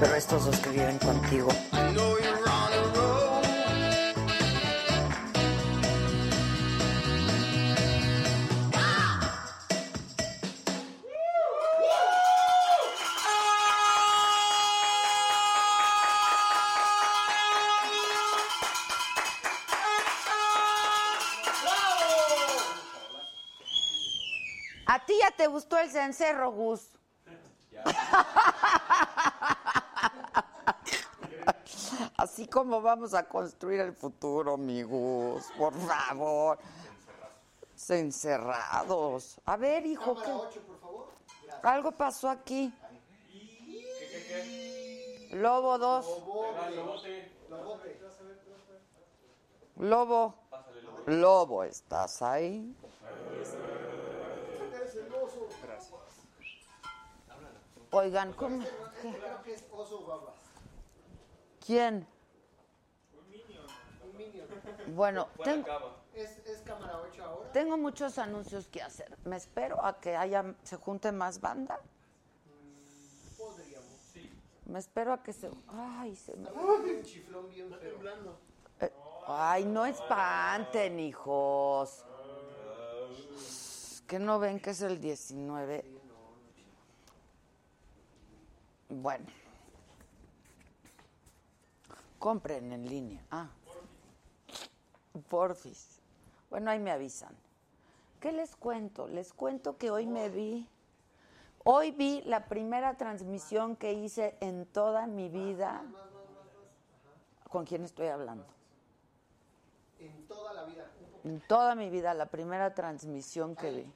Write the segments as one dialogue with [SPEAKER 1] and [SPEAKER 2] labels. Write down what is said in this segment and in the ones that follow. [SPEAKER 1] Pero estos dos que viven contigo.
[SPEAKER 2] A ti ya te gustó el cencerro, Gus. Así como vamos a construir el futuro, mi Gus, por favor. Cencerrados. A ver, hijo, ¿qué? Algo pasó aquí. Lobo 2. Lobo. Lobo, ¿estás ahí? Oigan, ¿cómo? qué? ¿Quién? Bueno, tengo, tengo muchos anuncios que hacer. Me espero a que haya, se junte más banda. Me espero a que se. Ay, se me- Eh, Ay, no espanten, hijos. Que no ven que es el 19. Bueno. Compren en línea. Ah. Porfis. Bueno, ahí me avisan. ¿Qué les cuento? Les cuento que hoy me vi. Hoy vi la primera transmisión que hice en toda mi vida. ¿Con quién estoy hablando? En toda mi vida, la primera transmisión que vi.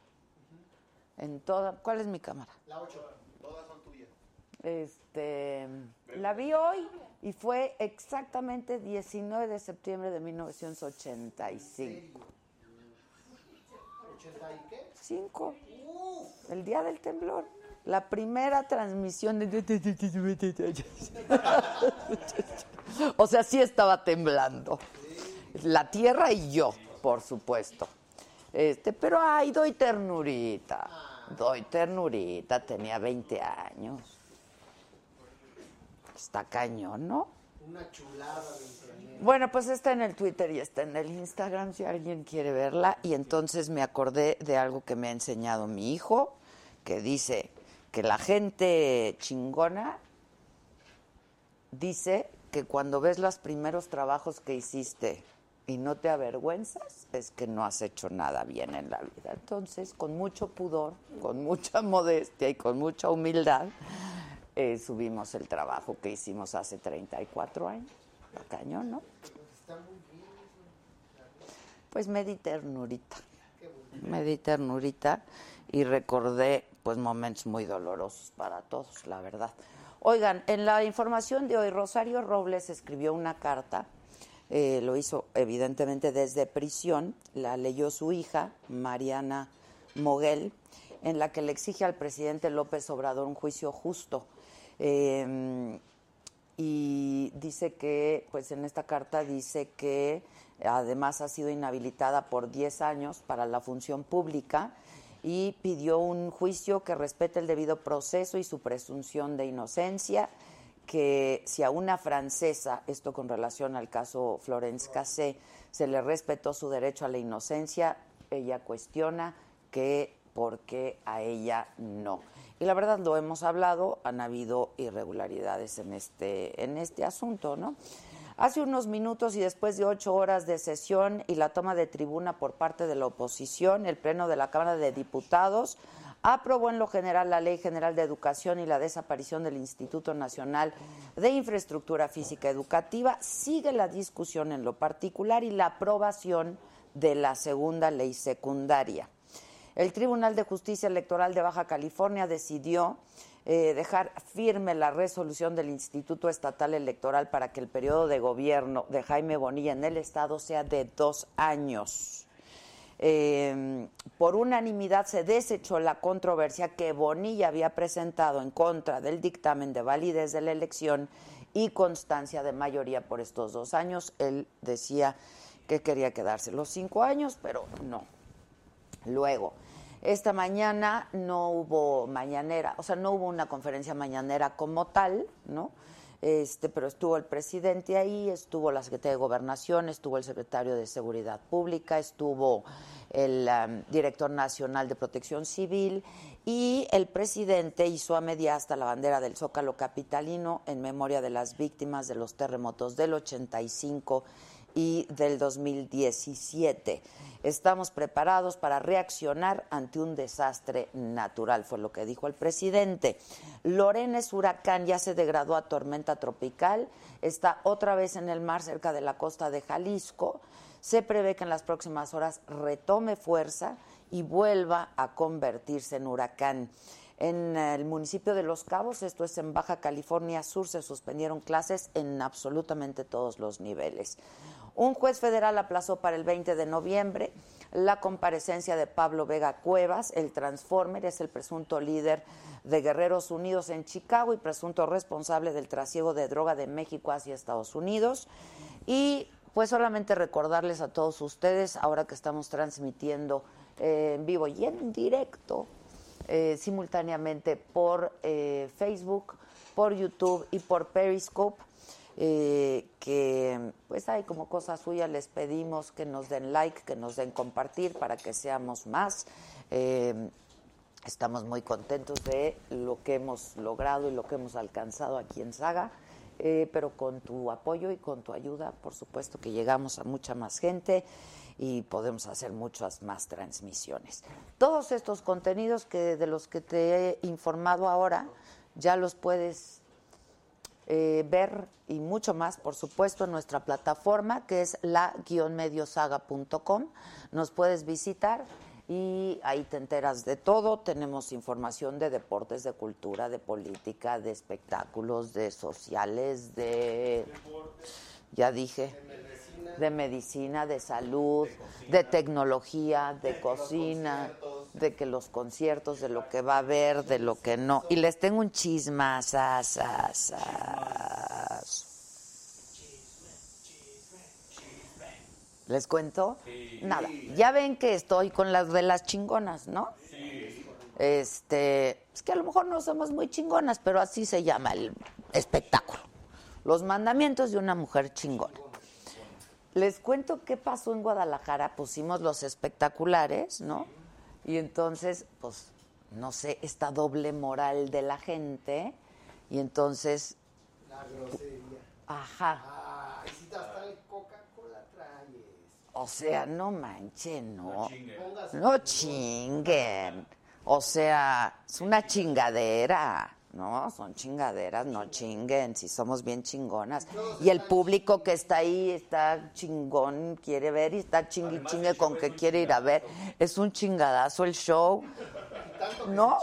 [SPEAKER 2] En toda. ¿Cuál es mi cámara? La 8. Todas son tuyas. Este. La vi hoy y fue exactamente 19 de septiembre de 1985. Cinco. El día del temblor. La primera transmisión de. O sea, sí estaba temblando. La tierra y yo, por supuesto. Este, pero ay, doy ternurita. Doy ternurita, tenía 20 años. Está cañón, ¿no? Bueno, pues está en el Twitter y está en el Instagram si alguien quiere verla. Y entonces me acordé de algo que me ha enseñado mi hijo, que dice que la gente chingona dice que cuando ves los primeros trabajos que hiciste y no te avergüenzas, es que no has hecho nada bien en la vida. Entonces, con mucho pudor, con mucha modestia y con mucha humildad, eh, subimos el trabajo que hicimos hace 34 años. Está Cañón, ¿no? Pues me di ternurita. Me di ternurita y recordé pues momentos muy dolorosos para todos, la verdad. Oigan, en la información de hoy, Rosario Robles escribió una carta, eh, lo hizo evidentemente desde prisión, la leyó su hija, Mariana Moguel, en la que le exige al presidente López Obrador un juicio justo. Eh, y dice que, pues en esta carta dice que además ha sido inhabilitada por 10 años para la función pública y pidió un juicio que respete el debido proceso y su presunción de inocencia, que si a una francesa, esto con relación al caso Florence Cassé, se le respetó su derecho a la inocencia, ella cuestiona que por qué a ella no. Y la verdad lo hemos hablado, han habido irregularidades en este, en este asunto, ¿no? Hace unos minutos y después de ocho horas de sesión y la toma de tribuna por parte de la oposición, el Pleno de la Cámara de Diputados aprobó en lo general la Ley General de Educación y la desaparición del Instituto Nacional de Infraestructura Física Educativa. Sigue la discusión en lo particular y la aprobación de la segunda ley secundaria. El Tribunal de Justicia Electoral de Baja California decidió eh, dejar firme la resolución del Instituto Estatal Electoral para que el periodo de gobierno de Jaime Bonilla en el Estado sea de dos años. Eh, por unanimidad se desechó la controversia que Bonilla había presentado en contra del dictamen de validez de la elección y constancia de mayoría por estos dos años. Él decía que quería quedarse los cinco años, pero no. Luego, esta mañana no hubo mañanera, o sea, no hubo una conferencia mañanera como tal, ¿no? Este, pero estuvo el presidente ahí, estuvo la secretaria de Gobernación, estuvo el secretario de Seguridad Pública, estuvo el um, director nacional de Protección Civil y el presidente hizo a media hasta la bandera del Zócalo Capitalino en memoria de las víctimas de los terremotos del 85 y del 2017. Estamos preparados para reaccionar ante un desastre natural, fue lo que dijo el presidente. Lorena es huracán, ya se degradó a tormenta tropical, está otra vez en el mar cerca de la costa de Jalisco. Se prevé que en las próximas horas retome fuerza y vuelva a convertirse en huracán. En el municipio de Los Cabos, esto es en Baja California Sur, se suspendieron clases en absolutamente todos los niveles. Un juez federal aplazó para el 20 de noviembre la comparecencia de Pablo Vega Cuevas, el Transformer, es el presunto líder de Guerreros Unidos en Chicago y presunto responsable del trasiego de droga de México hacia Estados Unidos. Y pues solamente recordarles a todos ustedes, ahora que estamos transmitiendo eh, en vivo y en directo, eh, simultáneamente por eh, Facebook, por YouTube y por Periscope. Eh, que pues hay como cosa suya, les pedimos que nos den like, que nos den compartir para que seamos más. eh, estamos muy contentos de lo que hemos logrado y lo que hemos alcanzado aquí en Saga, eh, pero con tu apoyo y con tu ayuda, por supuesto que llegamos a mucha más gente y podemos hacer muchas más transmisiones. Todos estos contenidos que de los que te he informado ahora ya los puedes eh, ver y mucho más, por supuesto, en nuestra plataforma que es la-mediosaga.com. Nos puedes visitar y ahí te enteras de todo. Tenemos información de deportes, de cultura, de política, de espectáculos, de sociales, de... Ya dije de medicina, de salud, de, cocina, de tecnología, de, de cocina, de que los conciertos, de lo que va a haber, de lo que no. Y les tengo un chismas. ¿Les cuento? Sí. Nada. Ya ven que estoy con las de las chingonas, ¿no? Sí. Este, es que a lo mejor no somos muy chingonas, pero así se llama el espectáculo. Los mandamientos de una mujer chingona. Les cuento qué pasó en Guadalajara. Pusimos los espectaculares, ¿no? Y entonces, pues, no sé, esta doble moral de la gente. Y entonces.
[SPEAKER 3] La grosería.
[SPEAKER 2] Ajá.
[SPEAKER 3] Ah, y si te hasta el Coca-Cola traes.
[SPEAKER 2] O sea, no manchen, ¿no?
[SPEAKER 4] No chinguen.
[SPEAKER 2] No chinguen. O sea, es una chingadera. No, son chingaderas, no chinguen, si somos bien chingonas. Y el público que está ahí está chingón, quiere ver y está chingue
[SPEAKER 4] Además,
[SPEAKER 2] chingue
[SPEAKER 4] el
[SPEAKER 2] con
[SPEAKER 4] show
[SPEAKER 2] que
[SPEAKER 4] es un
[SPEAKER 2] quiere ir a ver. Es un chingadazo el show, ¿no?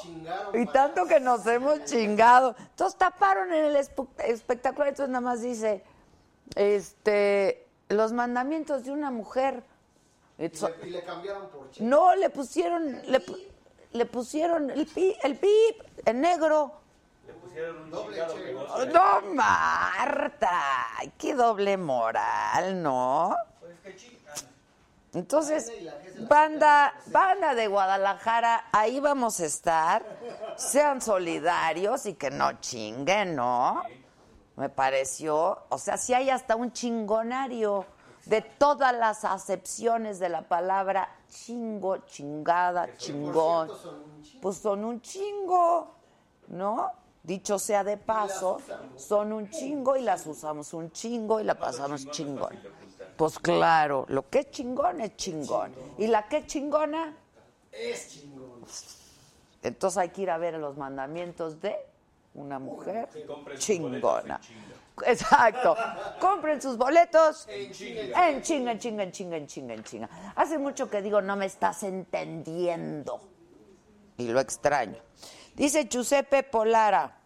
[SPEAKER 2] Y tanto que nos hemos chingado. Entonces taparon en el espu- espectacular, entonces nada más dice, este, los mandamientos de una mujer.
[SPEAKER 3] Y
[SPEAKER 2] It's-
[SPEAKER 3] le- Y le cambiaron por chingón.
[SPEAKER 2] no, le pusieron, le, pu- le pusieron el pi, el pip, en negro.
[SPEAKER 4] Le pusieron un
[SPEAKER 3] Doble
[SPEAKER 4] chingado que
[SPEAKER 3] cheque.
[SPEAKER 4] no se-
[SPEAKER 2] No, Marta, Ay, qué doble moral, ¿no?
[SPEAKER 4] Pues que chingan.
[SPEAKER 2] Entonces, banda, banda de Guadalajara, ahí vamos a estar. Sean solidarios y que no chinguen, ¿no? Me pareció, o sea, si hay hasta un chingonario de todas las acepciones de la palabra chingo, chingada, chingón. Pues son un chingo, ¿no? Dicho sea de paso, son un chingo y las usamos un chingo y la pasamos chingón. Pues claro, lo que es chingón es chingón. ¿Y la que es chingona? Entonces hay que ir a ver los mandamientos de una mujer chingona. Exacto. Compren sus boletos en chinga, en chinga, en chinga, en chinga, en chinga, en chinga. Hace mucho que digo, no me estás entendiendo. Y lo extraño. Dice Giuseppe Polara.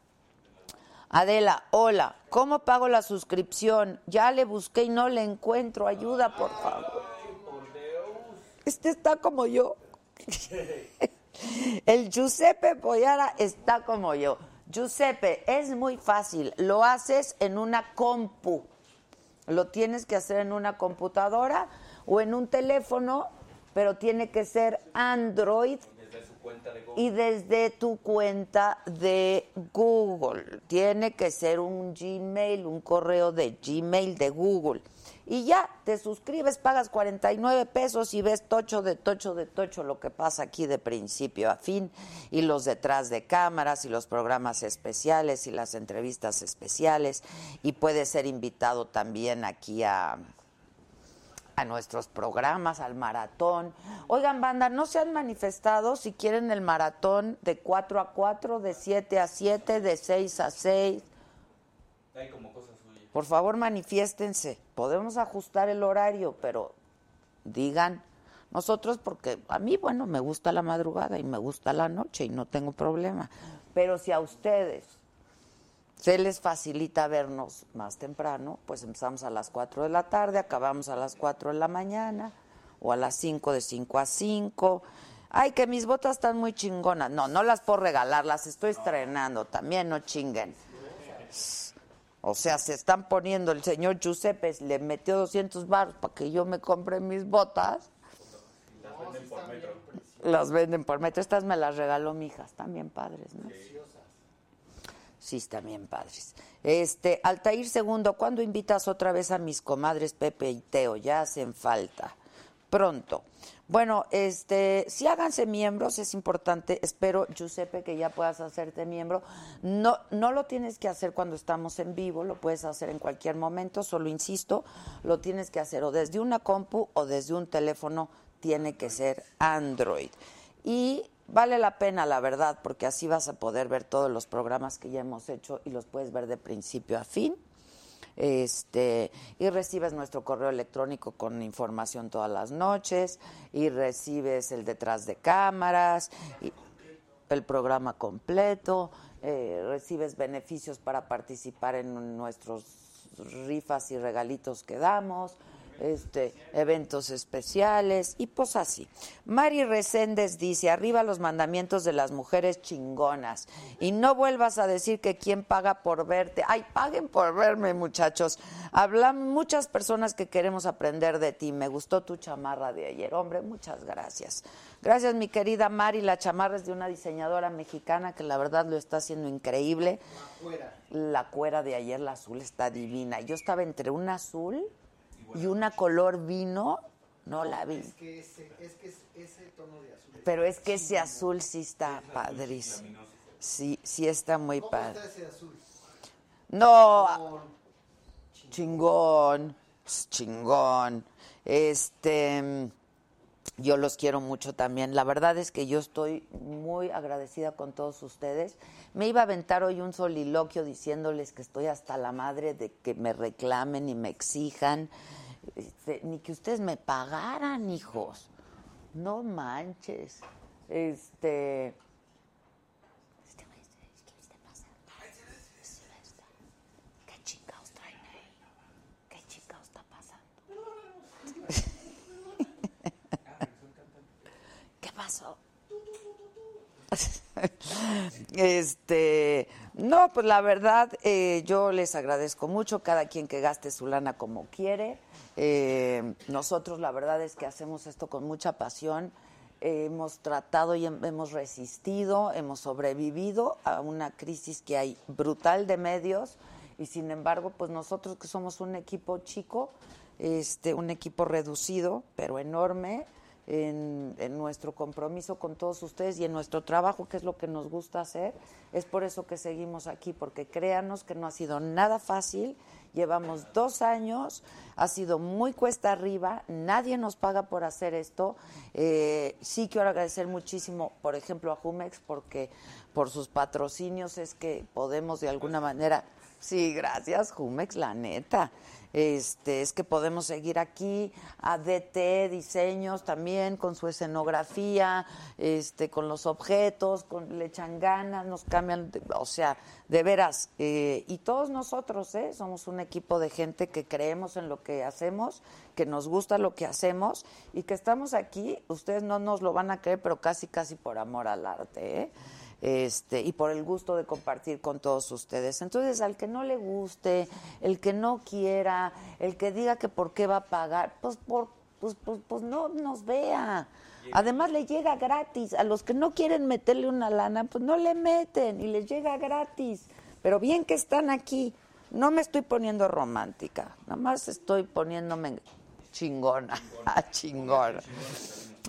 [SPEAKER 2] Adela, hola, ¿cómo pago la suscripción? Ya le busqué y no le encuentro. Ayuda, por favor. Este está como yo. El Giuseppe Poyara está como yo. Giuseppe, es muy fácil. Lo haces en una compu. Lo tienes que hacer en una computadora o en un teléfono, pero tiene que ser Android y desde tu cuenta de Google. Tiene que ser un Gmail, un correo de Gmail de Google. Y ya te suscribes, pagas 49 pesos y ves tocho de tocho de tocho lo que pasa aquí de principio a fin y los detrás de cámaras y los programas especiales y las entrevistas especiales y puedes ser invitado también aquí a, a nuestros programas, al maratón. Oigan, banda, no se han manifestado si quieren el maratón de 4 a 4, de 7 a 7, de 6 a 6.
[SPEAKER 4] Hay como cosas suyas.
[SPEAKER 2] Por favor, manifiéstense. Podemos ajustar el horario, pero digan nosotros porque a mí, bueno, me gusta la madrugada y me gusta la noche y no tengo problema. Pero si a ustedes se les facilita vernos más temprano, pues empezamos a las 4 de la tarde, acabamos a las 4 de la mañana o a las 5 de 5 a 5. Ay, que mis botas están muy chingonas. No, no las puedo regalar, las estoy estrenando también, no chinguen. O sea, se están poniendo, el señor Giuseppe le metió 200 baros para que yo me compre mis botas. Las venden por metro. Estas me las regaló mi hija. Están bien padres, ¿no? Sí, están bien padres. Este, Altair Segundo, ¿cuándo invitas otra vez a mis comadres Pepe y Teo? Ya hacen falta. Pronto. Bueno, este, sí háganse miembros, es importante. Espero, Giuseppe, que ya puedas hacerte miembro. No, no lo tienes que hacer cuando estamos en vivo, lo puedes hacer en cualquier momento, solo insisto, lo tienes que hacer o desde una compu o desde un teléfono, tiene que ser Android. Y vale la pena, la verdad, porque así vas a poder ver todos los programas que ya hemos hecho y los puedes ver de principio a fin. Este, y recibes nuestro correo electrónico con información todas las noches, y recibes el detrás de cámaras, y el programa completo, eh, recibes beneficios para participar en nuestros rifas y regalitos que damos, este, eventos especiales y pues así. Mari Reséndez dice, arriba los mandamientos de las mujeres chingonas y no vuelvas a decir que quién paga por verte. Ay, paguen por verme muchachos. Hablan muchas personas que queremos aprender de ti. Me gustó tu chamarra de ayer. Hombre, muchas gracias. Gracias mi querida Mari. La chamarra es de una diseñadora mexicana que la verdad lo está haciendo increíble. La cuera de ayer, la azul, está divina. Yo estaba entre un azul y una color vino, no la vi.
[SPEAKER 3] Es que ese, es que es- ese tono de azul.
[SPEAKER 2] Pero es que ese azul sí está padrísimo. Sí, sí está muy
[SPEAKER 3] ¿Cómo
[SPEAKER 2] padre.
[SPEAKER 3] está ese azul?
[SPEAKER 2] No,
[SPEAKER 3] Con-
[SPEAKER 2] chingón, pues, chingón. Este, yo los quiero mucho también. La verdad es que yo estoy muy agradecida con todos ustedes. Me iba a aventar hoy un soliloquio diciéndoles que estoy hasta la madre de que me reclamen y me exijan. Este, ni que ustedes me pagaran, hijos. No manches. Este. ¿Qué chingados traen ahí? ¿Qué chingados está pasando? ¿Qué pasó? Este, no, pues la verdad, eh, yo les agradezco mucho, cada quien que gaste su lana como quiere. Eh, nosotros la verdad es que hacemos esto con mucha pasión. Eh, hemos tratado y hem- hemos resistido, hemos sobrevivido a una crisis que hay brutal de medios Y sin embargo, pues nosotros que somos un equipo chico, este, un equipo reducido, pero enorme, en, en nuestro compromiso con todos ustedes y en nuestro trabajo, que es lo que nos gusta hacer. Es por eso que seguimos aquí, porque créanos que no ha sido nada fácil. Llevamos dos años, ha sido muy cuesta arriba, nadie nos paga por hacer esto. Eh, sí quiero agradecer muchísimo, por ejemplo, a Jumex, porque por sus patrocinios es que podemos de alguna manera... Sí, gracias, Jumex, la neta. Este, es que podemos seguir aquí, a DT Diseños también, con su escenografía, este, con los objetos, con, le echan ganas, nos cambian, de- o sea, de veras. eh, y todos nosotros, ¿eh? somos un equipo de gente que creemos en lo que hacemos, que nos gusta lo que hacemos y que estamos aquí, ustedes no nos lo van a creer, pero casi, casi por amor al arte. ¿eh? este, y por el gusto de compartir con todos ustedes. Entonces, al que no le guste, el que no quiera, el que diga que por qué va a pagar, pues por pues, pues, pues no nos vea. Además le llega gratis. A los que no quieren meterle una lana, pues no le meten y les llega gratis. Pero bien que están aquí. No me estoy poniendo romántica, nada más estoy poniéndome chingona, chingona.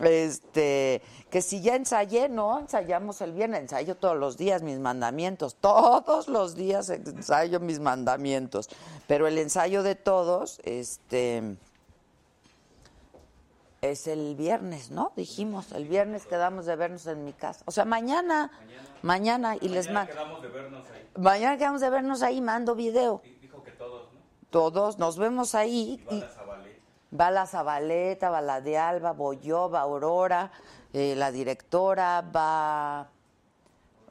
[SPEAKER 2] Este, que si ya ensayé, no, ensayamos el viernes, ensayo todos los días mis mandamientos, todos los días ensayo mis mandamientos, pero el ensayo de todos, este, es el viernes, ¿no? Dijimos, el viernes quedamos de vernos en mi casa, o sea, mañana, mañana, y les
[SPEAKER 4] Mañana
[SPEAKER 2] mando,
[SPEAKER 4] quedamos de vernos ahí.
[SPEAKER 2] mañana quedamos de vernos ahí, mando video,
[SPEAKER 4] Di- Dijo que todos, ¿no?
[SPEAKER 2] todos, nos vemos ahí, y,
[SPEAKER 4] Ivana Zabaleta.
[SPEAKER 2] Va la Zabaleta, va la de Alba, voy yo, va Aurora, eh, la directora, va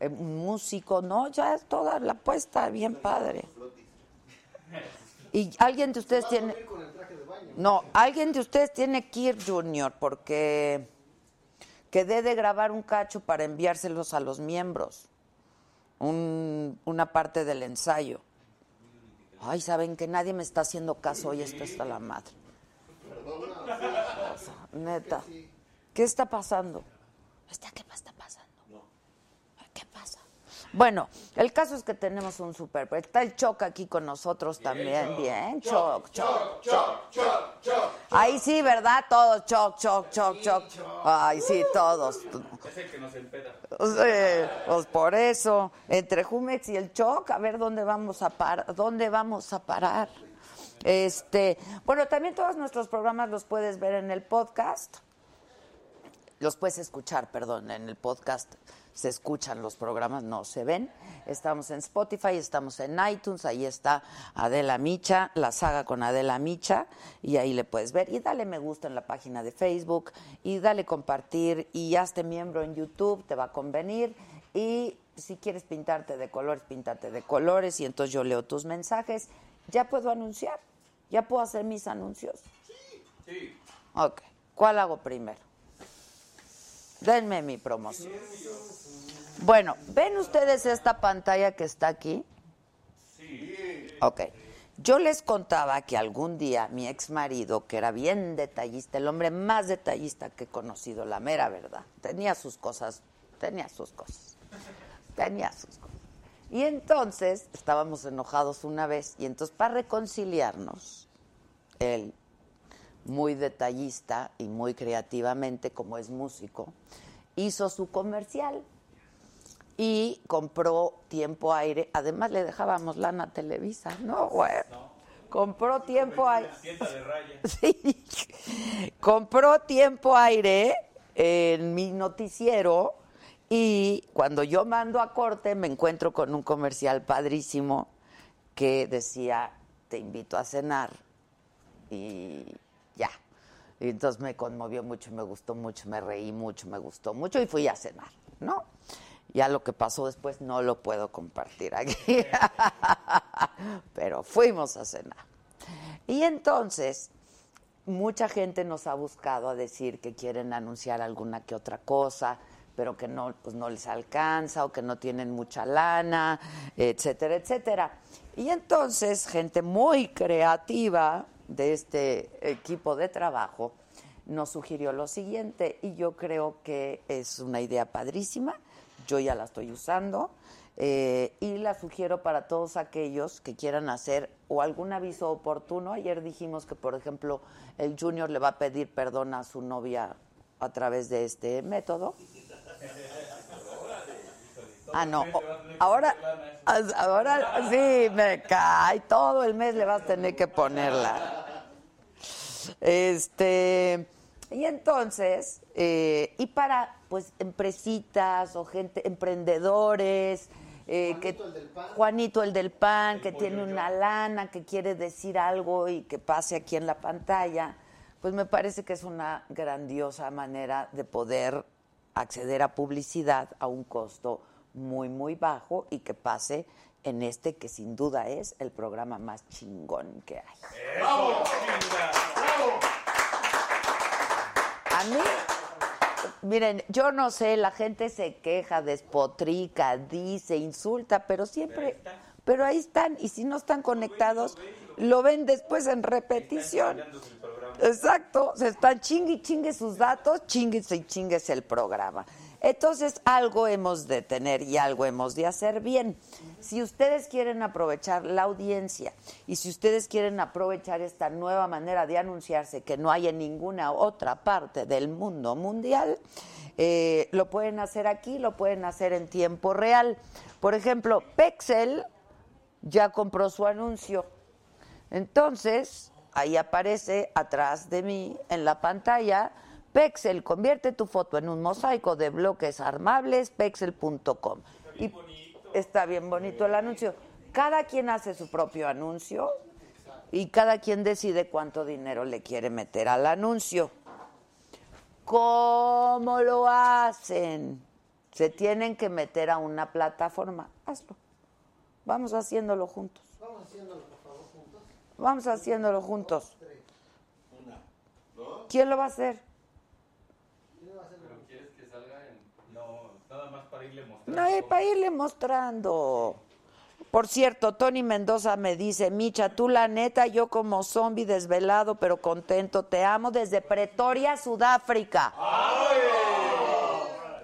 [SPEAKER 2] eh, un músico, ¿no? Ya es toda la puesta, bien padre. Y alguien de ustedes tiene... No, alguien de ustedes tiene que ir, Junior, porque quedé de grabar un cacho para enviárselos a los miembros. Un- una parte del ensayo. Ay, saben que nadie me está haciendo caso hoy, esto está la madre. Neta. ¿Qué está pasando? ¿Está qué está pasando? ¿Qué pasa? Bueno, el caso es que tenemos un super. Está el Choc aquí con nosotros también. Bien, Choc, Choc, Choc, Choc, Ahí sí, ¿verdad? Todos, Choc, Choc, Choc, Choc. Ay, sí, todos.
[SPEAKER 4] Es el que nos empeda.
[SPEAKER 2] Sí, pues por eso, entre Jumex y el Choc, a ver dónde vamos a parar, dónde vamos a parar. Este, bueno, también todos nuestros programas los puedes ver en el podcast. Los puedes escuchar, perdón, en el podcast se escuchan los programas, no se ven. Estamos en Spotify, estamos en iTunes, ahí está Adela Micha, la saga con Adela Micha, y ahí le puedes ver. Y dale me gusta en la página de Facebook, y dale compartir, y hazte miembro en YouTube, te va a convenir. Y si quieres pintarte de colores, píntate de colores, y entonces yo leo tus mensajes. Ya puedo anunciar, ya puedo hacer mis anuncios.
[SPEAKER 4] Sí.
[SPEAKER 2] Ok, ¿cuál hago primero? Denme mi promoción. Bueno, ¿ven ustedes esta pantalla que está aquí? Sí. Ok. Yo les contaba que algún día mi ex marido, que era bien detallista, el hombre más detallista que he conocido, la mera verdad, tenía sus cosas, tenía sus cosas, tenía sus cosas. Y entonces estábamos enojados una vez y entonces para reconciliarnos, él muy detallista y muy creativamente, como es músico, hizo su comercial y compró tiempo aire. Además, le dejábamos lana a Televisa, ¿no, güey? Compró tiempo aire.
[SPEAKER 4] Tienda de raya.
[SPEAKER 2] Sí. Compró tiempo aire en mi noticiero y cuando yo mando a corte me encuentro con un comercial padrísimo que decía, te invito a cenar y ya. Y entonces me conmovió mucho, me gustó mucho, me reí mucho, me gustó mucho y fui a cenar, ¿no? Ya lo que pasó después no lo puedo compartir aquí, pero fuimos a cenar. Y entonces, mucha gente nos ha buscado a decir que quieren anunciar alguna que otra cosa, pero que no, pues no les alcanza o que no tienen mucha lana, etcétera, etcétera. Y entonces, gente muy creativa de este equipo de trabajo nos sugirió lo siguiente y yo creo que es una idea padrísima, yo ya la estoy usando. Eh, y la sugiero para todos aquellos que quieran hacer o algún aviso oportuno. Ayer dijimos que, por ejemplo, el junior le va a pedir perdón a su novia a través de este método. Ah, no. o- Ahora, ahora sí, me cae. Todo el mes le vas a tener que ponerla. Este. Y entonces, eh, y para, pues, empresitas o gente, emprendedores. eh, que,
[SPEAKER 3] Juanito el del pan.
[SPEAKER 2] Juanito el del pan, que tiene una lana, que quiere decir algo y que pase aquí en la pantalla, pues me parece que es una grandiosa manera de poder acceder a publicidad a un costo muy, muy bajo y que pase en este que sin duda es el programa más chingón que hay. A mí, miren, yo no sé, la gente se queja, despotrica, dice, insulta, pero siempre, pero ahí están, y si no están conectados, lo ven después en repetición. Exacto, se están chingue y chingue sus datos, chingue y chingues el programa. Entonces, algo hemos de tener y algo hemos de hacer bien. Si ustedes quieren aprovechar la audiencia y si ustedes quieren aprovechar esta nueva manera de anunciarse que no hay en ninguna otra parte del mundo mundial, eh, lo pueden hacer aquí, lo pueden hacer en tiempo real. Por ejemplo, Pexel ya compró su anuncio. Entonces, ahí aparece atrás de mí en la pantalla, Pexel, convierte tu foto en un mosaico de bloques armables, pexel.com. Y está bien bonito el anuncio. Cada quien hace su propio anuncio y cada quien decide cuánto dinero le quiere meter al anuncio. ¿Cómo lo hacen? Se tienen que meter a una plataforma. Hazlo. Vamos haciéndolo juntos. Vamos haciéndolo juntos. ¿Quién lo va a hacer?
[SPEAKER 4] ¿Quieres que salga en.? No, nada más para irle mostrando.
[SPEAKER 2] No, eh, para irle mostrando. Por cierto, Tony Mendoza me dice, Micha, tú la neta, yo como zombie desvelado pero contento, te amo desde Pretoria, Sudáfrica.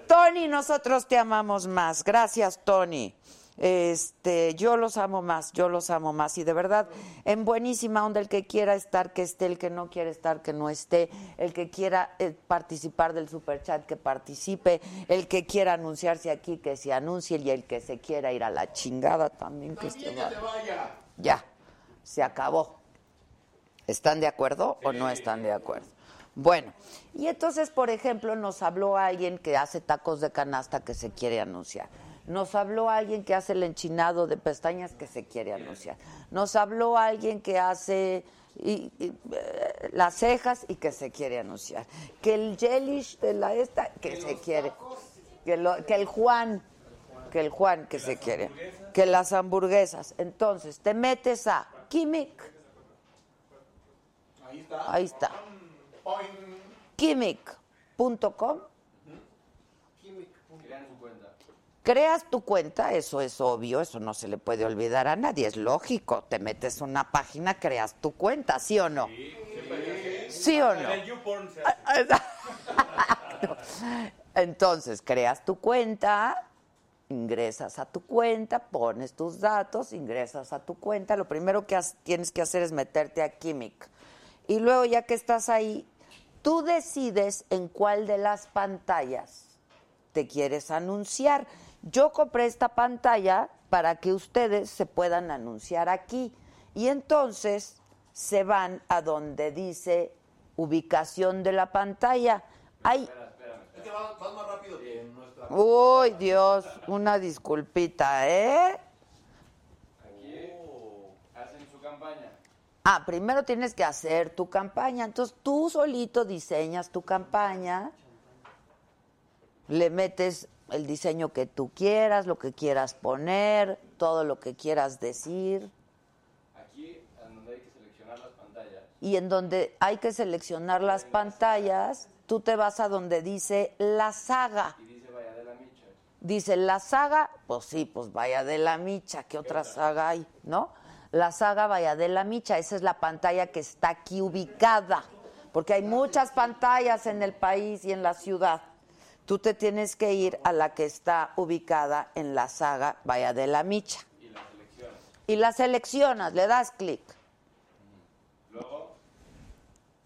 [SPEAKER 2] Tony, nosotros te amamos más. Gracias, Tony. Este, yo los amo más, yo los amo más. Y de verdad, en buenísima onda, el que quiera estar, que esté, el que no quiera estar, que no esté, el que quiera eh, participar del superchat, que participe, el que quiera anunciarse aquí, que se anuncie, y el que se quiera ir a la chingada también, que se vaya. Ya, se acabó. ¿Están de acuerdo o no están de acuerdo? Bueno, y entonces, por ejemplo, nos habló alguien que hace tacos de canasta que se quiere anunciar. Nos habló alguien que hace el enchinado de pestañas que se quiere anunciar. Nos habló alguien que hace y- y, eh, las cejas y que se quiere anunciar. Que el gelish de la esta que, se quiere. Que, lo- que el Juan, que el Juan que se quiere. Que las hamburguesas. Entonces, te metes a Kimik.
[SPEAKER 3] Ahí está.
[SPEAKER 2] Ahí está. Kimic.com. Creas tu cuenta, eso es obvio, eso no se le puede olvidar a nadie, es lógico. Te metes a una página, creas tu cuenta, ¿sí o no? ¿Sí o no?
[SPEAKER 4] En el YouPorn se hace.
[SPEAKER 2] Exacto. Entonces, creas tu cuenta, ingresas a tu cuenta, pones tus datos, ingresas a tu cuenta. Lo primero que has- tienes que hacer es meterte a Kimic. Y luego, ya que estás ahí, tú decides en cuál de las pantallas te quieres anunciar. Yo compré esta pantalla para que ustedes se puedan anunciar aquí. Y entonces se van a donde dice ubicación de la pantalla. Ay, uy, Dios, una disculpita, ¿eh?
[SPEAKER 4] Aquí hacen su campaña.
[SPEAKER 2] Ah, primero tienes que hacer tu campaña. Entonces tú solito diseñas tu campaña, le metes el diseño que tú quieras, lo que quieras poner, todo lo que quieras decir.
[SPEAKER 4] Aquí en donde hay que seleccionar las pantallas.
[SPEAKER 2] Y en donde hay que seleccionar las pantallas, tú te vas a donde dice la saga.
[SPEAKER 4] Y dice Vaya de la Micha.
[SPEAKER 2] Dice la saga, pues sí, pues vaya de la micha, ¿qué otra saga hay? ¿No? La saga vaya de la micha, esa es la pantalla que está aquí ubicada, porque hay muchas pantallas en el país y en la ciudad. Tú te tienes que ir a la que está ubicada en la saga Vaya de la Micha. Y la seleccionas, le das clic.
[SPEAKER 4] Luego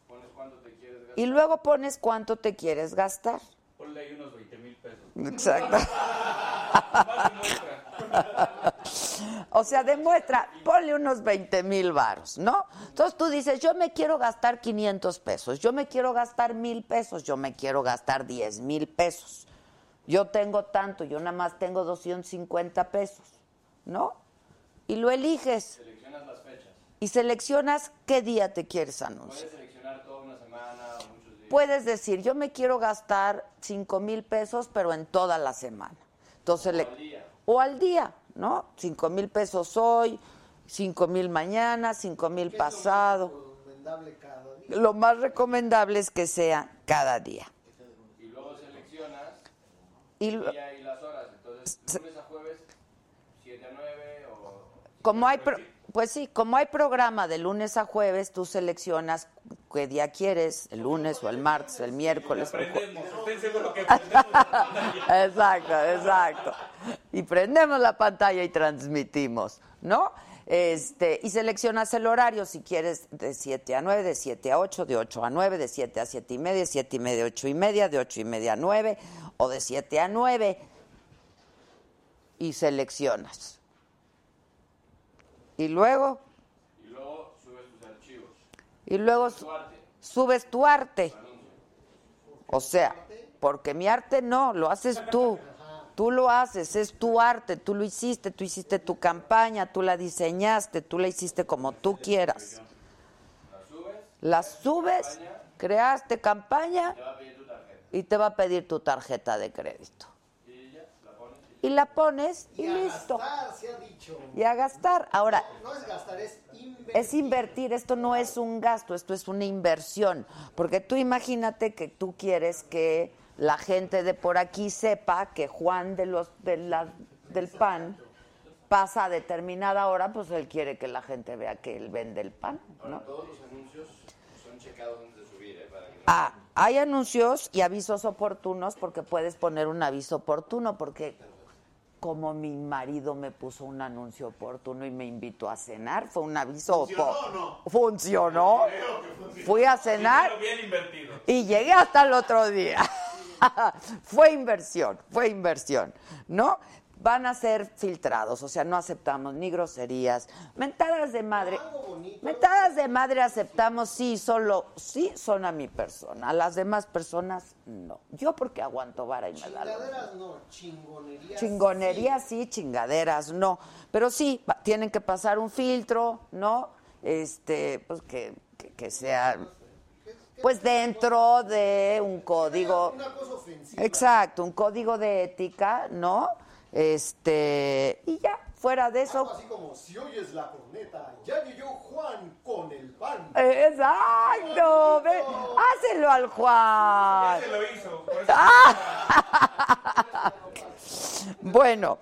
[SPEAKER 4] pones cuánto te quieres gastar.
[SPEAKER 2] Y luego pones cuánto te quieres gastar.
[SPEAKER 4] Ponle ahí unos 20 mil pesos.
[SPEAKER 2] Exacto. O sea, demuestra, ponle unos 20 mil varos, ¿no? Entonces tú dices, yo me quiero gastar 500 pesos, yo me quiero gastar mil pesos, yo me quiero gastar 10 mil pesos. Yo tengo tanto, yo nada más tengo 250 pesos, ¿no? Y lo eliges
[SPEAKER 4] Seleccionas las fechas.
[SPEAKER 2] y seleccionas qué día te quieres anunciar.
[SPEAKER 4] Puedes seleccionar toda una semana o muchos días.
[SPEAKER 2] Puedes decir, yo me quiero gastar 5 mil pesos, pero en toda la semana. Entonces, le-
[SPEAKER 4] al día.
[SPEAKER 2] o al día, ¿no? 5 mil pesos hoy, 5 mil mañana, 5 mil pasado.
[SPEAKER 3] Recomendable cada día.
[SPEAKER 2] Lo más recomendable es que sea cada día.
[SPEAKER 4] Y luego seleccionas
[SPEAKER 2] Y
[SPEAKER 4] el
[SPEAKER 2] lo-
[SPEAKER 4] día y las horas. Entonces, lunes a jueves, 7 a 9 o...
[SPEAKER 2] como hay, pro- pues sí, como hay programa de lunes a jueves, tú seleccionas qué día quieres, el lunes o el martes, el miércoles. o el jue-
[SPEAKER 4] estén seguros que
[SPEAKER 2] Exacto, exacto. Y prendemos la pantalla y transmitimos, ¿no? Este, y seleccionas el horario si quieres de 7 a 9, de 7 a 8, de 8 a 9, de 7 a 7 y media, 7 y media, 8 y media, de 8 y media a 9 o de 7 a 9. Y seleccionas. Y luego,
[SPEAKER 4] Y luego subes tus archivos.
[SPEAKER 2] y luego su-
[SPEAKER 4] Tu arte.
[SPEAKER 2] subes tu arte. O sea, porque mi arte no, lo haces tú. Tú lo haces, es tu arte, tú lo hiciste, tú hiciste tu campaña, tú la diseñaste, tú la hiciste como tú quieras. La subes, creaste campaña y te va a pedir tu tarjeta de crédito. Y la pones y
[SPEAKER 3] Y a
[SPEAKER 2] listo.
[SPEAKER 3] gastar, se ha dicho.
[SPEAKER 2] Y a gastar. Ahora,
[SPEAKER 3] No es gastar, es invertir.
[SPEAKER 2] es invertir, esto no es un gasto, esto es una inversión. Porque tú imagínate que tú quieres que la gente de por aquí sepa que Juan de los, de la- del pan pasa a determinada hora, pues él quiere que la gente vea que él vende el pan. ¿no?
[SPEAKER 4] Todos los anuncios son checados antes de subir, ¿eh? Para que no...
[SPEAKER 2] Ah, hay anuncios y avisos oportunos porque puedes poner un aviso oportuno porque como mi marido me puso un anuncio oportuno y me invitó a cenar, fue un aviso oportuno. ¿Funcionó? Fui a cenar
[SPEAKER 4] bien invertido.
[SPEAKER 2] y llegué hasta el otro día. fue inversión, fue inversión, ¿no? Van a ser filtrados, o sea, no aceptamos ni groserías, mentadas de madre. Mentadas de madre aceptamos sí, solo sí son a mi persona, a las demás personas no. Yo porque aguanto vara y me da lo mismo.
[SPEAKER 3] Chingaderas no, chingonerías.
[SPEAKER 2] Chingonerías sí, chingaderas no. Pero sí, va- tienen que pasar un filtro, ¿no? Este, pues que, que, que sea, pues dentro de un código.
[SPEAKER 3] Una cosa ofensiva.
[SPEAKER 2] Exacto, un código de ética, ¿no? Este, y ya, fuera de
[SPEAKER 3] Algo
[SPEAKER 2] eso.
[SPEAKER 3] así como si oyes la corneta, ya llegó Juan con el pan.
[SPEAKER 2] Eh, Exacto, ve, hácelo al Juan.
[SPEAKER 4] lo hizo.
[SPEAKER 2] Bueno,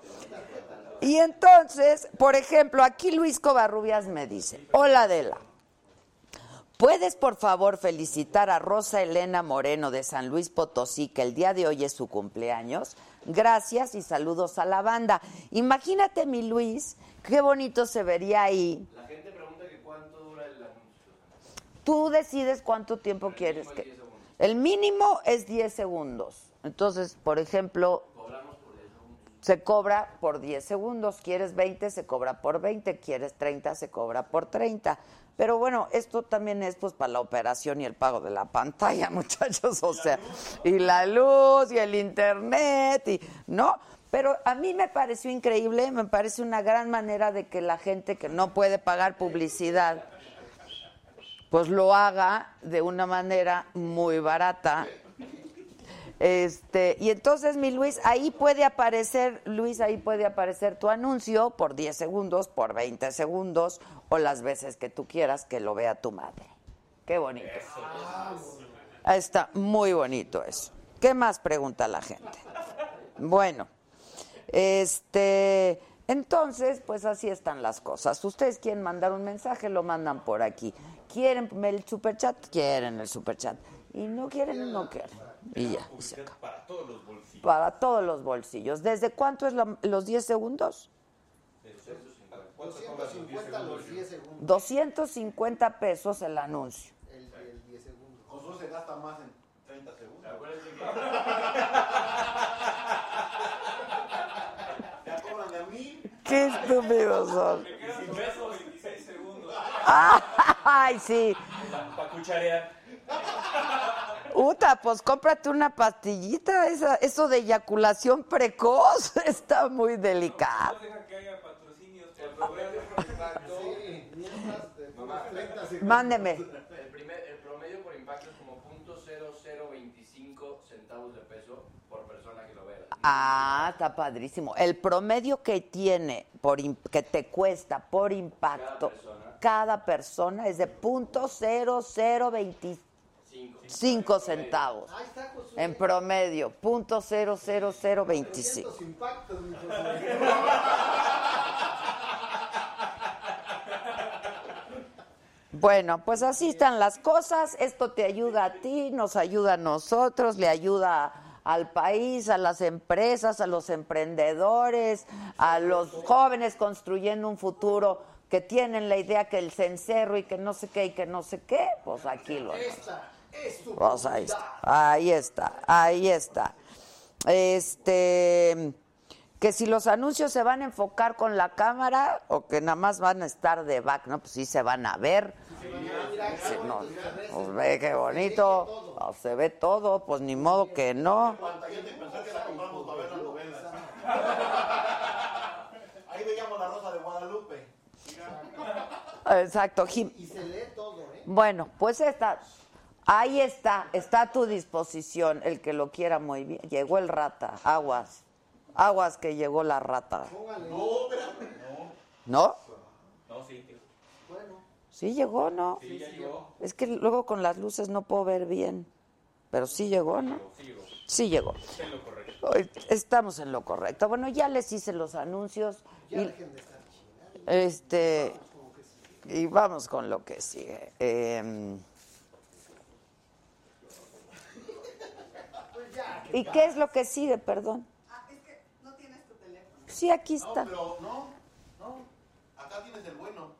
[SPEAKER 2] y entonces, por ejemplo, aquí Luis Covarrubias me dice, hola Adela, ¿puedes por favor felicitar a Rosa Elena Moreno de San Luis Potosí, que el día de hoy es su cumpleaños? Gracias y saludos a la banda. Imagínate mi Luis, qué bonito se vería ahí.
[SPEAKER 4] La gente pregunta que cuánto dura el anuncio.
[SPEAKER 2] Tú decides cuánto tiempo quieres
[SPEAKER 4] es 10
[SPEAKER 2] que...
[SPEAKER 4] segundos.
[SPEAKER 2] El mínimo es 10 segundos. Entonces, por ejemplo,
[SPEAKER 4] Cobramos por 10 segundos.
[SPEAKER 2] se cobra por 10 segundos, quieres 20, se cobra por 20, quieres 30, se cobra por 30. Pero bueno, esto también es pues para la operación y el pago de la pantalla, muchachos, o sea, y la luz y el internet y no, pero a mí me pareció increíble, me parece una gran manera de que la gente que no puede pagar publicidad pues lo haga de una manera muy barata. Este, y entonces, mi Luis, ahí puede aparecer, Luis, ahí puede aparecer tu anuncio por 10 segundos, por 20 segundos o las veces que tú quieras que lo vea tu madre. Qué bonito. Ahí Está muy bonito eso. ¿Qué más pregunta la gente? Bueno, este, entonces, pues así están las cosas. Ustedes quieren mandar un mensaje, lo mandan por aquí. ¿Quieren el superchat? Quieren el superchat. Y no quieren, no quieren. Y ya. y se acabó. Para todos los bolsillos. ¿Desde cuánto es la- los 10 segundos?
[SPEAKER 3] 250 los 10 segundos.
[SPEAKER 2] 250 pesos el anuncio.
[SPEAKER 3] El, el 10 segundos. Con eso se gasta más en 30 segundos. Ya cobran a mí.
[SPEAKER 2] Qué estúpidos son.
[SPEAKER 5] Ah.
[SPEAKER 2] Ay, sí.
[SPEAKER 5] Para cucharear.
[SPEAKER 2] Uta, pues cómprate una pastillita. Esa, eso de eyaculación precoz está muy delicado.
[SPEAKER 3] Sí, mientras te tomas 30 segundos.
[SPEAKER 2] Mándeme.
[SPEAKER 6] El, primer- el promedio por impacto es como .0025 centavos de peso por persona que lo vea.
[SPEAKER 2] Ah, está padrísimo. El promedio que tiene, por im- que te cuesta por impacto, cada persona, es de punto cero cero veinticinco centavos.
[SPEAKER 3] Ahí está con sus
[SPEAKER 2] En promedio, punto cero cero cero
[SPEAKER 3] 300
[SPEAKER 2] veinticinco.
[SPEAKER 3] impactos, mi hijo.
[SPEAKER 2] Bueno, pues así están las cosas. Esto te ayuda a ti, nos ayuda a nosotros, le ayuda al país, a las empresas, a los emprendedores, a los jóvenes construyendo un futuro que tienen la idea que el cencerro y que no sé qué y que no sé qué, pues aquí lo
[SPEAKER 3] Esta es tu
[SPEAKER 2] pues ahí
[SPEAKER 3] oportunidad.
[SPEAKER 2] está, ahí está, ahí está. Este, que si los anuncios se van a enfocar con la cámara o que nada más van a estar de back, ¿no? Pues sí se van a ver. Sí, no, pues ve qué bonito, Ah, se ve todo, pues ni modo que no.
[SPEAKER 3] Ahí veíamos la rosa de Guadalupe.
[SPEAKER 2] Exacto, Jim.
[SPEAKER 3] Y se lee todo, ¿eh?
[SPEAKER 2] Bueno, pues está, ahí está, está a tu disposición el que lo quiera muy bien. Llegó el rata, aguas, aguas que llegó la rata. No,
[SPEAKER 5] No, sí, tío.
[SPEAKER 2] sí llegó, ¿no?
[SPEAKER 5] Sí, ya llegó.
[SPEAKER 2] Es que luego con las luces no puedo ver bien, pero sí llegó, ¿no?
[SPEAKER 5] Sí llegó.
[SPEAKER 2] Sí llegó.
[SPEAKER 5] Está en lo correcto.
[SPEAKER 2] Hoy Estamos en lo correcto. Bueno, ya les hice los anuncios. y- este y vamos con lo que sigue. Eh, ¿Y qué es lo que sigue, perdón? Sí, aquí está.
[SPEAKER 3] pero no, no. Acá tienes el bueno.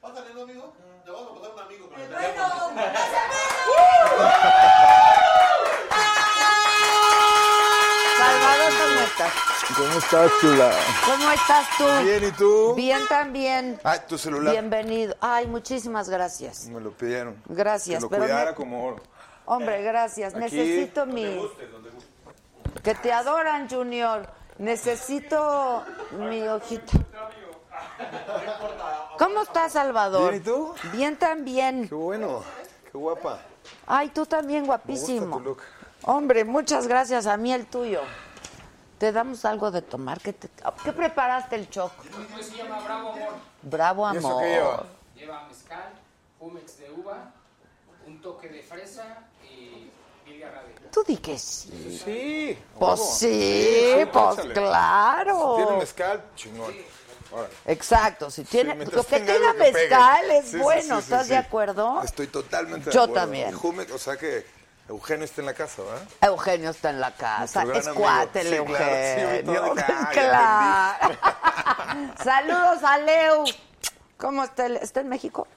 [SPEAKER 3] Pásale, ¿no, amigo? Te vamos a pasar un amigo. con el teléfono.
[SPEAKER 2] Salvador, ¿cómo estás?
[SPEAKER 7] ¿Cómo estás, chula?
[SPEAKER 2] ¿Cómo estás tú?
[SPEAKER 7] Bien, ¿y tú? Ah,
[SPEAKER 2] Bien también.
[SPEAKER 7] Ay, tu celular.
[SPEAKER 2] Bienvenido. Ay, muchísimas gracias.
[SPEAKER 7] Me lo pidieron.
[SPEAKER 2] Gracias,
[SPEAKER 7] Que lo
[SPEAKER 2] pero
[SPEAKER 7] cuidara
[SPEAKER 2] me-
[SPEAKER 7] como oro.
[SPEAKER 2] Hombre, gracias.
[SPEAKER 7] Eh, Aquí.
[SPEAKER 2] Necesito mi. Que te adoran, Junior. Necesito mi hojita. ¿Cómo estás, Salvador?
[SPEAKER 7] Bien, ¿y tú?
[SPEAKER 2] Bien también.
[SPEAKER 7] Qué bueno. Qué guapa.
[SPEAKER 2] Ay, tú también,
[SPEAKER 7] Me gusta
[SPEAKER 2] guapísimo.
[SPEAKER 7] tu look.
[SPEAKER 2] Hombre, muchas gracias. A mí el tuyo. Te damos algo de tomar. ¿Qué, te- Oh, ¿Qué preparaste el choco? Bravo
[SPEAKER 7] ¿Y
[SPEAKER 2] amor.
[SPEAKER 7] eso qué lleva?
[SPEAKER 8] Lleva mezcal, humex de uva, un toque de fresa y birria rabia.
[SPEAKER 2] Tú di que sí.
[SPEAKER 7] Sí.
[SPEAKER 2] Pues
[SPEAKER 7] huevo.
[SPEAKER 2] sí,
[SPEAKER 7] sí,
[SPEAKER 2] pues
[SPEAKER 7] échale.
[SPEAKER 2] claro.
[SPEAKER 7] ¿Tiene mezcal? Chingón. Órale.
[SPEAKER 2] Exacto, si tiene,
[SPEAKER 7] mientras
[SPEAKER 2] lo que
[SPEAKER 7] tenga
[SPEAKER 2] tenga
[SPEAKER 7] algo que pegue.
[SPEAKER 2] mezcal es
[SPEAKER 7] Sí, sí,
[SPEAKER 2] bueno,
[SPEAKER 7] sí, sí,
[SPEAKER 2] ¿estás
[SPEAKER 7] sí.
[SPEAKER 2] de acuerdo?
[SPEAKER 7] Estoy totalmente de
[SPEAKER 2] Yo
[SPEAKER 7] acuerdo.
[SPEAKER 2] también.
[SPEAKER 7] Y Jumex, o sea que Eugenio está en la casa, ¿verdad?
[SPEAKER 2] Eugenio está en la casa,
[SPEAKER 7] Nuestro gran
[SPEAKER 2] es
[SPEAKER 7] amigo.
[SPEAKER 2] cuate el
[SPEAKER 7] Sí,
[SPEAKER 2] Eugenio.
[SPEAKER 7] claro, sí, ahorita- ah,
[SPEAKER 2] Claro. Saludos a Leu. ¿Cómo está? el- ¿Está en México?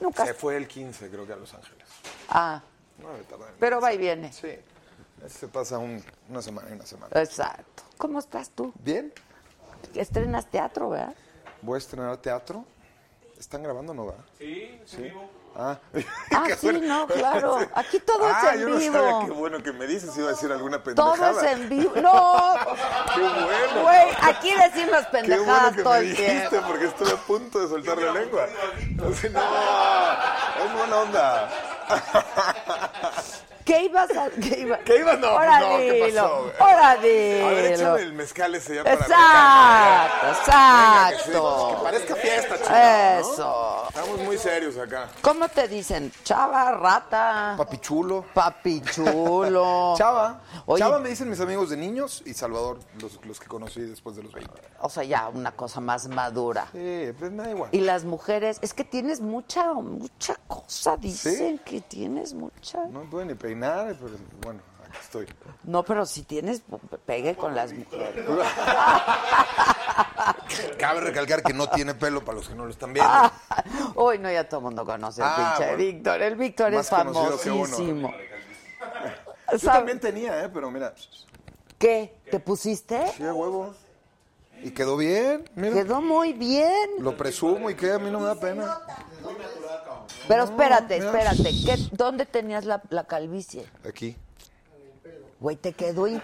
[SPEAKER 2] Nunca.
[SPEAKER 7] Se fue el 15, creo que a Los Ángeles.
[SPEAKER 2] Ah,
[SPEAKER 7] No, me tarda en-
[SPEAKER 2] pero va y viene. Eh.
[SPEAKER 7] Sí. Este Se pasa un- una semana y una semana.
[SPEAKER 2] Exacto. ¿Cómo estás tú?
[SPEAKER 7] Bien.
[SPEAKER 2] Estrenas teatro, ¿verdad?
[SPEAKER 7] Voy a estrenar teatro. ¿Están grabando o no, verdad?
[SPEAKER 5] Sí, sí. vivo.
[SPEAKER 7] Ah,
[SPEAKER 2] Ah,
[SPEAKER 7] Qué
[SPEAKER 2] sí, no,
[SPEAKER 7] bueno.
[SPEAKER 2] claro. Aquí todo es
[SPEAKER 7] ah,
[SPEAKER 2] en
[SPEAKER 7] yo
[SPEAKER 2] vivo.
[SPEAKER 7] No sabía, qué bueno que me dices, iba a decir alguna
[SPEAKER 2] todo
[SPEAKER 7] pendejada.
[SPEAKER 2] es en vivo. No.
[SPEAKER 7] Qué bueno.
[SPEAKER 2] Güey, aquí decimos
[SPEAKER 7] Qué
[SPEAKER 2] pendejadas
[SPEAKER 7] bueno que
[SPEAKER 2] todo
[SPEAKER 7] me
[SPEAKER 2] el tiempo.
[SPEAKER 7] dijiste, porque estuve a punto de soltar la lengua. Entonces, no, es buena onda.
[SPEAKER 2] ¿Qué ibas a.? ¿Qué ibas?
[SPEAKER 7] ¿Qué ibas? No, pues
[SPEAKER 2] Ahora
[SPEAKER 7] no, ¿qué
[SPEAKER 2] dilo.
[SPEAKER 7] pasó, güey?
[SPEAKER 2] Ahora
[SPEAKER 7] A ver,
[SPEAKER 2] dilo.
[SPEAKER 7] échame el mezcal ese ya para
[SPEAKER 2] Exacto,
[SPEAKER 7] arrancar. Venga, que sí, Que
[SPEAKER 2] exacto.
[SPEAKER 7] parezca fiesta, chicos.
[SPEAKER 2] Eso.
[SPEAKER 7] Estamos muy serios acá.
[SPEAKER 2] ¿Cómo te dicen? Chava, rata,
[SPEAKER 7] Papichulo.
[SPEAKER 2] papi chulo.
[SPEAKER 7] Chava.
[SPEAKER 2] Oye,
[SPEAKER 7] Chava me dicen mis amigos de niños y Salvador, los, los que conocí después de los 20.
[SPEAKER 2] O sea, ya una cosa más madura.
[SPEAKER 7] Sí, pues me da igual.
[SPEAKER 2] Y las mujeres, es que tienes mucha, mucha cosa, dicen que tienes mucha.
[SPEAKER 7] No me pude ni peinar, pero bueno, acá
[SPEAKER 9] Estoy.
[SPEAKER 2] No, pero si tienes, pegue con las mujeres.
[SPEAKER 7] Cabe recalcar que no tiene pelo para los que no lo están viendo.
[SPEAKER 2] Ah, Hoy no, ya todo el mundo conoce al
[SPEAKER 7] Ah,
[SPEAKER 2] pinche
[SPEAKER 7] bueno.
[SPEAKER 2] Víctor. El Víctor es
[SPEAKER 7] Más conocido que uno.
[SPEAKER 2] famosísimo.
[SPEAKER 9] Yo
[SPEAKER 2] ¿Sabe-
[SPEAKER 9] también tenía, ¿eh? Pero mira, sí,
[SPEAKER 2] ¿Qué? ¿Te pusiste?
[SPEAKER 9] a huevo.
[SPEAKER 7] Y quedó bien, mira.
[SPEAKER 2] Quedó muy bien.
[SPEAKER 7] Lo presumo y que a mí no me da pena.
[SPEAKER 2] Pero espérate,
[SPEAKER 7] mira.
[SPEAKER 2] espérate. ¿Qué- ¿Dónde tenías la, la calvicie?
[SPEAKER 7] Aquí.
[SPEAKER 2] Güey, te quedó. in-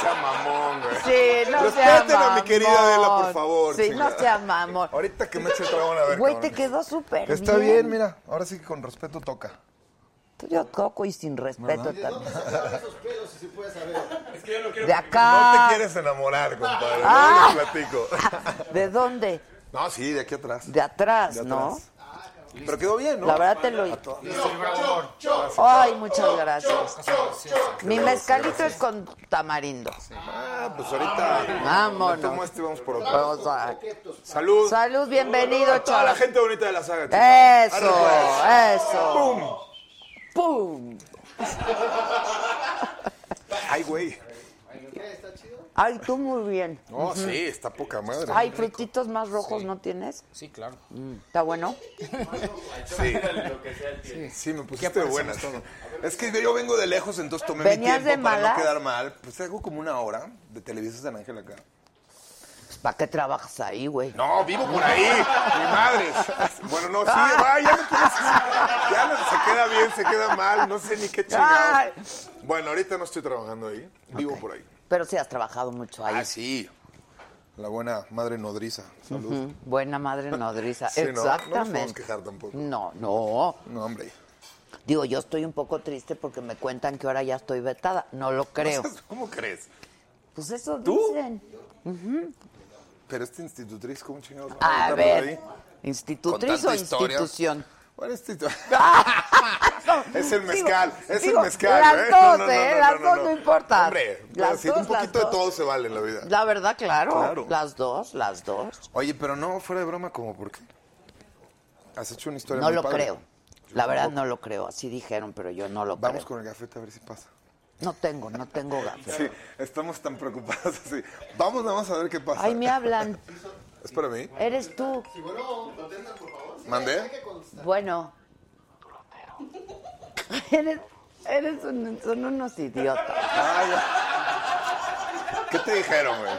[SPEAKER 7] Sea mamón, güey.
[SPEAKER 2] Sí, no sea
[SPEAKER 7] Respeten a mi querida
[SPEAKER 2] mamón.
[SPEAKER 7] Adela, por favor,
[SPEAKER 2] Sí,
[SPEAKER 7] chingada.
[SPEAKER 2] no sea mamón.
[SPEAKER 7] Ahorita que me eche el trago a ver.
[SPEAKER 2] Güey,
[SPEAKER 7] cabrón.
[SPEAKER 2] te quedó súper bien.
[SPEAKER 7] Está bien, mira. Ahora sí que con respeto toca.
[SPEAKER 2] Tú, Yo toco y sin respeto también.
[SPEAKER 5] Es que yo no quiero.
[SPEAKER 2] De
[SPEAKER 7] No
[SPEAKER 2] acá.
[SPEAKER 7] te quieres enamorar, compadre.
[SPEAKER 2] Ah.
[SPEAKER 7] No les platico.
[SPEAKER 2] ¿De dónde?
[SPEAKER 7] No, sí, de aquí atrás.
[SPEAKER 2] De atrás,
[SPEAKER 7] De
[SPEAKER 2] ¿no?
[SPEAKER 7] atrás. Pero quedó bien, ¿no?
[SPEAKER 2] La verdad te lo... Ay, muchas gracias. Mi mezcalito es con tamarindo.
[SPEAKER 7] Ah, pues ahorita.
[SPEAKER 2] Vámonos.
[SPEAKER 7] Tomo este y vamos por otro.
[SPEAKER 2] Vamos a...
[SPEAKER 7] Salud.
[SPEAKER 2] Salud, bienvenido,
[SPEAKER 7] A toda la
[SPEAKER 2] chaval.
[SPEAKER 7] gente bonita de la saga. chingada.
[SPEAKER 2] Eso, eh.
[SPEAKER 7] Arre, pues.
[SPEAKER 2] eso. ¡Pum! ¡Pum!
[SPEAKER 7] Ay, güey.
[SPEAKER 2] Ay, tú muy bien.
[SPEAKER 7] No, sí, está poca madre.
[SPEAKER 2] Ay, frutitos más rojos no tienes. Mm,
[SPEAKER 10] Sí, claro.
[SPEAKER 2] ¿Está bueno?
[SPEAKER 7] Sí. Sí, me pusiste buenas. Es que yo vengo de lejos, entonces tomé mi
[SPEAKER 2] ¿Venías
[SPEAKER 7] tiempo
[SPEAKER 2] de
[SPEAKER 7] para
[SPEAKER 2] malas?
[SPEAKER 7] no quedar mal. Pues hago como una hora de Televisas de Ángel acá.
[SPEAKER 2] Pues, ¿Para qué trabajas ahí, güey?
[SPEAKER 7] No, vivo por ahí. Mi madre. Bueno, no, sí,
[SPEAKER 2] Ah.
[SPEAKER 7] va, ya no tienes- Ya no, se queda bien, se queda mal. No sé ni qué
[SPEAKER 2] Ay.
[SPEAKER 7] chingado. Bueno, ahorita no estoy trabajando ahí. Vivo por ahí.
[SPEAKER 2] Pero sí has trabajado mucho ahí.
[SPEAKER 7] Ah, sí. La buena madre nodriza. Salud.
[SPEAKER 2] Mm, Buena madre nodriza.
[SPEAKER 7] Sí, no, no nos podemos
[SPEAKER 2] Exactamente. Mm.
[SPEAKER 7] quejar tampoco.
[SPEAKER 2] No, no.
[SPEAKER 7] No, hombre.
[SPEAKER 2] Digo, yo estoy un poco triste porque me cuentan que ahora ya estoy vetada. No lo creo.
[SPEAKER 7] ¿Cómo crees?
[SPEAKER 2] Pues eso
[SPEAKER 7] ¿Tú?
[SPEAKER 2] dicen.
[SPEAKER 7] Pero esta institutriz, ¿cómo chingados? va
[SPEAKER 2] A
[SPEAKER 7] estar por
[SPEAKER 2] ver,
[SPEAKER 7] ahí?
[SPEAKER 2] institutriz
[SPEAKER 7] Con
[SPEAKER 2] o
[SPEAKER 7] tanta historia.
[SPEAKER 2] institución.
[SPEAKER 7] Bueno, este- es el mezcal,
[SPEAKER 2] Digo,
[SPEAKER 7] es
[SPEAKER 2] digo,
[SPEAKER 7] el mezcal.
[SPEAKER 2] Las
[SPEAKER 7] ¿eh?
[SPEAKER 2] dos,
[SPEAKER 7] No, no, no,
[SPEAKER 2] ¿eh?
[SPEAKER 7] no,
[SPEAKER 2] las
[SPEAKER 7] no,
[SPEAKER 2] dos no,
[SPEAKER 7] no.
[SPEAKER 2] importa.
[SPEAKER 7] Hombre,
[SPEAKER 2] las
[SPEAKER 7] así, un
[SPEAKER 2] las
[SPEAKER 7] poquito de
[SPEAKER 2] dos.
[SPEAKER 7] todo se vale en la vida.
[SPEAKER 2] La verdad, claro.
[SPEAKER 7] Claro.
[SPEAKER 2] Las dos, las dos.
[SPEAKER 7] Oye, pero no, fuera de broma, ¿cómo por qué? Has hecho una historia
[SPEAKER 2] No
[SPEAKER 7] muy
[SPEAKER 2] lo
[SPEAKER 7] padre.
[SPEAKER 2] creo. La verdad no lo creo. Así dijeron, pero yo no lo
[SPEAKER 7] Vamos
[SPEAKER 2] creo.
[SPEAKER 7] con el gafete a ver si pasa.
[SPEAKER 2] No tengo, no tengo gafas.
[SPEAKER 7] Sí, estamos tan preocupados así. Vamos nada más a ver qué pasa.
[SPEAKER 2] Ay, me hablan.
[SPEAKER 7] Es para mí.
[SPEAKER 2] Eres tú.
[SPEAKER 7] ¿Mandé?
[SPEAKER 2] Bueno. Eres, eres un- son unos idiotas.
[SPEAKER 7] Ay, ya. ¿Qué te dijeron, güey?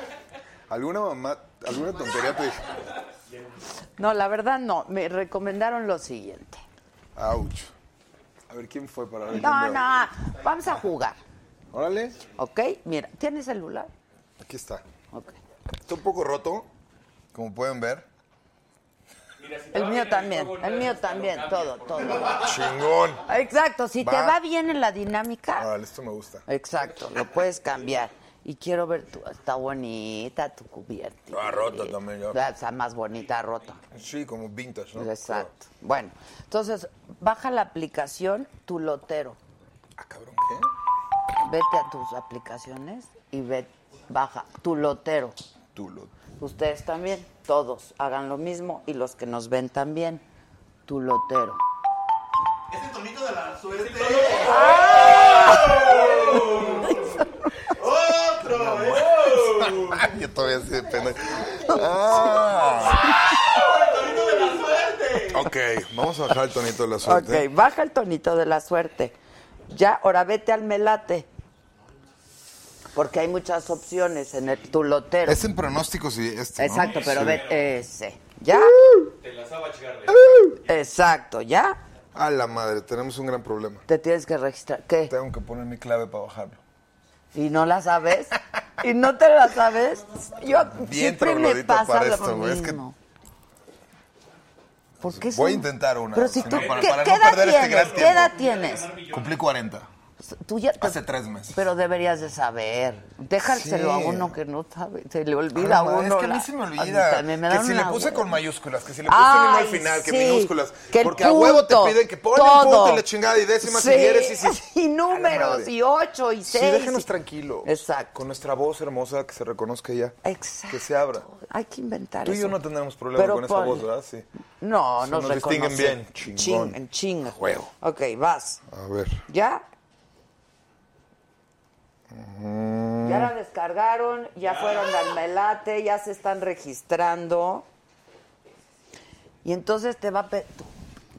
[SPEAKER 7] ¿Alguna mamá, alguna tontería te dijeron?
[SPEAKER 2] No, la verdad no. Me recomendaron lo siguiente.
[SPEAKER 7] Auch. A ver quién fue para ver.
[SPEAKER 2] No,
[SPEAKER 7] quién veo.
[SPEAKER 2] no. Vamos a jugar.
[SPEAKER 7] Órale,
[SPEAKER 2] ¿Ok? Mira, ¿tienes celular?
[SPEAKER 7] aquí está.
[SPEAKER 2] Ok.
[SPEAKER 7] Está un poco roto, como pueden ver.
[SPEAKER 2] El mío también, el mío también, todo, todo.
[SPEAKER 7] Chingón.
[SPEAKER 2] Exacto, si te
[SPEAKER 7] Va.
[SPEAKER 2] va bien en la dinámica,
[SPEAKER 7] Órale, esto me gusta.
[SPEAKER 2] exacto, lo puedes cambiar. Y quiero ver, tu, está bonita tu cubierta.
[SPEAKER 7] Ah, rota también, ya.
[SPEAKER 2] Está más bonita rota.
[SPEAKER 7] Sí, como vintage, ¿no?
[SPEAKER 2] Exacto. Bueno, entonces, baja la aplicación Tu Lotero.
[SPEAKER 7] Ah, cabrón, ¿qué?
[SPEAKER 2] Vete a tus aplicaciones y ve, baja Tu Lotero.
[SPEAKER 7] Tú lo.
[SPEAKER 2] Ustedes también, todos, hagan lo mismo y los que nos ven también, Tu Lotero.
[SPEAKER 3] Ese tonito de la suerte. ¡Otro! ¿eh?
[SPEAKER 7] Yo todavía así de pendejo. Ah. Ok, vamos a bajar el tonito de la suerte.
[SPEAKER 2] Ok, baja el tonito de la suerte. Ya, ahora vete al melate. Porque hay muchas opciones en el tulotero.
[SPEAKER 7] Es en pronósticos y este, ¿no?
[SPEAKER 2] Exacto, pero
[SPEAKER 7] Sí.
[SPEAKER 2] vete ese. ¿Ya?
[SPEAKER 5] Te la estaba chingando.
[SPEAKER 7] Ah.
[SPEAKER 2] Exacto, ¿ya?
[SPEAKER 7] A la madre, tenemos un gran problema.
[SPEAKER 2] Te tienes que registrar. ¿Qué?
[SPEAKER 7] Tengo que poner mi clave para bajarlo.
[SPEAKER 2] ¿Y no la sabes? ¿Y no te la sabes? Yo
[SPEAKER 7] Bien
[SPEAKER 2] siempre me
[SPEAKER 7] troglodita
[SPEAKER 2] pasa
[SPEAKER 7] para
[SPEAKER 2] lo
[SPEAKER 7] esto, güey, es que-
[SPEAKER 2] mismo. ¿Por qué son-
[SPEAKER 7] Voy a intentar una.
[SPEAKER 2] Pero si
[SPEAKER 7] si
[SPEAKER 2] tú...
[SPEAKER 7] no, para-
[SPEAKER 2] ¿Qué,
[SPEAKER 7] para
[SPEAKER 2] qué
[SPEAKER 7] no
[SPEAKER 2] edad
[SPEAKER 7] perder este
[SPEAKER 2] tienes?
[SPEAKER 7] gran
[SPEAKER 2] ¿Qué edad
[SPEAKER 7] tiempo.
[SPEAKER 2] tienes?
[SPEAKER 7] Cumplí 40.
[SPEAKER 2] Tú ya te-
[SPEAKER 7] Hace tres meses.
[SPEAKER 2] Pero deberías de saber. Dejárselo
[SPEAKER 7] Sí.
[SPEAKER 2] a uno que no sabe. Se le olvida a
[SPEAKER 7] Ah,
[SPEAKER 2] uno.
[SPEAKER 7] Es que a
[SPEAKER 2] la-
[SPEAKER 7] mí se me
[SPEAKER 2] a mí
[SPEAKER 7] olvida.
[SPEAKER 2] también me
[SPEAKER 7] que
[SPEAKER 2] da
[SPEAKER 7] si le
[SPEAKER 2] una
[SPEAKER 7] puse
[SPEAKER 2] hueva.
[SPEAKER 7] con mayúsculas, que si le puse en
[SPEAKER 2] Ay,
[SPEAKER 7] al final, que
[SPEAKER 2] sí,
[SPEAKER 7] minúsculas.
[SPEAKER 2] que el
[SPEAKER 7] porque a huevo te
[SPEAKER 2] punto,
[SPEAKER 7] piden que pongan
[SPEAKER 2] todo.
[SPEAKER 7] punto y la chingada y décimas
[SPEAKER 2] Sí,
[SPEAKER 7] y dieres y sí.
[SPEAKER 2] y números, y ocho, y
[SPEAKER 7] Sí,
[SPEAKER 2] seis.
[SPEAKER 7] déjenos
[SPEAKER 2] y-
[SPEAKER 7] tranquilos.
[SPEAKER 2] Exacto.
[SPEAKER 7] Con nuestra voz hermosa que se reconozca ya.
[SPEAKER 2] Exacto.
[SPEAKER 7] Que se abra.
[SPEAKER 2] Hay que inventar
[SPEAKER 7] Tú y
[SPEAKER 2] eso.
[SPEAKER 7] yo no tendremos problemas
[SPEAKER 2] Pero
[SPEAKER 7] con esa
[SPEAKER 2] ponle.
[SPEAKER 7] voz, ¿verdad? Sí.
[SPEAKER 2] No,
[SPEAKER 7] Se
[SPEAKER 2] nos,
[SPEAKER 7] nos distinguen
[SPEAKER 2] reconocen.
[SPEAKER 7] bien. Chingón.
[SPEAKER 2] Ching, chinga.
[SPEAKER 7] Huevo.
[SPEAKER 2] Ok, vas.
[SPEAKER 7] A ver.
[SPEAKER 2] ¿Ya? Ya la descargaron, ya fueron al melate, ya se están registrando. Y entonces te va a... pe- tú-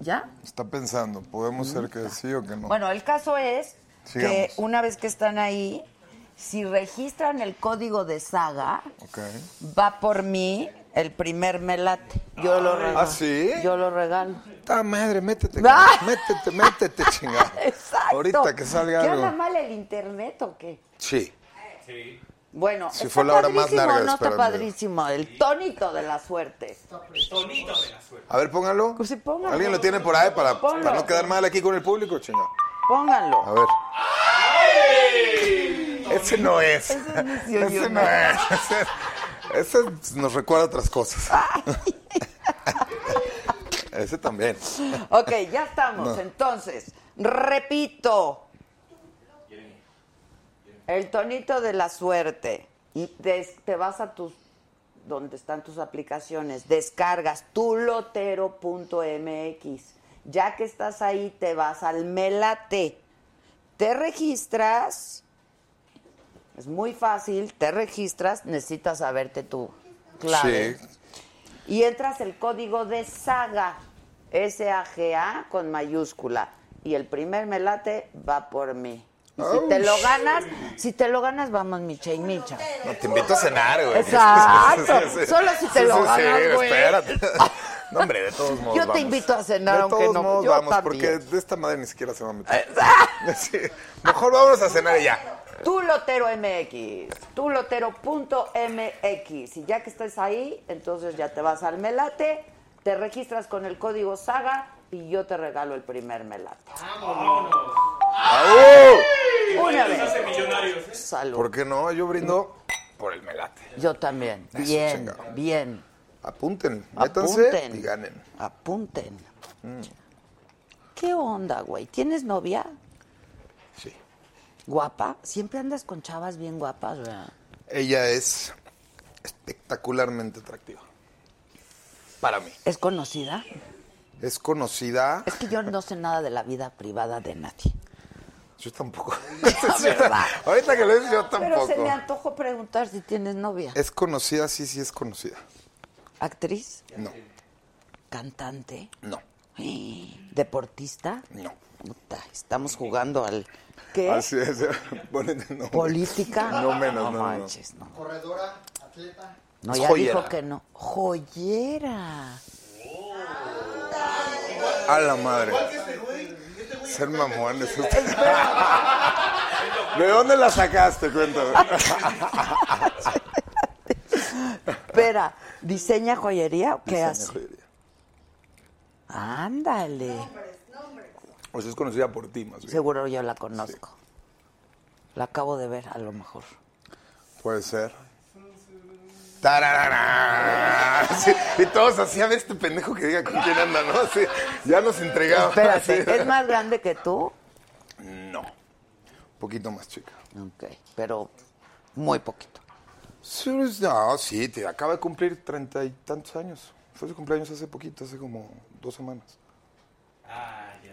[SPEAKER 2] ¿Ya?
[SPEAKER 7] Está pensando, podemos ser que sí o que no.
[SPEAKER 2] Bueno, el caso es que
[SPEAKER 7] Sigamos.
[SPEAKER 2] una vez que están ahí, si registran el código de saga,
[SPEAKER 7] Ok.
[SPEAKER 2] va por mí el primer melate. Yo lo regalo.
[SPEAKER 7] ¿Ah, sí?
[SPEAKER 2] Yo lo regalo.
[SPEAKER 7] Ta madre, métete,
[SPEAKER 2] ¡Ah!
[SPEAKER 7] cabrón, métete, métete, chingado.
[SPEAKER 2] Exacto.
[SPEAKER 7] Ahorita que salga
[SPEAKER 2] ¿Qué
[SPEAKER 7] algo.
[SPEAKER 2] anda mal el internet o qué?
[SPEAKER 7] Sí.
[SPEAKER 2] Bueno,
[SPEAKER 7] Sí,
[SPEAKER 2] está
[SPEAKER 7] fue la hora más
[SPEAKER 2] padrísimo,
[SPEAKER 7] larga de
[SPEAKER 2] no está
[SPEAKER 7] esperar, mira.
[SPEAKER 2] padrísimo. El tónito de la suerte.
[SPEAKER 11] Tonito de la suerte.
[SPEAKER 7] A ver, póngalo.
[SPEAKER 2] Pues póngalo.
[SPEAKER 7] ¿Alguien lo tiene por ahí para,
[SPEAKER 2] Ponlo.
[SPEAKER 7] para no quedar mal aquí con el público, chingado?
[SPEAKER 2] Pónganlo.
[SPEAKER 7] A ver. Ese no es.
[SPEAKER 2] Ese no es yo, yo
[SPEAKER 7] Ese no
[SPEAKER 2] no.
[SPEAKER 7] es. Ese, ese nos recuerda a otras cosas. Ese también.
[SPEAKER 2] Ok, ya estamos.
[SPEAKER 7] No.
[SPEAKER 2] Entonces, repito. El tonito de la suerte. Y des- te vas a tus donde están tus aplicaciones, descargas tulotero.mx. Ya que estás ahí, te vas al Melate. Te registras. Es muy fácil, te registras, necesitas saberte tu clave.
[SPEAKER 7] Sí.
[SPEAKER 2] Y entras el código de saga, S-A-G-A con mayúscula. Y el primer melate va por mí. Y si te lo
[SPEAKER 11] Oh,
[SPEAKER 7] Ouch.
[SPEAKER 2] ganas, si te lo ganas, vamos, Micha y Micha.
[SPEAKER 7] No, te invito a cenar, güey.
[SPEAKER 2] Exacto. Solo si te lo
[SPEAKER 7] sí,
[SPEAKER 2] ganas, güey.
[SPEAKER 7] espérate. No, hombre, de todos modos.
[SPEAKER 2] Yo te
[SPEAKER 7] vamos.
[SPEAKER 2] invito a cenar,
[SPEAKER 7] de
[SPEAKER 2] aunque
[SPEAKER 7] todos
[SPEAKER 2] no-
[SPEAKER 7] Modos,
[SPEAKER 2] yo
[SPEAKER 7] vamos,
[SPEAKER 2] también.
[SPEAKER 7] porque de esta madre ni siquiera se va a meter. Sí, Mejor vámonos a cenar y ya.
[SPEAKER 2] Tulotero MX, tulotero.mx. Y ya que estás ahí, entonces ya te vas al melate, te registras con el código saga y yo te regalo el primer melate.
[SPEAKER 7] ¡Au!
[SPEAKER 2] Una
[SPEAKER 11] Nos pues, hace
[SPEAKER 2] vez.
[SPEAKER 11] millonarios. ¿eh?
[SPEAKER 2] Salud.
[SPEAKER 7] ¿Por qué no? Yo brindo por el melate.
[SPEAKER 2] Yo también.
[SPEAKER 7] Eso,
[SPEAKER 2] Bien,
[SPEAKER 7] chingado.
[SPEAKER 2] bien.
[SPEAKER 7] Apunten, métanse
[SPEAKER 2] Apunten.
[SPEAKER 7] y ganen. Mm.
[SPEAKER 2] Apunten. ¿Qué onda, güey? ¿Tienes novia?
[SPEAKER 7] Sí.
[SPEAKER 2] ¿Guapa? Siempre andas con chavas bien guapas, ¿verdad?
[SPEAKER 7] Ella es espectacularmente atractiva. Para mí.
[SPEAKER 2] ¿Es conocida?
[SPEAKER 7] Es conocida.
[SPEAKER 2] Es que yo no sé nada de la vida privada de nadie.
[SPEAKER 7] Yo tampoco.
[SPEAKER 2] verdad.
[SPEAKER 7] Ahorita que lo dices, yo
[SPEAKER 2] Pero
[SPEAKER 7] tampoco.
[SPEAKER 2] se me antojó preguntar si tienes novia.
[SPEAKER 7] Es conocida, sí, sí es conocida.
[SPEAKER 2] ¿Actriz?
[SPEAKER 7] No,
[SPEAKER 2] ¿Cantante?
[SPEAKER 7] no,
[SPEAKER 2] ¿Deportista?
[SPEAKER 7] no.
[SPEAKER 2] Puta, estamos jugando al... ¿Qué?
[SPEAKER 7] Así es. Ponete el nombre.
[SPEAKER 2] ¿Política?
[SPEAKER 7] No menos, no, no.
[SPEAKER 2] manches, no.
[SPEAKER 3] Corredora, atleta.
[SPEAKER 2] No,
[SPEAKER 7] Es
[SPEAKER 2] ya
[SPEAKER 7] joyera.
[SPEAKER 2] dijo que no. ¡Joyera!
[SPEAKER 7] A la madre.
[SPEAKER 3] Igual que este güey. Este güey.
[SPEAKER 7] Ser mamones. ¿De dónde la sacaste? Cuéntame.
[SPEAKER 2] Ah, Espera, ¿diseña joyería o qué hace?
[SPEAKER 7] joyería.
[SPEAKER 2] Ándale.
[SPEAKER 7] O sea, Pues es conocida por ti, más bien.
[SPEAKER 2] Seguro yo la conozco. La acabo de ver, a lo mejor.
[SPEAKER 7] Puede ser. Tararara. Sí, y todos así, a ver este pendejo que diga con quién anda, ¿no? Así, ya nos entregamos.
[SPEAKER 2] Espérate,
[SPEAKER 7] Así.
[SPEAKER 2] ¿es más grande que tú?
[SPEAKER 7] No. Un poquito más chica.
[SPEAKER 2] Ok, pero muy poquito.
[SPEAKER 7] Sí, pues, No, sí, te acaba de cumplir treinta y tantos años. Fue su cumpleaños hace poquito, hace como dos semanas. Ah, ya.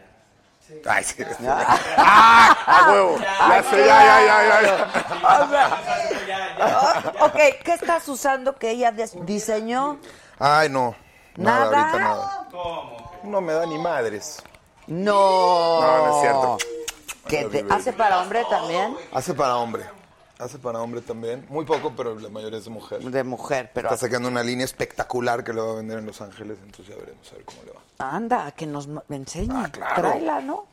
[SPEAKER 7] Ay, sí. ¡Ah! ¡A huevo! Ya sé, ya, ya, ya, ya, ya.
[SPEAKER 2] O- Oh, ok, ¿qué estás usando que ella des- diseñó?
[SPEAKER 7] Ay, no. Nada,
[SPEAKER 2] ¿Nada?
[SPEAKER 7] ahorita nada. No me da ni madres.
[SPEAKER 2] No.
[SPEAKER 7] No, no es cierto.
[SPEAKER 2] ¿Que
[SPEAKER 7] Ay,
[SPEAKER 2] te-
[SPEAKER 7] baby.
[SPEAKER 2] ¿Hace para hombre también?
[SPEAKER 7] Hace para hombre. Hace para hombre también. Muy poco, pero la mayoría es de mujer.
[SPEAKER 2] De mujer, pero...
[SPEAKER 7] Está sacando una línea espectacular que le va a vender en Los Ángeles, entonces ya veremos a ver cómo le va.
[SPEAKER 2] Anda, que nos ma- enseñe.
[SPEAKER 7] Ah, claro.
[SPEAKER 2] Tráela, ¿no?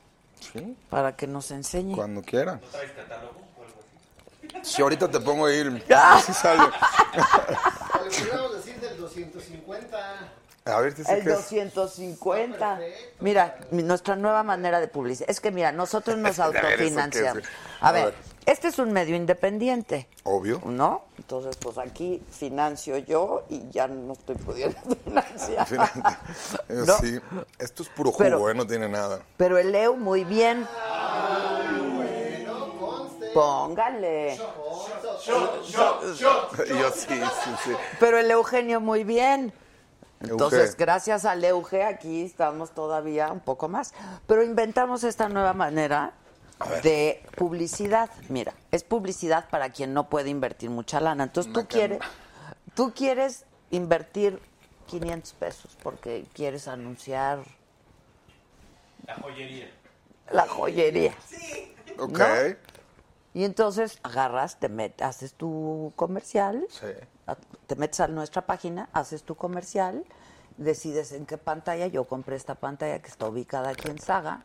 [SPEAKER 7] Sí,
[SPEAKER 2] Para que nos enseñe.
[SPEAKER 7] cuando quiera. Si ahorita te pongo a ir, sí sale.
[SPEAKER 3] Le podríamos decir del 250.
[SPEAKER 7] A ver, ¿qué
[SPEAKER 2] El
[SPEAKER 7] que es?
[SPEAKER 2] 250. Mira, mi- nuestra nueva manera de publicidad. Es que mira, nosotros nos
[SPEAKER 7] A ver, ¿eso qué es?
[SPEAKER 2] autofinanciamos.
[SPEAKER 7] A
[SPEAKER 2] A ver,
[SPEAKER 7] ver.
[SPEAKER 2] este es un medio independiente,
[SPEAKER 7] Obvio.
[SPEAKER 2] ¿no? Entonces, pues aquí financio yo y ya no estoy pudiendo financiar.
[SPEAKER 7] Eh,
[SPEAKER 2] ¿No?
[SPEAKER 7] Sí, esto es puro jugo,
[SPEAKER 2] Pero-
[SPEAKER 7] eh, no tiene nada.
[SPEAKER 2] Pero el Leo muy bien. Póngale.
[SPEAKER 7] Yo sí, sí, sí.
[SPEAKER 2] Pero el Eugenio muy bien. Entonces,
[SPEAKER 7] Euge.
[SPEAKER 2] gracias al Euge, aquí estamos todavía un poco más. Pero inventamos esta nueva manera de publicidad. Mira, es publicidad para quien no puede invertir mucha lana. Entonces tú quieres, tú quieres invertir 500 pesos porque quieres anunciar
[SPEAKER 11] La joyería.
[SPEAKER 2] la joyería.
[SPEAKER 11] Sí.
[SPEAKER 2] Ok. Y entonces agarras, te met- haces tu comercial, a- te metes a nuestra página, haces tu comercial, decides en qué pantalla, yo compré esta pantalla que está ubicada aquí en Saga,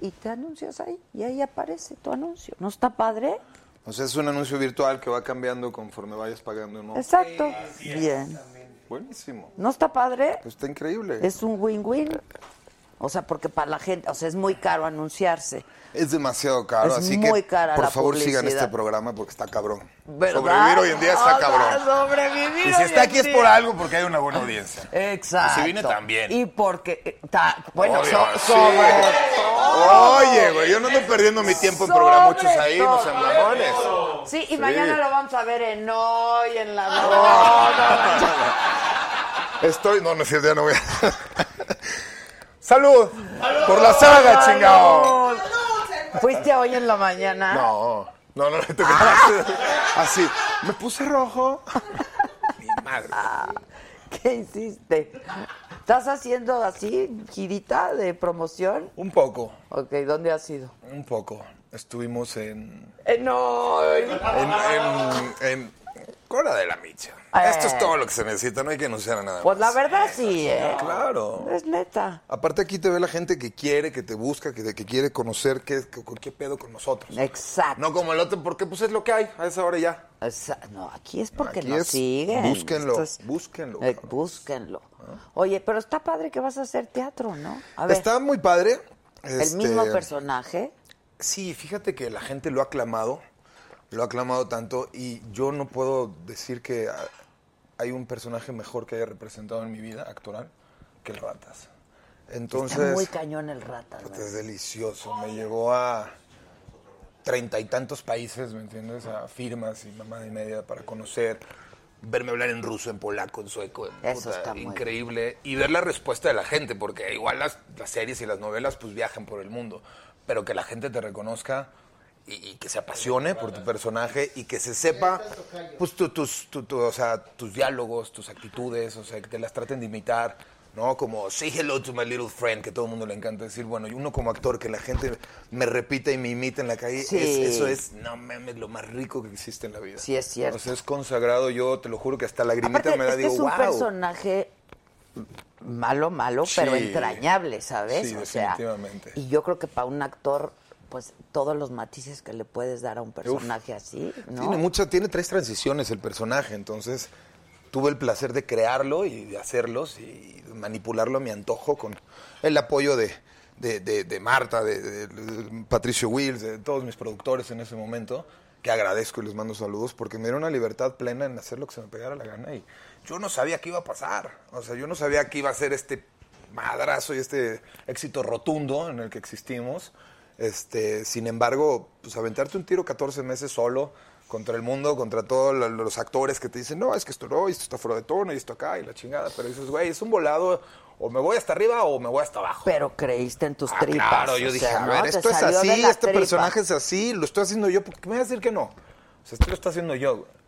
[SPEAKER 2] y te anuncias ahí, y ahí aparece tu anuncio. ¿No está padre?
[SPEAKER 7] O sea, es un anuncio virtual que va cambiando conforme vayas pagando, ¿no?
[SPEAKER 2] Exacto. Bien.
[SPEAKER 7] Buenísimo.
[SPEAKER 2] ¿No está padre?
[SPEAKER 7] Pues está increíble.
[SPEAKER 2] Es un win-win. O sea, porque para la gente, o sea, es muy caro anunciarse.
[SPEAKER 7] Es demasiado caro,
[SPEAKER 2] Es
[SPEAKER 7] así
[SPEAKER 2] muy
[SPEAKER 7] que
[SPEAKER 2] cara
[SPEAKER 7] por
[SPEAKER 2] la
[SPEAKER 7] favor
[SPEAKER 2] publicidad.
[SPEAKER 7] sigan este programa porque está cabrón.
[SPEAKER 2] ¿Verdad?
[SPEAKER 7] Sobrevivir hoy en día está
[SPEAKER 2] O sea,
[SPEAKER 7] cabrón.
[SPEAKER 2] Ah, sobrevivir
[SPEAKER 7] Y si
[SPEAKER 2] hoy
[SPEAKER 7] está
[SPEAKER 2] en
[SPEAKER 7] aquí es
[SPEAKER 2] día.
[SPEAKER 7] por algo, porque hay una buena audiencia.
[SPEAKER 2] Exacto.
[SPEAKER 7] Y si vine también.
[SPEAKER 2] Y porque, eh, ta- bueno,
[SPEAKER 7] Obvio,
[SPEAKER 2] so-
[SPEAKER 7] sí.
[SPEAKER 2] sobre todo.
[SPEAKER 7] Oye, güey, yo no ando perdiendo mi tiempo en programuchos ahí, no sean
[SPEAKER 2] Sobre
[SPEAKER 7] mamones.
[SPEAKER 2] todo. Sí, y
[SPEAKER 7] Sí.
[SPEAKER 2] mañana lo vamos a ver en hoy, en la no, no, no.
[SPEAKER 12] Estoy. No, no es cierto, ya no voy a. ¡Salud! ¡Por la saga,
[SPEAKER 2] Salud.
[SPEAKER 12] chingado!
[SPEAKER 2] ¿Fuiste hoy en la mañana?
[SPEAKER 12] No, no, no, no te creas. Así. Me puse rojo.
[SPEAKER 2] Madre. ¿Qué hiciste? ¿Estás haciendo así girita de promoción?
[SPEAKER 7] Un poco.
[SPEAKER 2] Ok, ¿dónde has ido?
[SPEAKER 7] Un poco. Estuvimos en.
[SPEAKER 2] Eh, no.
[SPEAKER 7] En. en, en Cora de la Micha.
[SPEAKER 2] Eh.
[SPEAKER 7] Esto es todo lo que se necesita, no hay que anunciar a nada.
[SPEAKER 2] Pues la
[SPEAKER 7] más.
[SPEAKER 2] verdad sí, ¿eh?
[SPEAKER 7] Claro.
[SPEAKER 2] Es neta.
[SPEAKER 7] Aparte aquí te ve la gente que quiere, que te busca, que, que quiere conocer qué, qué, qué pedo con nosotros.
[SPEAKER 2] Exacto.
[SPEAKER 7] No como el otro, porque pues es lo que hay a esa hora ya.
[SPEAKER 2] Exa- No, aquí es porque
[SPEAKER 7] Aquí
[SPEAKER 2] nos
[SPEAKER 7] es-
[SPEAKER 2] siguen.
[SPEAKER 7] búsquenlo,
[SPEAKER 2] Esto es-
[SPEAKER 7] búsquenlo, ¿Ah?
[SPEAKER 2] Eh, búsquenlo. Oye, pero está padre que vas a hacer teatro, ¿no? A ver,
[SPEAKER 7] Está muy padre.
[SPEAKER 2] el
[SPEAKER 7] este,
[SPEAKER 2] mismo personaje.
[SPEAKER 7] Sí, fíjate que la gente lo ha aclamado, lo ha aclamado tanto y yo no puedo decir que ah, hay un personaje mejor que haya representado en mi vida actoral que el Ratas. Entonces,
[SPEAKER 2] está muy cañón el rata.
[SPEAKER 7] puta, es delicioso, me llevó a treinta y tantos países, ¿me entiendes? A firmas y mamá y media para conocer, verme hablar en ruso, en polaco, en sueco, en
[SPEAKER 2] Eso
[SPEAKER 7] puta,
[SPEAKER 2] está muy
[SPEAKER 7] increíble y ver la respuesta de la gente, porque igual las, las series y las novelas pues viajan por el mundo, pero que la gente te reconozca y, y que se apasione por tu personaje y que se sepa pues tu- tus, tu- tu- o sea, tus diálogos, tus actitudes, o sea, que te las traten de imitar, ¿no? Como say hello to my little friend, que todo el mundo le encanta decir, bueno, y uno como actor que la gente me repita y me imita en la calle,
[SPEAKER 2] Sí.
[SPEAKER 7] es- eso es, no mames, lo más rico que existe en la vida.
[SPEAKER 2] Sí, es cierto.
[SPEAKER 7] O sea, es consagrado, yo te lo juro que hasta lagrimita
[SPEAKER 2] Aparte,
[SPEAKER 7] me da,
[SPEAKER 2] este
[SPEAKER 7] digo,
[SPEAKER 2] es un
[SPEAKER 7] wow.
[SPEAKER 2] personaje malo, malo, pero
[SPEAKER 7] Sí.
[SPEAKER 2] entrañable, ¿sabes?
[SPEAKER 7] Sí,
[SPEAKER 2] o sea,
[SPEAKER 7] definitivamente.
[SPEAKER 2] y yo creo que para un actor, pues todos los matices que le puedes dar a un personaje así, ¿no?
[SPEAKER 7] Tiene mucha, tiene tres transiciones el personaje, entonces tuve el placer de crearlo y de hacerlos y manipularlo a mi antojo con el apoyo de, de- de- de Marta, de, de- de Patricio Wills, de todos mis productores en ese momento, que agradezco y les mando saludos porque me dieron una libertad plena en hacer lo que se me pegara la gana y yo no sabía qué iba a pasar, o sea, yo no sabía que iba a ser este madrazo y este éxito rotundo en el que existimos. Este, sin embargo, pues aventarte un tiro 14 meses solo contra el mundo, contra todos lo- los actores que te dicen, no, es que esto no, y esto está fuera de tono, y esto acá, y la chingada. Pero dices, güey, es un volado, o me voy hasta arriba o me voy hasta abajo.
[SPEAKER 2] Pero creíste en tus
[SPEAKER 7] Ah,
[SPEAKER 2] tripas.
[SPEAKER 7] claro,
[SPEAKER 2] o
[SPEAKER 7] yo dije,
[SPEAKER 2] sea,
[SPEAKER 7] a
[SPEAKER 2] ¿no?
[SPEAKER 7] ver,
[SPEAKER 2] Te
[SPEAKER 7] esto es
[SPEAKER 2] salió de
[SPEAKER 7] así,
[SPEAKER 2] la
[SPEAKER 7] este
[SPEAKER 2] tripa.
[SPEAKER 7] personaje es así, lo estoy haciendo yo, ¿por qué me vas a decir que no? O sea, esto lo está haciendo yo. güey.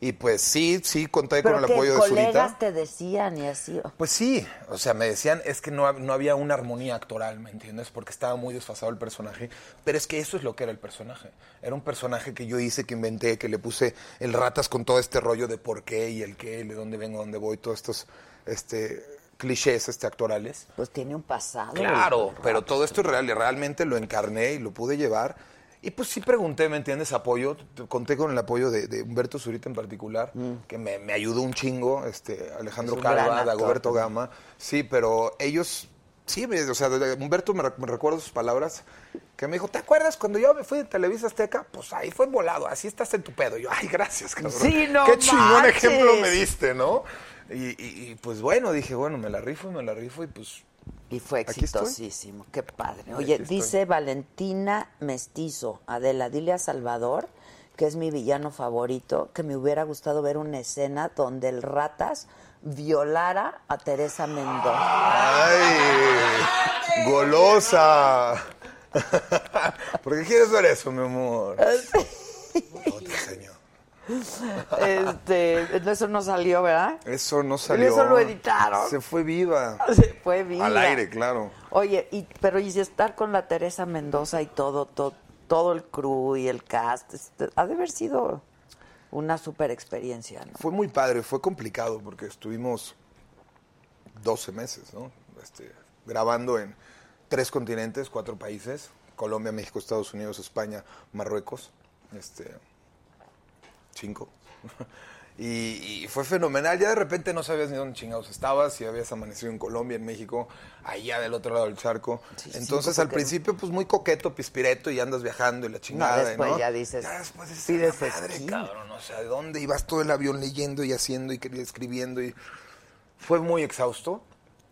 [SPEAKER 7] Y pues sí, sí, conté
[SPEAKER 2] Pero
[SPEAKER 7] con el
[SPEAKER 2] que
[SPEAKER 7] apoyo de
[SPEAKER 2] colegas
[SPEAKER 7] Zurita.
[SPEAKER 2] te decían y así.
[SPEAKER 7] Pues sí, o sea, me decían, es que no, hab- no había una armonía actoral, ¿me entiendes? Porque estaba muy desfasado el personaje, pero es que eso es lo que era el personaje. Era un personaje que yo hice, que inventé, que le puse el ratas con todo este rollo de por qué y el qué, el de dónde vengo, dónde voy, todos estos este, clichés este, actorales.
[SPEAKER 2] Pues tiene un pasado. Pues,
[SPEAKER 7] Claro, pero todo esto es real y realmente lo encarné y lo pude llevar. Y pues sí pregunté, ¿me entiendes? Apoyo. T- Conté con el apoyo de, de Humberto Zurita en particular, que me, me ayudó un chingo, este, Alejandro
[SPEAKER 2] Mm. Es un gran
[SPEAKER 7] Calva,
[SPEAKER 2] actor.
[SPEAKER 7] Dagoberto Gama. Sí, pero ellos, sí, me- o sea, de- de- Humberto me, re- me recuerdo sus palabras, que me dijo, ¿te acuerdas cuando yo me fui de Televisa Azteca? Pues ahí fue volado, así estás en tu pedo. Y yo, ay, gracias, cabrón.
[SPEAKER 2] Sí, no
[SPEAKER 7] Qué chingón
[SPEAKER 2] manches.
[SPEAKER 7] ejemplo me diste, ¿no? Y, y- y, pues bueno, dije, bueno, me la rifo, me la rifo y pues...
[SPEAKER 2] Y fue
[SPEAKER 7] Aquí estoy.
[SPEAKER 2] exitosísimo. Qué padre.
[SPEAKER 7] Aquí
[SPEAKER 2] Oye,
[SPEAKER 7] estoy.
[SPEAKER 2] dice Valentina Mestizo. Adela, dile a Salvador, que es mi villano favorito, que me hubiera gustado ver una escena donde el ratas violara a Teresa Mendoza.
[SPEAKER 7] ¡Ay! ¡Golosa! ¿Por qué quieres ver eso, mi amor?
[SPEAKER 2] Ah, Este, eso no salió, ¿verdad?
[SPEAKER 7] Eso no salió.
[SPEAKER 2] Eso lo editaron.
[SPEAKER 7] Se fue viva.
[SPEAKER 2] Se fue viva.
[SPEAKER 7] Al aire, claro.
[SPEAKER 2] Oye, y, pero y si estar con la Teresa Mendoza y todo, todo, todo el crew y el cast, este, ha de haber sido una super experiencia, ¿no?
[SPEAKER 7] Fue muy padre, fue complicado porque estuvimos 12 meses, ¿no? Este, grabando en tres continentes, cuatro países, Colombia, México, Estados Unidos, España, Marruecos, este, cinco. Y, y fue fenomenal, ya de repente no sabías ni dónde chingados estabas, si habías amanecido en Colombia, en México, allá del otro lado del charco. Entonces
[SPEAKER 2] sí,
[SPEAKER 7] al
[SPEAKER 2] porque-
[SPEAKER 7] principio pues muy coqueto, pispireto y andas viajando y la
[SPEAKER 2] No,
[SPEAKER 7] chingada.
[SPEAKER 2] después
[SPEAKER 7] ¿no?
[SPEAKER 2] ya dices,
[SPEAKER 7] después dices,
[SPEAKER 2] pides
[SPEAKER 7] "La madre,
[SPEAKER 2] esquí".
[SPEAKER 7] cabrón, o sea, ¿de dónde ibas todo el avión leyendo y haciendo y cre- escribiendo? Y fue muy exhausto,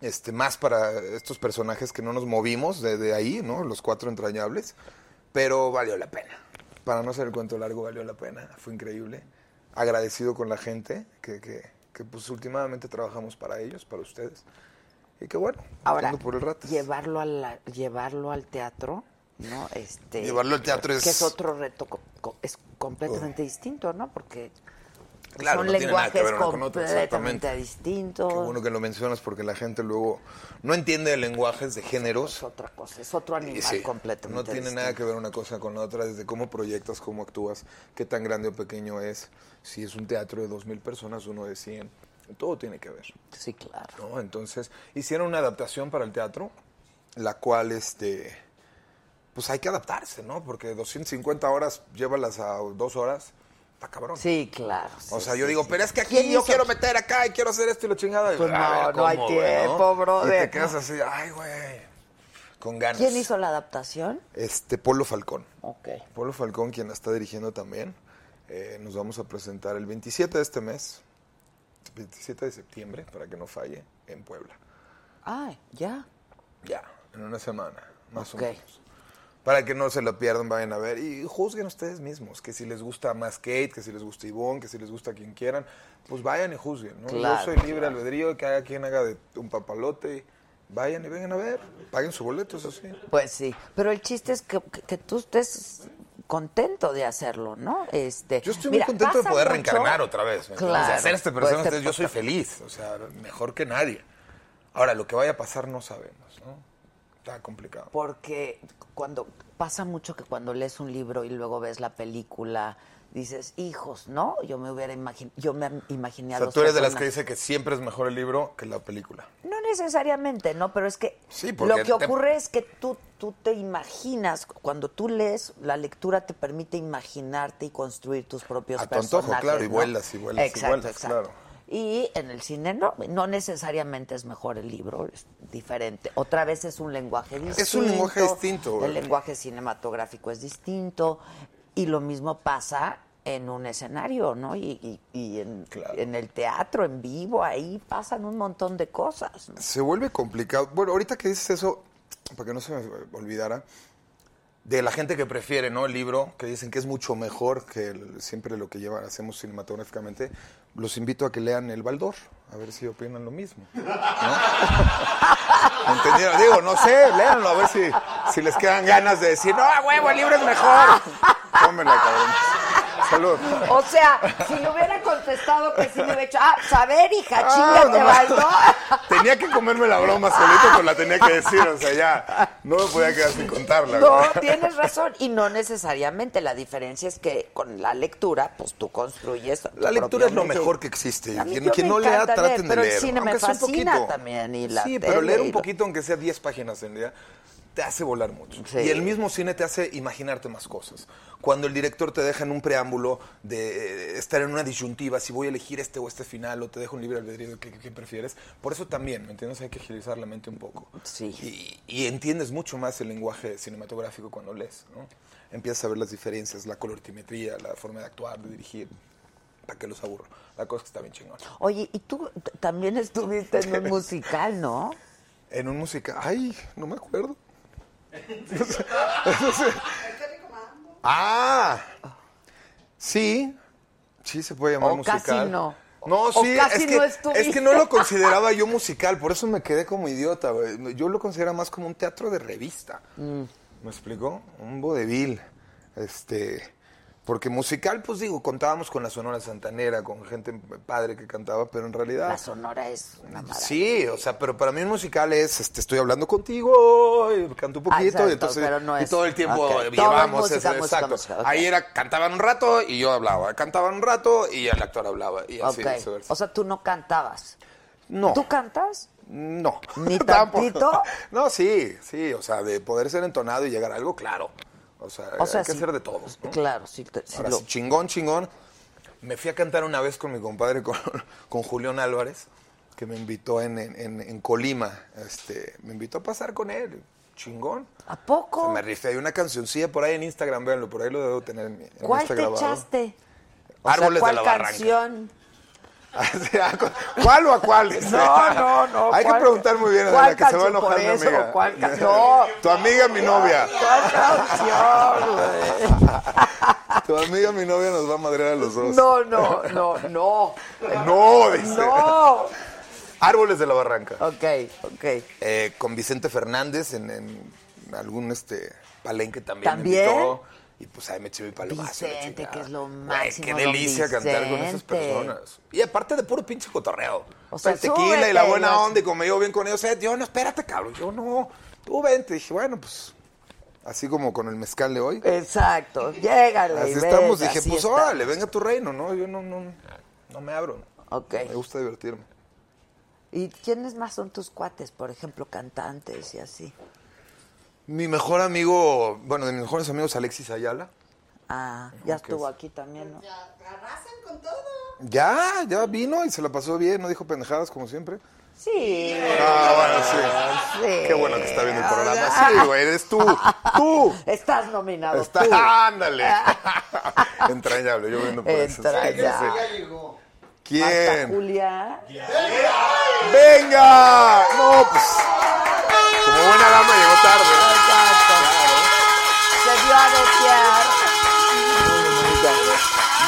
[SPEAKER 7] este, más para estos personajes que no nos movimos de, de ahí, ¿no? Los cuatro entrañables, pero valió la pena. Para no hacer el cuento largo, valió la pena, fue increíble. Agradecido con la gente que, que, que, pues últimamente trabajamos para ellos, para ustedes. Y qué bueno,
[SPEAKER 2] Ahora,
[SPEAKER 7] ando por el rato.
[SPEAKER 2] llevarlo, a la- llevarlo al teatro, ¿no? Este,
[SPEAKER 7] Llevarlo al teatro es-
[SPEAKER 2] Que es otro reto, co- co- es completamente distinto, ¿no? Porque
[SPEAKER 7] Claro,
[SPEAKER 2] son
[SPEAKER 7] no tiene nada
[SPEAKER 2] lenguajes
[SPEAKER 7] que ver uno con otro,
[SPEAKER 2] completamente
[SPEAKER 7] exactamente.
[SPEAKER 2] distintos.
[SPEAKER 7] Qué bueno que lo mencionas porque la gente luego no entiende de lenguajes, de géneros. Es
[SPEAKER 2] otra cosa, es otro animal completamente
[SPEAKER 7] No tiene nada que ver una cosa con la otra, desde cómo proyectas, cómo actúas, qué tan grande o pequeño es. Si es un teatro de 2.000 personas, uno de 100. Todo tiene que ver.
[SPEAKER 2] Sí, claro.
[SPEAKER 7] ¿no? Entonces, hicieron una adaptación para el teatro, la cual, este, pues hay que adaptarse, ¿no? Porque 250 horas, llévalas a dos horas, está cabrón.
[SPEAKER 2] Sí, claro.
[SPEAKER 7] O
[SPEAKER 2] sí,
[SPEAKER 7] sea, yo
[SPEAKER 2] sí,
[SPEAKER 7] digo,
[SPEAKER 2] sí.
[SPEAKER 7] pero es que aquí
[SPEAKER 2] ¿Quién
[SPEAKER 7] yo
[SPEAKER 2] hizo?
[SPEAKER 7] quiero meter acá y quiero hacer esto y la chingada. Y,
[SPEAKER 2] Pues
[SPEAKER 7] a
[SPEAKER 2] no, no hay
[SPEAKER 7] ¿cómo, güey,
[SPEAKER 2] tiempo, brother.
[SPEAKER 7] Y te quedas así, ay, güey, con ganas.
[SPEAKER 2] ¿Quién hizo la adaptación?
[SPEAKER 7] Este, Polo Falcón.
[SPEAKER 2] Ok.
[SPEAKER 7] Polo Falcón, quien la está dirigiendo también. Eh, nos vamos a presentar el 27 de este mes, 27 de septiembre, para que no falle, en Puebla.
[SPEAKER 2] Ay, Ah, ya.
[SPEAKER 7] Ya, en una semana, más
[SPEAKER 2] Ok.
[SPEAKER 7] o menos. Para que no se lo pierdan, vayan a ver y juzguen ustedes mismos. Que si les gusta más Kate, que si les gusta Ivonne, que si les gusta quien quieran, pues vayan y juzguen. ¿no?
[SPEAKER 2] Claro,
[SPEAKER 7] Yo soy libre
[SPEAKER 2] claro.
[SPEAKER 7] albedrío, que haga quien haga de un papalote. y vayan y vengan a ver. Paguen su boleto, eso sí.
[SPEAKER 2] Pues sí, pero el chiste es que, que- que tú estés contento de hacerlo, ¿no? Este,
[SPEAKER 7] Yo estoy muy contento de poder reencarnar otra vez. ¿me entiendes?
[SPEAKER 2] Claro.
[SPEAKER 7] De hacer este personaje,
[SPEAKER 2] Pues te-
[SPEAKER 7] entonces yo soy feliz. O sea, mejor que nadie. Ahora, lo que vaya a pasar no sabemos, ¿no? Está complicado.
[SPEAKER 2] Porque cuando pasa mucho que cuando lees un libro y luego ves la película, dices, hijos, ¿no? Yo me hubiera imaginado, yo me imaginé a
[SPEAKER 7] O sea,
[SPEAKER 2] dos
[SPEAKER 7] tú eres de las que
[SPEAKER 2] personas.
[SPEAKER 7] dice que siempre es mejor el libro que la película.
[SPEAKER 2] No necesariamente, ¿no? Pero es que
[SPEAKER 7] Sí, porque
[SPEAKER 2] lo que
[SPEAKER 7] te-
[SPEAKER 2] ocurre es que tú, tú te imaginas, cuando tú lees, la lectura te permite imaginarte y construir tus propios
[SPEAKER 7] A tu antojo,
[SPEAKER 2] personajes.
[SPEAKER 7] claro, y
[SPEAKER 2] ¿no?
[SPEAKER 7] vuelas, y vuelas, y
[SPEAKER 2] exacto,
[SPEAKER 7] vuelas,
[SPEAKER 2] exacto.
[SPEAKER 7] claro.
[SPEAKER 2] Y en el cine no, no necesariamente es mejor el libro, es diferente. Otra vez es un lenguaje distinto.
[SPEAKER 7] Es un lenguaje distinto.
[SPEAKER 2] El lenguaje cinematográfico es distinto. Y lo mismo pasa en un escenario, ¿no? Y, y- y en, en el teatro, en vivo, ahí pasan un montón de cosas. ¿no?
[SPEAKER 7] Se vuelve complicado. Bueno, ahorita que dices eso, para que no se me olvidara, de la gente que prefiere, ¿no? El libro, que dicen que es mucho mejor que el- siempre lo que lleva, hacemos cinematográficamente, los invito a que lean El Baldor, a ver si opinan lo mismo. ¿no? ¿Entendieron? Digo, no sé, léanlo, a ver si, si les quedan ganas de decir, no, a huevo, el libro es mejor. Tómela, cabrón. Salud.
[SPEAKER 2] O sea, si le hubiera contestado que sí, le hubiera hecho, ah, saber, hija, chingate,
[SPEAKER 7] no,
[SPEAKER 2] Valdo.
[SPEAKER 7] Tenía que comerme la broma solito, pero la tenía que decir, o sea, ya no me podía quedar sin contarla.
[SPEAKER 2] No,
[SPEAKER 7] ¿verdad?
[SPEAKER 2] tienes razón. Y no necesariamente. La diferencia es que con la lectura, pues tú construyes. tu
[SPEAKER 7] La lectura
[SPEAKER 2] propio
[SPEAKER 7] es lo
[SPEAKER 2] mensaje.
[SPEAKER 7] mejor que existe.
[SPEAKER 2] A mí
[SPEAKER 7] Quien,
[SPEAKER 2] yo
[SPEAKER 7] quien
[SPEAKER 2] me
[SPEAKER 7] no lea,
[SPEAKER 2] encanta leer,
[SPEAKER 7] traten
[SPEAKER 2] pero
[SPEAKER 7] de
[SPEAKER 2] el
[SPEAKER 7] leer.
[SPEAKER 2] cine me
[SPEAKER 7] aunque sea un
[SPEAKER 2] fascina
[SPEAKER 7] poquito.
[SPEAKER 2] también, y la
[SPEAKER 7] sí, pero
[SPEAKER 2] tele
[SPEAKER 7] leer
[SPEAKER 2] y
[SPEAKER 7] un
[SPEAKER 2] lo-
[SPEAKER 7] poquito, aunque sea 10 páginas en día, te hace volar mucho.
[SPEAKER 2] Sí.
[SPEAKER 7] Y el mismo cine te hace imaginarte más cosas. Cuando el director te deja en un preámbulo de eh, estar en una disyuntiva, si voy a elegir este o este final, o te dejo un libre albedrío, ¿qué, qué- qué prefieres? Por eso también, ¿me entiendes? Hay que agilizar la mente un poco. Sí. Y, y entiendes mucho más el lenguaje cinematográfico cuando lees, ¿no? Empiezas a ver las diferencias, la colorimetría, la forma de actuar, de dirigir. ¿Para qué los aburro? La cosa es que está bien chingón.
[SPEAKER 2] Oye, y tú t- también estuviste en un musical, ¿no?
[SPEAKER 7] En un musical. Ay, no me acuerdo. ah, sí, sí se puede llamar
[SPEAKER 2] O
[SPEAKER 7] musical.
[SPEAKER 2] casi no.
[SPEAKER 7] No,
[SPEAKER 2] O
[SPEAKER 7] sí,
[SPEAKER 2] casi
[SPEAKER 7] es, que,
[SPEAKER 2] no
[SPEAKER 7] es
[SPEAKER 2] estuviste.
[SPEAKER 7] que no lo consideraba yo
[SPEAKER 2] Mm.
[SPEAKER 7] musical, por eso me quedé como idiota. güey. Yo lo consideraba más como un teatro de revista. ¿Me explicó? Un vodevil. Este, porque musical, pues digo, contábamos con la Sonora Santanera, con gente padre que cantaba, pero en realidad...
[SPEAKER 2] La sonora es una maravilla.
[SPEAKER 7] Ah. Sí, o sea, pero para mí un musical es, este, estoy hablando contigo, y canto un
[SPEAKER 2] Ah,
[SPEAKER 7] poquito,
[SPEAKER 2] exacto,
[SPEAKER 7] y entonces
[SPEAKER 2] pero no
[SPEAKER 7] y
[SPEAKER 2] es-
[SPEAKER 7] todo el tiempo
[SPEAKER 2] ok. Todo
[SPEAKER 7] llevamos
[SPEAKER 2] es música,
[SPEAKER 7] ese-
[SPEAKER 2] música,
[SPEAKER 7] exacto.
[SPEAKER 2] música, ok.
[SPEAKER 7] Ahí era cantaban un rato y yo hablaba, cantaban un rato y el actor hablaba y así
[SPEAKER 2] Ok.
[SPEAKER 7] viceversa.
[SPEAKER 2] O sea, tú no cantabas.
[SPEAKER 7] No.
[SPEAKER 2] ¿Tú cantas?
[SPEAKER 7] No.
[SPEAKER 2] ¿Ni
[SPEAKER 7] Tampoco.
[SPEAKER 2] tantito?
[SPEAKER 7] No, sí, sí, o sea, de poder ser entonado y llegar a algo, claro. O sea,
[SPEAKER 2] O sea,
[SPEAKER 7] Eh, hay que
[SPEAKER 2] sí.
[SPEAKER 7] ser de todos, ¿no?
[SPEAKER 2] Claro, sí. te- sí
[SPEAKER 7] Ahora
[SPEAKER 2] lo-
[SPEAKER 7] sí, chingón, chingón. Me fui a cantar una vez con mi compadre, con, con Julián Álvarez, que me invitó en, en- en- en Colima. Este, me invitó a pasar con él. Chingón.
[SPEAKER 2] ¿A poco?
[SPEAKER 7] me rifé. Hay una cancioncilla por ahí en Instagram, véanlo. Por ahí lo debo tener en mi en
[SPEAKER 2] ¿Cuál
[SPEAKER 7] Insta
[SPEAKER 2] te
[SPEAKER 7] grabado.
[SPEAKER 2] echaste? O sea,
[SPEAKER 7] Árboles
[SPEAKER 2] ¿Cuál
[SPEAKER 7] de la Barranca. Ah,
[SPEAKER 2] canción?
[SPEAKER 7] ¿Cuál o a cuál? Este,
[SPEAKER 2] No, no, no,
[SPEAKER 7] Hay que
[SPEAKER 2] ¿cuál-
[SPEAKER 7] preguntar muy bien a
[SPEAKER 2] cuál
[SPEAKER 7] la que se va a
[SPEAKER 2] canción por
[SPEAKER 7] enojar mi
[SPEAKER 2] eso,
[SPEAKER 7] amiga.
[SPEAKER 2] cuál ca- no.
[SPEAKER 7] Tu amiga, mi novia.
[SPEAKER 2] ¿Cuál canción, güey?
[SPEAKER 7] Tu amiga, mi novia nos va a madrear a los dos.
[SPEAKER 2] No, no, no, no.
[SPEAKER 7] No, dice.
[SPEAKER 2] No.
[SPEAKER 7] Árboles de la Barranca.
[SPEAKER 2] Ok, ok.
[SPEAKER 7] Eh, con Vicente Fernández en, en algún este palenque también. me
[SPEAKER 2] ¿También?
[SPEAKER 7] invitó. y pues ahí me eché mi palomazo. la
[SPEAKER 2] Vicente,
[SPEAKER 7] chingada.
[SPEAKER 2] que es lo
[SPEAKER 7] Güey,
[SPEAKER 2] máximo,
[SPEAKER 7] Qué
[SPEAKER 2] don
[SPEAKER 7] delicia cantar con esas
[SPEAKER 2] Vicente.
[SPEAKER 7] personas. Y aparte de puro pinche cotorreo.
[SPEAKER 2] O
[SPEAKER 7] O
[SPEAKER 2] sea,
[SPEAKER 7] sea, el tequila y la
[SPEAKER 2] súbete,
[SPEAKER 7] buena
[SPEAKER 2] los-
[SPEAKER 7] onda y como me llevo bien con ellos. eh, yo no, espérate, cabrón. Yo no. Tú vente. Dije, bueno, pues así como con el mezcal de hoy.
[SPEAKER 2] Exacto. Llégale.
[SPEAKER 7] así
[SPEAKER 2] ven,
[SPEAKER 7] estamos. Dije,
[SPEAKER 2] así
[SPEAKER 7] pues
[SPEAKER 2] estamos.
[SPEAKER 7] órale, venga a tu reino, ¿no? Yo no, no, no me abro.
[SPEAKER 2] Ok.
[SPEAKER 7] Me gusta divertirme.
[SPEAKER 2] ¿Y quiénes más son tus cuates? Por ejemplo, cantantes y así.
[SPEAKER 7] Mi mejor amigo, bueno, de mis mejores amigos, Alexis Ayala.
[SPEAKER 2] Ah, ya
[SPEAKER 7] Ok.
[SPEAKER 2] estuvo aquí también, ¿no?
[SPEAKER 7] Ya, ya vino y se la pasó bien, no dijo pendejadas como siempre.
[SPEAKER 2] Sí.
[SPEAKER 7] Ah, bueno, sí. Ah, Qué bueno que está viendo el programa. Sí, güey, eres tú. Tú.
[SPEAKER 2] Estás nominado.
[SPEAKER 7] Está,
[SPEAKER 2] tú.
[SPEAKER 7] ándale. Entrañable, yo viendo por eso. Sí,
[SPEAKER 2] Entrañable.
[SPEAKER 7] sí.
[SPEAKER 2] Hasta
[SPEAKER 7] ¿Quién?
[SPEAKER 2] Julia.
[SPEAKER 7] ¡Venga! No, pues. Como buena dama llegó tarde.
[SPEAKER 2] Se dio a desear.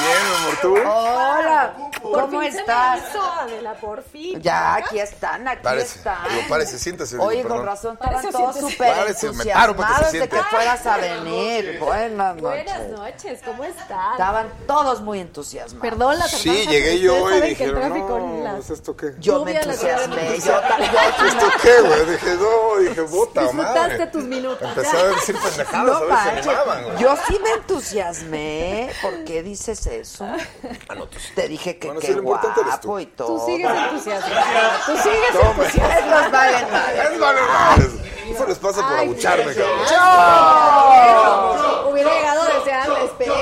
[SPEAKER 7] Bien, mi amor, tú.
[SPEAKER 2] Hola, ¿cómo estás?
[SPEAKER 13] Adela, por fin.
[SPEAKER 2] Ya, aquí están, aquí
[SPEAKER 7] Párese.
[SPEAKER 2] están.
[SPEAKER 7] Digo, párese, siéntese. digo,
[SPEAKER 2] Oye, con
[SPEAKER 7] perdón.
[SPEAKER 2] razón estaban
[SPEAKER 13] Parece
[SPEAKER 2] todos
[SPEAKER 13] siéntese.
[SPEAKER 2] súper
[SPEAKER 7] Párese, me paro para que se
[SPEAKER 2] entusiasmados de
[SPEAKER 7] siente.
[SPEAKER 2] que fueras a venir. Buenas
[SPEAKER 13] Buenas
[SPEAKER 2] noches.
[SPEAKER 13] noches, ¿cómo están?
[SPEAKER 2] Estaban todos muy entusiasmados.
[SPEAKER 13] Perdón la
[SPEAKER 7] Sí,
[SPEAKER 13] tardanza,
[SPEAKER 7] llegué
[SPEAKER 13] pero
[SPEAKER 7] yo y
[SPEAKER 13] ustedes saben que el
[SPEAKER 7] dijeron,
[SPEAKER 13] tráfico
[SPEAKER 7] no,
[SPEAKER 13] en las-
[SPEAKER 7] pues, esto qué.
[SPEAKER 2] Yo me
[SPEAKER 13] Lluvia la tarde,
[SPEAKER 2] entusiasmé.
[SPEAKER 13] me
[SPEAKER 2] Yo, yo-
[SPEAKER 7] ¿Esto qué, güey? Dije, no, dije, puta
[SPEAKER 13] Disfrutaste
[SPEAKER 7] madre.
[SPEAKER 13] tus minutos.
[SPEAKER 7] Empezó a decir pendejadas,
[SPEAKER 2] no
[SPEAKER 7] a ver si Ah, se
[SPEAKER 2] manches,
[SPEAKER 7] animaban, güey.
[SPEAKER 2] yo sí me entusiasmé. ¿Por qué dices eso?
[SPEAKER 7] Ah, no, tú sí.
[SPEAKER 2] Te dije que
[SPEAKER 7] Bueno, sí,
[SPEAKER 2] qué
[SPEAKER 7] lo importante eres tú.
[SPEAKER 2] guapo y todo.
[SPEAKER 13] Tú sigues entusiasmado. Tú sigues
[SPEAKER 7] No, me-
[SPEAKER 13] entusiasmado.
[SPEAKER 2] Estos valen madre.
[SPEAKER 7] Es vale madres. Eso les pasa por abucharme, cabrón.
[SPEAKER 13] Hubiera llegado desde antes, pero...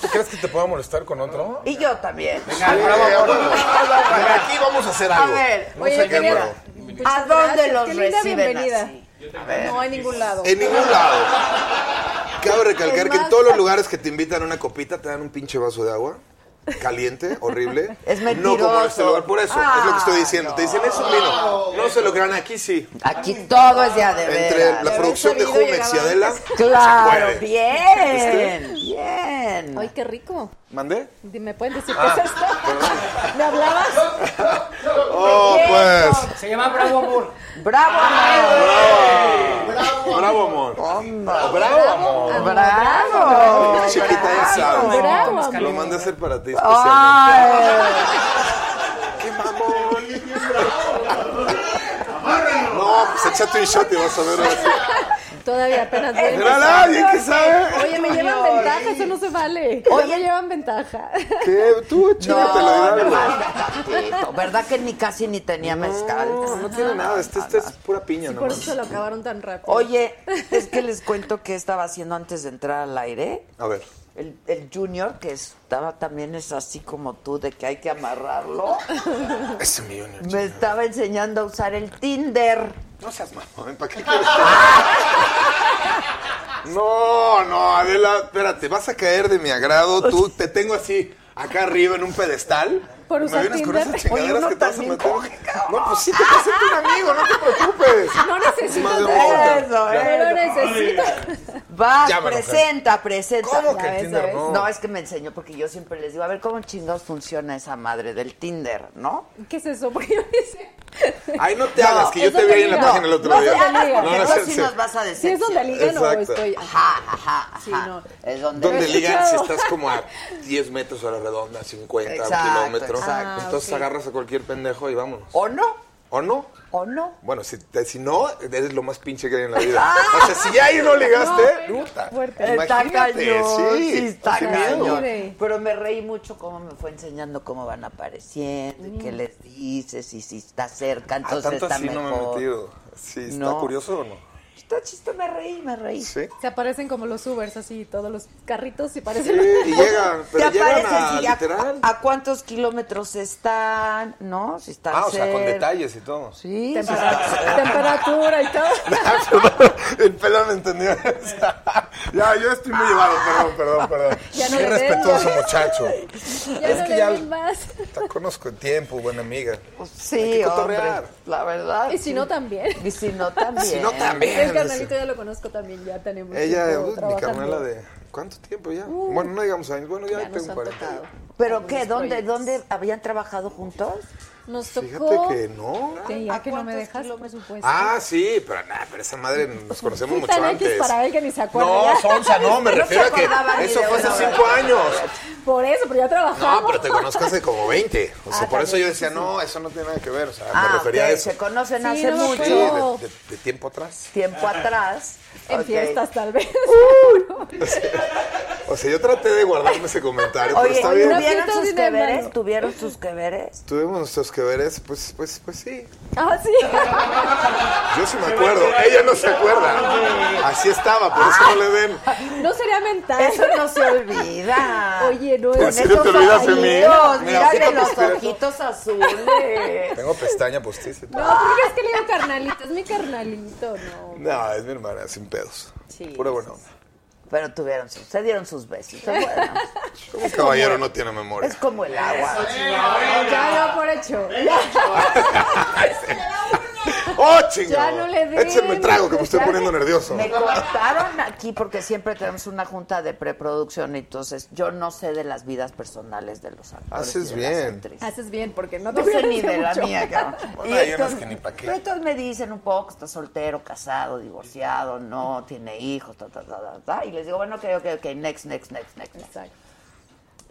[SPEAKER 7] ¿Tú ¿Crees que te pueda molestar con otro?
[SPEAKER 2] Y yo también.
[SPEAKER 7] Venga, vamos, Aquí vamos a hacer
[SPEAKER 2] A
[SPEAKER 7] algo.
[SPEAKER 2] ver,
[SPEAKER 7] no
[SPEAKER 13] oye,
[SPEAKER 7] sé
[SPEAKER 13] yo
[SPEAKER 7] qué,
[SPEAKER 13] quería-
[SPEAKER 7] pero.
[SPEAKER 13] Muchas
[SPEAKER 2] ¿A dónde
[SPEAKER 13] gracias,
[SPEAKER 2] los
[SPEAKER 13] qué linda
[SPEAKER 2] reciben
[SPEAKER 13] bienvenida.
[SPEAKER 2] así? A ver.
[SPEAKER 13] No, en ningún lado.
[SPEAKER 7] En ningún lado. Cabe recalcar que en
[SPEAKER 13] más-
[SPEAKER 7] todos los lugares que te invitan a una copita te dan un pinche vaso de agua. Caliente, horrible.
[SPEAKER 2] Es
[SPEAKER 7] No como en este
[SPEAKER 2] mentiroso. Ah.
[SPEAKER 7] lugar, por eso. es lo que estoy diciendo. Te dicen, es un vino. No se lo crean aquí, sí.
[SPEAKER 2] Aquí todo es de adrede.
[SPEAKER 7] Entre la producción de
[SPEAKER 13] sabido,
[SPEAKER 7] Jumex y
[SPEAKER 13] llegaba
[SPEAKER 7] Adela. se
[SPEAKER 2] Claro,
[SPEAKER 7] puede.
[SPEAKER 2] bien, bien.
[SPEAKER 13] Ay, qué rico.
[SPEAKER 7] ¿Mandé?
[SPEAKER 13] ¿Me pueden decir qué es esto? ¿Me hablabas?
[SPEAKER 7] Oh, pues.
[SPEAKER 14] Se llama Bravo Amor.
[SPEAKER 2] Bravo,
[SPEAKER 7] Ah,
[SPEAKER 2] amor.
[SPEAKER 7] Bravo, amor.
[SPEAKER 2] Hombre.
[SPEAKER 7] Bravo,
[SPEAKER 13] Ah,
[SPEAKER 7] amor.
[SPEAKER 2] Bravo.
[SPEAKER 7] Chiquita, ya sabes.
[SPEAKER 13] Bravo, amor.
[SPEAKER 7] Lo mandé a hacer para ti especialmente.
[SPEAKER 2] Ay,
[SPEAKER 7] ¡Qué mamón! No, pues échate un shot y vas a ver.
[SPEAKER 13] Todavía apenas duermo.
[SPEAKER 7] Era nadie, ¿qué sabe?
[SPEAKER 13] Oye, me llevan ventaja, eso no se vale. Oye, me llevan ventaja.
[SPEAKER 7] ¿Qué? Tú, chido,
[SPEAKER 2] no,
[SPEAKER 7] te lo dirán,
[SPEAKER 2] no,
[SPEAKER 7] güey.
[SPEAKER 2] tantito. ¿Verdad que ni casi ni tenía mezcal?
[SPEAKER 7] No, no tiene nada. Este, este es pura piña,
[SPEAKER 13] Por
[SPEAKER 7] nomás.
[SPEAKER 13] eso se lo acabaron tan rápido.
[SPEAKER 2] Oye, es que les cuento que estaba haciendo antes de entrar al aire.
[SPEAKER 7] A ver.
[SPEAKER 2] El, el Junior, que estaba también es así como tú, de que hay que amarrarlo,
[SPEAKER 7] Ese millón.
[SPEAKER 2] me estaba enseñando a usar el Tinder.
[SPEAKER 7] No seas mamón, ¿para qué quieres? No, no,
[SPEAKER 2] Pues
[SPEAKER 7] Adela, espérate, vas a caer de mi agrado. Tú te tengo así, acá arriba en un pedestal.
[SPEAKER 13] Por
[SPEAKER 15] Me
[SPEAKER 13] usar
[SPEAKER 15] vienes con
[SPEAKER 13] Tinder.
[SPEAKER 15] esas chingaderas que te vas a meter. No, pues sí, te presento un amigo, no te preocupes.
[SPEAKER 13] No necesito
[SPEAKER 15] Más de
[SPEAKER 13] Tinder.
[SPEAKER 15] ahorita.
[SPEAKER 2] Eso, eh.
[SPEAKER 15] Ya.
[SPEAKER 2] eso. Va,
[SPEAKER 15] Llámalo,
[SPEAKER 2] presenta, presenta.
[SPEAKER 15] ¿Cómo que
[SPEAKER 2] Ya ves,
[SPEAKER 15] Tinder
[SPEAKER 2] ya ves.
[SPEAKER 15] no?
[SPEAKER 2] es que me enseñó porque yo siempre les digo, a ver, ¿cómo chingados funciona esa madre del Tinder, no?
[SPEAKER 13] ¿Qué es eso? Porque yo ni sé.
[SPEAKER 15] Ay, no te
[SPEAKER 2] No,
[SPEAKER 15] hagas, que yo
[SPEAKER 2] eso
[SPEAKER 15] te vi
[SPEAKER 2] te
[SPEAKER 15] ahí en la
[SPEAKER 2] digo.
[SPEAKER 15] página el otro
[SPEAKER 2] No,
[SPEAKER 15] día.
[SPEAKER 2] no te digo, porque
[SPEAKER 15] es
[SPEAKER 2] tú
[SPEAKER 15] en
[SPEAKER 2] sí
[SPEAKER 15] serio.
[SPEAKER 2] nos vas a decir.
[SPEAKER 13] Si es donde ligan o
[SPEAKER 15] Exacto.
[SPEAKER 13] estoy.
[SPEAKER 2] Ajá, ajá,
[SPEAKER 13] Sí,
[SPEAKER 2] ajá.
[SPEAKER 13] no.
[SPEAKER 2] Es donde,
[SPEAKER 13] Lo
[SPEAKER 7] Donde
[SPEAKER 13] he
[SPEAKER 7] ligan si
[SPEAKER 13] escuchado.
[SPEAKER 7] estás como a 10 metros a la redonda, 50,
[SPEAKER 2] Exacto,
[SPEAKER 7] un kilómetro.
[SPEAKER 2] exacto.
[SPEAKER 7] Entonces
[SPEAKER 2] Ah, ok.
[SPEAKER 7] agarras a cualquier pendejo y vámonos.
[SPEAKER 2] ¿O no?
[SPEAKER 7] ¿O no?
[SPEAKER 2] ¿O no?
[SPEAKER 7] Bueno, si, te- si no, eres lo más pinche que hay en la vida. O sea, si ya ahí no ligaste, puta.
[SPEAKER 2] Está
[SPEAKER 7] Imagínate,
[SPEAKER 2] cañón,
[SPEAKER 7] sí,
[SPEAKER 2] sí, está
[SPEAKER 7] sin miedo.
[SPEAKER 2] cañón. Pero me reí mucho cómo me fue enseñando cómo van apareciendo y
[SPEAKER 13] Mm.
[SPEAKER 2] qué les dices y si está cerca,
[SPEAKER 7] Ah,
[SPEAKER 2] entonces
[SPEAKER 7] tanto
[SPEAKER 2] está
[SPEAKER 7] así
[SPEAKER 2] mejor.
[SPEAKER 7] no me he metido. Sí, ¿está
[SPEAKER 2] No.
[SPEAKER 7] curioso o no?
[SPEAKER 2] Está chiste, me reí, me reí.
[SPEAKER 7] Sí.
[SPEAKER 13] Se aparecen como los Ubers, así, todos los carritos y parecen.
[SPEAKER 7] y llegan, pero
[SPEAKER 2] Te
[SPEAKER 7] llegan
[SPEAKER 2] aparecen,
[SPEAKER 7] a
[SPEAKER 2] sí, a-
[SPEAKER 7] literal.
[SPEAKER 2] A, cuántos kilómetros están? ¿No? Si están
[SPEAKER 7] Ah, o sea, con
[SPEAKER 2] cerca.
[SPEAKER 7] detalles y todo. Ah,
[SPEAKER 2] Sí.
[SPEAKER 13] Temperatura, temperatura y todo.
[SPEAKER 7] El pelo me entendió.
[SPEAKER 15] Ya, yo estoy muy llevado, perdón, perdón, perdón.
[SPEAKER 13] Ya no
[SPEAKER 7] Qué
[SPEAKER 13] le den,
[SPEAKER 7] respetuoso,
[SPEAKER 13] ya.
[SPEAKER 7] muchacho.
[SPEAKER 13] Ya
[SPEAKER 7] Es
[SPEAKER 13] no
[SPEAKER 7] que
[SPEAKER 13] le
[SPEAKER 7] ya-
[SPEAKER 13] den más.
[SPEAKER 7] Te conozco en tiempo, buena amiga. Hay
[SPEAKER 2] pues, Sí,
[SPEAKER 7] que
[SPEAKER 2] hombre,
[SPEAKER 7] cotorrear.
[SPEAKER 2] la verdad.
[SPEAKER 13] Y si no, también.
[SPEAKER 2] Y si no también.
[SPEAKER 7] Si no, también.
[SPEAKER 13] El carnalito ya lo conozco también, ya tenemos.
[SPEAKER 7] Ella,
[SPEAKER 13] tiempo
[SPEAKER 7] uh, mi
[SPEAKER 13] trabajando.
[SPEAKER 7] carnala de. ¿Cuánto tiempo ya? bueno, no digamos años. Bueno, ya,
[SPEAKER 13] Uh. Ya
[SPEAKER 7] tengo
[SPEAKER 13] nos han
[SPEAKER 7] 40.
[SPEAKER 2] ¿Pero qué? ¿Dónde, ¿Dónde habían trabajado juntos?
[SPEAKER 13] Nos
[SPEAKER 7] Fíjate
[SPEAKER 13] tocó.
[SPEAKER 7] que no.
[SPEAKER 13] Que ya que no me dejas, por supuesto.
[SPEAKER 7] Ah, sí, pero nada, pero esa madre nos conocemos
[SPEAKER 13] Fui
[SPEAKER 7] mucho
[SPEAKER 13] tan X
[SPEAKER 7] antes.
[SPEAKER 13] para él que ni se acuerda.
[SPEAKER 7] No,
[SPEAKER 13] ya.
[SPEAKER 7] Sonsa, no, me
[SPEAKER 13] No se
[SPEAKER 7] refiero a que
[SPEAKER 13] acordaba ni
[SPEAKER 7] eso
[SPEAKER 13] de
[SPEAKER 7] fue hace
[SPEAKER 13] una
[SPEAKER 7] cinco años.
[SPEAKER 13] Por eso, pero ya trabajamos.
[SPEAKER 7] No, pero te conozco hace como 20. O sea,
[SPEAKER 13] Ah,
[SPEAKER 7] por eso
[SPEAKER 13] también,
[SPEAKER 7] yo decía, no, eso no tiene nada que ver. O sea,
[SPEAKER 2] Ah,
[SPEAKER 7] me refería a
[SPEAKER 2] ok,
[SPEAKER 7] eso.
[SPEAKER 2] se conocen
[SPEAKER 13] Sí,
[SPEAKER 2] hace
[SPEAKER 13] no me
[SPEAKER 2] mucho
[SPEAKER 7] Sí,
[SPEAKER 13] acuerdo.
[SPEAKER 7] de, de- de tiempo atrás.
[SPEAKER 2] tiempo atrás.
[SPEAKER 13] En
[SPEAKER 2] Ok.
[SPEAKER 13] fiestas, tal vez.
[SPEAKER 7] O sea, yo traté de guardarme ese comentario, pero
[SPEAKER 2] Oye,
[SPEAKER 7] está bien.
[SPEAKER 2] ¿tuvieron
[SPEAKER 13] Una
[SPEAKER 2] sus
[SPEAKER 13] fiesta
[SPEAKER 2] que
[SPEAKER 13] sin hermano.
[SPEAKER 2] veres? ¿Tuvieron sus que veres?
[SPEAKER 7] Tuvimos nuestros que veres, pues, pues, pues sí.
[SPEAKER 13] Ah, sí.
[SPEAKER 7] Yo sí me acuerdo, ella no se acuerda. Así estaba, por eso no le den.
[SPEAKER 13] No sería mental.
[SPEAKER 2] Eso no se olvida.
[SPEAKER 13] Oye, no
[SPEAKER 7] ¿En
[SPEAKER 13] es.
[SPEAKER 7] serio te olvidas de mí?
[SPEAKER 2] Dios,
[SPEAKER 7] Mira,
[SPEAKER 2] mírale
[SPEAKER 7] fíjate,
[SPEAKER 2] los
[SPEAKER 7] espera.
[SPEAKER 2] ojitos azules.
[SPEAKER 7] Tengo pestaña postiza. y todo.
[SPEAKER 13] No, ¿por qué es que le digo carnalito? Es mi carnalito, no.
[SPEAKER 7] No, es mi hermana, sin pedos.
[SPEAKER 13] Sí.
[SPEAKER 7] Pura buena onda.
[SPEAKER 2] Pero tuvieron sus, se dieron sus besos. Bueno,
[SPEAKER 7] Un caballero no tiene memoria.
[SPEAKER 2] es como el agua.
[SPEAKER 13] Ya no, por hecho. Ya,
[SPEAKER 7] ¡Oh, chingada!
[SPEAKER 13] Ya no le den.
[SPEAKER 7] Écheme el trago que me estoy
[SPEAKER 13] Ya.
[SPEAKER 7] poniendo nervioso.
[SPEAKER 2] Me contaron aquí porque siempre tenemos una junta de preproducción, entonces yo no sé de las vidas personales de los actores.
[SPEAKER 7] Haces
[SPEAKER 2] y de
[SPEAKER 7] bien.
[SPEAKER 2] las actrices.
[SPEAKER 13] Haces bien, porque no te
[SPEAKER 2] No sé
[SPEAKER 13] acuerdas
[SPEAKER 2] ni de la
[SPEAKER 13] mucho.
[SPEAKER 2] mía, cabrón.
[SPEAKER 7] Bueno, hay unas que ni pa' qué.
[SPEAKER 2] Pero entonces me dicen un poco que está soltero, casado, divorciado, no, tiene hijos, ta, ta, ta, ta, ta. Y les digo, bueno, ok, ok, ok, next, next, next, next. next.
[SPEAKER 13] Exacto.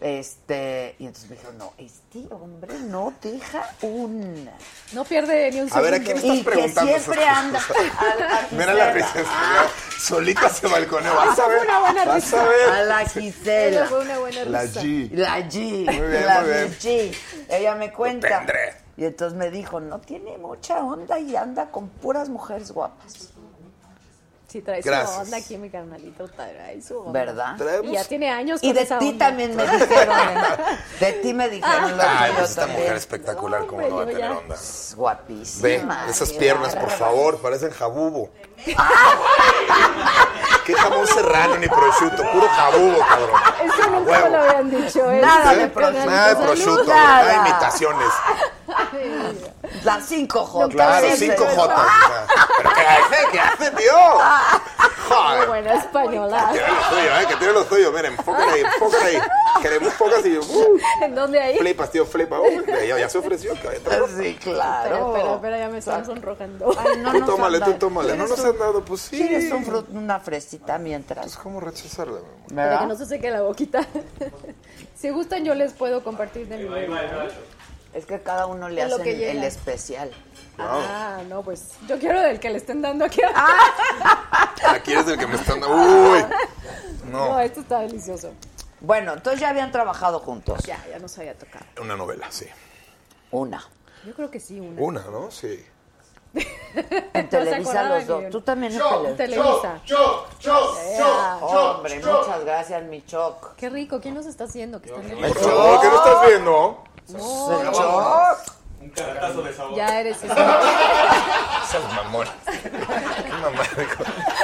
[SPEAKER 2] Este, y entonces me dijeron, no, este hombre no deja una.
[SPEAKER 13] No pierde ni un segundo.
[SPEAKER 7] A ver, ¿a quién estás
[SPEAKER 2] Y que
[SPEAKER 7] preguntando? esas
[SPEAKER 2] siempre
[SPEAKER 7] cosas?
[SPEAKER 2] anda. a- a
[SPEAKER 7] Mira la
[SPEAKER 2] Gisela.
[SPEAKER 7] risa. señora. Solita se balconeó. Vas a ver.
[SPEAKER 13] Una buena
[SPEAKER 7] Vas
[SPEAKER 13] risa.
[SPEAKER 7] a
[SPEAKER 2] A
[SPEAKER 7] ver.
[SPEAKER 2] la
[SPEAKER 13] Esa
[SPEAKER 2] Gisela.
[SPEAKER 13] fue una buena
[SPEAKER 7] La
[SPEAKER 13] risa.
[SPEAKER 7] G.
[SPEAKER 2] La G,
[SPEAKER 7] bien,
[SPEAKER 2] la
[SPEAKER 7] muy bien.
[SPEAKER 2] G. Ella me cuenta.
[SPEAKER 7] tendré.
[SPEAKER 2] Y entonces me dijo, no tiene mucha onda y anda con puras mujeres
[SPEAKER 13] Pues,
[SPEAKER 2] guapas.
[SPEAKER 13] Sí, trae
[SPEAKER 7] Gracias.
[SPEAKER 13] su onda aquí, mi carnalito. Trae su onda.
[SPEAKER 2] ¿Verdad?
[SPEAKER 13] Y ya
[SPEAKER 7] Traemos.
[SPEAKER 13] tiene años
[SPEAKER 2] Y
[SPEAKER 13] pues, con
[SPEAKER 2] de
[SPEAKER 13] esa
[SPEAKER 2] ti
[SPEAKER 13] onda. Ah.
[SPEAKER 2] también me dijeron. ¿eh? De ti me dijeron lo
[SPEAKER 7] Ay,
[SPEAKER 2] que
[SPEAKER 7] pues
[SPEAKER 2] yo
[SPEAKER 7] esta mujer
[SPEAKER 2] también.
[SPEAKER 7] espectacular, ¿cómo
[SPEAKER 13] Hombre,
[SPEAKER 7] no va a
[SPEAKER 13] yo
[SPEAKER 7] tener
[SPEAKER 13] ya.
[SPEAKER 7] onda?
[SPEAKER 2] Es guapísima.
[SPEAKER 7] Ve, esas
[SPEAKER 2] qué
[SPEAKER 7] piernas, por
[SPEAKER 2] bárbara.
[SPEAKER 7] favor, parecen jabubo. Qué jamón serrano ni prosciutto, puro jabubo, cabrón.
[SPEAKER 13] Eso nunca me lo
[SPEAKER 7] Huevo.
[SPEAKER 13] habían dicho. ¿eh?
[SPEAKER 2] Nada
[SPEAKER 13] Sí,
[SPEAKER 2] de
[SPEAKER 7] ¿Eh?
[SPEAKER 2] prosciutto.
[SPEAKER 7] Nada de
[SPEAKER 13] carnalito,
[SPEAKER 7] prosciutto,
[SPEAKER 13] salud.
[SPEAKER 7] güey, nada de
[SPEAKER 2] Nada.
[SPEAKER 7] imitaciones.
[SPEAKER 2] Las 5J.
[SPEAKER 7] Claro,
[SPEAKER 2] Ese.
[SPEAKER 7] 5J. o sea, ¿Pero qué hace? ¿Qué hace, tío?
[SPEAKER 13] Muy
[SPEAKER 7] Joder.
[SPEAKER 13] buena española.
[SPEAKER 7] Que tiene lo suyo, ¿eh? Que tiene lo suyo. Miren, enfócala ahí, enfócala ahí. Queremos pocas y yo, uh,
[SPEAKER 13] ¿En dónde ahí?
[SPEAKER 7] flipas, tío, flipa. Uy, ya, ya se ofreció. que vaya a traer.
[SPEAKER 2] Sí,
[SPEAKER 13] Espera,
[SPEAKER 2] claro.
[SPEAKER 13] espera, espera, ya me están sonrojando.
[SPEAKER 2] Ay, no
[SPEAKER 7] Tú
[SPEAKER 2] nos
[SPEAKER 7] tómale,
[SPEAKER 2] han
[SPEAKER 7] tú
[SPEAKER 2] dado.
[SPEAKER 7] tómale. No
[SPEAKER 2] ¿Quieres
[SPEAKER 7] nos
[SPEAKER 2] un-
[SPEAKER 7] han dado, pues sí.
[SPEAKER 2] ¿Quieres un fru- una fresita mientras?
[SPEAKER 7] Pues, ¿Cómo rechazarla, mi amor?
[SPEAKER 13] Para que
[SPEAKER 2] ¿Verdad?
[SPEAKER 13] no se seque la boquita. si gustan, yo les puedo compartir de mi menú.
[SPEAKER 2] Es que cada uno le
[SPEAKER 13] Es lo
[SPEAKER 2] hacen
[SPEAKER 13] que llega.
[SPEAKER 2] el especial.
[SPEAKER 13] Ah, no, pues yo quiero del que le estén dando aquí.
[SPEAKER 7] Ah, Aquí es el que me están dando. Uy.
[SPEAKER 13] no.
[SPEAKER 7] No,
[SPEAKER 13] esto está delicioso.
[SPEAKER 2] Bueno, entonces ya habían trabajado juntos.
[SPEAKER 13] Ya, ya nos había tocado.
[SPEAKER 7] una novela, sí.
[SPEAKER 2] Una.
[SPEAKER 13] Yo creo que sí, una.
[SPEAKER 7] Una, ¿no? Sí.
[SPEAKER 2] En
[SPEAKER 13] se
[SPEAKER 2] Televisa
[SPEAKER 13] acordaba
[SPEAKER 2] los dos.
[SPEAKER 13] bien.
[SPEAKER 2] Tú también en Televisa.
[SPEAKER 13] En Televisa.
[SPEAKER 3] Yo, yo,
[SPEAKER 13] Ea.
[SPEAKER 2] Ah, Hombre, muchas gracias, mi choc.
[SPEAKER 13] Qué rico. ¿Quién nos está haciendo? ¿Qué están
[SPEAKER 7] Por favor, ¿qué no estás viendo?
[SPEAKER 13] No,
[SPEAKER 2] El choc.
[SPEAKER 11] Un carretazo de sabor.
[SPEAKER 13] ya eres.
[SPEAKER 7] Esas mamones. Qué mamá.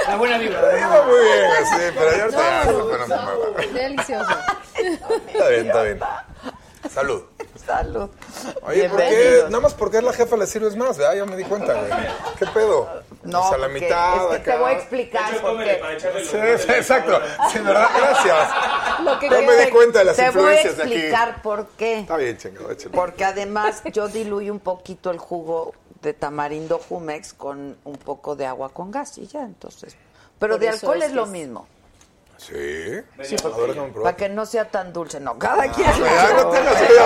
[SPEAKER 14] La buena vibra.
[SPEAKER 7] Iba muy bien así, pero ya ahorita ya no, pero no, no, no.
[SPEAKER 13] Delicioso.
[SPEAKER 7] Está bien, está bien. Salud.
[SPEAKER 2] Salud.
[SPEAKER 7] Oye, ¿por qué?
[SPEAKER 2] Bienvenidos.
[SPEAKER 7] Nada más porque es la jefa le sirves más, ¿verdad? Ya me di cuenta, güey. ¿Qué pedo?
[SPEAKER 2] No,
[SPEAKER 7] Pues a la
[SPEAKER 2] porque
[SPEAKER 7] mitad.
[SPEAKER 2] es que te
[SPEAKER 7] acá.
[SPEAKER 2] voy a explicar por qué.
[SPEAKER 7] Sí, sí, exacto. Sí, ¿verdad? Gracias.
[SPEAKER 2] Lo que
[SPEAKER 7] No me
[SPEAKER 2] queda-
[SPEAKER 7] di cuenta de las
[SPEAKER 2] te
[SPEAKER 7] influencias de aquí.
[SPEAKER 2] voy a explicar por qué.
[SPEAKER 7] Está bien, chingado, échale.
[SPEAKER 2] Porque además yo diluyo un poquito el jugo de tamarindo Jumex con un poco de agua con gas y ya, entonces. Pero
[SPEAKER 7] Por
[SPEAKER 2] de
[SPEAKER 7] eso
[SPEAKER 2] alcohol
[SPEAKER 7] es
[SPEAKER 2] es,
[SPEAKER 7] que
[SPEAKER 2] lo
[SPEAKER 7] es-
[SPEAKER 2] mismo.
[SPEAKER 7] Sí.
[SPEAKER 2] Sí, porque-
[SPEAKER 7] Ahora que me probó.
[SPEAKER 2] para que no sea tan dulce, no. Cada quien.
[SPEAKER 7] Ya no tengas que ver.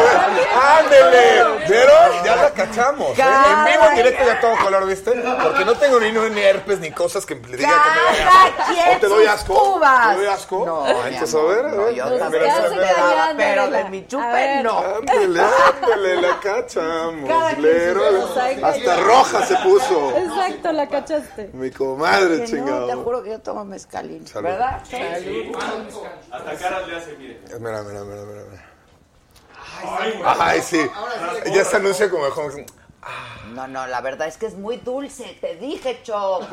[SPEAKER 7] ¡Ándele! ¿Vieron? Ya la cachamos. ¿eh? En vivo, en directo, ya todo color, ¿viste? Porque no tengo ni, ni herpes ni cosas que le diga que me da
[SPEAKER 2] Cada
[SPEAKER 7] asco.
[SPEAKER 2] quien
[SPEAKER 7] ¿O te doy
[SPEAKER 2] sus
[SPEAKER 7] asco?
[SPEAKER 2] cubas.
[SPEAKER 7] ¿Te doy asco?
[SPEAKER 2] No, mi
[SPEAKER 7] entonces, a
[SPEAKER 2] amor,
[SPEAKER 7] ver,
[SPEAKER 2] no,
[SPEAKER 7] a ver.
[SPEAKER 2] yo
[SPEAKER 7] a ver,
[SPEAKER 2] también
[SPEAKER 7] a ver,
[SPEAKER 2] se
[SPEAKER 7] a
[SPEAKER 2] me
[SPEAKER 7] ver.
[SPEAKER 2] daba, pero de mi chupe
[SPEAKER 7] Ah,
[SPEAKER 2] no.
[SPEAKER 7] Ándele, ándele, la cachamos.
[SPEAKER 13] Cada quien
[SPEAKER 7] Lero.
[SPEAKER 13] sus cosas,
[SPEAKER 7] Hasta
[SPEAKER 13] exacto.
[SPEAKER 7] roja se puso.
[SPEAKER 13] Exacto, la cachaste.
[SPEAKER 7] Mi comadre,
[SPEAKER 2] Que no, te
[SPEAKER 7] chingado.
[SPEAKER 2] juro que yo tomo mezcalín,
[SPEAKER 7] Salud.
[SPEAKER 2] ¿verdad?
[SPEAKER 13] Sí,
[SPEAKER 4] sí. Hasta caras le hace, mire.
[SPEAKER 7] Mira, mira, mira, mira. mira.
[SPEAKER 4] Ay, güey.
[SPEAKER 7] Ay, sí.
[SPEAKER 2] Ahora sí.
[SPEAKER 7] Ya se anuncia como mejor.
[SPEAKER 2] No, no, la verdad es que es muy dulce. Te dije, Choc.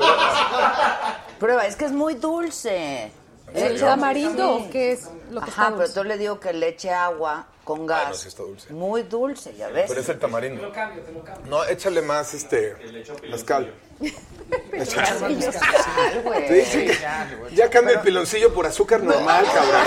[SPEAKER 2] Prueba, es que es muy dulce.
[SPEAKER 13] ¿El tamarindo o qué es lo que
[SPEAKER 2] Ajá,
[SPEAKER 13] está
[SPEAKER 2] pero
[SPEAKER 13] dulce?
[SPEAKER 2] yo le digo que le eche agua con gas.
[SPEAKER 7] Ah, no, sí está dulce.
[SPEAKER 2] Muy dulce, ya ves.
[SPEAKER 7] Pero es el tamarindo.
[SPEAKER 14] Te lo cambio, te lo cambio.
[SPEAKER 7] No, échale más este mezcal.
[SPEAKER 2] Mezcal, güey.
[SPEAKER 7] Te dije que- ya cambia el piloncillo por azúcar normal, cabrón.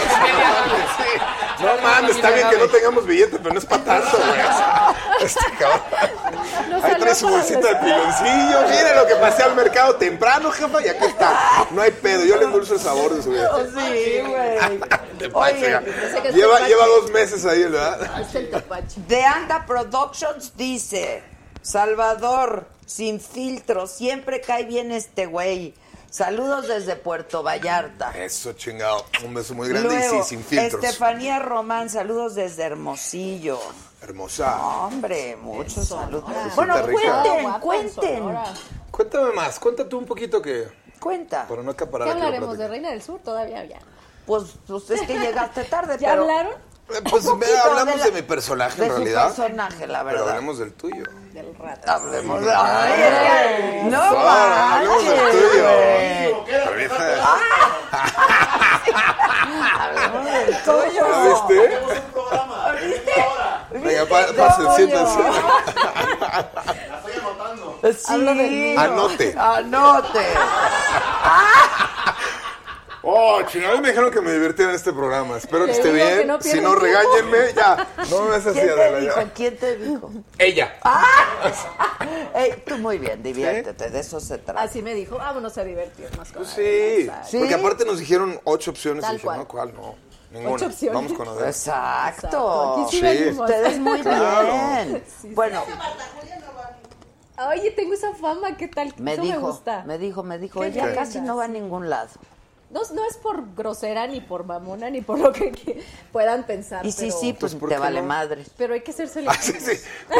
[SPEAKER 7] Sí. No mames, está bien que no tengamos billete, pero no es para tanto, güey. Este cabrón. Ahí trae su bolsita de piloncillo. Mire lo que pasé al mercado temprano, jefa, y aquí está. No hay pedo, yo le endulzo el sabor de su vida.
[SPEAKER 2] Oh, sí, güey.
[SPEAKER 7] Te
[SPEAKER 2] Oye,
[SPEAKER 7] pasa.
[SPEAKER 2] pensé que el
[SPEAKER 7] lleva,
[SPEAKER 2] tepache-
[SPEAKER 7] lleva dos meses ahí, ¿verdad?
[SPEAKER 2] De Anda Productions dice, Salvador, sin filtro, siempre cae bien este güey. Saludos desde Puerto Vallarta.
[SPEAKER 7] Eso, chingado. Un beso muy Eh, grande y
[SPEAKER 2] Luego,
[SPEAKER 7] sí, sin filtros.
[SPEAKER 2] Estefanía Román, saludos desde Hermosillo.
[SPEAKER 7] Hermosa.
[SPEAKER 2] Hombre, muchos saludos.
[SPEAKER 7] Sonora.
[SPEAKER 2] Bueno,
[SPEAKER 7] Está rica.
[SPEAKER 2] cuenten,
[SPEAKER 13] Guapa en
[SPEAKER 2] cuenten.
[SPEAKER 13] Sonora.
[SPEAKER 7] Cuéntame más, cuéntate un poquito que.
[SPEAKER 2] Cuenta.
[SPEAKER 7] Para no acaparar
[SPEAKER 13] ¿Qué
[SPEAKER 7] aquí la
[SPEAKER 13] hablaremos
[SPEAKER 7] plática.
[SPEAKER 13] de Reina del Sur? Todavía ya.
[SPEAKER 2] Pues, pues es que llegaste tarde,
[SPEAKER 13] ¿Ya
[SPEAKER 2] pero...
[SPEAKER 13] hablaron?
[SPEAKER 7] Eh, Pues
[SPEAKER 2] Un
[SPEAKER 7] me-
[SPEAKER 2] poquito
[SPEAKER 7] hablamos
[SPEAKER 2] de
[SPEAKER 7] de,
[SPEAKER 2] la-
[SPEAKER 7] mi personaje
[SPEAKER 2] de
[SPEAKER 7] en
[SPEAKER 2] su
[SPEAKER 7] realidad.
[SPEAKER 2] personaje, la verdad.
[SPEAKER 7] Pero hablemos del tuyo.
[SPEAKER 13] Del rato.
[SPEAKER 2] Hablemos de... Ay, es que- No
[SPEAKER 7] Ahora, hablemos del
[SPEAKER 2] manches,
[SPEAKER 7] tuyo.
[SPEAKER 2] güey.
[SPEAKER 7] Cabeza.
[SPEAKER 2] Hablemos del tuyo.
[SPEAKER 7] ¿Ya viste? Venga, pa- pase,
[SPEAKER 2] Coño.
[SPEAKER 7] siéntase.
[SPEAKER 2] Sí.
[SPEAKER 7] Anote.
[SPEAKER 2] Anote.
[SPEAKER 7] Oh, chingados, me dijeron que me divirtiera en este programa. Espero que
[SPEAKER 13] Te
[SPEAKER 7] esté
[SPEAKER 13] digo que
[SPEAKER 7] bien.
[SPEAKER 13] no
[SPEAKER 7] si
[SPEAKER 13] pierdes
[SPEAKER 7] no,
[SPEAKER 13] tiempo.
[SPEAKER 7] regáñenme ya. No me ves así,
[SPEAKER 2] ¿Quién te
[SPEAKER 7] Adela.
[SPEAKER 2] dijo?
[SPEAKER 7] ya.
[SPEAKER 2] ¿Quién te dijo?
[SPEAKER 7] Ella.
[SPEAKER 3] Ah.
[SPEAKER 2] Ey, tú muy bien, diviértete, de eso se trata.
[SPEAKER 13] Así me dijo, vámonos a divertirnos. Con
[SPEAKER 7] Pues Sí.
[SPEAKER 2] Sí.
[SPEAKER 7] Porque aparte nos dijeron ocho opciones. y
[SPEAKER 13] Tal
[SPEAKER 7] dije,
[SPEAKER 13] cual.
[SPEAKER 7] no, ¿cuál? No. Ninguna.
[SPEAKER 13] Ocho opciones.
[SPEAKER 7] Vamos con Adela.
[SPEAKER 2] Exacto.
[SPEAKER 13] Aquí sí
[SPEAKER 7] Sí.
[SPEAKER 13] venimos.
[SPEAKER 2] Ustedes muy
[SPEAKER 7] Claro.
[SPEAKER 2] bien. Bueno,
[SPEAKER 13] Oye, tengo esa fama, ¿qué tal?
[SPEAKER 2] me
[SPEAKER 13] Eso me
[SPEAKER 2] dijo,
[SPEAKER 13] gusta.
[SPEAKER 2] me dijo, me dijo,
[SPEAKER 13] Qué
[SPEAKER 2] ella
[SPEAKER 13] linda,
[SPEAKER 2] casi no va a ningún lado.
[SPEAKER 13] No, no es por grosera, ni por mamona, ni por lo que, que puedan pensar.
[SPEAKER 2] Y sí,
[SPEAKER 13] pero-
[SPEAKER 2] sí, pues
[SPEAKER 7] Pues, ¿por
[SPEAKER 2] te
[SPEAKER 7] qué
[SPEAKER 2] vale
[SPEAKER 7] no?
[SPEAKER 2] madre.
[SPEAKER 13] Pero hay que ser
[SPEAKER 7] Ah, sí,
[SPEAKER 13] selectivos.
[SPEAKER 7] sí.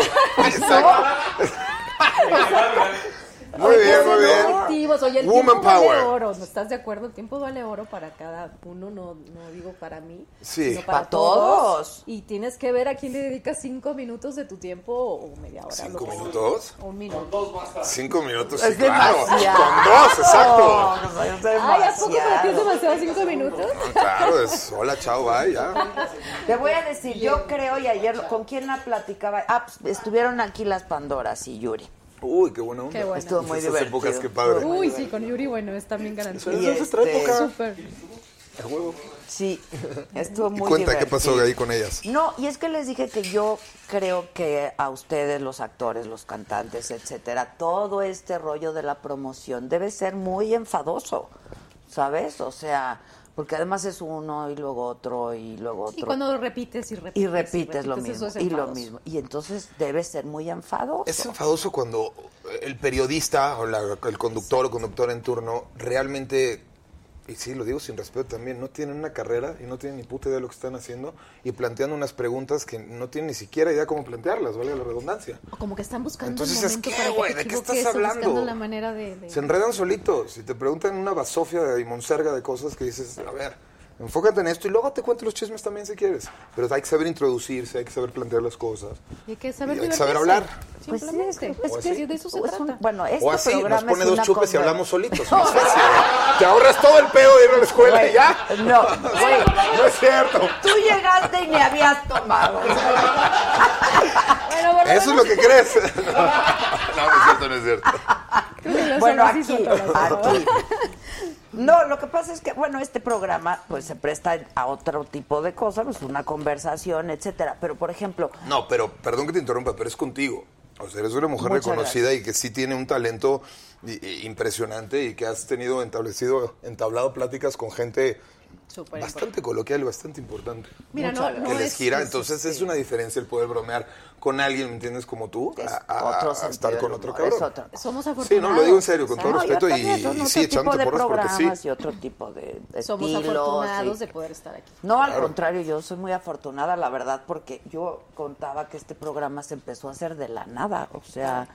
[SPEAKER 7] Exacto. Muy
[SPEAKER 13] Hay que
[SPEAKER 7] bien,
[SPEAKER 13] ser
[SPEAKER 7] muy bien.
[SPEAKER 13] selectivos. Oye, el
[SPEAKER 7] Woman
[SPEAKER 13] tiempo
[SPEAKER 7] power.
[SPEAKER 13] vale oro. ¿No estás de acuerdo? El tiempo vale oro para cada uno, no, no digo para mí.
[SPEAKER 7] Sí.
[SPEAKER 13] sino para,
[SPEAKER 2] Para todos.
[SPEAKER 13] Y tienes que ver a quién le dedicas cinco minutos de tu tiempo o media hora.
[SPEAKER 7] ¿Cinco
[SPEAKER 13] lo que-
[SPEAKER 7] minutos?
[SPEAKER 13] Un minuto.
[SPEAKER 7] Cinco minutos, sí,
[SPEAKER 2] Es
[SPEAKER 7] claro.
[SPEAKER 2] demasiado.
[SPEAKER 7] Con dos, exacto.
[SPEAKER 2] No, no, es
[SPEAKER 13] Ay, ¿a poco para ti
[SPEAKER 2] demasiado.
[SPEAKER 13] es demasiado cinco minutos?
[SPEAKER 7] No, Claro, es hola, chao, bye, ya.
[SPEAKER 2] Te voy a decir, yo creo, y ayer, lo- ¿con quién la platicaba? Ah, pues, estuvieron aquí las Pandoras y Yuri.
[SPEAKER 7] Uy, qué buena onda.
[SPEAKER 13] Qué bueno.
[SPEAKER 2] Estuvo muy
[SPEAKER 7] Esas
[SPEAKER 2] divertido.
[SPEAKER 7] épocas, qué padre.
[SPEAKER 13] Uy, sí, con Yuri, bueno, es también garantía.
[SPEAKER 7] Pero es de otra
[SPEAKER 2] este-
[SPEAKER 7] época.
[SPEAKER 13] Súper.
[SPEAKER 7] A huevo.
[SPEAKER 2] Sí, estuvo
[SPEAKER 7] Y
[SPEAKER 2] muy
[SPEAKER 7] cuenta qué
[SPEAKER 2] divertido.
[SPEAKER 7] pasó ahí con ellas.
[SPEAKER 2] No, y es que les dije que yo creo que a ustedes, los actores, los cantantes, etcétera, todo este rollo de la promoción debe ser muy enfadoso, ¿sabes? O sea, porque además es uno y luego otro y luego otro.
[SPEAKER 13] Y cuando repites y repites.
[SPEAKER 2] Y repites lo
[SPEAKER 13] eso
[SPEAKER 2] mismo,
[SPEAKER 13] es
[SPEAKER 2] y lo
[SPEAKER 13] enfadoso.
[SPEAKER 2] mismo. Y entonces debe ser muy enfadoso.
[SPEAKER 7] Es enfadoso cuando eh, el periodista o la- el conductor o conductor en turno realmente, y sí, lo digo sin respeto también, no tienen una carrera y no tienen ni puta idea de lo que están haciendo y plantean unas preguntas que no tienen ni siquiera idea cómo plantearlas, valga la redundancia.
[SPEAKER 13] O como que están buscando
[SPEAKER 7] Entonces,
[SPEAKER 13] el momento
[SPEAKER 7] ¿qué,
[SPEAKER 13] para que
[SPEAKER 7] güey?
[SPEAKER 13] te
[SPEAKER 7] ¿De qué
[SPEAKER 13] equivoques
[SPEAKER 7] estás
[SPEAKER 13] o buscando
[SPEAKER 7] hablando?
[SPEAKER 13] la manera de... de-
[SPEAKER 7] Se enredan solitos. Si te preguntan una basofia y monserga de cosas que dices, a ver, Enfócate en esto y luego te cuento los chismes también si quieres. Pero hay que saber introducirse, hay que saber plantear las cosas.
[SPEAKER 13] Y hay que saber,
[SPEAKER 7] Y hay que saber
[SPEAKER 13] divertirse.
[SPEAKER 7] hablar.
[SPEAKER 2] Pues sí,
[SPEAKER 13] Simplemente.
[SPEAKER 2] es que-
[SPEAKER 13] Sí, de eso se
[SPEAKER 2] es
[SPEAKER 13] trata.
[SPEAKER 2] un- bueno, este
[SPEAKER 7] o así,
[SPEAKER 2] programa
[SPEAKER 7] nos pone
[SPEAKER 2] es
[SPEAKER 7] dos
[SPEAKER 2] una
[SPEAKER 7] chupes y
[SPEAKER 2] conver-
[SPEAKER 7] hablamos solitos. Más fácil. ¿eh? te ahorras todo el pedo de ir a la escuela y ya.
[SPEAKER 2] No, güey.
[SPEAKER 7] no es cierto.
[SPEAKER 2] Tú llegaste y me habías tomado.
[SPEAKER 13] Bueno, por lo
[SPEAKER 12] Eso es lo
[SPEAKER 13] menos-
[SPEAKER 12] que crees. No, no es cierto, no es cierto.
[SPEAKER 13] Creo que los
[SPEAKER 2] Bueno,
[SPEAKER 13] hombres sí
[SPEAKER 2] aquí,
[SPEAKER 13] son tomados.
[SPEAKER 2] aquí. No, lo que pasa es que, bueno, este programa pues se presta a otro tipo de cosas, pues una conversación, etcétera. Pero, por ejemplo,
[SPEAKER 7] No, pero perdón que te interrumpa, pero es contigo. O sea, eres una mujer
[SPEAKER 2] Muchas
[SPEAKER 7] reconocida y que sí tiene un talento i- i- impresionante y que has tenido establecido, entablado pláticas con gente
[SPEAKER 13] Súper
[SPEAKER 7] bastante coloquial y bastante importante.
[SPEAKER 13] Mira, no- no
[SPEAKER 7] que les
[SPEAKER 13] es-
[SPEAKER 7] gira.
[SPEAKER 13] sí, sí,
[SPEAKER 7] Entonces es una diferencia el poder bromear con alguien, ¿me entiendes? Como tú, a, a- a estar con otro cabrón.
[SPEAKER 13] Somos
[SPEAKER 7] Sí,
[SPEAKER 13] afortunados.
[SPEAKER 7] no, lo digo en serio, con todo
[SPEAKER 2] No,
[SPEAKER 7] respeto y,
[SPEAKER 2] aparte Ah, son
[SPEAKER 7] y
[SPEAKER 2] otro
[SPEAKER 7] sí,
[SPEAKER 2] tipo
[SPEAKER 7] echándote
[SPEAKER 2] de
[SPEAKER 7] porras porque sí.
[SPEAKER 2] programas y otro tipo de
[SPEAKER 13] Somos
[SPEAKER 2] estilos,
[SPEAKER 13] afortunados
[SPEAKER 2] y-
[SPEAKER 13] de poder estar aquí.
[SPEAKER 2] No, al
[SPEAKER 13] Claro.
[SPEAKER 2] contrario, yo soy muy afortunada, la verdad, porque yo contaba que este programa se empezó a hacer de la nada, o sea,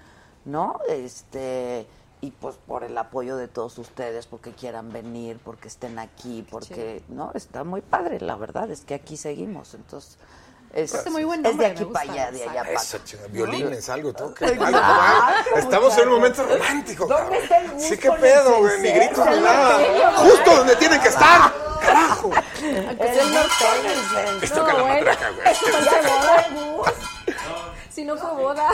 [SPEAKER 2] ¿no? Este y pues por el apoyo de todos ustedes, porque quieran venir, porque estén aquí, porque no, está muy padre, la verdad, es que aquí seguimos, entonces es,
[SPEAKER 13] Este muy buen
[SPEAKER 2] es de
[SPEAKER 13] nombre,
[SPEAKER 2] aquí
[SPEAKER 13] me
[SPEAKER 2] para
[SPEAKER 13] gusta.
[SPEAKER 2] allá, de allá para
[SPEAKER 7] Eso, chinga, violines, algo, toque.
[SPEAKER 2] Exacto,
[SPEAKER 7] algo, algo. Estamos en un momento
[SPEAKER 2] muchacho.
[SPEAKER 7] romántico.
[SPEAKER 2] ¿Dónde
[SPEAKER 7] cabrón.
[SPEAKER 2] está el gusto
[SPEAKER 7] Sí, qué
[SPEAKER 2] en
[SPEAKER 7] pedo,
[SPEAKER 2] el
[SPEAKER 7] güey, ni
[SPEAKER 2] sexo,
[SPEAKER 7] gritos
[SPEAKER 2] en
[SPEAKER 7] ni
[SPEAKER 2] el
[SPEAKER 7] nada.
[SPEAKER 2] sexo, güey?
[SPEAKER 7] Justo donde tienen que estar. Carajo.
[SPEAKER 13] Eh,
[SPEAKER 2] Es el norteño,
[SPEAKER 7] Les
[SPEAKER 2] es
[SPEAKER 7] toca la matraca, güey.
[SPEAKER 13] Si no fue boda.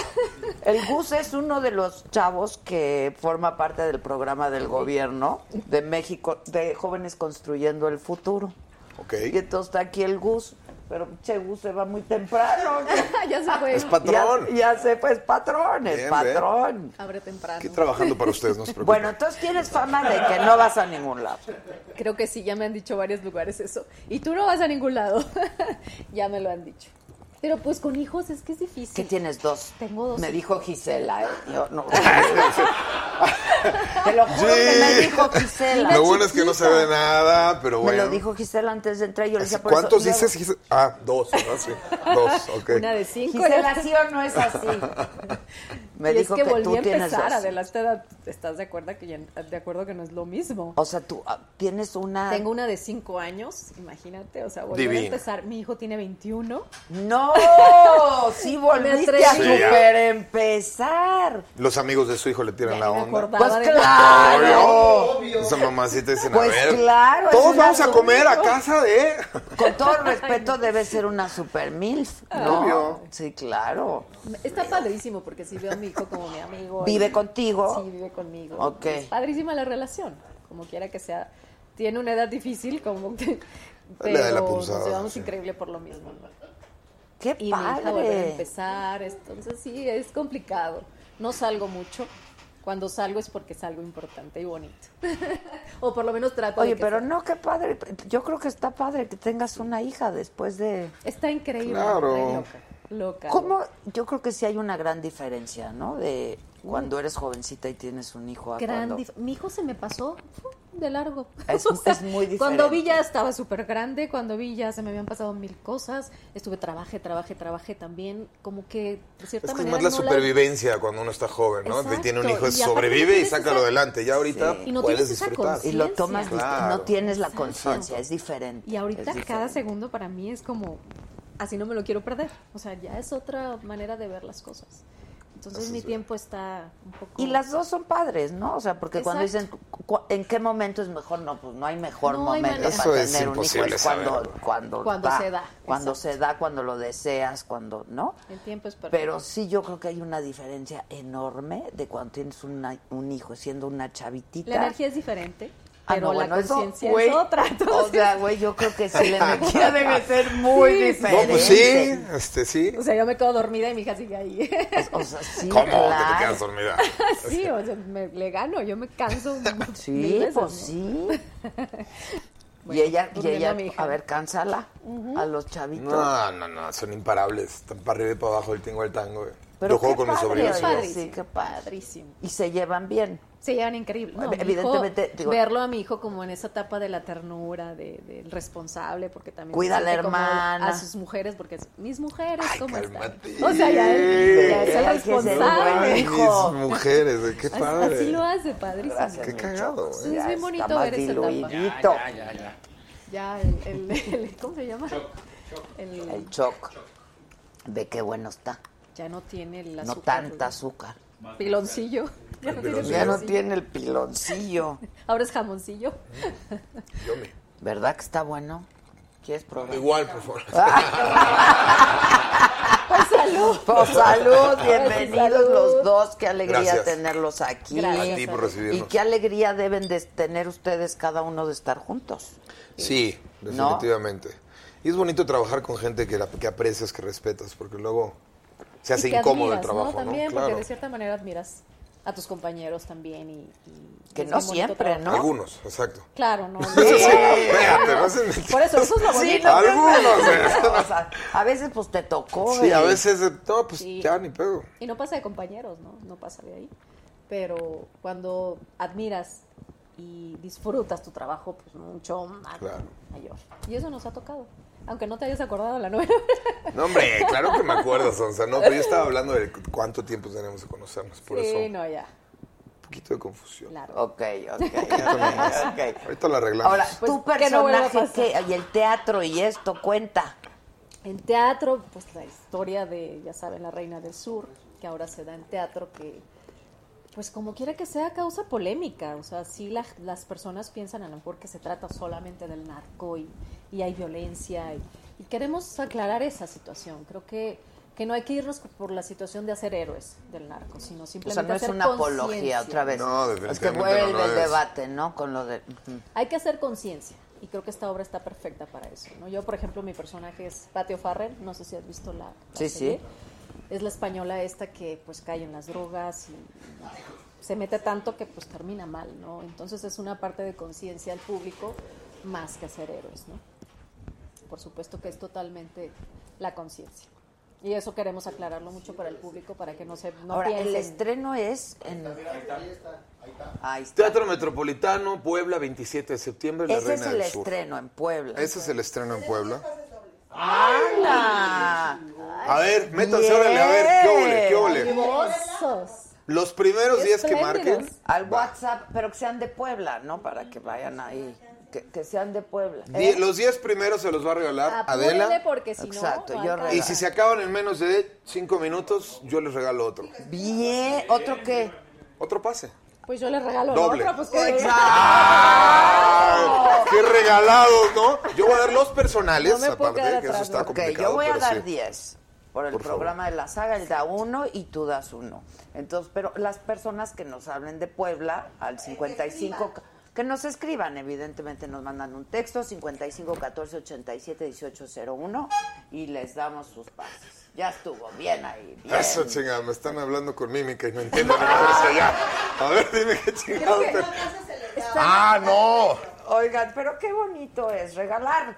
[SPEAKER 2] El Gus es uno de los chavos que forma parte del programa del gobierno de México, de Jóvenes Construyendo el Futuro.
[SPEAKER 7] Ok.
[SPEAKER 2] Y entonces está aquí el Gus, pero che Gus se va muy temprano.
[SPEAKER 13] ya se fue.
[SPEAKER 7] Es patrón.
[SPEAKER 2] Ya, ya se fue, es patrón, es
[SPEAKER 7] Bien,
[SPEAKER 2] patrón.
[SPEAKER 13] Abre temprano.
[SPEAKER 7] Aquí trabajando para ustedes, no se preocupen.
[SPEAKER 2] Bueno, entonces tienes fama de que no vas a ningún lado.
[SPEAKER 13] Creo que sí, ya me han dicho varios lugares eso. Y tú no vas a ningún lado. ya me lo han dicho. Pero pues con hijos es que es difícil.
[SPEAKER 2] Que tienes dos.
[SPEAKER 13] Tengo dos.
[SPEAKER 2] Me dijo Gisela, ¿eh? Yo no. Te lo juro que me
[SPEAKER 7] Sí.
[SPEAKER 2] dijo Gisela.
[SPEAKER 7] Lo bueno es que no se ve nada, pero
[SPEAKER 2] Me
[SPEAKER 7] bueno.
[SPEAKER 2] lo dijo Gisela antes de entrar. Yo le decía, por eso-
[SPEAKER 7] ¿Cuántos
[SPEAKER 2] luego-
[SPEAKER 7] dices? Gise- Ah, dos, ¿verdad? Sí, dos, ok.
[SPEAKER 13] Una de cinco.
[SPEAKER 2] Gisela,
[SPEAKER 13] ¿no?
[SPEAKER 2] ¿sí o no es así? Me
[SPEAKER 13] y
[SPEAKER 2] dijo
[SPEAKER 13] es que,
[SPEAKER 2] que,
[SPEAKER 13] volví
[SPEAKER 2] tú
[SPEAKER 13] a
[SPEAKER 2] tienes
[SPEAKER 13] empezar,
[SPEAKER 2] dos.
[SPEAKER 13] Adela, ¿te da- ¿estás de acuerdo que ya, de acuerdo que no es lo mismo?
[SPEAKER 2] O sea, tú ah, tienes una...
[SPEAKER 13] Tengo una de 5 años, imagínate, o sea, volver
[SPEAKER 2] Divina.
[SPEAKER 13] a empezar. Mi hijo tiene 21.
[SPEAKER 2] ¡No! ¡Sí volviste
[SPEAKER 13] atreví.
[SPEAKER 2] a
[SPEAKER 7] Sí, ya.
[SPEAKER 2] super empezar!
[SPEAKER 7] Los amigos de su hijo le tiran la onda.
[SPEAKER 13] acordaba
[SPEAKER 2] Pues
[SPEAKER 13] de-
[SPEAKER 2] claro.
[SPEAKER 7] Esa mamacita dicen,
[SPEAKER 2] Pues
[SPEAKER 7] a ver.
[SPEAKER 2] claro, es
[SPEAKER 7] Todos
[SPEAKER 2] una
[SPEAKER 7] vamos a comer a
[SPEAKER 2] solución.
[SPEAKER 7] casa de.
[SPEAKER 2] Con todo el respeto, debe ser una super milf, ¿no?
[SPEAKER 7] Obvio.
[SPEAKER 2] Sí, claro.
[SPEAKER 13] Está padrísimo porque sí veo a mi hijo como mi amigo.
[SPEAKER 2] ¿Vive
[SPEAKER 13] y-
[SPEAKER 2] contigo?
[SPEAKER 13] Sí, vive conmigo.
[SPEAKER 2] Ok.
[SPEAKER 13] Es padrísima la relación, como quiera que sea. Tiene una edad difícil, como que.
[SPEAKER 7] Le da la
[SPEAKER 13] Pero nos
[SPEAKER 7] pulsada,
[SPEAKER 13] llevamos
[SPEAKER 7] sí.
[SPEAKER 13] increíble por lo mismo. ¿no?
[SPEAKER 2] ¡Qué
[SPEAKER 13] Y mi hija volver a
[SPEAKER 2] padre!
[SPEAKER 13] empezar, entonces sí, es complicado. No salgo mucho. Cuando salgo es porque es algo importante y bonito. o por lo menos trato de.
[SPEAKER 2] Oye,
[SPEAKER 13] que
[SPEAKER 2] pero
[SPEAKER 13] sea.
[SPEAKER 2] no, qué padre. Yo creo que está padre que tengas una hija después de...
[SPEAKER 13] Está increíble.
[SPEAKER 7] Claro.
[SPEAKER 13] estoy Loca. loca.
[SPEAKER 2] ¿Cómo? Yo creo que sí hay una gran diferencia, ¿no? De cuando eres jovencita y tienes un hijo. a
[SPEAKER 13] Gran
[SPEAKER 2] cuando-
[SPEAKER 13] dif- Mi hijo se me pasó uh, de largo.
[SPEAKER 2] Ah, Es- es muy diferente.
[SPEAKER 13] Cuando vi ya estaba súper grande, cuando vi ya se me habían pasado mil cosas, estuve trabajé, trabajé, trabajé también, como que de cierta
[SPEAKER 7] Es que es
[SPEAKER 13] manera
[SPEAKER 7] más la
[SPEAKER 13] no
[SPEAKER 7] supervivencia cuando uno está joven, ¿no?
[SPEAKER 13] Exacto,
[SPEAKER 7] Tiene un hijo,
[SPEAKER 13] y
[SPEAKER 7] es
[SPEAKER 13] aparte no
[SPEAKER 7] sobrevive y
[SPEAKER 13] tienes
[SPEAKER 7] sácalo
[SPEAKER 13] esa-
[SPEAKER 7] adelante. Ya ahorita
[SPEAKER 13] Y no
[SPEAKER 7] puedes
[SPEAKER 13] tienes esa
[SPEAKER 7] disfrutar.
[SPEAKER 2] Y lo tomas, dist-
[SPEAKER 7] Claro.
[SPEAKER 2] no tienes la conciencia, es diferente.
[SPEAKER 13] Y ahorita
[SPEAKER 2] es
[SPEAKER 13] cada
[SPEAKER 2] diferente.
[SPEAKER 13] segundo para mí es como, así no me lo quiero perder. O sea, ya es otra manera de ver las cosas. Entonces mi tiempo está un poco...
[SPEAKER 2] Y las dos son padres, ¿no? O sea, porque cuando dicen,
[SPEAKER 13] Exacto.
[SPEAKER 2] "Cu- ¿en qué momento es mejor? No, pues no hay mejor
[SPEAKER 13] No hay
[SPEAKER 2] momento
[SPEAKER 13] manera.
[SPEAKER 2] para tener
[SPEAKER 7] Eso es
[SPEAKER 2] un hijo.
[SPEAKER 7] imposible
[SPEAKER 2] Es cuando,
[SPEAKER 7] saberlo.
[SPEAKER 2] cuando,
[SPEAKER 13] Cuando se da,
[SPEAKER 2] Cuando
[SPEAKER 13] exacto.
[SPEAKER 2] se da, cuando lo deseas, cuando, ¿no?
[SPEAKER 13] El tiempo es perfecto.
[SPEAKER 2] Pero sí, yo creo que hay una diferencia enorme de cuando tienes una- un hijo siendo una chavitita.
[SPEAKER 13] La energía es diferente,
[SPEAKER 2] Ah,
[SPEAKER 13] pero
[SPEAKER 2] no,
[SPEAKER 13] la
[SPEAKER 2] bueno, eso,
[SPEAKER 13] conciencia
[SPEAKER 2] güey,
[SPEAKER 13] es otra.
[SPEAKER 2] O
[SPEAKER 13] entonces-
[SPEAKER 2] sea, güey, yo creo que sí, la energía debe ser muy
[SPEAKER 13] Sí, sí.
[SPEAKER 2] diferente.
[SPEAKER 7] No, pues sí, este sí.
[SPEAKER 13] O sea, yo me quedo dormida y mi hija sigue ahí.
[SPEAKER 2] Pues, O sea, sí,
[SPEAKER 7] ¿Cómo que
[SPEAKER 2] claro.
[SPEAKER 7] te quedas dormida?
[SPEAKER 13] sí, o sea, me, le gano, yo me canso. mil
[SPEAKER 2] Sí,
[SPEAKER 13] veces,
[SPEAKER 2] pues
[SPEAKER 13] ¿no?
[SPEAKER 2] sí. y ella, y
[SPEAKER 13] durmiendo
[SPEAKER 2] ella
[SPEAKER 13] a mi hija.
[SPEAKER 2] a ver, cánsala a los chavitos.
[SPEAKER 7] No, no, no, son imparables. Están para arriba y para abajo el tingo al tango. güey.
[SPEAKER 2] Pero
[SPEAKER 7] Yo juego
[SPEAKER 2] qué
[SPEAKER 7] con mis
[SPEAKER 2] padre,
[SPEAKER 7] sobrinos.
[SPEAKER 2] oye,
[SPEAKER 7] y yo-
[SPEAKER 2] Sí, qué padre.
[SPEAKER 13] Padrísimo.
[SPEAKER 2] Y se llevan bien.
[SPEAKER 13] Se llevan increíble. No, mi hijo,
[SPEAKER 2] Evidentemente, digo-
[SPEAKER 13] verlo a mi hijo como en esa etapa de la ternura, de- del responsable, porque también.
[SPEAKER 2] Cuida a la
[SPEAKER 13] siente como
[SPEAKER 2] hermana.
[SPEAKER 13] A sus mujeres, porque es, mis mujeres, ¿cómo están?
[SPEAKER 7] cálmate.
[SPEAKER 13] O sea, ya, es- ya es el
[SPEAKER 2] Hay que ser
[SPEAKER 13] responsable.
[SPEAKER 2] buen
[SPEAKER 7] Ay,
[SPEAKER 2] hijo.
[SPEAKER 7] mis mujeres, güey, qué
[SPEAKER 13] Así-
[SPEAKER 7] padre.
[SPEAKER 13] Así lo hace, padrísimo.
[SPEAKER 2] Gracias,
[SPEAKER 7] Qué
[SPEAKER 2] mi
[SPEAKER 7] cagado, ¿eh?
[SPEAKER 2] Choco.
[SPEAKER 7] güey.
[SPEAKER 13] Es
[SPEAKER 2] Ya
[SPEAKER 13] bien
[SPEAKER 2] está
[SPEAKER 13] bonito
[SPEAKER 2] más
[SPEAKER 13] ver esa etapa.
[SPEAKER 2] diluidito.
[SPEAKER 4] Ya, ya, ya.
[SPEAKER 13] ya el, el- el- ¿cómo se llama? El,
[SPEAKER 2] El choc. Ve qué bueno está.
[SPEAKER 13] ya no tiene el
[SPEAKER 2] No
[SPEAKER 13] azúcar.
[SPEAKER 2] tanta azúcar.
[SPEAKER 13] Piloncillo. Ya no, tiene
[SPEAKER 2] Ya no
[SPEAKER 13] piloncillo.
[SPEAKER 2] tiene el piloncillo.
[SPEAKER 13] Ahora es jamoncillo.
[SPEAKER 2] ¿Verdad que está bueno? ¿Quieres probar?
[SPEAKER 15] Igual, por favor.
[SPEAKER 13] Ah,
[SPEAKER 2] Por
[SPEAKER 13] salud.
[SPEAKER 2] Por Pues, salud,
[SPEAKER 13] Por
[SPEAKER 2] bienvenidos
[SPEAKER 13] Pues, salud.
[SPEAKER 2] los dos. Qué alegría
[SPEAKER 7] Gracias.
[SPEAKER 2] tenerlos aquí.
[SPEAKER 7] Gracias. A ti por recibirnos.
[SPEAKER 2] Y qué alegría deben de tener ustedes cada uno de estar juntos.
[SPEAKER 7] Sí,
[SPEAKER 2] ¿No?
[SPEAKER 7] definitivamente. Y es bonito trabajar con gente que, la- que aprecias, que respetas, porque luego se hace
[SPEAKER 13] Y que
[SPEAKER 7] incómodo
[SPEAKER 13] admiras,
[SPEAKER 7] el trabajo.
[SPEAKER 13] ¿no? También,
[SPEAKER 7] Claro.
[SPEAKER 13] porque de cierta manera admiras a tus compañeros también. y, y
[SPEAKER 2] Que
[SPEAKER 13] es
[SPEAKER 2] no
[SPEAKER 13] bien bonito
[SPEAKER 2] siempre,
[SPEAKER 13] trabajar.
[SPEAKER 2] ¿no?
[SPEAKER 7] Algunos, exacto.
[SPEAKER 13] Claro, no.
[SPEAKER 7] Sí, espérate, no se me-
[SPEAKER 13] Por eso, eso es lo
[SPEAKER 2] Sí,
[SPEAKER 13] bonito.
[SPEAKER 2] no seas
[SPEAKER 7] Algunos,
[SPEAKER 2] gracioso, o sea, a veces pues te tocó.
[SPEAKER 7] Sí, a
[SPEAKER 2] eh.
[SPEAKER 7] veces, eh, no, pues
[SPEAKER 13] Sí.
[SPEAKER 7] ya ni pedo.
[SPEAKER 13] Y no pasa de compañeros, ¿no? No pasa de ahí. Pero cuando admiras y disfrutas tu trabajo, pues mucho más
[SPEAKER 7] Claro.
[SPEAKER 13] mayor. Y eso nos ha tocado. Aunque no te hayas acordado de la novela.
[SPEAKER 7] No, hombre, claro que me acuerdo, Sonsa. No, pero yo estaba hablando de cu- cuánto tiempo tenemos de conocernos. Por eso,
[SPEAKER 13] Sí,
[SPEAKER 7] un
[SPEAKER 13] no, ya.
[SPEAKER 7] poquito de confusión.
[SPEAKER 13] Claro.
[SPEAKER 2] Ok, ok. ok.
[SPEAKER 7] Ahorita lo arreglamos.
[SPEAKER 2] Ahora, tu
[SPEAKER 13] que Pues, no vuelva a
[SPEAKER 2] personaje que- y el teatro y esto, cuenta.
[SPEAKER 13] En teatro, pues la historia de, ya saben, la Reina del Sur, que ahora se da en teatro, que pues como quiera que sea causa polémica, o sea, sí la- las personas piensan a lo mejor que se trata solamente del narco y, y hay violencia y, y queremos aclarar esa situación. Creo que, que no hay que irnos por la situación de hacer héroes del narco, sino
[SPEAKER 2] O sea,
[SPEAKER 13] simplemente
[SPEAKER 2] no es
[SPEAKER 13] hacer
[SPEAKER 2] una apología
[SPEAKER 13] conciencia.
[SPEAKER 2] otra vez.
[SPEAKER 7] No,
[SPEAKER 2] es que
[SPEAKER 7] definitivamente
[SPEAKER 2] vuelve
[SPEAKER 7] no lo
[SPEAKER 2] el
[SPEAKER 7] es.
[SPEAKER 2] debate, ¿no? Con lo de... ujú.
[SPEAKER 13] Hay que hacer conciencia y creo que esta obra está perfecta para eso. ¿no? Yo, por ejemplo, mi personaje es Patio Farrell, no sé si has visto la, la
[SPEAKER 2] Sí,
[SPEAKER 13] serie.
[SPEAKER 2] sí.
[SPEAKER 13] Es la española esta que pues cae en las drogas y y se mete tanto que pues termina mal, ¿no? Entonces es una parte de conciencia al público más que hacer héroes, ¿no? Por supuesto que es totalmente la conciencia. Y eso queremos aclararlo mucho para el público para que no se no
[SPEAKER 2] Ahora, el
[SPEAKER 13] piensen-
[SPEAKER 2] estreno es en... Ahí está.
[SPEAKER 11] Teatro Metropolitano, Puebla, 27 de septiembre, La
[SPEAKER 2] Ese es
[SPEAKER 11] Reina
[SPEAKER 2] el
[SPEAKER 11] del Sur.
[SPEAKER 2] estreno en Puebla.
[SPEAKER 7] Ese es el estreno en Puebla.
[SPEAKER 2] ¡Hala!
[SPEAKER 7] A ver, métanse, órale, a ver, qué ole, qué ole.
[SPEAKER 13] ¡Hermosos!
[SPEAKER 7] Los primeros días que marquen,
[SPEAKER 2] Al WhatsApp, pero que sean de Puebla, ¿no? Para que vayan ahí. Que, que sean de Puebla. Eh,
[SPEAKER 7] die- los 10 primeros se los va a regalar
[SPEAKER 13] Apúrenle
[SPEAKER 7] Adela.
[SPEAKER 13] porque si no,
[SPEAKER 2] Exacto,
[SPEAKER 13] no
[SPEAKER 2] yo
[SPEAKER 13] alcanza.
[SPEAKER 7] Y si se acaban en menos de 5 minutos, yo les regalo otro.
[SPEAKER 2] Bien, ¿otro qué?
[SPEAKER 7] Otro pase.
[SPEAKER 13] Pues yo le regalo
[SPEAKER 7] Doble.
[SPEAKER 13] otra, pues que
[SPEAKER 7] ¡Ah! ¡Qué regalados, ¿no? Yo voy a dar los personales,
[SPEAKER 13] No me puedo
[SPEAKER 7] aparte,
[SPEAKER 13] quedar
[SPEAKER 7] que eso
[SPEAKER 13] atrás,
[SPEAKER 7] está
[SPEAKER 13] ¿no?
[SPEAKER 2] Ok,
[SPEAKER 7] complicado.
[SPEAKER 2] yo voy a
[SPEAKER 7] pero
[SPEAKER 2] dar
[SPEAKER 7] sí.
[SPEAKER 2] 10 por el
[SPEAKER 7] Por favor.
[SPEAKER 2] programa de la saga, él da uno y tú das uno. Entonces, pero las personas que nos hablen de Puebla al 55, que nos escriban, evidentemente nos mandan un texto, 55 14 87 18 01 y les damos sus pases. Ya estuvo, bien ahí, bien.
[SPEAKER 7] Eso, chingada, me están hablando con mímica y no entiendo nada de eso ya. A ver, dime qué chingada. te- ¡Ah, no!
[SPEAKER 2] Oigan, pero qué bonito es regalar.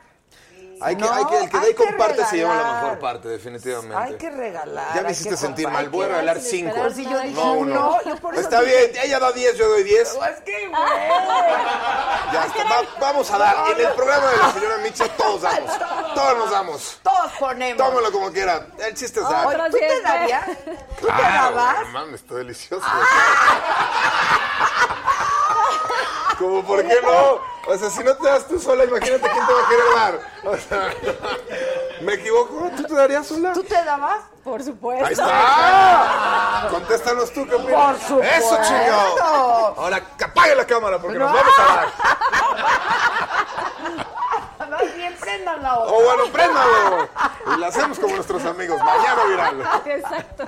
[SPEAKER 7] Hay que,
[SPEAKER 2] No,
[SPEAKER 7] hay que, el que da
[SPEAKER 2] hay
[SPEAKER 7] y comparte
[SPEAKER 2] que
[SPEAKER 7] se lleva la
[SPEAKER 2] regalar.
[SPEAKER 7] mejor parte, definitivamente.
[SPEAKER 2] Hay que regalar.
[SPEAKER 7] Ya me
[SPEAKER 2] hay
[SPEAKER 7] hiciste
[SPEAKER 2] que
[SPEAKER 7] sentir
[SPEAKER 2] comprar,
[SPEAKER 7] mal. Voy a
[SPEAKER 2] hay que-
[SPEAKER 7] regalar cinco.
[SPEAKER 2] Pero si yo dije
[SPEAKER 7] No,
[SPEAKER 2] uno,
[SPEAKER 7] uno.
[SPEAKER 2] yo por eso
[SPEAKER 7] Está
[SPEAKER 2] dije-
[SPEAKER 7] bien, ella da 10, yo doy 10.
[SPEAKER 2] Es que, güey.
[SPEAKER 7] Ya está, va- vamos a dar. En el programa de la señora Micha todos damos. Todos nos damos.
[SPEAKER 2] Todos ponemos.
[SPEAKER 7] Tómalo como quiera. El chiste es dar.
[SPEAKER 2] Oye, ¿Tú te darías? ¿Tú te
[SPEAKER 7] Claro,
[SPEAKER 2] dabas?
[SPEAKER 7] Ah,
[SPEAKER 2] Ah.
[SPEAKER 7] no mames, está delicioso. Como, ¿por qué no? O sea, si no te das tú sola, imagínate quién te va a querer dar. O sea, ¿me equivoco? ¿Tú te darías sola?
[SPEAKER 2] ¿Tú te dabas?
[SPEAKER 13] Por supuesto.
[SPEAKER 7] ¡Ahí está! Contéstanos tú, ¿qué opinas?
[SPEAKER 2] Por supuesto.
[SPEAKER 7] ¡Eso, chingado! Ahora, que apague la cámara porque nos vamos a dar.
[SPEAKER 2] Más bien prendan la
[SPEAKER 7] O bueno, préndalo. Y lo hacemos como nuestros amigos. Mañana viral.
[SPEAKER 13] Exacto.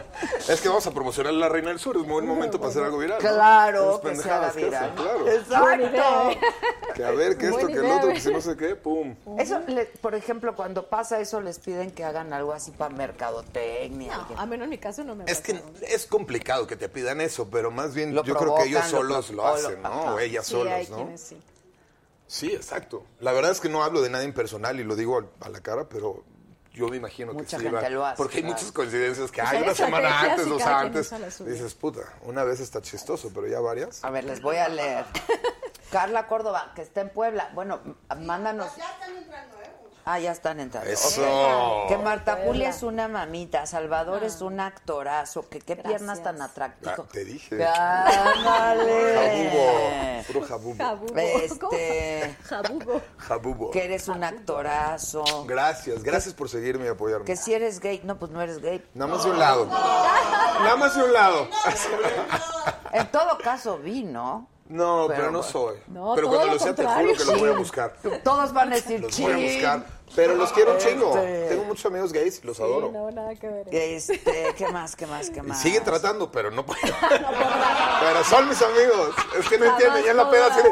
[SPEAKER 7] Es que vamos a promocionar a la Reina del Sur. Es un buen momento para hacer algo viral. ¿no?
[SPEAKER 2] Claro,
[SPEAKER 7] Esas
[SPEAKER 2] que se haga
[SPEAKER 7] pendejadas que hacen,
[SPEAKER 2] viral.
[SPEAKER 7] claro.
[SPEAKER 2] Exacto.
[SPEAKER 7] Que a ver, que esto,
[SPEAKER 13] Buena
[SPEAKER 7] que el
[SPEAKER 13] idea,
[SPEAKER 7] otro,
[SPEAKER 13] güey.
[SPEAKER 7] que si no sé qué, pum.
[SPEAKER 2] Eso, le- por ejemplo, cuando pasa eso, les piden que hagan algo así para mercadotecnia.
[SPEAKER 13] No, a menos en mi caso no me ha
[SPEAKER 7] Es que
[SPEAKER 13] pasado.
[SPEAKER 7] es complicado que te pidan eso, pero más bien
[SPEAKER 2] Lo
[SPEAKER 7] yo creo que ellos
[SPEAKER 2] provocan, lo
[SPEAKER 7] solos lo,
[SPEAKER 2] pro- o lo-
[SPEAKER 7] hacen, ¿no?
[SPEAKER 2] ajá.
[SPEAKER 7] O ellas
[SPEAKER 13] Sí, hay
[SPEAKER 7] solos, ¿no?
[SPEAKER 13] quienes sí.
[SPEAKER 7] Sí, exacto. La verdad es que no hablo de nada impersonal y lo digo al- a la cara, pero yo me imagino
[SPEAKER 2] Mucha
[SPEAKER 7] que sí.
[SPEAKER 2] gente
[SPEAKER 7] va-
[SPEAKER 2] lo hace,
[SPEAKER 7] Porque hay
[SPEAKER 2] claro.
[SPEAKER 7] muchas coincidencias que
[SPEAKER 13] Pues
[SPEAKER 7] hay
[SPEAKER 13] hay
[SPEAKER 7] una semana
[SPEAKER 13] estrategias
[SPEAKER 7] antes,
[SPEAKER 13] y
[SPEAKER 7] dos
[SPEAKER 13] cada quien
[SPEAKER 7] antes.
[SPEAKER 13] usa la suya.
[SPEAKER 7] Dices, puta, una vez está chistoso, pero ya varias.
[SPEAKER 2] A ver, les voy a leer. Carla Córdoba, que está en Puebla. Bueno, m- mándanos. Ah, ya están entrando.
[SPEAKER 7] Eso.
[SPEAKER 2] Ok. Que Marta
[SPEAKER 7] Verla.
[SPEAKER 2] Julia es una mamita, Salvador es un actorazo, que qué piernas tan atractivo.
[SPEAKER 7] Ah, te dije.
[SPEAKER 2] Ándale.
[SPEAKER 7] Jabugo. Puro jabugo.
[SPEAKER 2] Jabugo. Este.
[SPEAKER 13] Jabugo.
[SPEAKER 7] Jabugo.
[SPEAKER 2] Que eres un actorazo.
[SPEAKER 7] Gracias, gracias por seguirme y apoyarme.
[SPEAKER 2] Que si eres gay, no, pues no eres gay.
[SPEAKER 7] Nada más de un lado. Nada más de un lado.
[SPEAKER 2] En todo caso, vi, ¿no?
[SPEAKER 7] No, pero,
[SPEAKER 2] Pero
[SPEAKER 7] no
[SPEAKER 2] bueno.
[SPEAKER 7] soy.
[SPEAKER 2] No,
[SPEAKER 7] pero
[SPEAKER 2] todo
[SPEAKER 7] cuando
[SPEAKER 2] lo
[SPEAKER 7] lo sea, te
[SPEAKER 2] contrario.
[SPEAKER 7] juro que lo voy a
[SPEAKER 2] Sí.
[SPEAKER 7] buscar.
[SPEAKER 2] Todos van a decir
[SPEAKER 7] Los voy a
[SPEAKER 2] "Chin".
[SPEAKER 7] buscar. Pero los quiero un chingo.
[SPEAKER 2] Este.
[SPEAKER 7] Tengo muchos amigos gays, los adoro.
[SPEAKER 13] No, nada que ver.
[SPEAKER 2] Este, ¿qué más, qué más, qué
[SPEAKER 7] Y
[SPEAKER 2] más?
[SPEAKER 7] siguen tratando, pero no puedo.
[SPEAKER 12] Pero son mis amigos. Es que no entienden. Ya en la peda así de,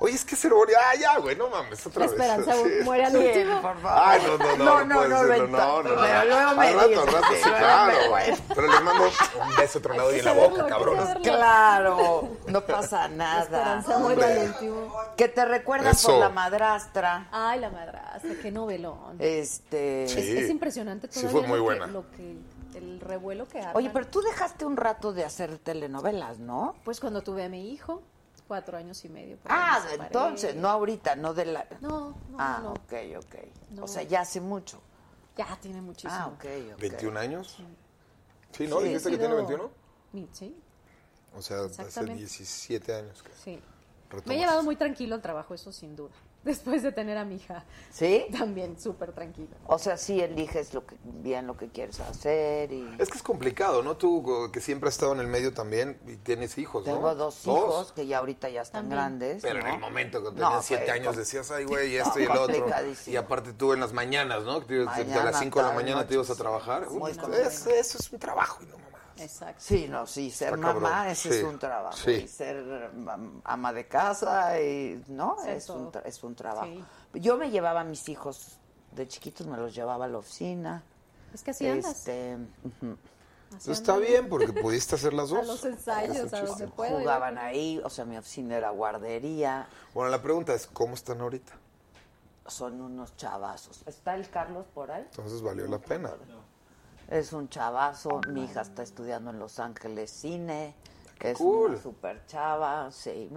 [SPEAKER 12] Oye, es que se lo Ah, ya, güey, no mames, otra vez.
[SPEAKER 13] Esperanza
[SPEAKER 12] Sí.
[SPEAKER 13] muere al
[SPEAKER 2] Sí,
[SPEAKER 13] último.
[SPEAKER 2] por favor.
[SPEAKER 12] Ay, no, no, no, no, puedes
[SPEAKER 2] no,
[SPEAKER 12] decirlo,
[SPEAKER 2] no,
[SPEAKER 12] no, no, no.
[SPEAKER 2] pero luego me
[SPEAKER 12] Al rato,
[SPEAKER 2] dices,
[SPEAKER 12] al rato, sí,
[SPEAKER 2] pero
[SPEAKER 12] claro.
[SPEAKER 2] luego me-
[SPEAKER 7] Pero les mando un beso tronado y en la boca, cabrones.
[SPEAKER 2] Claro, no pasa nada.
[SPEAKER 13] Esperanza muere al último.
[SPEAKER 2] Que te recuerdas por
[SPEAKER 7] Eso.
[SPEAKER 2] la madrastra.
[SPEAKER 13] Ay, la madrastra, qué novelón.
[SPEAKER 2] Este.
[SPEAKER 13] Es, es impresionante
[SPEAKER 2] Sí,
[SPEAKER 13] todavía
[SPEAKER 2] fue muy
[SPEAKER 13] lo,
[SPEAKER 2] buena.
[SPEAKER 13] Que, lo que- el revuelo que arman.
[SPEAKER 2] Oye, pero tú dejaste un rato de hacer telenovelas, ¿no?
[SPEAKER 13] Pues cuando tuve a mi hijo, cuatro años y medio. por ahí
[SPEAKER 2] Ah,
[SPEAKER 13] me separé.
[SPEAKER 2] entonces, no ahorita, no de la.
[SPEAKER 13] No, no,
[SPEAKER 2] Ah,
[SPEAKER 13] no.
[SPEAKER 2] ok, ok.
[SPEAKER 13] No.
[SPEAKER 2] O sea, ya hace mucho.
[SPEAKER 13] Ya tiene muchísimo.
[SPEAKER 2] Ah, ok, ok.
[SPEAKER 7] ¿21 años? Sí, ¿no?
[SPEAKER 2] Sí.
[SPEAKER 7] ¿Dijiste que tiene
[SPEAKER 13] Sido-
[SPEAKER 7] 21?
[SPEAKER 13] Mi- Sí,
[SPEAKER 7] O sea, hace
[SPEAKER 13] Exactamente.
[SPEAKER 7] 17 años que
[SPEAKER 13] sí. Me he
[SPEAKER 7] retomas.
[SPEAKER 13] llevado muy tranquilo el trabajo, eso sin duda. Después de tener a mi hija.
[SPEAKER 2] ¿Sí?
[SPEAKER 13] También, súper tranquilo.
[SPEAKER 2] O sea, sí eliges lo que, bien lo que quieres hacer y.
[SPEAKER 7] Es que es complicado, ¿no? Tú go- que siempre has estado en el medio también y tienes hijos, ¿no?
[SPEAKER 2] Tengo dos hijos que ya ahorita ya están
[SPEAKER 7] También.
[SPEAKER 2] grandes.
[SPEAKER 7] Pero en
[SPEAKER 2] ¿no?
[SPEAKER 7] el momento, cuando
[SPEAKER 2] No,
[SPEAKER 7] tenías 7
[SPEAKER 2] fue
[SPEAKER 7] años,
[SPEAKER 2] com-
[SPEAKER 7] decías, ay, güey, esto
[SPEAKER 2] No,
[SPEAKER 7] y el otro.
[SPEAKER 2] complicadísimo.
[SPEAKER 7] Y aparte tú en las mañanas, ¿no? Que te ibas- a
[SPEAKER 2] Mañana,
[SPEAKER 7] las 5 de la
[SPEAKER 2] tarde,
[SPEAKER 7] mañana te
[SPEAKER 2] noche,
[SPEAKER 7] ibas a trabajar.
[SPEAKER 2] sí,
[SPEAKER 7] Uy,
[SPEAKER 2] no,
[SPEAKER 7] esto-
[SPEAKER 2] no,
[SPEAKER 7] es- eso es un trabajo.
[SPEAKER 13] Exacto.
[SPEAKER 2] Sí, no, sí, ser
[SPEAKER 7] Está cabrón,
[SPEAKER 2] mamá, ese es
[SPEAKER 7] sí,
[SPEAKER 2] un trabajo.
[SPEAKER 7] sí.
[SPEAKER 2] Y ser am- ama de casa, y, ¿no?
[SPEAKER 13] Ser
[SPEAKER 2] Es un,
[SPEAKER 13] todo.
[SPEAKER 2] tra- es un trabajo.
[SPEAKER 13] Sí.
[SPEAKER 2] Yo me llevaba a mis hijos de chiquitos, me los llevaba a la oficina.
[SPEAKER 13] Es que así andas.
[SPEAKER 2] Este, pues, ujú.
[SPEAKER 13] Así
[SPEAKER 7] está
[SPEAKER 13] andas.
[SPEAKER 7] bien, porque pudiste hacer las dos.
[SPEAKER 13] A los ensayos, a donde puedo.
[SPEAKER 2] Jugaban ahí, o sea, mi oficina era guardería.
[SPEAKER 7] Bueno, la pregunta es, ¿cómo están ahorita?
[SPEAKER 2] Son unos chavazos. ¿Está el Carlos por ahí?
[SPEAKER 7] Entonces valió la pena.
[SPEAKER 2] Es un chavazo, mi hija está estudiando en Los Ángeles cine, es
[SPEAKER 7] cool.
[SPEAKER 2] una super chava, sí.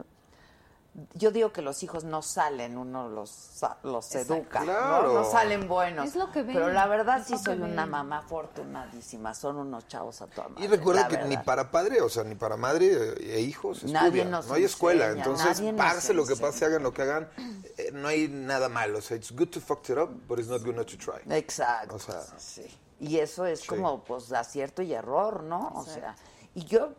[SPEAKER 2] Yo digo que los hijos no salen, uno los, sa- los
[SPEAKER 13] Exacto.
[SPEAKER 2] educa, ¿no?
[SPEAKER 7] Claro.
[SPEAKER 2] ¿no? salen buenos.
[SPEAKER 13] Es lo que ven,
[SPEAKER 2] Pero la verdad
[SPEAKER 13] es
[SPEAKER 2] sí
[SPEAKER 13] lo que
[SPEAKER 2] soy una
[SPEAKER 13] ven.
[SPEAKER 2] mamá afortunadísima, son unos chavos a toda madre,
[SPEAKER 7] Y recuerda
[SPEAKER 2] la
[SPEAKER 7] que ni
[SPEAKER 2] verdad.
[SPEAKER 7] para padre, o sea, ni para madre eh, e hijos
[SPEAKER 2] Nadie
[SPEAKER 7] estudian.
[SPEAKER 2] nos
[SPEAKER 7] no hay escuela,
[SPEAKER 2] enseña,
[SPEAKER 7] entonces
[SPEAKER 2] nadie nos
[SPEAKER 7] pase lo que
[SPEAKER 2] enseña.
[SPEAKER 7] pase, hagan lo que hagan, eh, no hay nada malo. O sea, it's good to fuck it up, but it's not good not to try.
[SPEAKER 2] Exacto.
[SPEAKER 7] O sea,
[SPEAKER 2] sí. Y eso es
[SPEAKER 7] Sí.
[SPEAKER 2] como pues acierto y error, ¿no? O sea, y yo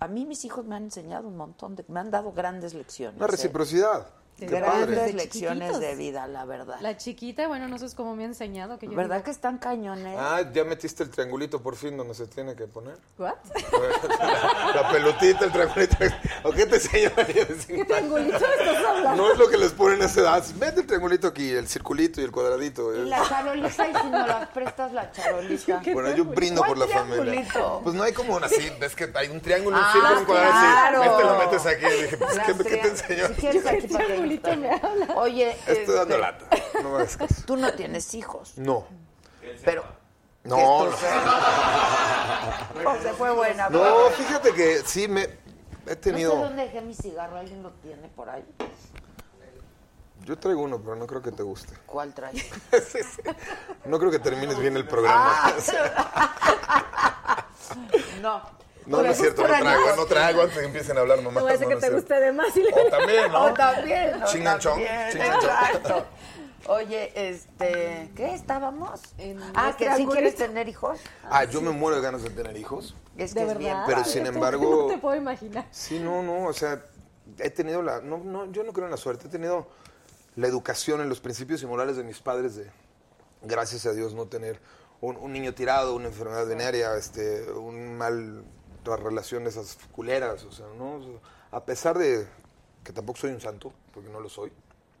[SPEAKER 2] a mí mis hijos me han enseñado un montón de me han dado grandes lecciones.
[SPEAKER 7] una
[SPEAKER 2] ¿eh?
[SPEAKER 7] reciprocidad. Qué
[SPEAKER 2] grandes
[SPEAKER 7] padre.
[SPEAKER 2] lecciones de
[SPEAKER 13] chiquititos.
[SPEAKER 2] vida, la verdad.
[SPEAKER 13] La chiquita, bueno, no sé cómo me ha enseñado. Que yo
[SPEAKER 2] ¿Verdad
[SPEAKER 13] digo,
[SPEAKER 2] que están cañones?
[SPEAKER 7] Ah, ya metiste el triangulito por fin donde se tiene que poner.
[SPEAKER 13] ¿What?
[SPEAKER 7] La pelotita, el triangulito. ¿O qué te enseño?
[SPEAKER 13] ¿Qué triangulito estás hablando?
[SPEAKER 7] No es lo que les ponen a esa edad. Mete el triangulito aquí, el circulito y el cuadradito.
[SPEAKER 2] Y la charolita, y si no las prestas la charolita.
[SPEAKER 7] Bueno, yo brindo por la
[SPEAKER 2] ¿Cuál
[SPEAKER 7] familia.
[SPEAKER 2] triangulito?
[SPEAKER 7] Pues no hay como una así, ves que hay un triángulo, un
[SPEAKER 2] Ah,
[SPEAKER 7] círculo, un cuadrado
[SPEAKER 2] claro.
[SPEAKER 7] así. Este lo metes aquí. Y dije, pues,
[SPEAKER 2] Las
[SPEAKER 7] ¿qué, qué te
[SPEAKER 2] triángulos.
[SPEAKER 7] enseñó?
[SPEAKER 2] Si quieres, aquí para que Oye,
[SPEAKER 7] Estoy dando
[SPEAKER 2] este,
[SPEAKER 7] lata. No me hagas caso.
[SPEAKER 2] tú no tienes hijos,
[SPEAKER 7] No.
[SPEAKER 2] pero oh,
[SPEAKER 7] No, no.
[SPEAKER 2] o sea, fue buena.
[SPEAKER 7] No, fíjate que sí me he
[SPEAKER 2] No sé
[SPEAKER 7] tenido.
[SPEAKER 2] dónde dejé mi cigarro, alguien lo tiene por ahí.
[SPEAKER 7] Yo traigo uno, pero no creo que te guste.
[SPEAKER 2] ¿Cuál traes?
[SPEAKER 7] No creo que termines bien el programa.
[SPEAKER 13] Ah,
[SPEAKER 2] no.
[SPEAKER 7] No, no es cierto, no traigo, no traigo antes de que empiecen a hablar mamá.
[SPEAKER 13] No voy a decir que te guste de más. y le-
[SPEAKER 7] O también, ¿no?
[SPEAKER 2] O también. o
[SPEAKER 7] Chingan chong,
[SPEAKER 2] también,
[SPEAKER 7] chingan chong.
[SPEAKER 2] Exacto. Oye, este, ¿qué estábamos? ah, que
[SPEAKER 13] los
[SPEAKER 2] sí
[SPEAKER 13] triangulitos.
[SPEAKER 2] quieres tener hijos.
[SPEAKER 7] Ah, yo me muero de ganas de tener hijos.
[SPEAKER 2] Es que
[SPEAKER 13] De
[SPEAKER 2] es bien.
[SPEAKER 13] verdad.
[SPEAKER 7] Pero
[SPEAKER 2] padre.
[SPEAKER 7] sin
[SPEAKER 13] Tú,
[SPEAKER 7] embargo-
[SPEAKER 13] No te puedo imaginar.
[SPEAKER 7] Sí, no, no, o sea, he tenido la, no, no, yo no creo en la suerte, he tenido la educación en los principios y morales de mis padres de, gracias a Dios, no tener un, un niño tirado, una enfermedad venérea, este, un mal, las relaciones esas culeras, o sea, no, O sea, a pesar de que tampoco soy un santo, porque no lo soy,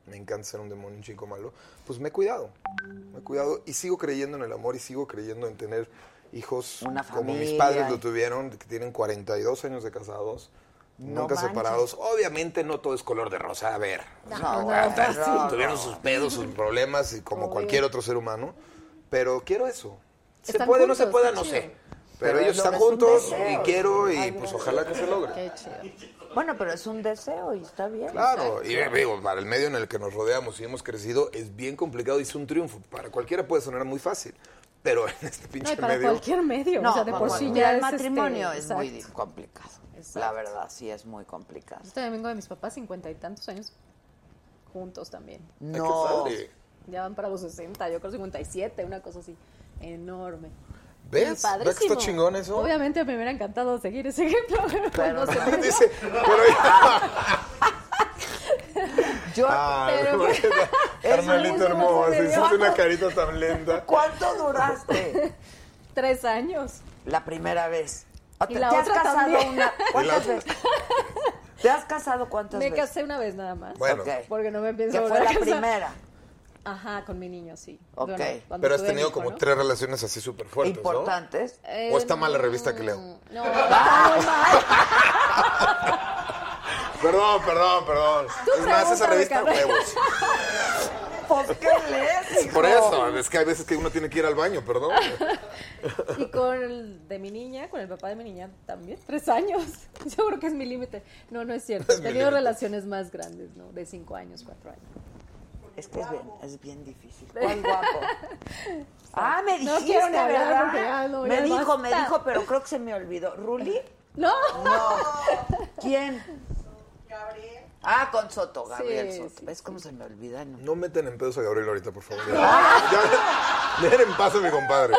[SPEAKER 7] me encanta ser un demonio, un chico malo, pues me he cuidado, me he cuidado y sigo creyendo en el amor y sigo creyendo en tener hijos
[SPEAKER 2] Una
[SPEAKER 7] como mis
[SPEAKER 2] familia
[SPEAKER 7] padres lo
[SPEAKER 2] y-
[SPEAKER 7] tuvieron, que tienen 42 años de casados,
[SPEAKER 2] No
[SPEAKER 7] nunca
[SPEAKER 2] manches.
[SPEAKER 7] separados. Obviamente no todo es color de rosa, a ver.
[SPEAKER 2] No,
[SPEAKER 7] O sea,
[SPEAKER 2] no,
[SPEAKER 7] ah,
[SPEAKER 2] no, no.
[SPEAKER 7] tuvieron sus pedos, sus problemas, y como cualquier otro ser humano. Pero quiero eso. Se
[SPEAKER 13] Están
[SPEAKER 7] puede, no se
[SPEAKER 13] juntos,
[SPEAKER 7] pueda,
[SPEAKER 13] está
[SPEAKER 7] no
[SPEAKER 13] chido.
[SPEAKER 7] sé. Pero, ellos
[SPEAKER 2] no,
[SPEAKER 7] están
[SPEAKER 2] es un
[SPEAKER 7] juntos
[SPEAKER 2] deseo.
[SPEAKER 7] y quiero y
[SPEAKER 2] Ay,
[SPEAKER 7] pues
[SPEAKER 2] gracias.
[SPEAKER 7] ojalá que se logre.
[SPEAKER 2] Bueno, pero es un deseo y está bien.
[SPEAKER 7] Claro, y eh, digo, para el medio en el que nos rodeamos y hemos crecido es bien complicado y es un triunfo. Para cualquiera puede sonar muy fácil, pero en este
[SPEAKER 13] No,
[SPEAKER 7] pinche
[SPEAKER 13] y para
[SPEAKER 7] medio...
[SPEAKER 13] cualquier medio,
[SPEAKER 2] No,
[SPEAKER 13] o sea, de por
[SPEAKER 2] bueno,
[SPEAKER 13] sí
[SPEAKER 2] mira,
[SPEAKER 13] ya
[SPEAKER 2] el
[SPEAKER 13] es, este,
[SPEAKER 2] matrimonio es muy
[SPEAKER 13] exacto.
[SPEAKER 2] complicado. La
[SPEAKER 13] Exacto.
[SPEAKER 2] verdad, sí es muy complicado.
[SPEAKER 13] Yo también vengo de mis papás cincuenta y tantos años juntos también.
[SPEAKER 2] No.
[SPEAKER 13] Ya van para los 60, yo creo 57, una cosa así. Enorme.
[SPEAKER 7] ¿Ves?
[SPEAKER 13] Y
[SPEAKER 7] ¿Ves que
[SPEAKER 13] padrísimo.
[SPEAKER 7] está chingón eso?
[SPEAKER 13] Obviamente me hubiera encantado seguir ese ejemplo. Pero, no se puede.
[SPEAKER 2] Yo,
[SPEAKER 7] Ah,
[SPEAKER 15] Ay,
[SPEAKER 13] pero-
[SPEAKER 15] ¿por qué te- Carmelita hermosa,
[SPEAKER 13] serio.
[SPEAKER 15] hiciste una carita tan lenta.
[SPEAKER 2] ¿Cuánto duraste?
[SPEAKER 13] Tres años.
[SPEAKER 2] La primera vez. ¿O
[SPEAKER 13] Y
[SPEAKER 2] te,
[SPEAKER 13] la
[SPEAKER 2] te
[SPEAKER 13] otra
[SPEAKER 2] has casado
[SPEAKER 13] también.
[SPEAKER 2] una? ¿Cuántas veces? ¿Te has casado cuántas
[SPEAKER 13] Me
[SPEAKER 2] veces?
[SPEAKER 13] casé una vez nada más.
[SPEAKER 7] Bueno. Ok.
[SPEAKER 13] Porque no me
[SPEAKER 2] Que
[SPEAKER 13] pienso
[SPEAKER 2] fue
[SPEAKER 13] volver a
[SPEAKER 2] la
[SPEAKER 13] casar.
[SPEAKER 2] primera.
[SPEAKER 13] Ajá, con mi niño, sí.
[SPEAKER 7] Ok.
[SPEAKER 13] Bueno, cuando
[SPEAKER 7] pero has
[SPEAKER 13] tuve
[SPEAKER 7] tenido
[SPEAKER 13] mi hijo,
[SPEAKER 7] como
[SPEAKER 13] ¿no?
[SPEAKER 7] tres relaciones así súper fuertes,
[SPEAKER 2] Importantes.
[SPEAKER 7] ¿no?
[SPEAKER 13] Eh,
[SPEAKER 7] ¿O está mal la revista que leo?
[SPEAKER 13] No,
[SPEAKER 7] Perdón, perdón, perdón. Es más, esa revista, huevos.
[SPEAKER 2] ¿Por qué lees?
[SPEAKER 7] Por eso, es que hay veces que uno tiene que ir al baño, perdón.
[SPEAKER 13] Y con el de mi niña, con el papá de mi niña también, tres años. Yo creo que es mi límite. No, no es cierto. He
[SPEAKER 2] mi
[SPEAKER 13] tenido
[SPEAKER 2] límite.
[SPEAKER 13] relaciones más grandes, ¿no? De cinco años, cuatro años.
[SPEAKER 2] Es que es bien, es bien difícil. ¿Cuál guapo? Ah, me
[SPEAKER 13] No
[SPEAKER 2] dijeron,
[SPEAKER 13] quieres
[SPEAKER 2] la
[SPEAKER 13] hablar
[SPEAKER 2] verdad.
[SPEAKER 13] porque ya no,
[SPEAKER 2] me
[SPEAKER 13] ya
[SPEAKER 2] dijo,
[SPEAKER 13] basta.
[SPEAKER 2] me dijo, pero creo que se me olvidó. ¿Ruli?
[SPEAKER 13] No.
[SPEAKER 2] ¿Quién? Gabriel. Ah, con Soto, Gabriel
[SPEAKER 7] Sí,
[SPEAKER 2] Soto. ¿Ves cómo se me olvida? No.
[SPEAKER 7] No meten en pedos a Gabriel ahorita, por favor. Ya, ya, dejen en paz a mi compadre.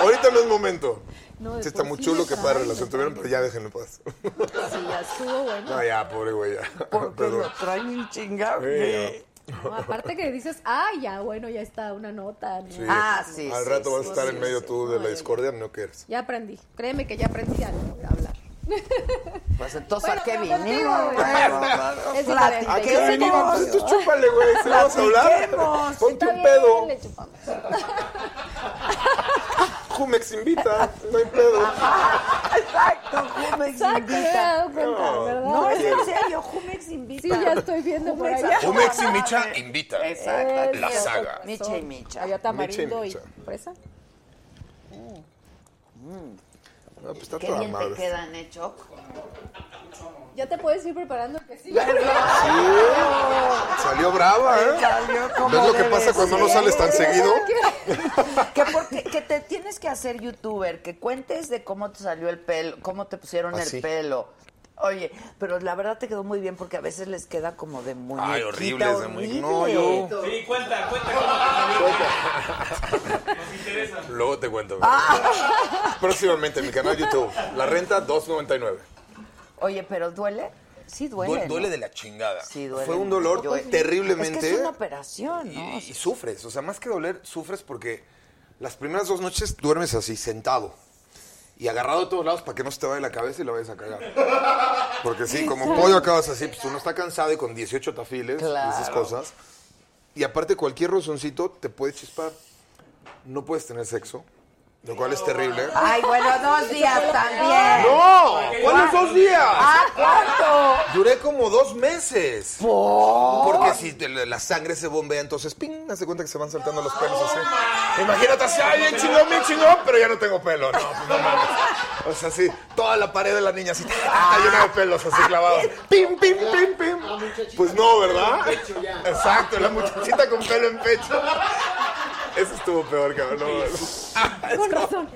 [SPEAKER 7] Ahorita no es momento.
[SPEAKER 13] No, de
[SPEAKER 7] Sí, está
[SPEAKER 13] por
[SPEAKER 7] muy
[SPEAKER 13] sí
[SPEAKER 7] chulo
[SPEAKER 13] me
[SPEAKER 7] que padre
[SPEAKER 13] traen,
[SPEAKER 7] relación tuvieron, pero ya déjenlo en paz.
[SPEAKER 13] Sí, ya estuvo bueno.
[SPEAKER 7] No, ya, pobre güey, ya. Perdón.
[SPEAKER 2] traen un chingado.
[SPEAKER 7] Sí,
[SPEAKER 13] No, aparte que dices, ah, ya, bueno, ya está una nota. ¿no?
[SPEAKER 7] sí. Al rato vas a estar en medio tú de la discordia, no quieres.
[SPEAKER 13] Ya aprendí. Créeme que ya aprendí a a hablar.
[SPEAKER 7] Pues
[SPEAKER 2] entonces, ¿a qué
[SPEAKER 13] contigo,
[SPEAKER 2] vinimos?
[SPEAKER 13] güey. Es diferente.
[SPEAKER 7] ¿A
[SPEAKER 13] Yo
[SPEAKER 7] qué
[SPEAKER 13] sé
[SPEAKER 7] venimos?
[SPEAKER 13] cómo-
[SPEAKER 7] Pues tú chúpale, güey. Si vamos a hablar,
[SPEAKER 13] Platiquemos.
[SPEAKER 7] ponte
[SPEAKER 13] Está
[SPEAKER 7] un
[SPEAKER 13] bien,
[SPEAKER 7] pedo.
[SPEAKER 13] le chupamos.
[SPEAKER 7] Jumex invita, no hay pedo.
[SPEAKER 2] Exacto, Jumex
[SPEAKER 13] Exacto, me he dado cuenta,
[SPEAKER 7] No,
[SPEAKER 13] ¿verdad?
[SPEAKER 2] No, es en serio, Jumex invita.
[SPEAKER 13] Sí, ya estoy viendo por
[SPEAKER 2] Jumex
[SPEAKER 13] allá.
[SPEAKER 2] a-
[SPEAKER 7] Jumex y Micha invita.
[SPEAKER 13] Exacto.
[SPEAKER 7] La saga.
[SPEAKER 2] Micha y Micha.
[SPEAKER 13] Había tamarindo y
[SPEAKER 7] Micha y
[SPEAKER 13] fresa.
[SPEAKER 7] No, pues está
[SPEAKER 2] Qué
[SPEAKER 7] toda
[SPEAKER 2] bien te
[SPEAKER 7] madre.
[SPEAKER 2] quedan, ¿eh, Choc?
[SPEAKER 13] Ya te puedes ir preparando el quesillo.
[SPEAKER 7] Sí, Salió brava, ¿eh?
[SPEAKER 2] Salió como
[SPEAKER 7] ¿Ves lo que
[SPEAKER 2] debe
[SPEAKER 7] pasa cuando no
[SPEAKER 2] ser?
[SPEAKER 7] sales tan seguido?
[SPEAKER 2] que porque que te tienes que hacer youtuber, que cuentes de cómo te salió el pelo, cómo te pusieron
[SPEAKER 7] Así.
[SPEAKER 2] el pelo. Oye, pero la verdad te quedó muy bien porque a veces les queda como de muy
[SPEAKER 7] Ay, horribles de muñe- no, yo-
[SPEAKER 5] Sí, cuenta, cuenta
[SPEAKER 7] Ah.
[SPEAKER 5] cómo
[SPEAKER 7] Luego te cuento. Próximamente en mi canal YouTube. La renta 2.99.
[SPEAKER 2] Oye, pero duele? Sí duele.
[SPEAKER 7] Duele,
[SPEAKER 2] ¿no?
[SPEAKER 7] duele de la chingada.
[SPEAKER 2] Sí, duele
[SPEAKER 7] Fue un
[SPEAKER 2] mucho.
[SPEAKER 7] dolor
[SPEAKER 2] Yo-
[SPEAKER 7] terriblemente.
[SPEAKER 2] Es que es una operación, ¿no?
[SPEAKER 7] Y sufres, o sea, más que doler, sufres porque las primeras dos noches duermes así, sentado. Y agarrado de todos lados para que no se te vaya la cabeza y la vayas a cagar. Porque sí, como pollo acabas así, pues uno está cansado y con 18 tafiles y esas
[SPEAKER 2] Claro.
[SPEAKER 7] cosas. Y aparte cualquier rozoncito te puede chispar. No puedes tener sexo, lo cual es terrible.
[SPEAKER 2] Ay, bueno, dos días también.
[SPEAKER 7] ¡No! ¿Cuáles
[SPEAKER 2] ¿Cuál?
[SPEAKER 7] dos días?
[SPEAKER 2] Ah, ¿cuánto?
[SPEAKER 7] Duré como dos meses.
[SPEAKER 2] ¿Por?
[SPEAKER 7] Porque si te- la sangre se bombea, entonces ping, hace cuenta que se van saltando los pelos así. Imagínate así, ay, bien chingón, bien chingón, pero ya no tengo pelo. No, pues no mames. O sea, sí, toda la pared de la niña así, está llena de pelos así clavados. Pim, pim, pim, pim. Pues no, ¿verdad? Exacto, la muchachita con pelo en pecho. Eso estuvo peor, cabrón.
[SPEAKER 13] Con razón.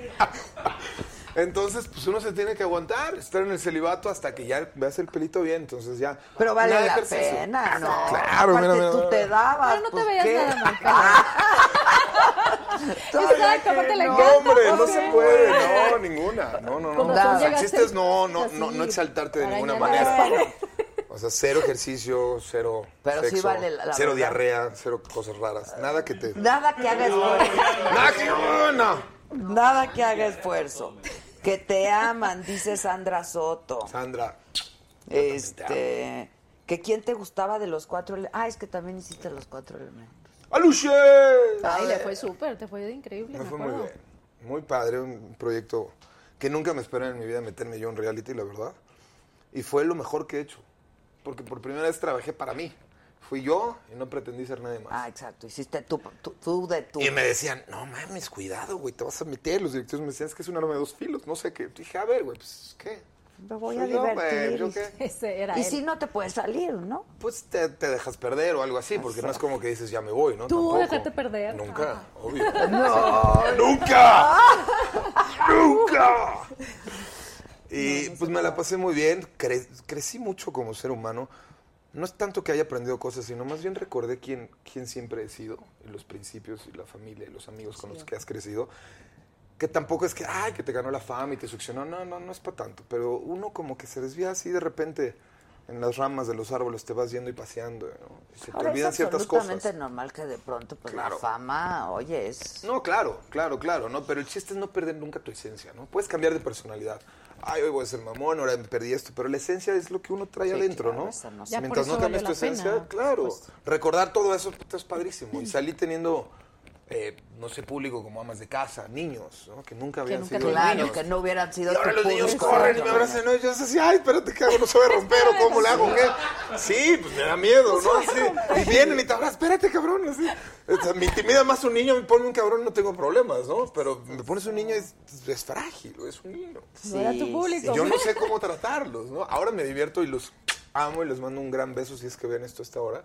[SPEAKER 7] Entonces, pues uno se tiene que aguantar, estar en el celibato hasta que ya veas el pelito bien, entonces ya.
[SPEAKER 2] Pero vale
[SPEAKER 7] Nada de
[SPEAKER 2] la
[SPEAKER 7] ejercicio. Ah,
[SPEAKER 2] pena, ¿no?
[SPEAKER 7] Claro, mira,
[SPEAKER 2] Aparte,
[SPEAKER 7] mira,
[SPEAKER 2] tú
[SPEAKER 7] mira.
[SPEAKER 2] te dabas.
[SPEAKER 13] Pero no te
[SPEAKER 2] pues,
[SPEAKER 13] veías
[SPEAKER 2] ¿qué?
[SPEAKER 13] nada mal.
[SPEAKER 2] Todavía
[SPEAKER 13] Exacto, aparte
[SPEAKER 2] que
[SPEAKER 13] le
[SPEAKER 2] no.
[SPEAKER 13] encanta.
[SPEAKER 7] Hombre, no
[SPEAKER 13] porque-
[SPEAKER 7] se puede,
[SPEAKER 2] Pues,
[SPEAKER 7] no, ninguna. No, no, no.
[SPEAKER 13] Con
[SPEAKER 7] O
[SPEAKER 13] razón
[SPEAKER 7] sea, el
[SPEAKER 13] llegaste
[SPEAKER 7] chiste es no, no, no, no
[SPEAKER 13] así,
[SPEAKER 7] exaltarte de ninguna
[SPEAKER 13] arañando la
[SPEAKER 7] manera. O sea, cero ejercicio, cero
[SPEAKER 2] Pero sí
[SPEAKER 7] sexo,
[SPEAKER 2] vale la- la
[SPEAKER 7] cero
[SPEAKER 2] verdad.
[SPEAKER 7] diarrea, cero cosas raras. Nada que te...
[SPEAKER 2] Nada que haga esfuerzo.
[SPEAKER 7] Nada que... no, no.
[SPEAKER 2] Nada que haga esfuerzo. Que te aman, dice Sandra Soto.
[SPEAKER 7] Sandra.
[SPEAKER 2] Este. Que quién te gustaba de los cuatro elementos. Ah, es que también hiciste los cuatro elementos.
[SPEAKER 7] ¡Aluche!
[SPEAKER 2] Ah,
[SPEAKER 13] Ay,
[SPEAKER 2] eh,
[SPEAKER 13] le fue súper, te fue increíble.
[SPEAKER 7] Me
[SPEAKER 13] Me,
[SPEAKER 7] fue muy
[SPEAKER 13] acuerdo.
[SPEAKER 7] bien. Muy padre, un proyecto que nunca me esperé en mi vida meterme yo en reality, la verdad. Y fue lo mejor que he hecho. Porque por primera vez trabajé para mí. Fui yo y no pretendí ser nadie más.
[SPEAKER 2] Ah, exacto. Hiciste tú, tú, tú de tú.
[SPEAKER 7] Y me decían, no mames, cuidado, güey, te vas a meter. Los directores me decían, es que es un arma de dos filos, no sé qué. Dije, a ver, güey, pues, ¿qué?
[SPEAKER 2] Me voy a
[SPEAKER 7] Soy yo,
[SPEAKER 2] divertir.
[SPEAKER 7] güey, ¿yo qué?
[SPEAKER 13] Ese era
[SPEAKER 2] y
[SPEAKER 13] él.
[SPEAKER 2] si no te puedes salir, ¿no?
[SPEAKER 7] Pues te, te dejas perder o algo así, porque no es como que dices, ya me voy, ¿no?
[SPEAKER 13] Tú
[SPEAKER 7] Tampoco.
[SPEAKER 13] déjate perder.
[SPEAKER 7] Nunca,
[SPEAKER 13] Ajá.
[SPEAKER 7] obvio.
[SPEAKER 13] No. Ah.
[SPEAKER 7] ¡Nunca! ¡Nunca! Y pues me la pasé muy bien, cre- crecí mucho como ser humano. No es tanto que haya aprendido cosas, sino más bien recordé quién, quién siempre he sido, y los principios, y la familia, y los amigos con los que has crecido. Que tampoco es que, ay, que te ganó la fama y te succionó. No, no, no es para tanto. Pero uno como que se desvía así de repente en las ramas de los árboles, te vas yendo y paseando. ¿no? Y se te
[SPEAKER 2] Ahora
[SPEAKER 7] olvidan
[SPEAKER 2] es
[SPEAKER 7] ciertas
[SPEAKER 2] absolutamente
[SPEAKER 7] cosas.
[SPEAKER 2] normal que de pronto pues
[SPEAKER 7] Claro.
[SPEAKER 2] la fama, oye, es
[SPEAKER 7] No, claro, claro, claro, ¿no? Pero el chiste es no perder nunca tu esencia, ¿no? Puedes cambiar de personalidad. Ay, hoy voy a ser mamón, ahora me perdí esto, pero la esencia es lo que uno trae
[SPEAKER 2] Sí,
[SPEAKER 7] adentro,
[SPEAKER 2] claro,
[SPEAKER 7] ¿no?
[SPEAKER 2] esa no se- Ya por
[SPEAKER 7] Mientras no
[SPEAKER 2] eso
[SPEAKER 7] cambies
[SPEAKER 2] valió
[SPEAKER 7] tu
[SPEAKER 2] la
[SPEAKER 7] esencia,
[SPEAKER 2] pena, Mm.
[SPEAKER 7] claro.
[SPEAKER 2] por supuesto.
[SPEAKER 7] Recordar todo eso puta, es padrísimo. Y salí teniendo, eh, no sé, público como amas de casa, niños, ¿no? Que nunca habían
[SPEAKER 2] nunca
[SPEAKER 7] sido
[SPEAKER 2] claro,
[SPEAKER 7] niños.
[SPEAKER 2] que no hubieran sido
[SPEAKER 7] Y ahora
[SPEAKER 2] tu
[SPEAKER 7] los niños
[SPEAKER 2] público.
[SPEAKER 7] corren y me abrazan, ¿no? Y yo así, ay, espérate, ¿qué hago? No se va a romper, ¿o cómo le hago? ¿Qué? Sí, pues me da miedo, ¿no? Así, y vienen y te abrazan, espérate, cabrón, así. O sea, me intimida más un niño, me pone un cabrón, no tengo problemas, ¿no? Pero me pones un niño, es, es frágil, es un niño.
[SPEAKER 2] No era tu Sí, público.
[SPEAKER 7] Y yo no sé cómo tratarlos, ¿no? Ahora me divierto y los amo y les mando un gran beso si es que ven esto a esta hora.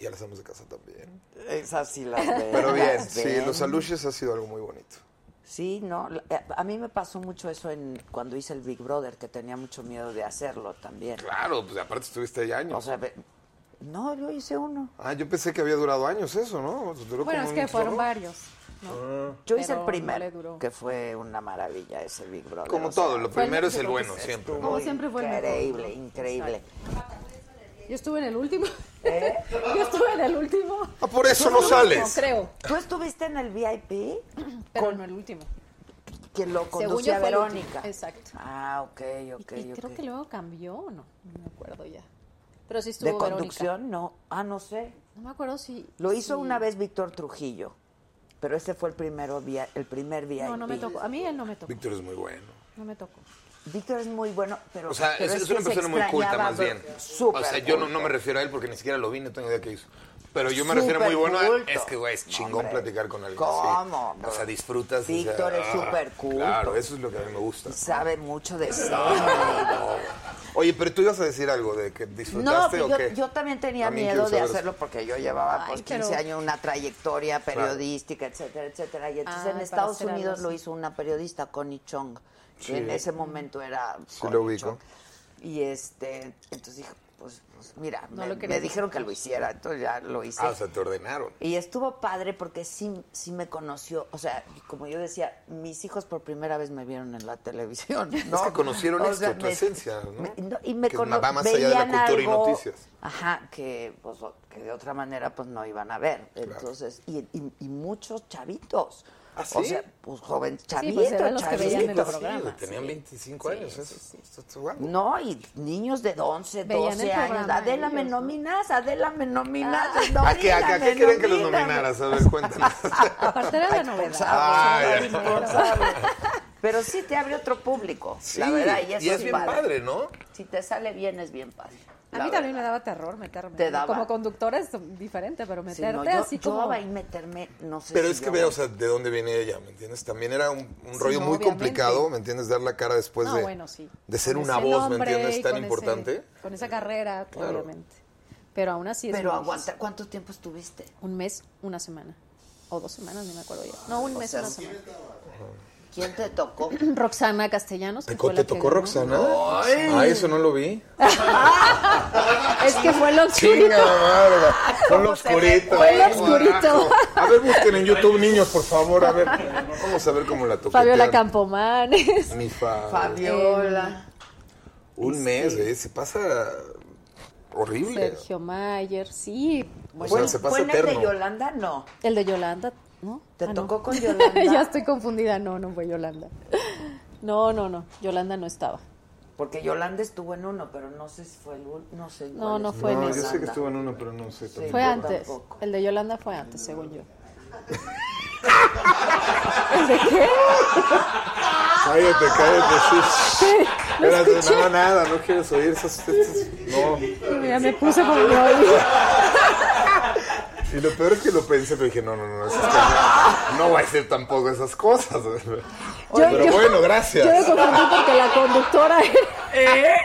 [SPEAKER 7] Y a las amos de casa también.
[SPEAKER 2] Esas sí las ven,
[SPEAKER 7] Pero bien,
[SPEAKER 2] las
[SPEAKER 7] sí,
[SPEAKER 2] ven.
[SPEAKER 7] los aluches ha sido algo muy bonito.
[SPEAKER 2] Sí, no, la- eh, a mí me pasó mucho eso en cuando hice el Big Brother, que tenía mucho miedo de hacerlo también.
[SPEAKER 7] Claro, pues aparte estuviste ahí años.
[SPEAKER 2] O sea, ve- no, yo hice uno.
[SPEAKER 7] Ah, yo pensé que había durado años eso, ¿no? Pues, Duró
[SPEAKER 13] Bueno,
[SPEAKER 7] como
[SPEAKER 13] es que
[SPEAKER 7] un-
[SPEAKER 13] fueron
[SPEAKER 7] ¿no?
[SPEAKER 13] varios. ¿no?
[SPEAKER 2] Yo hice el
[SPEAKER 13] Pero no le
[SPEAKER 2] primero,
[SPEAKER 13] duró.
[SPEAKER 2] que fue una maravilla ese Big Brother.
[SPEAKER 7] Como
[SPEAKER 2] o sea,
[SPEAKER 7] todo, lo
[SPEAKER 13] fue el
[SPEAKER 7] primero es el
[SPEAKER 13] mejor
[SPEAKER 7] bueno,
[SPEAKER 13] que se
[SPEAKER 7] siempre.
[SPEAKER 13] estuvo.
[SPEAKER 7] ¿no?
[SPEAKER 13] Como siempre fue el mejor.
[SPEAKER 2] increíble, increíble.
[SPEAKER 13] Yo estuve en el último.
[SPEAKER 2] ¿Eh?
[SPEAKER 13] Yo estuve en el último.
[SPEAKER 7] Ah, por eso
[SPEAKER 13] Yo
[SPEAKER 7] no
[SPEAKER 13] estuve en el último,
[SPEAKER 7] sales.
[SPEAKER 13] creo.
[SPEAKER 2] ¿Tú estuviste en el VIP?
[SPEAKER 13] Pero no el último.
[SPEAKER 2] Que lo
[SPEAKER 13] Según yo
[SPEAKER 2] conducía
[SPEAKER 13] fue el último.
[SPEAKER 2] Verónica.
[SPEAKER 13] Exacto.
[SPEAKER 2] Ah, ok, ok,
[SPEAKER 13] y creo
[SPEAKER 2] ok.
[SPEAKER 13] que luego cambió o no. No me acuerdo ya. Pero sí estuvo
[SPEAKER 2] ¿De
[SPEAKER 13] Verónica.
[SPEAKER 2] conducción? No. Ah, no sé.
[SPEAKER 13] No me acuerdo si.
[SPEAKER 2] Lo hizo
[SPEAKER 13] si-
[SPEAKER 2] una vez Víctor Trujillo, pero ese fue el, primero via- el primer VIP.
[SPEAKER 13] No, no me tocó. A mí él no me tocó.
[SPEAKER 7] Víctor es muy bueno.
[SPEAKER 13] No me tocó.
[SPEAKER 2] Víctor es muy bueno, pero.
[SPEAKER 7] O sea,
[SPEAKER 2] pero
[SPEAKER 7] es, es
[SPEAKER 2] que
[SPEAKER 7] una
[SPEAKER 2] se
[SPEAKER 7] persona muy culta
[SPEAKER 2] extrañaba
[SPEAKER 7] más bien.
[SPEAKER 2] ver-
[SPEAKER 7] o
[SPEAKER 2] Súper.
[SPEAKER 7] sea, yo no,
[SPEAKER 2] culto.
[SPEAKER 7] no me refiero a él porque ni siquiera lo vi, no tengo idea qué hizo. Pero yo me refiero muy bueno a...
[SPEAKER 2] Superculto.
[SPEAKER 7] Es que, güey, es chingón
[SPEAKER 2] Hombre.
[SPEAKER 7] platicar con alguien.
[SPEAKER 2] ¿Cómo,
[SPEAKER 7] así. O sea, disfrutas. y dices,
[SPEAKER 2] Víctor es
[SPEAKER 7] "Ah,
[SPEAKER 2] superculto".
[SPEAKER 7] Claro, eso es lo que a mí me gusta.
[SPEAKER 2] Sabe mucho de sí.
[SPEAKER 7] Oye, pero tú ibas a decir algo de que
[SPEAKER 2] No,
[SPEAKER 7] disfrutaste
[SPEAKER 2] pero
[SPEAKER 7] o
[SPEAKER 2] yo,
[SPEAKER 7] qué.
[SPEAKER 2] yo también tenía
[SPEAKER 7] También
[SPEAKER 2] miedo
[SPEAKER 7] quiero
[SPEAKER 2] de
[SPEAKER 7] saber eso.
[SPEAKER 2] hacerlo porque yo llevaba pues,
[SPEAKER 13] Ay,
[SPEAKER 2] 15
[SPEAKER 13] pero-
[SPEAKER 2] años una trayectoria
[SPEAKER 7] Claro.
[SPEAKER 2] periodística, etcétera, etcétera. Y entonces
[SPEAKER 13] Ah,
[SPEAKER 2] en
[SPEAKER 13] para
[SPEAKER 2] Estados
[SPEAKER 13] hacer algo
[SPEAKER 2] Unidos
[SPEAKER 13] así.
[SPEAKER 2] lo hizo una periodista, Connie Chong, que
[SPEAKER 7] Sí.
[SPEAKER 2] en ese momento era
[SPEAKER 7] Sí,
[SPEAKER 2] Connie
[SPEAKER 7] lo ubico.
[SPEAKER 2] Chong. Y este, entonces dije, pues, pues, mira,
[SPEAKER 13] No
[SPEAKER 2] me,
[SPEAKER 13] lo quería
[SPEAKER 2] me dijeron que lo hiciera, entonces ya lo hice.
[SPEAKER 7] Ah, o sea, te ordenaron.
[SPEAKER 2] Y estuvo padre porque sí, sí me conoció. O sea, como yo decía, mis hijos por primera vez me vieron en la televisión. ¿no?
[SPEAKER 7] Es que conocieron
[SPEAKER 2] O
[SPEAKER 7] esto,
[SPEAKER 2] sea,
[SPEAKER 7] tu
[SPEAKER 2] me-
[SPEAKER 7] esencia, ¿no?
[SPEAKER 2] me- no, y me
[SPEAKER 7] Que
[SPEAKER 2] cono-
[SPEAKER 7] va más allá de la
[SPEAKER 2] veían
[SPEAKER 7] cultura y
[SPEAKER 2] algo-
[SPEAKER 7] noticias.
[SPEAKER 2] Ajá, que, pues, o- que de otra manera pues no iban a ver. Entonces, y, y- y muchos chavitos.
[SPEAKER 7] ¿Ah,
[SPEAKER 2] O
[SPEAKER 7] sí?
[SPEAKER 2] sea, pues joven,
[SPEAKER 13] pues,
[SPEAKER 2] chavitos,
[SPEAKER 13] eran los que veían en el
[SPEAKER 2] chavitos.
[SPEAKER 13] programa,
[SPEAKER 7] Sí, tenían 25 años. eso- eso- eso- guau.
[SPEAKER 2] No, y niños de 11,
[SPEAKER 13] Veían el
[SPEAKER 2] 12 años.
[SPEAKER 13] programa
[SPEAKER 2] Adela, me
[SPEAKER 13] ellos, ¿no? Ah.
[SPEAKER 2] nominas, Adela, me nominas.
[SPEAKER 7] ¿A qué, a qué- a qué quieren que los
[SPEAKER 2] nomíname.
[SPEAKER 7] nominaras? A ver, cuéntanos.
[SPEAKER 13] Aparte era la novedad.
[SPEAKER 7] Ah,
[SPEAKER 13] o sea,
[SPEAKER 7] ya.
[SPEAKER 2] responsable. Pero sí te abre otro público,
[SPEAKER 7] Sí,
[SPEAKER 2] la verdad. Y, eso
[SPEAKER 7] y es bien padre, ¿no?
[SPEAKER 2] Si te sale bien, es bien padre.
[SPEAKER 13] A
[SPEAKER 2] la
[SPEAKER 13] mí también me
[SPEAKER 2] verdad.
[SPEAKER 13] daba terror meterme.
[SPEAKER 2] Te daba.
[SPEAKER 13] Como conductora es diferente, pero
[SPEAKER 2] Sí, no,
[SPEAKER 13] meterte
[SPEAKER 2] yo,
[SPEAKER 13] así
[SPEAKER 2] yo
[SPEAKER 13] como.
[SPEAKER 2] ahí meterme, no sé
[SPEAKER 7] Pero
[SPEAKER 2] si
[SPEAKER 7] es que
[SPEAKER 2] yo-
[SPEAKER 7] vea, o sea, ¿de dónde viene ella? ¿Me entiendes? También era un, un
[SPEAKER 13] Sí,
[SPEAKER 7] rollo
[SPEAKER 13] no,
[SPEAKER 7] muy
[SPEAKER 13] obviamente.
[SPEAKER 7] complicado, ¿me entiendes? Dar la cara después
[SPEAKER 13] No,
[SPEAKER 7] de,
[SPEAKER 13] bueno, sí.
[SPEAKER 7] de ser
[SPEAKER 13] Con
[SPEAKER 7] una
[SPEAKER 13] ese
[SPEAKER 7] voz, ¿me
[SPEAKER 13] nombre
[SPEAKER 7] entiendes?
[SPEAKER 13] y
[SPEAKER 7] Tan
[SPEAKER 13] con ese-
[SPEAKER 7] importante.
[SPEAKER 13] con esa carrera,
[SPEAKER 7] Claro.
[SPEAKER 13] obviamente. Pero aún así es
[SPEAKER 2] Pero
[SPEAKER 13] muy
[SPEAKER 2] aguanta, ¿cuánto tiempo estuviste?
[SPEAKER 13] difícil. Un mes, una semana. O dos semanas, ni me acuerdo ya. No, un
[SPEAKER 2] O
[SPEAKER 13] mes,
[SPEAKER 2] sea,
[SPEAKER 13] una semana.
[SPEAKER 2] ¿Quién te tocó?
[SPEAKER 13] Roxana Castellanos. que
[SPEAKER 7] ¿Te,
[SPEAKER 13] fue
[SPEAKER 7] co-
[SPEAKER 13] la
[SPEAKER 7] te
[SPEAKER 13] que
[SPEAKER 7] tocó
[SPEAKER 13] ganó.
[SPEAKER 7] Roxana? Ah, eso no lo vi.
[SPEAKER 13] Es que fue lo
[SPEAKER 7] Chinga madre. Con lo
[SPEAKER 13] se me
[SPEAKER 7] oscurito.
[SPEAKER 13] fue el
[SPEAKER 7] ay,
[SPEAKER 13] oscurito.
[SPEAKER 7] guarajo. A ver, busquen en YouTube, niños, por favor. A ver, vamos a ver cómo la tocó.
[SPEAKER 13] Fabiola Campomanes.
[SPEAKER 7] Mi Fabio.
[SPEAKER 2] Fabiola.
[SPEAKER 7] Un mes, ¿eh? Se pasa horrible.
[SPEAKER 13] Sergio Mayer, sí.
[SPEAKER 7] O
[SPEAKER 13] Bueno,
[SPEAKER 7] sea, se pasa
[SPEAKER 2] ¿Fue en el de
[SPEAKER 7] eterno.
[SPEAKER 2] Yolanda? No.
[SPEAKER 13] el de Yolanda, ¿no?
[SPEAKER 2] ¿Te
[SPEAKER 13] Ah, no.
[SPEAKER 2] tocó con Yolanda?
[SPEAKER 13] ya estoy confundida. No, no fue Yolanda. No, no, no. Yolanda no estaba.
[SPEAKER 2] Porque Yolanda estuvo en uno, pero no sé si fue el ul- no sé.
[SPEAKER 13] No,
[SPEAKER 2] cuál
[SPEAKER 13] no
[SPEAKER 2] es.
[SPEAKER 13] fue en
[SPEAKER 7] No, yo
[SPEAKER 13] esa.
[SPEAKER 7] sé que estuvo en uno, pero no sé. tampoco.
[SPEAKER 13] Fue
[SPEAKER 2] yo
[SPEAKER 13] antes.
[SPEAKER 2] tampoco.
[SPEAKER 13] El de Yolanda fue antes, según yo.
[SPEAKER 7] Cállate, cállate, sí.
[SPEAKER 13] Lo
[SPEAKER 7] Espérate,
[SPEAKER 13] escuché.
[SPEAKER 7] no, nada, no quieres oír esas. esas- no.
[SPEAKER 13] Ya me puse como yo.
[SPEAKER 7] Y lo peor es que lo pensé, pero dije, no, no, no, eso es que no, no va a ser tampoco esas cosas. pero bueno, gracias.
[SPEAKER 13] Yo me confundí porque la conductora era...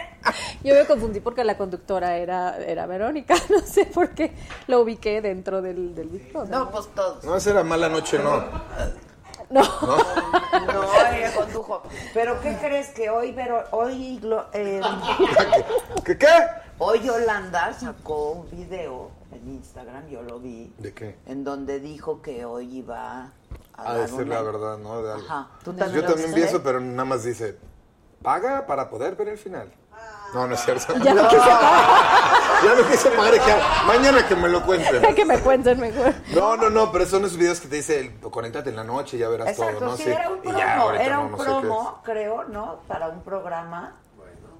[SPEAKER 13] Yo me confundí porque la conductora era, era Verónica, no sé por qué lo ubiqué dentro del, del Big Brother.
[SPEAKER 2] No, pues todos.
[SPEAKER 15] No, esa era mala noche, no.
[SPEAKER 13] No.
[SPEAKER 2] No, ella condujo. Pero ¿qué crees que hoy, pero hoy, Glo- eh,
[SPEAKER 7] ¿Qué qué?
[SPEAKER 2] hoy Yolanda sacó un video en Instagram, yo lo vi,
[SPEAKER 7] ¿De qué?
[SPEAKER 2] en donde dijo que hoy iba a,
[SPEAKER 7] A
[SPEAKER 2] dar
[SPEAKER 7] decir
[SPEAKER 2] una-
[SPEAKER 7] la verdad, ¿no? De algo.
[SPEAKER 2] Ajá. ¿Tú
[SPEAKER 7] Pues
[SPEAKER 2] también
[SPEAKER 7] Yo
[SPEAKER 2] lo
[SPEAKER 7] también
[SPEAKER 2] viste?
[SPEAKER 7] vi eso, pero nada más dice, paga para poder ver el final. No, no es cierto.
[SPEAKER 13] Ya no quise
[SPEAKER 7] Ya no quise pagar. ya. Mañana que me lo cuenten.
[SPEAKER 13] que me cuenten mejor.
[SPEAKER 7] No, no, no, pero son esos videos que te dice, el- conéctate en la noche, ya verás
[SPEAKER 2] Exacto,
[SPEAKER 7] todo, ¿no?
[SPEAKER 2] sí,
[SPEAKER 7] Sí.
[SPEAKER 2] era un
[SPEAKER 7] Y ya,
[SPEAKER 2] promo,
[SPEAKER 7] ahorita
[SPEAKER 2] era
[SPEAKER 7] no,
[SPEAKER 2] un
[SPEAKER 7] no sé qué
[SPEAKER 2] promo, creo, ¿no? Para un programa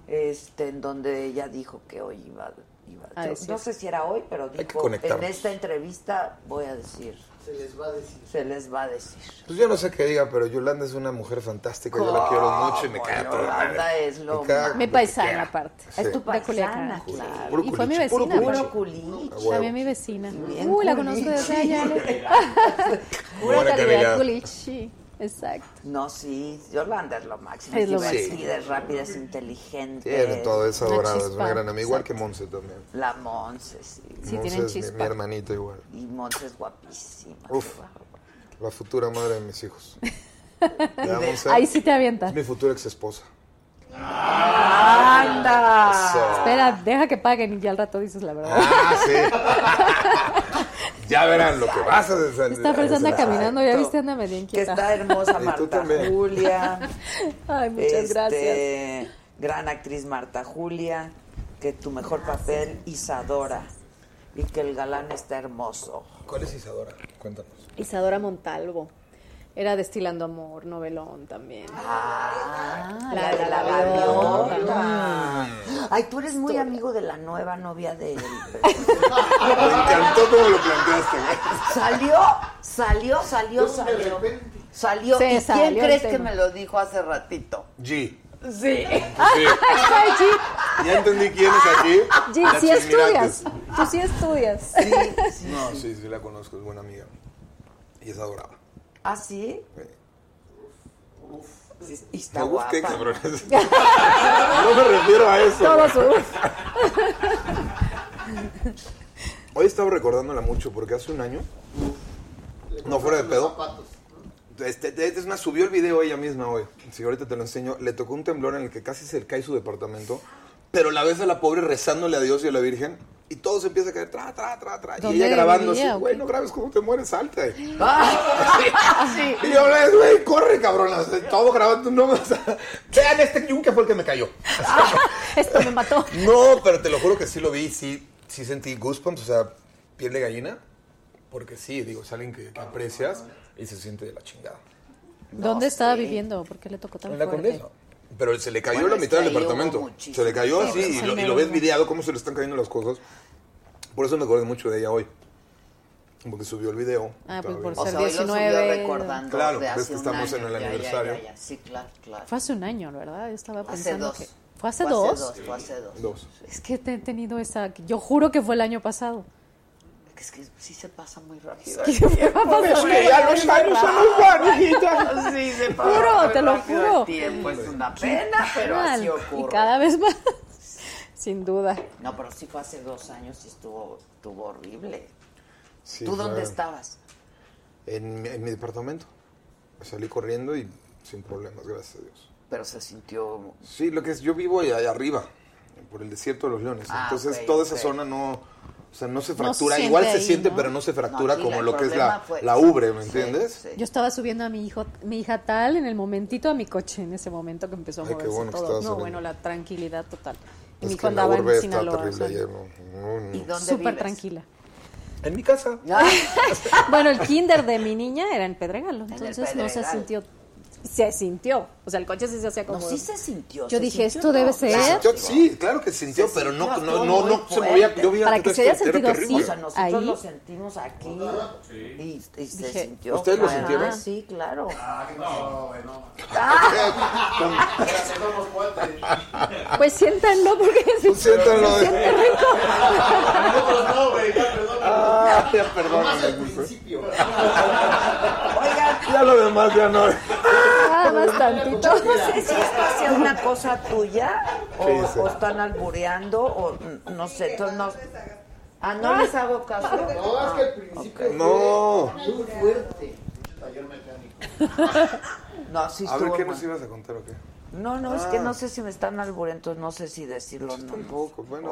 [SPEAKER 2] este, en donde ella dijo que hoy iba, iba
[SPEAKER 13] A
[SPEAKER 2] yo
[SPEAKER 13] decir.
[SPEAKER 2] No sé si era hoy, pero dijo, en
[SPEAKER 15] conectarnos.
[SPEAKER 2] esta entrevista voy a decir. Se les va a decir. Se les va a decir.
[SPEAKER 15] Pues yo no sé qué diga, pero Yolanda es una mujer fantástica. Yo la quiero mucho y me cae a toda madre.
[SPEAKER 2] Yolanda es lo
[SPEAKER 15] Me caga
[SPEAKER 2] más.
[SPEAKER 13] Mi
[SPEAKER 15] lo que
[SPEAKER 13] paisana
[SPEAKER 15] quiera.
[SPEAKER 13] aparte.
[SPEAKER 15] Sí.
[SPEAKER 2] Es tu
[SPEAKER 13] De Culiacán.
[SPEAKER 2] paisana, claro.
[SPEAKER 15] Puro
[SPEAKER 13] Y fue mi
[SPEAKER 15] culichi, puro
[SPEAKER 13] vecina.
[SPEAKER 15] culichi.
[SPEAKER 13] Puro
[SPEAKER 2] culichi.
[SPEAKER 15] A huevo.
[SPEAKER 13] También mi vecina.
[SPEAKER 2] bien
[SPEAKER 13] Uy, la
[SPEAKER 2] culichi.
[SPEAKER 13] conozco desde allá. ¿eh?
[SPEAKER 2] Buena
[SPEAKER 13] Pura calidad
[SPEAKER 2] calidad.
[SPEAKER 13] culichi. Exacto.
[SPEAKER 2] No, sí, Yolanda es lo máximo.
[SPEAKER 13] Es
[SPEAKER 2] Es
[SPEAKER 13] lo
[SPEAKER 2] divertida,
[SPEAKER 13] máximo.
[SPEAKER 2] es rápida, es
[SPEAKER 7] Sí,
[SPEAKER 2] inteligente.
[SPEAKER 7] era todo eso adorado, es
[SPEAKER 2] chispa.
[SPEAKER 7] una gran amiga, igual que Monse también.
[SPEAKER 2] La Monse, sí.
[SPEAKER 7] Monse es mi- Mi, hermanito igual.
[SPEAKER 2] Y Monse es guapísima.
[SPEAKER 7] Uf, la futura madre de mis hijos. La Monse
[SPEAKER 13] Ahí sí te
[SPEAKER 7] Es
[SPEAKER 13] avientas.
[SPEAKER 7] mi futura ex esposa.
[SPEAKER 2] ¡Anda!
[SPEAKER 13] Espera, deja que paguen y ya al rato dices la
[SPEAKER 7] Ah,
[SPEAKER 13] verdad.
[SPEAKER 7] Ya verán lo que vas a deshacer.
[SPEAKER 13] Esta persona anda caminando, ya viste, anda medio inquieta.
[SPEAKER 2] Que está hermosa
[SPEAKER 7] Y tú
[SPEAKER 2] Marta
[SPEAKER 7] también.
[SPEAKER 2] Julia.
[SPEAKER 13] Ay, muchas
[SPEAKER 2] Este,
[SPEAKER 13] gracias.
[SPEAKER 2] Gran actriz Marta Julia, que tu mejor papel, Isadora. Y que el galán está hermoso.
[SPEAKER 15] ¿Cuál es Isadora? Cuéntanos.
[SPEAKER 13] Isadora Montalvo. Era Destilando Amor, novelón también. Ah, la de la gaviota.
[SPEAKER 7] Mm.
[SPEAKER 2] Ay, tú eres muy amigo de la nueva novia de él.
[SPEAKER 7] Me encantó cómo lo planteaste.
[SPEAKER 2] Salió, salió, salió, salió. Salió.
[SPEAKER 13] Se
[SPEAKER 2] ¿Y quién
[SPEAKER 13] salió el
[SPEAKER 2] crees que
[SPEAKER 13] tema.
[SPEAKER 2] me lo dijo hace ratito?
[SPEAKER 7] G.
[SPEAKER 13] Sí.
[SPEAKER 7] Sí. Ya entendí quién es aquí.
[SPEAKER 13] Jim,
[SPEAKER 7] La
[SPEAKER 13] Ah, sí
[SPEAKER 7] Chismirates.
[SPEAKER 13] estudias. Tú sí estudias.
[SPEAKER 7] No, sí, sí la conozco, es buena amiga. Y es adorable.
[SPEAKER 2] ¿Ah, sí? Sí, Y está
[SPEAKER 7] Me busqué,
[SPEAKER 2] guapa.
[SPEAKER 7] cabrones. No me refiero a eso.
[SPEAKER 13] Todo su
[SPEAKER 7] Hoy estaba recordándola mucho porque hace un año, no fuera de pedo, este, este- es más, subió el video ella misma hoy. Si ahorita te lo enseño, le tocó un temblor en el que casi se cae su departamento, pero la ves a la pobre rezándole a Dios y a la Virgen y todo se empieza a caer, tra, tra, tra, tra. Y
[SPEAKER 13] ¿Dónde
[SPEAKER 7] ella grabando así,
[SPEAKER 13] vivía o
[SPEAKER 7] güey,
[SPEAKER 13] qué?
[SPEAKER 7] no grabes cómo te mueres, salte.
[SPEAKER 2] Sí.
[SPEAKER 7] Y yo le güey, corre, cabrón. o sea, Todo grabando, no. o sea, Vean este yunque fue el que me cayó.
[SPEAKER 13] Esto me mató.
[SPEAKER 15] No, pero te lo juro que sí lo vi, sí, sí sentí goosebumps, o sea, piel de gallina. Porque sí, digo, es alguien que, que aprecias y se siente de la chingada.
[SPEAKER 13] ¿Dónde estaba viviendo? ¿Por qué le tocó tan
[SPEAKER 15] En la
[SPEAKER 13] fuerte?
[SPEAKER 15] condesa. Pero se le cayó
[SPEAKER 2] Bueno,
[SPEAKER 15] la mitad
[SPEAKER 2] es que ahí
[SPEAKER 15] del
[SPEAKER 2] hubo
[SPEAKER 15] departamento.
[SPEAKER 2] muchísimo.
[SPEAKER 15] Se le cayó
[SPEAKER 13] Sí,
[SPEAKER 15] así
[SPEAKER 13] pero
[SPEAKER 15] y
[SPEAKER 13] se
[SPEAKER 15] lo,
[SPEAKER 13] le
[SPEAKER 15] y lo ves
[SPEAKER 13] arruinó.
[SPEAKER 15] videado cómo se le están cayendo las cosas. Por eso me acordé mucho de ella hoy. Porque subió el video.
[SPEAKER 13] Ah,
[SPEAKER 15] estaba
[SPEAKER 13] pues por
[SPEAKER 15] bien.
[SPEAKER 13] ser
[SPEAKER 2] O sea, hoy lo subió
[SPEAKER 13] 19.
[SPEAKER 2] recordando
[SPEAKER 15] Claro,
[SPEAKER 2] de
[SPEAKER 15] ves
[SPEAKER 2] hace
[SPEAKER 15] que
[SPEAKER 2] un
[SPEAKER 15] estamos
[SPEAKER 2] año.
[SPEAKER 15] en el
[SPEAKER 2] Ya, ya, ya,
[SPEAKER 15] aniversario.
[SPEAKER 2] ya. Sí, claro, claro.
[SPEAKER 13] Fue hace un año, ¿verdad? Yo estaba
[SPEAKER 2] Hace
[SPEAKER 13] pensando
[SPEAKER 2] dos.
[SPEAKER 13] Pues que... ¿Fue hace dos?
[SPEAKER 2] Fue hace dos.
[SPEAKER 7] Dos.
[SPEAKER 13] Es que te he tenido esa... Yo juro que fue el año pasado.
[SPEAKER 2] Es que sí se pasa muy rápido.
[SPEAKER 13] Es que me va a pasar muy rápido.
[SPEAKER 2] Sí, se pasa
[SPEAKER 13] Juro,
[SPEAKER 2] muy
[SPEAKER 13] te lo
[SPEAKER 2] rápido el
[SPEAKER 13] juro.
[SPEAKER 2] tiempo es una pena, pero así
[SPEAKER 13] Mal.
[SPEAKER 2] ocurre.
[SPEAKER 13] Y cada vez más. Sin duda.
[SPEAKER 2] No, pero sí fue hace dos años y estuvo, estuvo horrible.
[SPEAKER 7] Sí,
[SPEAKER 2] ¿Tú dónde
[SPEAKER 7] fue
[SPEAKER 2] estabas?
[SPEAKER 7] En, mi- en mi departamento. Salí corriendo y sin problemas, gracias a Dios.
[SPEAKER 2] Pero se sintió...
[SPEAKER 7] Sí, lo que es, yo vivo allá arriba, por el desierto de los leones.
[SPEAKER 2] Ah,
[SPEAKER 7] Entonces,
[SPEAKER 2] ok,
[SPEAKER 7] toda esa
[SPEAKER 2] ok.
[SPEAKER 7] zona no, o sea, no se
[SPEAKER 13] No se
[SPEAKER 7] fractura.
[SPEAKER 13] siente
[SPEAKER 7] Igual se
[SPEAKER 13] ahí,
[SPEAKER 7] siente,
[SPEAKER 13] ¿no?
[SPEAKER 7] pero no se
[SPEAKER 2] No,
[SPEAKER 7] fractura
[SPEAKER 2] aquí
[SPEAKER 7] como
[SPEAKER 2] el
[SPEAKER 7] lo que es
[SPEAKER 2] problema
[SPEAKER 7] la,
[SPEAKER 2] fue-
[SPEAKER 7] la ubre, ¿me
[SPEAKER 2] Sí,
[SPEAKER 7] entiendes?
[SPEAKER 2] sí.
[SPEAKER 13] Yo estaba subiendo a mi hijo, mi hija tal, en el momentito a mi coche, en ese momento que empezó a
[SPEAKER 7] Ay, qué
[SPEAKER 13] moverse
[SPEAKER 7] bueno que
[SPEAKER 13] todo.
[SPEAKER 7] estabas
[SPEAKER 13] No,
[SPEAKER 7] subiendo.
[SPEAKER 13] bueno, la tranquilidad total. Y
[SPEAKER 7] Es
[SPEAKER 13] mi
[SPEAKER 7] que
[SPEAKER 13] hijo
[SPEAKER 7] la
[SPEAKER 13] andaba
[SPEAKER 7] urbe
[SPEAKER 13] en
[SPEAKER 7] está
[SPEAKER 13] Sinaloa.
[SPEAKER 7] terrible
[SPEAKER 13] o sea,
[SPEAKER 7] ayer. no, no, no.
[SPEAKER 2] ¿Y dónde
[SPEAKER 13] Súper
[SPEAKER 2] vives?
[SPEAKER 13] tranquila.
[SPEAKER 15] En mi casa.
[SPEAKER 13] Bueno, el kinder de mi niña era en Pedregalo,
[SPEAKER 2] el
[SPEAKER 13] entonces no se
[SPEAKER 2] Pedregal.
[SPEAKER 13] sintió. Se sintió. O sea, el coche sí se hacía como.
[SPEAKER 2] No, sí se sintió.
[SPEAKER 13] Yo
[SPEAKER 2] se
[SPEAKER 13] dije,
[SPEAKER 2] sintió,
[SPEAKER 13] esto debe
[SPEAKER 2] no,
[SPEAKER 13] ser-
[SPEAKER 2] claro.
[SPEAKER 13] ¿Eh?
[SPEAKER 15] Sintió- sí, claro que sintió, pero no,
[SPEAKER 2] sintió,
[SPEAKER 15] no,
[SPEAKER 2] estuvo
[SPEAKER 15] no,
[SPEAKER 2] muy
[SPEAKER 15] no se movía. Yo vi
[SPEAKER 13] Para
[SPEAKER 15] antes
[SPEAKER 13] que se haya
[SPEAKER 15] esto, era
[SPEAKER 13] sentido
[SPEAKER 15] terrible.
[SPEAKER 2] O
[SPEAKER 13] así.
[SPEAKER 2] sea, nosotros
[SPEAKER 13] Ahí.
[SPEAKER 2] lo sentimos aquí y, y se
[SPEAKER 13] Dije,
[SPEAKER 2] sintió.
[SPEAKER 7] ¿ustedes lo
[SPEAKER 2] Ajá,
[SPEAKER 7] sintieron?
[SPEAKER 2] Sí, claro.
[SPEAKER 13] Pues siéntanlo porque se
[SPEAKER 7] Siéntalo.
[SPEAKER 13] siente rico.
[SPEAKER 7] Ah.
[SPEAKER 3] Nosotros no, güey, ya, perdón.
[SPEAKER 7] ya, perdón.
[SPEAKER 3] Nomás al principio.
[SPEAKER 7] Ya lo demás ya no.
[SPEAKER 13] Nada más tantito.
[SPEAKER 2] Yo pues, no sé si esto sea una cosa tuya o,
[SPEAKER 7] Sí, sí.
[SPEAKER 2] o están albureando o mm, no sé. Entonces no. Ah, no les hago caso.
[SPEAKER 3] No, es que al principio
[SPEAKER 2] ok.
[SPEAKER 7] No.
[SPEAKER 3] fue muy fuerte. Taller mecánico.
[SPEAKER 2] No, sí
[SPEAKER 7] A ver,
[SPEAKER 2] estuvo
[SPEAKER 7] ¿qué
[SPEAKER 2] mal.
[SPEAKER 7] nos ibas a contar o qué?
[SPEAKER 2] No, no, es que
[SPEAKER 7] Ah.
[SPEAKER 2] no sé si me están alburentos, no sé si decirlo o no.
[SPEAKER 7] bueno,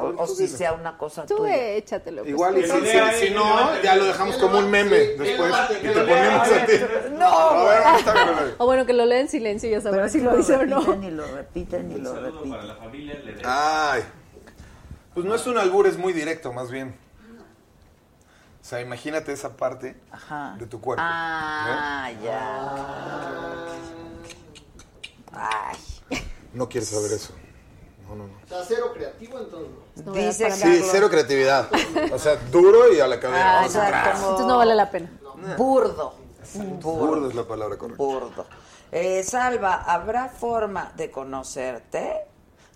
[SPEAKER 2] o,
[SPEAKER 7] ahorita
[SPEAKER 2] o si
[SPEAKER 7] dile.
[SPEAKER 2] sea una cosa
[SPEAKER 13] Tú
[SPEAKER 2] tuya.
[SPEAKER 13] échatelo. pues,
[SPEAKER 7] Igual, y
[SPEAKER 13] tú.
[SPEAKER 7] si, si- si no, ya lo dejamos como un meme después y te ponemos a ti.
[SPEAKER 2] No,
[SPEAKER 7] A ver, ahí está, güey.
[SPEAKER 13] O bueno, que lo lea en silencio y ya
[SPEAKER 2] Pero
[SPEAKER 13] sabrá si
[SPEAKER 2] sí
[SPEAKER 13] lo dice o no.
[SPEAKER 2] repiten y lo repiten y lo repiten.
[SPEAKER 7] para la familia Ay. Pues no es un albur, es muy directo, más bien. O sea, imagínate esa parte de tu cuerpo.
[SPEAKER 2] Ah, ya.
[SPEAKER 7] Ah,
[SPEAKER 2] Ay.
[SPEAKER 7] No quieres saber eso. No, no, no.
[SPEAKER 3] O sea, cero creativo entonces. no.
[SPEAKER 2] Dice
[SPEAKER 7] Sí, cero creatividad. O sea, duro y a la cabeza.
[SPEAKER 2] Ah,
[SPEAKER 7] Vamos atrás.
[SPEAKER 13] Entonces no vale la pena.
[SPEAKER 2] Burdo.
[SPEAKER 7] Burdo es la palabra correcta.
[SPEAKER 2] Burdo. Eh, Salva, ¿habrá forma de conocerte?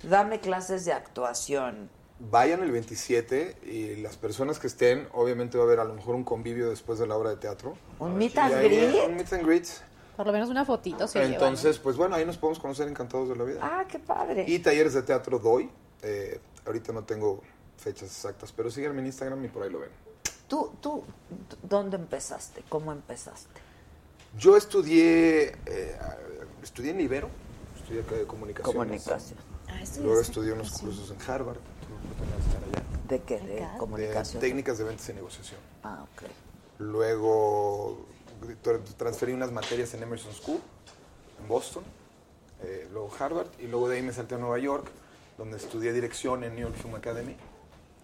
[SPEAKER 2] Dame clases de actuación.
[SPEAKER 7] Vayan el 27 y las personas que estén, obviamente va a haber a lo mejor un convivio después de la obra de teatro.
[SPEAKER 2] ¿Un meet
[SPEAKER 7] Y
[SPEAKER 2] and
[SPEAKER 7] ahí-
[SPEAKER 2] greet?
[SPEAKER 7] Un meet and greet.
[SPEAKER 13] Por lo menos una fotito se llevan.
[SPEAKER 7] Entonces, pues bueno, ahí nos podemos conocer encantados de la vida.
[SPEAKER 2] Ah, qué padre.
[SPEAKER 7] Y talleres de teatro doy. Eh, ahorita no tengo fechas exactas, pero síganme en Instagram y por ahí lo ven.
[SPEAKER 2] ¿Tú, tú, d- dónde empezaste? ¿Cómo empezaste?
[SPEAKER 7] Yo estudié, eh, estudié en Ibero, estudié acá de comunicaciones.
[SPEAKER 2] Comunicación.
[SPEAKER 7] Luego estudié unos cursos en Harvard. tuve oportunidad de estar allá.
[SPEAKER 2] ¿De qué? ¿De comunicación?
[SPEAKER 7] De técnicas de ventas y negociación.
[SPEAKER 2] Ah, ok.
[SPEAKER 7] Luego tra- transferí unas materias en Emerson School, en Boston, eh, luego Harvard, y luego de ahí me salté a Nueva York, donde estudié dirección en New York Film Academy,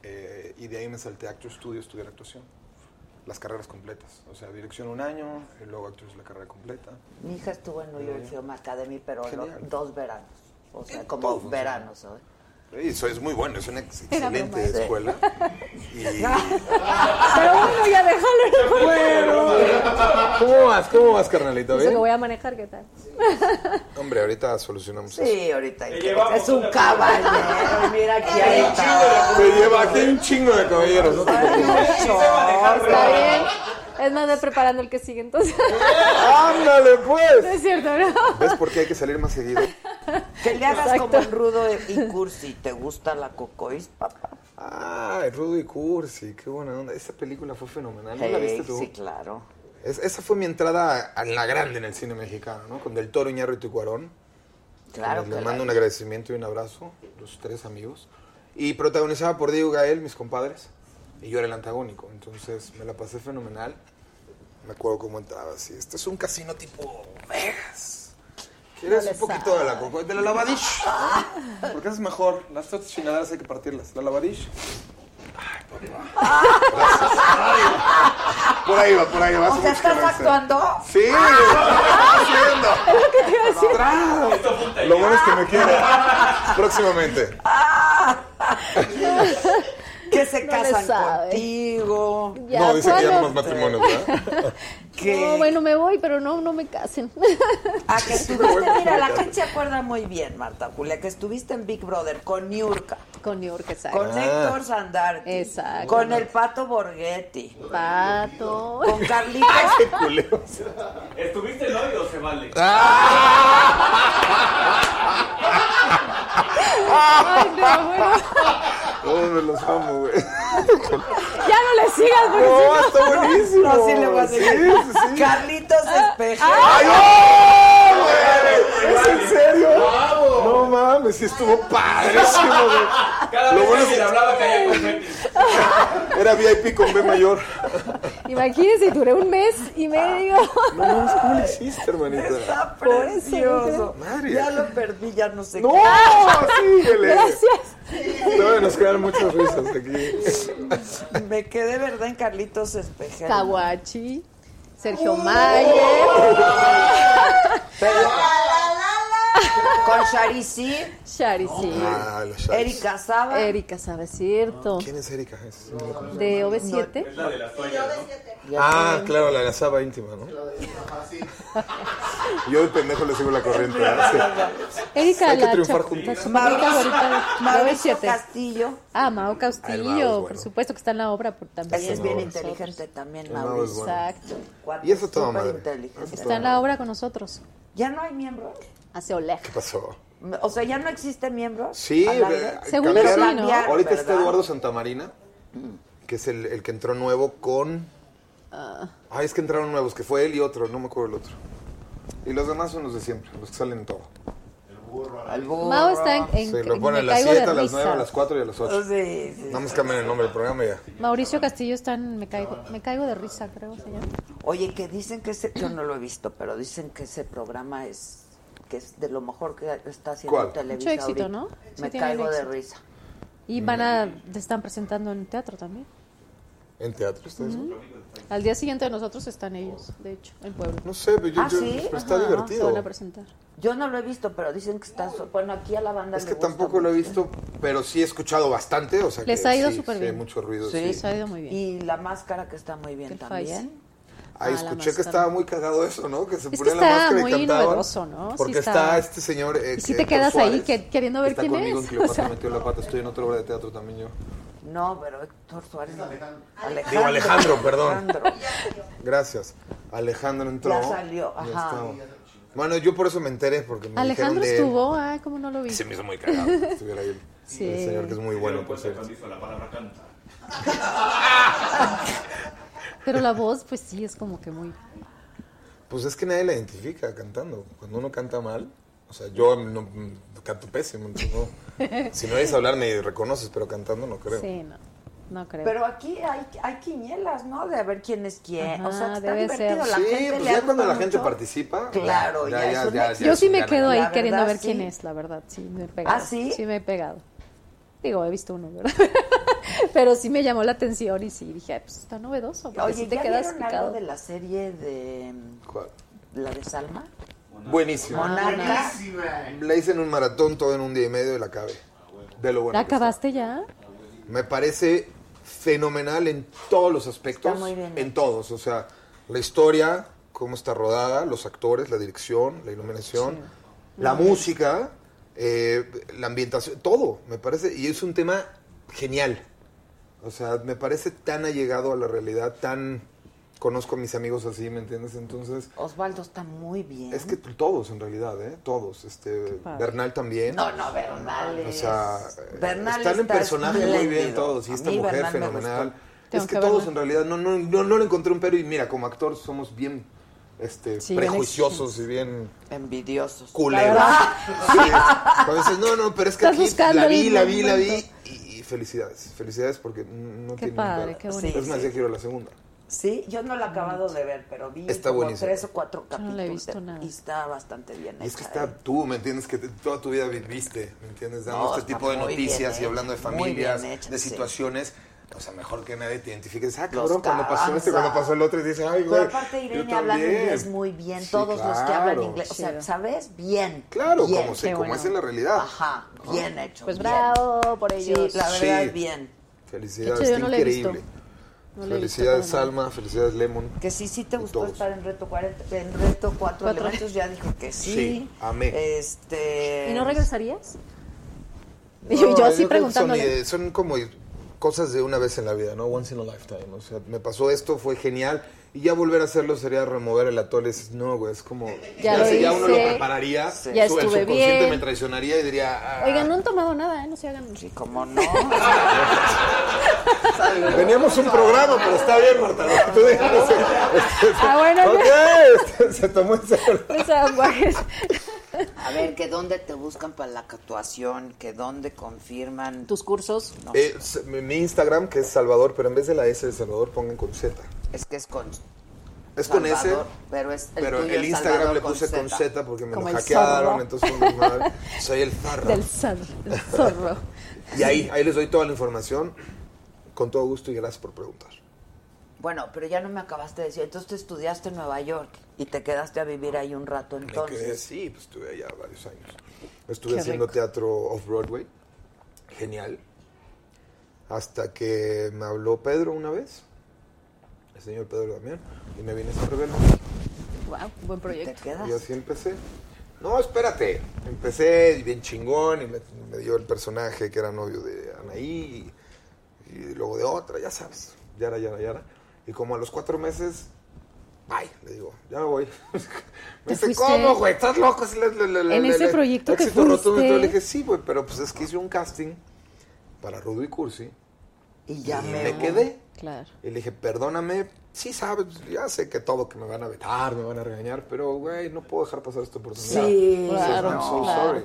[SPEAKER 7] eh, y de ahí me salté a Actors Studio a estudiar actuación. Las carreras completas, o sea, dirección un año, y luego Actors la carrera completa.
[SPEAKER 2] Mi hija estuvo en New
[SPEAKER 7] Pero
[SPEAKER 2] York
[SPEAKER 7] ya.
[SPEAKER 2] Film Academy, pero lo-
[SPEAKER 7] Genial.
[SPEAKER 2] dos veranos. O sea,
[SPEAKER 7] Todo
[SPEAKER 2] como
[SPEAKER 7] funciona.
[SPEAKER 2] veranos, ¿sabes?
[SPEAKER 7] Y eso es muy bueno, es una ex-
[SPEAKER 2] Era
[SPEAKER 7] excelente
[SPEAKER 2] broma.
[SPEAKER 7] escuela. Y-
[SPEAKER 13] Pero bueno, ya déjalo. pues.
[SPEAKER 7] ¿Cómo vas? ¿Cómo vas, carnalita?
[SPEAKER 13] Se
[SPEAKER 7] ¿Bien?
[SPEAKER 13] lo voy a manejar, ¿qué tal?
[SPEAKER 7] Hombre, ahorita solucionamos eso.
[SPEAKER 2] Sí, ahorita. hay
[SPEAKER 7] Te
[SPEAKER 2] que-
[SPEAKER 7] llevamos
[SPEAKER 2] Es un caballero. Mira aquí hay
[SPEAKER 7] Te lleva aquí un chingo de caballeros, ¿no? te preocupes.
[SPEAKER 13] Está bien. Es más, ve preparando el que sigue entonces.
[SPEAKER 7] ¡Ándale, pues!
[SPEAKER 13] No es cierto, ¿no?
[SPEAKER 7] ¿Ves por qué hay que salir más seguido?
[SPEAKER 2] Que le hagas
[SPEAKER 13] Exacto.
[SPEAKER 2] como un rudo y cursi. ¿Te gusta la cocois, papá?
[SPEAKER 7] Ay, Rudo y Cursi, qué buena onda. Esa película fue fenomenal, ¿no la
[SPEAKER 2] Hey,
[SPEAKER 7] viste tú?
[SPEAKER 2] Sí, claro.
[SPEAKER 7] Es- esa fue mi entrada a la grande en el cine mexicano, ¿no? Con Del Toro, Iñárritu y Cuarón.
[SPEAKER 2] Claro
[SPEAKER 7] Les
[SPEAKER 2] que
[SPEAKER 7] mando
[SPEAKER 2] la-
[SPEAKER 7] un agradecimiento y un abrazo, los tres amigos. Y protagonizada por Diego Gael, mis compadres. Y yo era el antagónico, entonces me la pasé fenomenal. Me acuerdo cómo entraba así. Este es un casino tipo Vegas. ¿Quieres
[SPEAKER 16] No le
[SPEAKER 7] un poquito de la
[SPEAKER 16] sabe.
[SPEAKER 7] coco? De la lavadish. Porque es mejor. Las otras chinadas hay que partirlas. La lavadish. Ay, papá. Gracias. Por ahí va, por ahí va.
[SPEAKER 2] O sea, ¿estás actuando?
[SPEAKER 7] Sí, lo estás haciendo.
[SPEAKER 2] Ah. Es lo que te iba a decir.
[SPEAKER 7] Lo bueno es que me quiere. Próximamente.
[SPEAKER 2] que se
[SPEAKER 13] No le
[SPEAKER 2] casan
[SPEAKER 13] sabe.
[SPEAKER 2] contigo.
[SPEAKER 13] Ya, No, dice que ya ¿cuándo? no más
[SPEAKER 7] matrimonios,
[SPEAKER 13] No, bueno, me voy, pero no, no me casen.
[SPEAKER 2] A que estuviste, mira, la gente se acuerda muy bien, Marta Julia, que estuviste en Big Brother con Niurka,
[SPEAKER 13] Con New York, exacto.
[SPEAKER 2] con
[SPEAKER 7] Ah.
[SPEAKER 2] Héctor Sandarti,
[SPEAKER 13] Exacto.
[SPEAKER 2] con el Pato Borghetti,
[SPEAKER 13] Pato.
[SPEAKER 2] con Carlitos.
[SPEAKER 7] Ah.
[SPEAKER 5] ¿Estuviste el hoy o se vale?
[SPEAKER 7] Ah.
[SPEAKER 13] Ay, no, bueno.
[SPEAKER 7] Oh, me los amo, güey.
[SPEAKER 13] Ya no le sigas, porque
[SPEAKER 7] No,
[SPEAKER 13] si no-
[SPEAKER 7] está buenísimo.
[SPEAKER 2] No, sí le voy a seguir.
[SPEAKER 7] Sí, sí, sí.
[SPEAKER 2] Carlitos
[SPEAKER 13] Ah,
[SPEAKER 2] Espejo.
[SPEAKER 7] ¿Es en serio? No mames, sí estuvo padrísimo, güey.
[SPEAKER 5] Cada
[SPEAKER 7] Ah. Lo
[SPEAKER 5] vez
[SPEAKER 7] bueno
[SPEAKER 5] que
[SPEAKER 7] es-
[SPEAKER 5] alguien hablaba caía confeti.
[SPEAKER 7] Era VIP con B mayor.
[SPEAKER 13] Imagínense, duré un mes y medio.
[SPEAKER 7] No mames, ¿cómo lo hiciste, hermanita?
[SPEAKER 2] Está precioso.
[SPEAKER 7] Madre.
[SPEAKER 2] Ya lo perdí, ya no sé
[SPEAKER 7] ¡No!
[SPEAKER 2] qué.
[SPEAKER 7] Oh, ¡Síguele!
[SPEAKER 13] Gracias.
[SPEAKER 7] Todavía nos quedan muchas risas aquí.
[SPEAKER 2] Me quedé verdad en Carlitos Espejo.
[SPEAKER 13] Kawachi, Sergio Mayer.
[SPEAKER 2] Pero, Con Sharici.
[SPEAKER 13] Sharici.
[SPEAKER 7] Ah, la Sharice.
[SPEAKER 2] Erika Saba.
[SPEAKER 13] Erika Saba, es cierto.
[SPEAKER 7] ¿Quién es Erika? Es- no la conozco.
[SPEAKER 13] De OV7.
[SPEAKER 5] Es la de las toallas, ¿no?
[SPEAKER 7] Ah, claro, la de Saba íntima, ¿no?
[SPEAKER 12] Yo de pendejo le sigo la corriente. ¿verdad? Sí.
[SPEAKER 13] Erika,
[SPEAKER 12] Hay que
[SPEAKER 13] la
[SPEAKER 12] triunfar
[SPEAKER 13] cha-
[SPEAKER 12] juntos.
[SPEAKER 13] la
[SPEAKER 2] Mauricio-
[SPEAKER 13] chaparrita favorita de
[SPEAKER 2] Mauricio
[SPEAKER 13] OV7.
[SPEAKER 2] Castillo.
[SPEAKER 13] Ah, Mao Castillo,
[SPEAKER 2] El Mao es bueno.
[SPEAKER 13] por supuesto que está en la obra por, también.
[SPEAKER 2] Ese es bien
[SPEAKER 13] con nosotros.
[SPEAKER 2] inteligente también,
[SPEAKER 13] El Mao
[SPEAKER 2] Mauricio.
[SPEAKER 13] es bueno. Exacto.
[SPEAKER 7] Y eso toda madre.
[SPEAKER 2] inteligente.
[SPEAKER 13] Está en la obra con nosotros.
[SPEAKER 2] ¿Ya no hay miembros?
[SPEAKER 13] Hace Oleg.
[SPEAKER 7] ¿Qué pasó?
[SPEAKER 2] O sea, ¿ya no existen miembros?
[SPEAKER 7] Sí,
[SPEAKER 2] al aire?
[SPEAKER 7] ve- cambiaron.
[SPEAKER 13] Según yo sí, ¿no? Mm. Cambiaron,
[SPEAKER 7] Ahorita está
[SPEAKER 2] ¿verdad?
[SPEAKER 7] Eduardo Santamarina, que es el, el que entró nuevo con. Ah, es que entraron nuevos, que fue él y otro, no me acuerdo el otro. Y los demás son los de siempre, los que salen en todo.
[SPEAKER 2] El burro.
[SPEAKER 13] Mao está en- en-
[SPEAKER 7] Sí, lo
[SPEAKER 13] en-
[SPEAKER 7] ponen a
[SPEAKER 13] me
[SPEAKER 7] las
[SPEAKER 13] caigo
[SPEAKER 7] 7,
[SPEAKER 13] de
[SPEAKER 7] a las
[SPEAKER 13] risa.
[SPEAKER 7] 9, a las 4 y a las 8.
[SPEAKER 2] Sí, sí.
[SPEAKER 7] Nada más cambian el nombre del programa y ya.
[SPEAKER 13] Mauricio Castillo está en Me caigo, me caigo de risa, creo, señor.
[SPEAKER 2] Oye, que dicen que ese, yo no lo he visto, pero dicen que ese programa es que es de lo mejor que está haciendo
[SPEAKER 7] ¿Cuál?
[SPEAKER 2] Televisa.
[SPEAKER 13] Mucho éxito,
[SPEAKER 2] ahorita.
[SPEAKER 13] ¿no? Sí
[SPEAKER 2] Me
[SPEAKER 13] tiene
[SPEAKER 2] caigo de
[SPEAKER 13] éxito.
[SPEAKER 2] risa.
[SPEAKER 13] Y
[SPEAKER 7] Mm.
[SPEAKER 13] van a, te están presentando en teatro también.
[SPEAKER 7] ¿En teatro está eso?
[SPEAKER 13] Ujú. Al día siguiente de nosotros están ellos, de hecho, en Puebla.
[SPEAKER 7] No sé, pero yo-
[SPEAKER 2] ¿Ah, yo- sí? pero está
[SPEAKER 13] Ajá,
[SPEAKER 7] divertido.
[SPEAKER 13] Se van a presentar.
[SPEAKER 2] Yo no lo he visto, pero dicen que está. so- Bueno, aquí a la banda
[SPEAKER 7] Es
[SPEAKER 2] le
[SPEAKER 7] que
[SPEAKER 2] gusta
[SPEAKER 7] tampoco lo he visto, pero sí he escuchado bastante. O sea,
[SPEAKER 13] Les
[SPEAKER 7] que
[SPEAKER 13] ha ido
[SPEAKER 7] sí,
[SPEAKER 13] súper
[SPEAKER 7] sí,
[SPEAKER 13] bien.
[SPEAKER 7] mucho ruido.
[SPEAKER 2] Sí.
[SPEAKER 7] Sí,
[SPEAKER 13] Les ha ido muy bien.
[SPEAKER 2] Y la máscara que está muy bien
[SPEAKER 13] Que
[SPEAKER 2] también.
[SPEAKER 7] Ahí
[SPEAKER 13] Ah, la
[SPEAKER 7] escuché que
[SPEAKER 13] máscara.
[SPEAKER 7] estaba muy cagado eso, ¿no? Que se
[SPEAKER 13] que
[SPEAKER 7] ponían la
[SPEAKER 13] está
[SPEAKER 7] máscara
[SPEAKER 13] muy
[SPEAKER 7] y cantaban.
[SPEAKER 13] novedoso, ¿no? Sí
[SPEAKER 7] Porque
[SPEAKER 13] está-
[SPEAKER 7] está este señor. eh,
[SPEAKER 13] Y si te
[SPEAKER 7] Héctor
[SPEAKER 13] quedas ahí
[SPEAKER 7] Suárez,
[SPEAKER 13] que- queriendo ver
[SPEAKER 7] está
[SPEAKER 13] quién
[SPEAKER 7] conmigo
[SPEAKER 13] es,
[SPEAKER 7] en
[SPEAKER 13] o
[SPEAKER 7] Cleopatra
[SPEAKER 13] sea.
[SPEAKER 7] metió la pata. Estoy en otra obra de teatro también yo.
[SPEAKER 2] No, pero Héctor Suárez. Alejandro.
[SPEAKER 7] Digo Alejandro, perdón.
[SPEAKER 2] Alejandro.
[SPEAKER 7] Gracias. Alejandro entró.
[SPEAKER 2] Ya salió,
[SPEAKER 7] Ya
[SPEAKER 2] ajá.
[SPEAKER 7] estaba. Bueno, yo por eso me enteré porque me
[SPEAKER 13] Alejandro
[SPEAKER 7] dijeron de él.
[SPEAKER 13] estuvo, ay, cómo no lo vi.
[SPEAKER 7] Se me hizo muy cagado que estuviera ahí.
[SPEAKER 13] Sí.
[SPEAKER 7] El señor que es muy bueno, por cierto.
[SPEAKER 13] Pero la voz, pues sí, es como que muy...
[SPEAKER 7] Pues es que nadie la identifica cantando. Cuando uno canta mal, o sea, yo no, mm, canto pésimo. entonces no. Si no oyes hablar me reconoces, pero cantando no creo.
[SPEAKER 13] Sí, no, no creo.
[SPEAKER 2] Pero aquí hay, hay quinielas, ¿no? De ver quién es quién. o sea,
[SPEAKER 13] Ajá,
[SPEAKER 2] que está
[SPEAKER 13] debe ser.
[SPEAKER 2] divertido. La
[SPEAKER 13] Sí,
[SPEAKER 2] gente
[SPEAKER 7] pues
[SPEAKER 2] le
[SPEAKER 7] ya
[SPEAKER 2] gusta
[SPEAKER 7] cuando la gente
[SPEAKER 2] mucho.
[SPEAKER 7] participa,
[SPEAKER 2] Claro, ya, es un éxito.
[SPEAKER 13] Yo sí me quedo ahí
[SPEAKER 2] La verdad,
[SPEAKER 13] queriendo ver
[SPEAKER 2] sí.
[SPEAKER 13] quién es, la verdad. Sí, me he pegado.
[SPEAKER 2] ¿Ah, sí?
[SPEAKER 13] Sí, me he pegado. Digo, he visto uno, ¿verdad? Pero sí me llamó la atención y sí dije, ay, pues está novedoso. Porque
[SPEAKER 2] Oye,
[SPEAKER 13] sí te
[SPEAKER 2] ¿ya
[SPEAKER 13] quedas
[SPEAKER 2] vieron
[SPEAKER 13] picado.
[SPEAKER 2] algo de la serie de... ¿La de Salma?
[SPEAKER 7] Buenísimo.
[SPEAKER 13] Ah,
[SPEAKER 2] Monarca.
[SPEAKER 7] La hice en un maratón todo en un día y medio y la acabé. De
[SPEAKER 2] pues,
[SPEAKER 7] lo
[SPEAKER 13] ¿La
[SPEAKER 7] bueno. que
[SPEAKER 13] acabaste ya?
[SPEAKER 7] está. Me parece fenomenal en todos los aspectos.
[SPEAKER 13] Está muy bien
[SPEAKER 7] en todos. O sea, la historia, cómo está rodada, los actores, la dirección, la iluminación, la
[SPEAKER 13] Muy bien.
[SPEAKER 7] música, eh, la ambientación, todo, me parece. Y es un tema genial. O sea, me parece tan allegado a la realidad, tan... Conozco a mis amigos así, ¿me entiendes? Entonces,
[SPEAKER 2] Osvaldo está muy bien.
[SPEAKER 7] es que t- todos en realidad, ¿eh? Todos. Este,
[SPEAKER 2] padre.
[SPEAKER 7] Bernal también.
[SPEAKER 2] No, no, Bernal
[SPEAKER 7] O
[SPEAKER 2] es-
[SPEAKER 7] sea,
[SPEAKER 2] Bernal
[SPEAKER 7] están en
[SPEAKER 2] está
[SPEAKER 7] personaje muy bien
[SPEAKER 2] espléndido.
[SPEAKER 7] todos. Y
[SPEAKER 2] A
[SPEAKER 7] esta
[SPEAKER 2] mí
[SPEAKER 7] mujer
[SPEAKER 2] Bernal me
[SPEAKER 7] fenomenal.
[SPEAKER 2] gustó.
[SPEAKER 7] Es
[SPEAKER 2] Tengo
[SPEAKER 7] que
[SPEAKER 2] que
[SPEAKER 7] todos
[SPEAKER 2] verla.
[SPEAKER 7] en realidad, no, no, no, no le encontré un pero. Y mira, como actor somos bien este,
[SPEAKER 2] Sí, bien
[SPEAKER 7] prejuiciosos y bien...
[SPEAKER 2] Envidiosos.
[SPEAKER 7] Culeros. Sí. Cuando dices, no, no, pero es que
[SPEAKER 2] Estás
[SPEAKER 7] aquí
[SPEAKER 2] buscando
[SPEAKER 7] la vi,
[SPEAKER 2] el
[SPEAKER 7] la vi, la vi.
[SPEAKER 2] momento.
[SPEAKER 7] Y, y felicidades. Felicidades porque no
[SPEAKER 2] Qué
[SPEAKER 7] tiene
[SPEAKER 2] padre,
[SPEAKER 7] nada.
[SPEAKER 2] qué bonito.
[SPEAKER 7] Es más,
[SPEAKER 2] Sí,
[SPEAKER 7] ya quiero la segunda.
[SPEAKER 2] Sí, yo no la he acabado de ver, pero vi
[SPEAKER 7] Está
[SPEAKER 2] como
[SPEAKER 7] buenísimo.
[SPEAKER 2] tres o cuatro
[SPEAKER 13] Yo
[SPEAKER 2] capítulos.
[SPEAKER 13] no la he visto
[SPEAKER 2] de-
[SPEAKER 13] nada.
[SPEAKER 2] Y está bastante bien
[SPEAKER 7] Y es que
[SPEAKER 2] hecha,
[SPEAKER 7] está
[SPEAKER 2] ¿eh?
[SPEAKER 7] tú, ¿me entiendes? Que te- toda tu vida viviste, ¿me entiendes? Dando
[SPEAKER 2] No,
[SPEAKER 7] este
[SPEAKER 2] está
[SPEAKER 7] tipo de
[SPEAKER 2] muy
[SPEAKER 7] noticias
[SPEAKER 2] bien
[SPEAKER 7] y hablando de
[SPEAKER 2] hecha, muy bien
[SPEAKER 7] familias,
[SPEAKER 2] hecha,
[SPEAKER 7] de
[SPEAKER 2] sí.
[SPEAKER 7] situaciones. O sea, mejor que nadie te identifiques. Ah,
[SPEAKER 2] Los
[SPEAKER 7] cabrón, cuando pasó
[SPEAKER 2] Carranza.
[SPEAKER 7] este, cuando pasó el otro, y dices, ay, güey.
[SPEAKER 2] Pero aparte
[SPEAKER 7] yo
[SPEAKER 2] Irene hablando
[SPEAKER 7] también.
[SPEAKER 2] inglés muy bien,
[SPEAKER 7] Sí,
[SPEAKER 2] todos los que hablan
[SPEAKER 7] claro.
[SPEAKER 2] inglés, o sea, ¿sabes? Bien.
[SPEAKER 7] Claro,
[SPEAKER 2] bien.
[SPEAKER 7] como, se- como es en la realidad.
[SPEAKER 2] Ajá, bien hecho.
[SPEAKER 13] Pues
[SPEAKER 2] bien.
[SPEAKER 13] bravo por ellos.
[SPEAKER 2] Sí, la
[SPEAKER 7] Ah. Sí.
[SPEAKER 2] verdad, bien.
[SPEAKER 7] Felicidades,
[SPEAKER 13] De hecho, yo
[SPEAKER 7] está
[SPEAKER 13] no la he
[SPEAKER 7] increíble.
[SPEAKER 13] visto. No la he visto
[SPEAKER 7] felicidades,
[SPEAKER 13] para
[SPEAKER 7] Salma, felicidades, Lemon.
[SPEAKER 2] Que sí, sí te
[SPEAKER 7] Y
[SPEAKER 2] gustó
[SPEAKER 7] todos.
[SPEAKER 2] estar en reto 40, en reto 4
[SPEAKER 13] Cuatro.
[SPEAKER 2] elementos, ya dijo que sí.
[SPEAKER 7] Sí, amé.
[SPEAKER 2] Este
[SPEAKER 13] ¿Y no regresarías?
[SPEAKER 7] No,
[SPEAKER 13] Y yo así
[SPEAKER 7] creo que
[SPEAKER 13] preguntándole.
[SPEAKER 7] Son, eh, son como cosas de una vez en la vida, ¿no? Once in a lifetime. O sea, me pasó esto, fue genial. Y ya volver a hacerlo sería remover el atole. Es- No, güey, es como.
[SPEAKER 13] Ya lo
[SPEAKER 7] sé, ya uno lo
[SPEAKER 13] hice,
[SPEAKER 7] prepararía.
[SPEAKER 13] ya
[SPEAKER 7] su- el
[SPEAKER 13] estuve
[SPEAKER 7] subconsciente
[SPEAKER 13] bien.
[SPEAKER 7] me traicionaría y diría. "Ah".
[SPEAKER 13] Oigan, no han tomado nada, ¿eh? No se hagan...
[SPEAKER 2] como no.
[SPEAKER 7] Teníamos un programa, pero está bien, Marta. lo que Tú digas.
[SPEAKER 13] Ah, bueno,
[SPEAKER 7] Ok,
[SPEAKER 13] ya.
[SPEAKER 7] este, se tomó en serio.
[SPEAKER 2] A ver, que dónde te buscan para la actuación, que dónde confirman
[SPEAKER 13] tus cursos.
[SPEAKER 2] No,
[SPEAKER 7] Eh, s- mi- mi Instagram, que es Salvador, pero en vez de la S de Salvador, pongan con Z.
[SPEAKER 2] es que es con
[SPEAKER 7] Es con S.
[SPEAKER 2] Salvador, pero es el
[SPEAKER 7] Pero
[SPEAKER 2] tuyo
[SPEAKER 7] el
[SPEAKER 2] es
[SPEAKER 7] Instagram
[SPEAKER 2] Salvador
[SPEAKER 7] le puse con Z, porque me
[SPEAKER 2] Como
[SPEAKER 7] lo
[SPEAKER 2] el
[SPEAKER 7] hackearon,
[SPEAKER 2] zorro.
[SPEAKER 7] entonces fue muy mal. Soy el zarro.
[SPEAKER 13] Del zorro. El zorro.
[SPEAKER 7] Y ahí, ahí les doy toda la información, con todo gusto y gracias por preguntar.
[SPEAKER 2] Bueno, pero ya no me acabaste de decir. Entonces tú estudiaste en Nueva York y te quedaste a vivir ahí un rato
[SPEAKER 7] Me
[SPEAKER 2] entonces.
[SPEAKER 7] quedé- sí, pues estuve allá varios años. Estuve
[SPEAKER 2] Qué
[SPEAKER 7] haciendo
[SPEAKER 2] rico.
[SPEAKER 7] teatro off-Broadway. Genial. Hasta que me habló Pedro una vez, el señor Pedro también, y me vine a San Rebelde.
[SPEAKER 13] Wow, buen proyecto.
[SPEAKER 7] Y así empecé. No, espérate. Empecé bien chingón y me, me dio el personaje que era novio de Anaí y, y luego de otra, ya sabes. Yara, yara, yara. Y como a los cuatro meses, bye, le digo, ya me voy. me dice,
[SPEAKER 13] fuiste?
[SPEAKER 7] ¿cómo, güey? ¿Estás loco? Es la- la- la- la-
[SPEAKER 13] En
[SPEAKER 7] la-
[SPEAKER 13] ese
[SPEAKER 7] la-
[SPEAKER 13] proyecto que
[SPEAKER 7] éxito rotundo.
[SPEAKER 13] fuiste.
[SPEAKER 7] Entonces le dije, sí, güey, pero pues es que hice un casting para Rudo y Cursi.
[SPEAKER 2] Y ya
[SPEAKER 7] me quedé.
[SPEAKER 13] Claro.
[SPEAKER 7] Y le dije, perdóname, sí sabes, ya sé que todo, que me van a vetar, me van a regañar, pero, güey, no puedo dejar pasar esta oportunidad.
[SPEAKER 2] Sí,
[SPEAKER 7] So,
[SPEAKER 2] claro,
[SPEAKER 7] I'm so
[SPEAKER 2] claro.
[SPEAKER 7] sorry.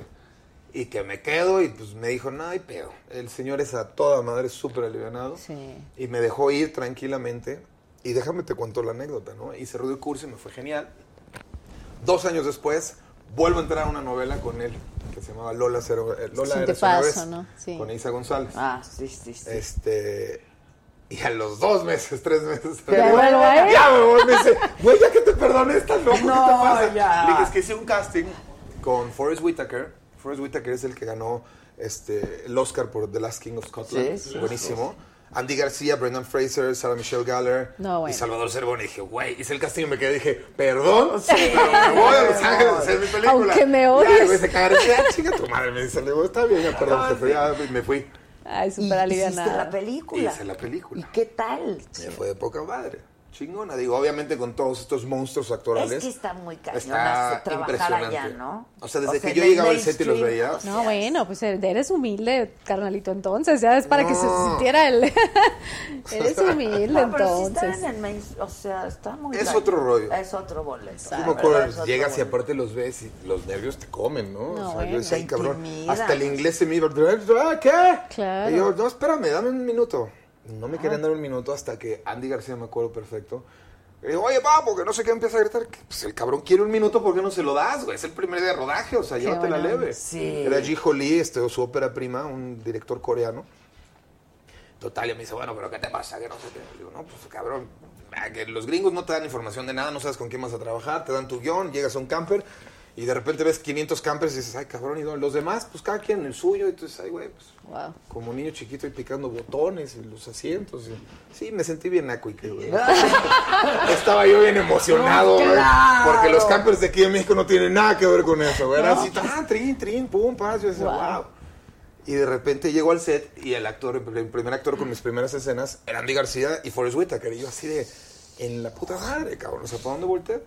[SPEAKER 7] Y que me quedo y pues me dijo, no hay pedo. El señor es a toda madre súper alivianado. Y me dejó ir tranquilamente. Y déjame te cuento la anécdota, ¿no? Hice Rudy Curso y me fue genial. Dos años después, vuelvo a entrar a una novela con él, que se llamaba Lola, Cero, eh, Lola
[SPEAKER 13] Sin te
[SPEAKER 7] Eras una
[SPEAKER 13] paso,
[SPEAKER 7] vez,
[SPEAKER 13] ¿no? Sí.
[SPEAKER 7] con Isa González.
[SPEAKER 2] Ah, sí, sí, sí.
[SPEAKER 7] Este, y a los dos meses, tres meses.
[SPEAKER 2] Te vuelvo a ir.
[SPEAKER 7] Ya me voy, me dice, güey, ya que te perdoné, estás loco,
[SPEAKER 2] No,
[SPEAKER 7] ¿qué te pasa?
[SPEAKER 2] ya.
[SPEAKER 7] Le dije, es que hice un casting con Forrest Whitaker. Forrest Whitaker es el que ganó este, el Oscar por The Last King of Scotland.
[SPEAKER 15] Sí, sí.
[SPEAKER 7] Buenísimo. Andy García, Brendan Fraser, Sarah Michelle Gellar
[SPEAKER 15] No, bueno.
[SPEAKER 7] y Salvador Cervón. Y dije, güey, hice el casting y me quedé. Dije, perdón,
[SPEAKER 15] Sí.
[SPEAKER 7] pero me voy a Los Ángeles a hacer mi película.
[SPEAKER 13] Aunque me
[SPEAKER 7] Ya,
[SPEAKER 13] odies.
[SPEAKER 7] güey, se cagaron. Ya, chinga tu madre, me dice. Le digo, está bien, ya, perdón, jefe, ya me fui.
[SPEAKER 13] Ay, súper
[SPEAKER 2] Hiciste la
[SPEAKER 13] alivianada.
[SPEAKER 2] película.
[SPEAKER 7] Hice la película.
[SPEAKER 2] ¿Y qué tal?
[SPEAKER 7] Me fue de poca madre. Chingona. Digo, obviamente con todos estos monstruos actorales.
[SPEAKER 2] Es que está muy cañón
[SPEAKER 7] Está
[SPEAKER 2] hacer- trabajar
[SPEAKER 7] impresionante.
[SPEAKER 2] allá, ¿no?
[SPEAKER 7] O sea, desde que
[SPEAKER 2] en
[SPEAKER 7] yo
[SPEAKER 2] el
[SPEAKER 7] llegaba al set y los
[SPEAKER 2] mainstream,
[SPEAKER 7] veía.
[SPEAKER 2] o sea,
[SPEAKER 13] No, bueno, pues eres humilde, carnalito, entonces, ya es para que se
[SPEAKER 7] No.
[SPEAKER 13] sintiera el... eres humilde,
[SPEAKER 2] No, pero sí están
[SPEAKER 13] entonces.
[SPEAKER 2] en el mainstream, o sea, está muy
[SPEAKER 7] Es
[SPEAKER 2] cañón.
[SPEAKER 7] otro rollo.
[SPEAKER 2] Es otro boleto.
[SPEAKER 7] Tú me
[SPEAKER 2] la
[SPEAKER 7] acuerdo,
[SPEAKER 2] verdad, es otro
[SPEAKER 7] llegas y
[SPEAKER 2] boleto.
[SPEAKER 7] aparte los ves y los nervios te comen,
[SPEAKER 2] No,
[SPEAKER 7] ¿no? o sea,
[SPEAKER 2] bueno.
[SPEAKER 7] yo decía, "Ay,
[SPEAKER 2] Te
[SPEAKER 7] cabrón,
[SPEAKER 2] intimidan.
[SPEAKER 7] hasta el inglés se me iba, "Ah, ¿qué?
[SPEAKER 13] Claro.
[SPEAKER 7] Y yo, no, espérame, dame un minuto. No me querían dar un minuto hasta que Andy García, me acuerdo perfecto, le digo, oye, papo, que no sé qué, empieza a gritar, que, pues el cabrón quiere un minuto, ¿por qué no se lo das, güey? Es el primer día de rodaje, o sea,
[SPEAKER 15] Qué
[SPEAKER 7] llévate la
[SPEAKER 15] buena
[SPEAKER 7] leve.
[SPEAKER 15] onda. Sí.
[SPEAKER 7] Era Ji Ho Lee, este, su ópera prima, un director coreano. Total, y me dice, bueno, pero ¿qué te pasa? Que no sé qué. Le Digo, no, pues cabrón, a que los gringos no te dan información de nada, no sabes con quién vas a trabajar, te dan tu guión, llegas a un camper y de repente ves 500 campers y dices, ay, cabrón, y dónde? los demás, pues cada quien el suyo, y tú dices, ay, güey, pues
[SPEAKER 13] Wow.
[SPEAKER 7] como niño chiquito y picando botones y los asientos. y- Sí, me sentí bien naco y que, güey. Estaba yo bien emocionado, güey,
[SPEAKER 15] Claro.
[SPEAKER 7] porque los campers de aquí en México no tienen nada que ver con eso, güey. Era
[SPEAKER 15] No.
[SPEAKER 7] así, tan, trin, trin, pum, pas, yo decía,
[SPEAKER 15] Wow.
[SPEAKER 7] wow. Y de repente llego al set y el actor, el primer actor con mis primeras escenas era Andy García y Forrest Whitaker. Y yo así de, en la puta madre, cabrón, o sea, ¿para dónde volteo?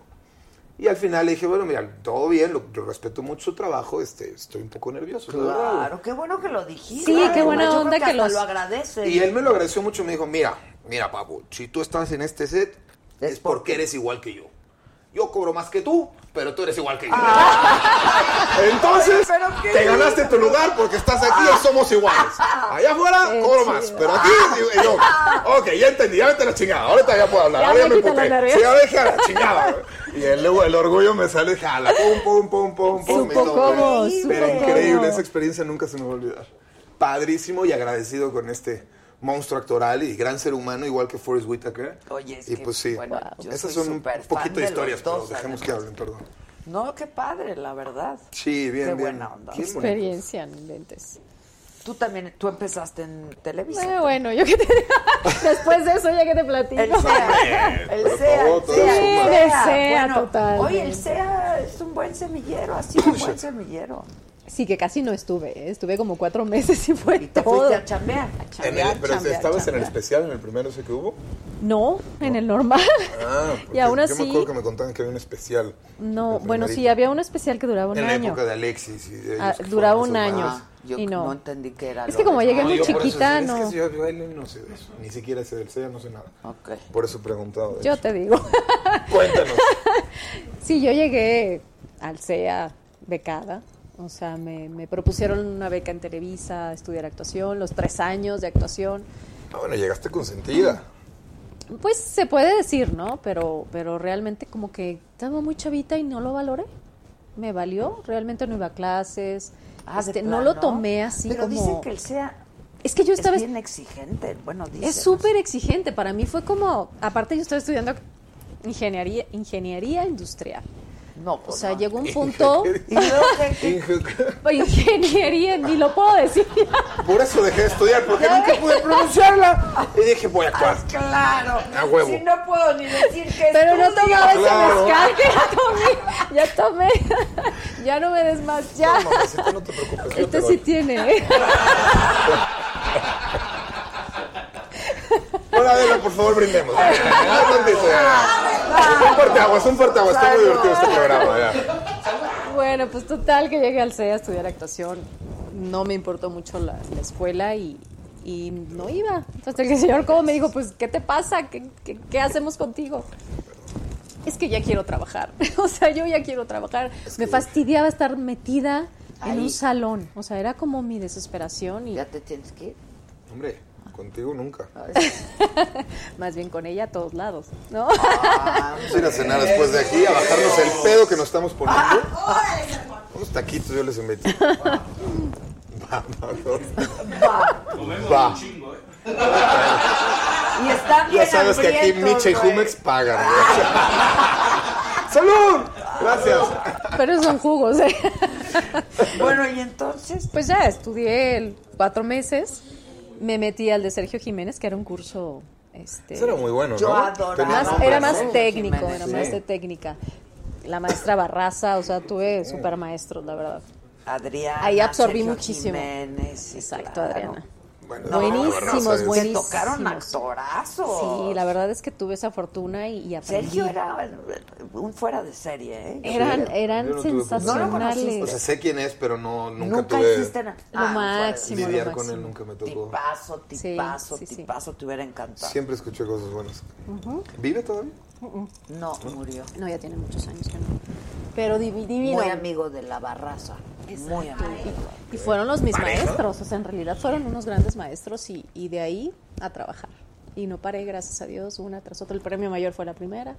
[SPEAKER 7] Y al final le dije, bueno, mira, todo bien, lo, lo respeto mucho su trabajo, este, estoy un poco nervioso. la verdad, güey".
[SPEAKER 2] Claro, qué bueno que lo dijiste.
[SPEAKER 13] Sí, qué buena
[SPEAKER 2] Yo creo
[SPEAKER 13] onda que
[SPEAKER 2] hasta
[SPEAKER 13] los-
[SPEAKER 2] lo agradece.
[SPEAKER 7] Y él me lo agradeció mucho, me dijo, mira, mira, papu, si tú estás en este set, es porque eres igual que yo. Yo cobro más que tú, pero tú eres igual que yo. Entonces,
[SPEAKER 15] Ah. Pero qué
[SPEAKER 7] te ganaste tu lugar porque estás aquí y somos iguales. Allá afuera, cobro más, pero aquí digo, y yo, ok, ya entendí, ya vete a la chingada, ahorita ya puedo hablar,
[SPEAKER 15] Ya
[SPEAKER 7] ahora ya
[SPEAKER 15] me
[SPEAKER 7] me
[SPEAKER 15] quitan los
[SPEAKER 7] emputé.
[SPEAKER 15] nervios.
[SPEAKER 7] Sí, ya dejé a la chingada. Y el, el orgullo me sale, jala, pum, pum, pum, pum, pum.
[SPEAKER 15] Supo
[SPEAKER 7] y todo.
[SPEAKER 15] cómo,
[SPEAKER 7] Pero
[SPEAKER 15] supo
[SPEAKER 7] increíble,
[SPEAKER 15] cómo.
[SPEAKER 7] esa experiencia nunca se me va a olvidar. Padrísimo y agradecido con este monstruo actoral y gran ser humano, igual que Forrest Whitaker.
[SPEAKER 2] Oye, es
[SPEAKER 7] y
[SPEAKER 2] que,
[SPEAKER 7] pues sí,
[SPEAKER 2] bueno, yo
[SPEAKER 7] esas
[SPEAKER 2] soy
[SPEAKER 7] son un
[SPEAKER 2] superfan
[SPEAKER 7] poquito
[SPEAKER 2] de
[SPEAKER 7] de
[SPEAKER 2] los
[SPEAKER 7] historias, pero
[SPEAKER 2] dos,
[SPEAKER 7] dejemos que
[SPEAKER 2] además.
[SPEAKER 7] hablen, perdón.
[SPEAKER 2] No, qué padre, la verdad.
[SPEAKER 7] Sí, bien,
[SPEAKER 2] Qué
[SPEAKER 7] bien.
[SPEAKER 2] buena onda.
[SPEAKER 7] Qué
[SPEAKER 13] Experiencia, no inventes.
[SPEAKER 2] Tú también, tú empezaste en Televisa.
[SPEAKER 13] Eh, bueno, yo que te Después de eso ya que te platico.
[SPEAKER 2] El SEA. El SEA.
[SPEAKER 7] todo-
[SPEAKER 2] el
[SPEAKER 7] todo
[SPEAKER 2] SEA, el
[SPEAKER 7] suma.
[SPEAKER 2] SEA.
[SPEAKER 13] Sí, el SEA,
[SPEAKER 2] Bueno,
[SPEAKER 13] totalmente.
[SPEAKER 2] Oye, el SEA es un buen semillero, ha sido un buen semillero.
[SPEAKER 13] Sí, que casi no estuve, ¿eh? estuve como cuatro meses y fue todo.
[SPEAKER 2] Fuiste a chambear.
[SPEAKER 7] En el- pero estabas en el especial, en el primero ese que hubo.
[SPEAKER 13] No, en el normal.
[SPEAKER 7] Ah,
[SPEAKER 13] Y aún
[SPEAKER 7] porque Yo
[SPEAKER 13] así-
[SPEAKER 7] me acuerdo que me contaban que había un especial.
[SPEAKER 13] No, bueno, sí,
[SPEAKER 7] primerito.
[SPEAKER 13] había un especial que duraba un
[SPEAKER 7] en la
[SPEAKER 13] año.
[SPEAKER 7] época de Alexis. Y de ellos
[SPEAKER 13] Ah,
[SPEAKER 7] que
[SPEAKER 13] duraba
[SPEAKER 7] fueron
[SPEAKER 13] un
[SPEAKER 7] esos
[SPEAKER 13] año.
[SPEAKER 7] más.
[SPEAKER 13] y no.
[SPEAKER 2] Ah, entendí que era
[SPEAKER 13] Es que como llegué muy
[SPEAKER 7] yo por eso
[SPEAKER 13] chiquita,
[SPEAKER 7] sé,
[SPEAKER 13] no.
[SPEAKER 7] Es que yo, yo baile no sé de eso. Ni siquiera sé del SEA, no sé nada. Por eso he preguntado. de
[SPEAKER 13] Yo
[SPEAKER 7] hecho.
[SPEAKER 13] te digo.
[SPEAKER 7] Cuéntanos.
[SPEAKER 13] Sí, yo llegué al CEA becada. O sea, me, me propusieron una beca en Televisa, estudiar actuación, los tres años de actuación.
[SPEAKER 7] Ah, bueno, llegaste consentida.
[SPEAKER 13] Pues se puede decir, ¿no? Pero, pero realmente como que estaba muy chavita y no lo valoré. Me valió, realmente no iba a clases.
[SPEAKER 2] Ah, de
[SPEAKER 13] este, no lo
[SPEAKER 2] plano.
[SPEAKER 13] tomé así
[SPEAKER 2] Pero
[SPEAKER 13] como...
[SPEAKER 2] dicen que el SEA
[SPEAKER 13] Es que yo estaba...
[SPEAKER 2] Es bien exigente. Bueno, dice.
[SPEAKER 13] Es súper exigente. Para mí fue como, aparte yo estaba estudiando ingeniería, ingeniería industrial.
[SPEAKER 2] No, pues,
[SPEAKER 13] o sea, llegó un punto.
[SPEAKER 7] Inge-
[SPEAKER 13] ingeniería, ni lo puedo decir.
[SPEAKER 7] Por eso dejé de estudiar, porque nunca pude pronunciarla. Y dije, voy a actuar.
[SPEAKER 2] Claro.
[SPEAKER 7] A huevo.
[SPEAKER 2] Si no puedo ni decir que
[SPEAKER 13] Pero no
[SPEAKER 2] estudio.
[SPEAKER 13] tomaba ese
[SPEAKER 7] Claro.
[SPEAKER 13] mezcal que ya tomé. Ya tomé. Ya no me des más. Ya.
[SPEAKER 7] pues,
[SPEAKER 13] este sí tiene. ¿eh?
[SPEAKER 7] Hola, Adela, por favor, brindemos. Ah, brindis, eh. Un parteaguas, un parteaguas. Está muy divertido este programa, ya.
[SPEAKER 13] Bueno, pues total que llegué al CEA a estudiar actuación. No me importó mucho la, la escuela y, y no iba. Entonces el señor como me dijo, pues, ¿qué te pasa? ¿Qué, qué, qué hacemos contigo? Es que ya quiero trabajar. O sea, yo ya quiero trabajar. me fastidiaba estar metida en
[SPEAKER 2] Ahí.
[SPEAKER 13] un salón. O sea, era como mi desesperación y
[SPEAKER 2] Ya te tienes que ir.
[SPEAKER 7] Hombre, contigo nunca.
[SPEAKER 13] más bien con ella a todos lados, ¿no?
[SPEAKER 7] Vamos a ir a cenar después de aquí, a bajarnos el pedo que nos estamos poniendo. Unos taquitos yo les invito. Vámonos.
[SPEAKER 5] Comemos
[SPEAKER 7] Va.
[SPEAKER 5] un chingo, ¿eh?
[SPEAKER 2] Y está bien
[SPEAKER 7] Ya sabes que aquí
[SPEAKER 2] hambrientos,
[SPEAKER 7] Micha y
[SPEAKER 2] güey.
[SPEAKER 7] Jumex pagan. güey. ¡Salud! Gracias.
[SPEAKER 13] Pero son jugos, ¿eh?
[SPEAKER 2] Bueno, y entonces.
[SPEAKER 13] Pues ya estudié el- cuatro meses. Me metí al de Sergio Jiménez, que era un curso. Este,
[SPEAKER 7] Eso era muy bueno,
[SPEAKER 2] Yo
[SPEAKER 7] ¿no?
[SPEAKER 2] adoraba.
[SPEAKER 7] Tenía
[SPEAKER 13] Más-
[SPEAKER 7] nombre,
[SPEAKER 13] era
[SPEAKER 7] ¿no?
[SPEAKER 13] más técnico,
[SPEAKER 7] Jiménez.
[SPEAKER 13] era
[SPEAKER 7] Sí.
[SPEAKER 13] más de técnica. La maestra Barraza, o sea, tuve super maestros, la verdad.
[SPEAKER 2] Adriana.
[SPEAKER 13] Ahí absorbí
[SPEAKER 2] Ah, Sergio
[SPEAKER 13] muchísimo.
[SPEAKER 2] Jiménez, sí,
[SPEAKER 13] Exacto,
[SPEAKER 2] claro.
[SPEAKER 13] Adriana.
[SPEAKER 7] Bueno,
[SPEAKER 13] buenísimos,
[SPEAKER 7] Barraza es-
[SPEAKER 13] buenísimos.
[SPEAKER 2] Se tocaron actorazos.
[SPEAKER 13] Sí, la verdad es que tuve esa fortuna y, y aprendí.
[SPEAKER 2] Oh. Sergio era un fuera de serie, ¿eh?
[SPEAKER 13] Eran,
[SPEAKER 7] Sí,
[SPEAKER 13] eran
[SPEAKER 7] yo no tuve
[SPEAKER 13] sensacionales.
[SPEAKER 7] O sea, sé quién es, pero no, nunca,
[SPEAKER 2] Nunca
[SPEAKER 7] tuve...
[SPEAKER 2] hiciste nada.
[SPEAKER 13] Lo
[SPEAKER 2] un fuera de
[SPEAKER 13] máximo,
[SPEAKER 2] serie.
[SPEAKER 7] Lidiar lo con él máximo. nunca me tocó.
[SPEAKER 2] Tipazo, tipazo,
[SPEAKER 13] sí, sí.
[SPEAKER 2] tipazo, te hubiera encantado.
[SPEAKER 7] Siempre escuché cosas buenas.
[SPEAKER 13] Ujú.
[SPEAKER 7] ¿Vive todavía?
[SPEAKER 2] No, murió.
[SPEAKER 13] No, ya tiene muchos años que no. Pero divi- divino.
[SPEAKER 2] Muy amigo de la barraza. Muy amigo.
[SPEAKER 13] Y fueron los mis maestros, o sea, en realidad fueron unos grandes maestros y, y de ahí a trabajar. Y no paré, gracias a Dios, una tras otra. El premio mayor fue la primera,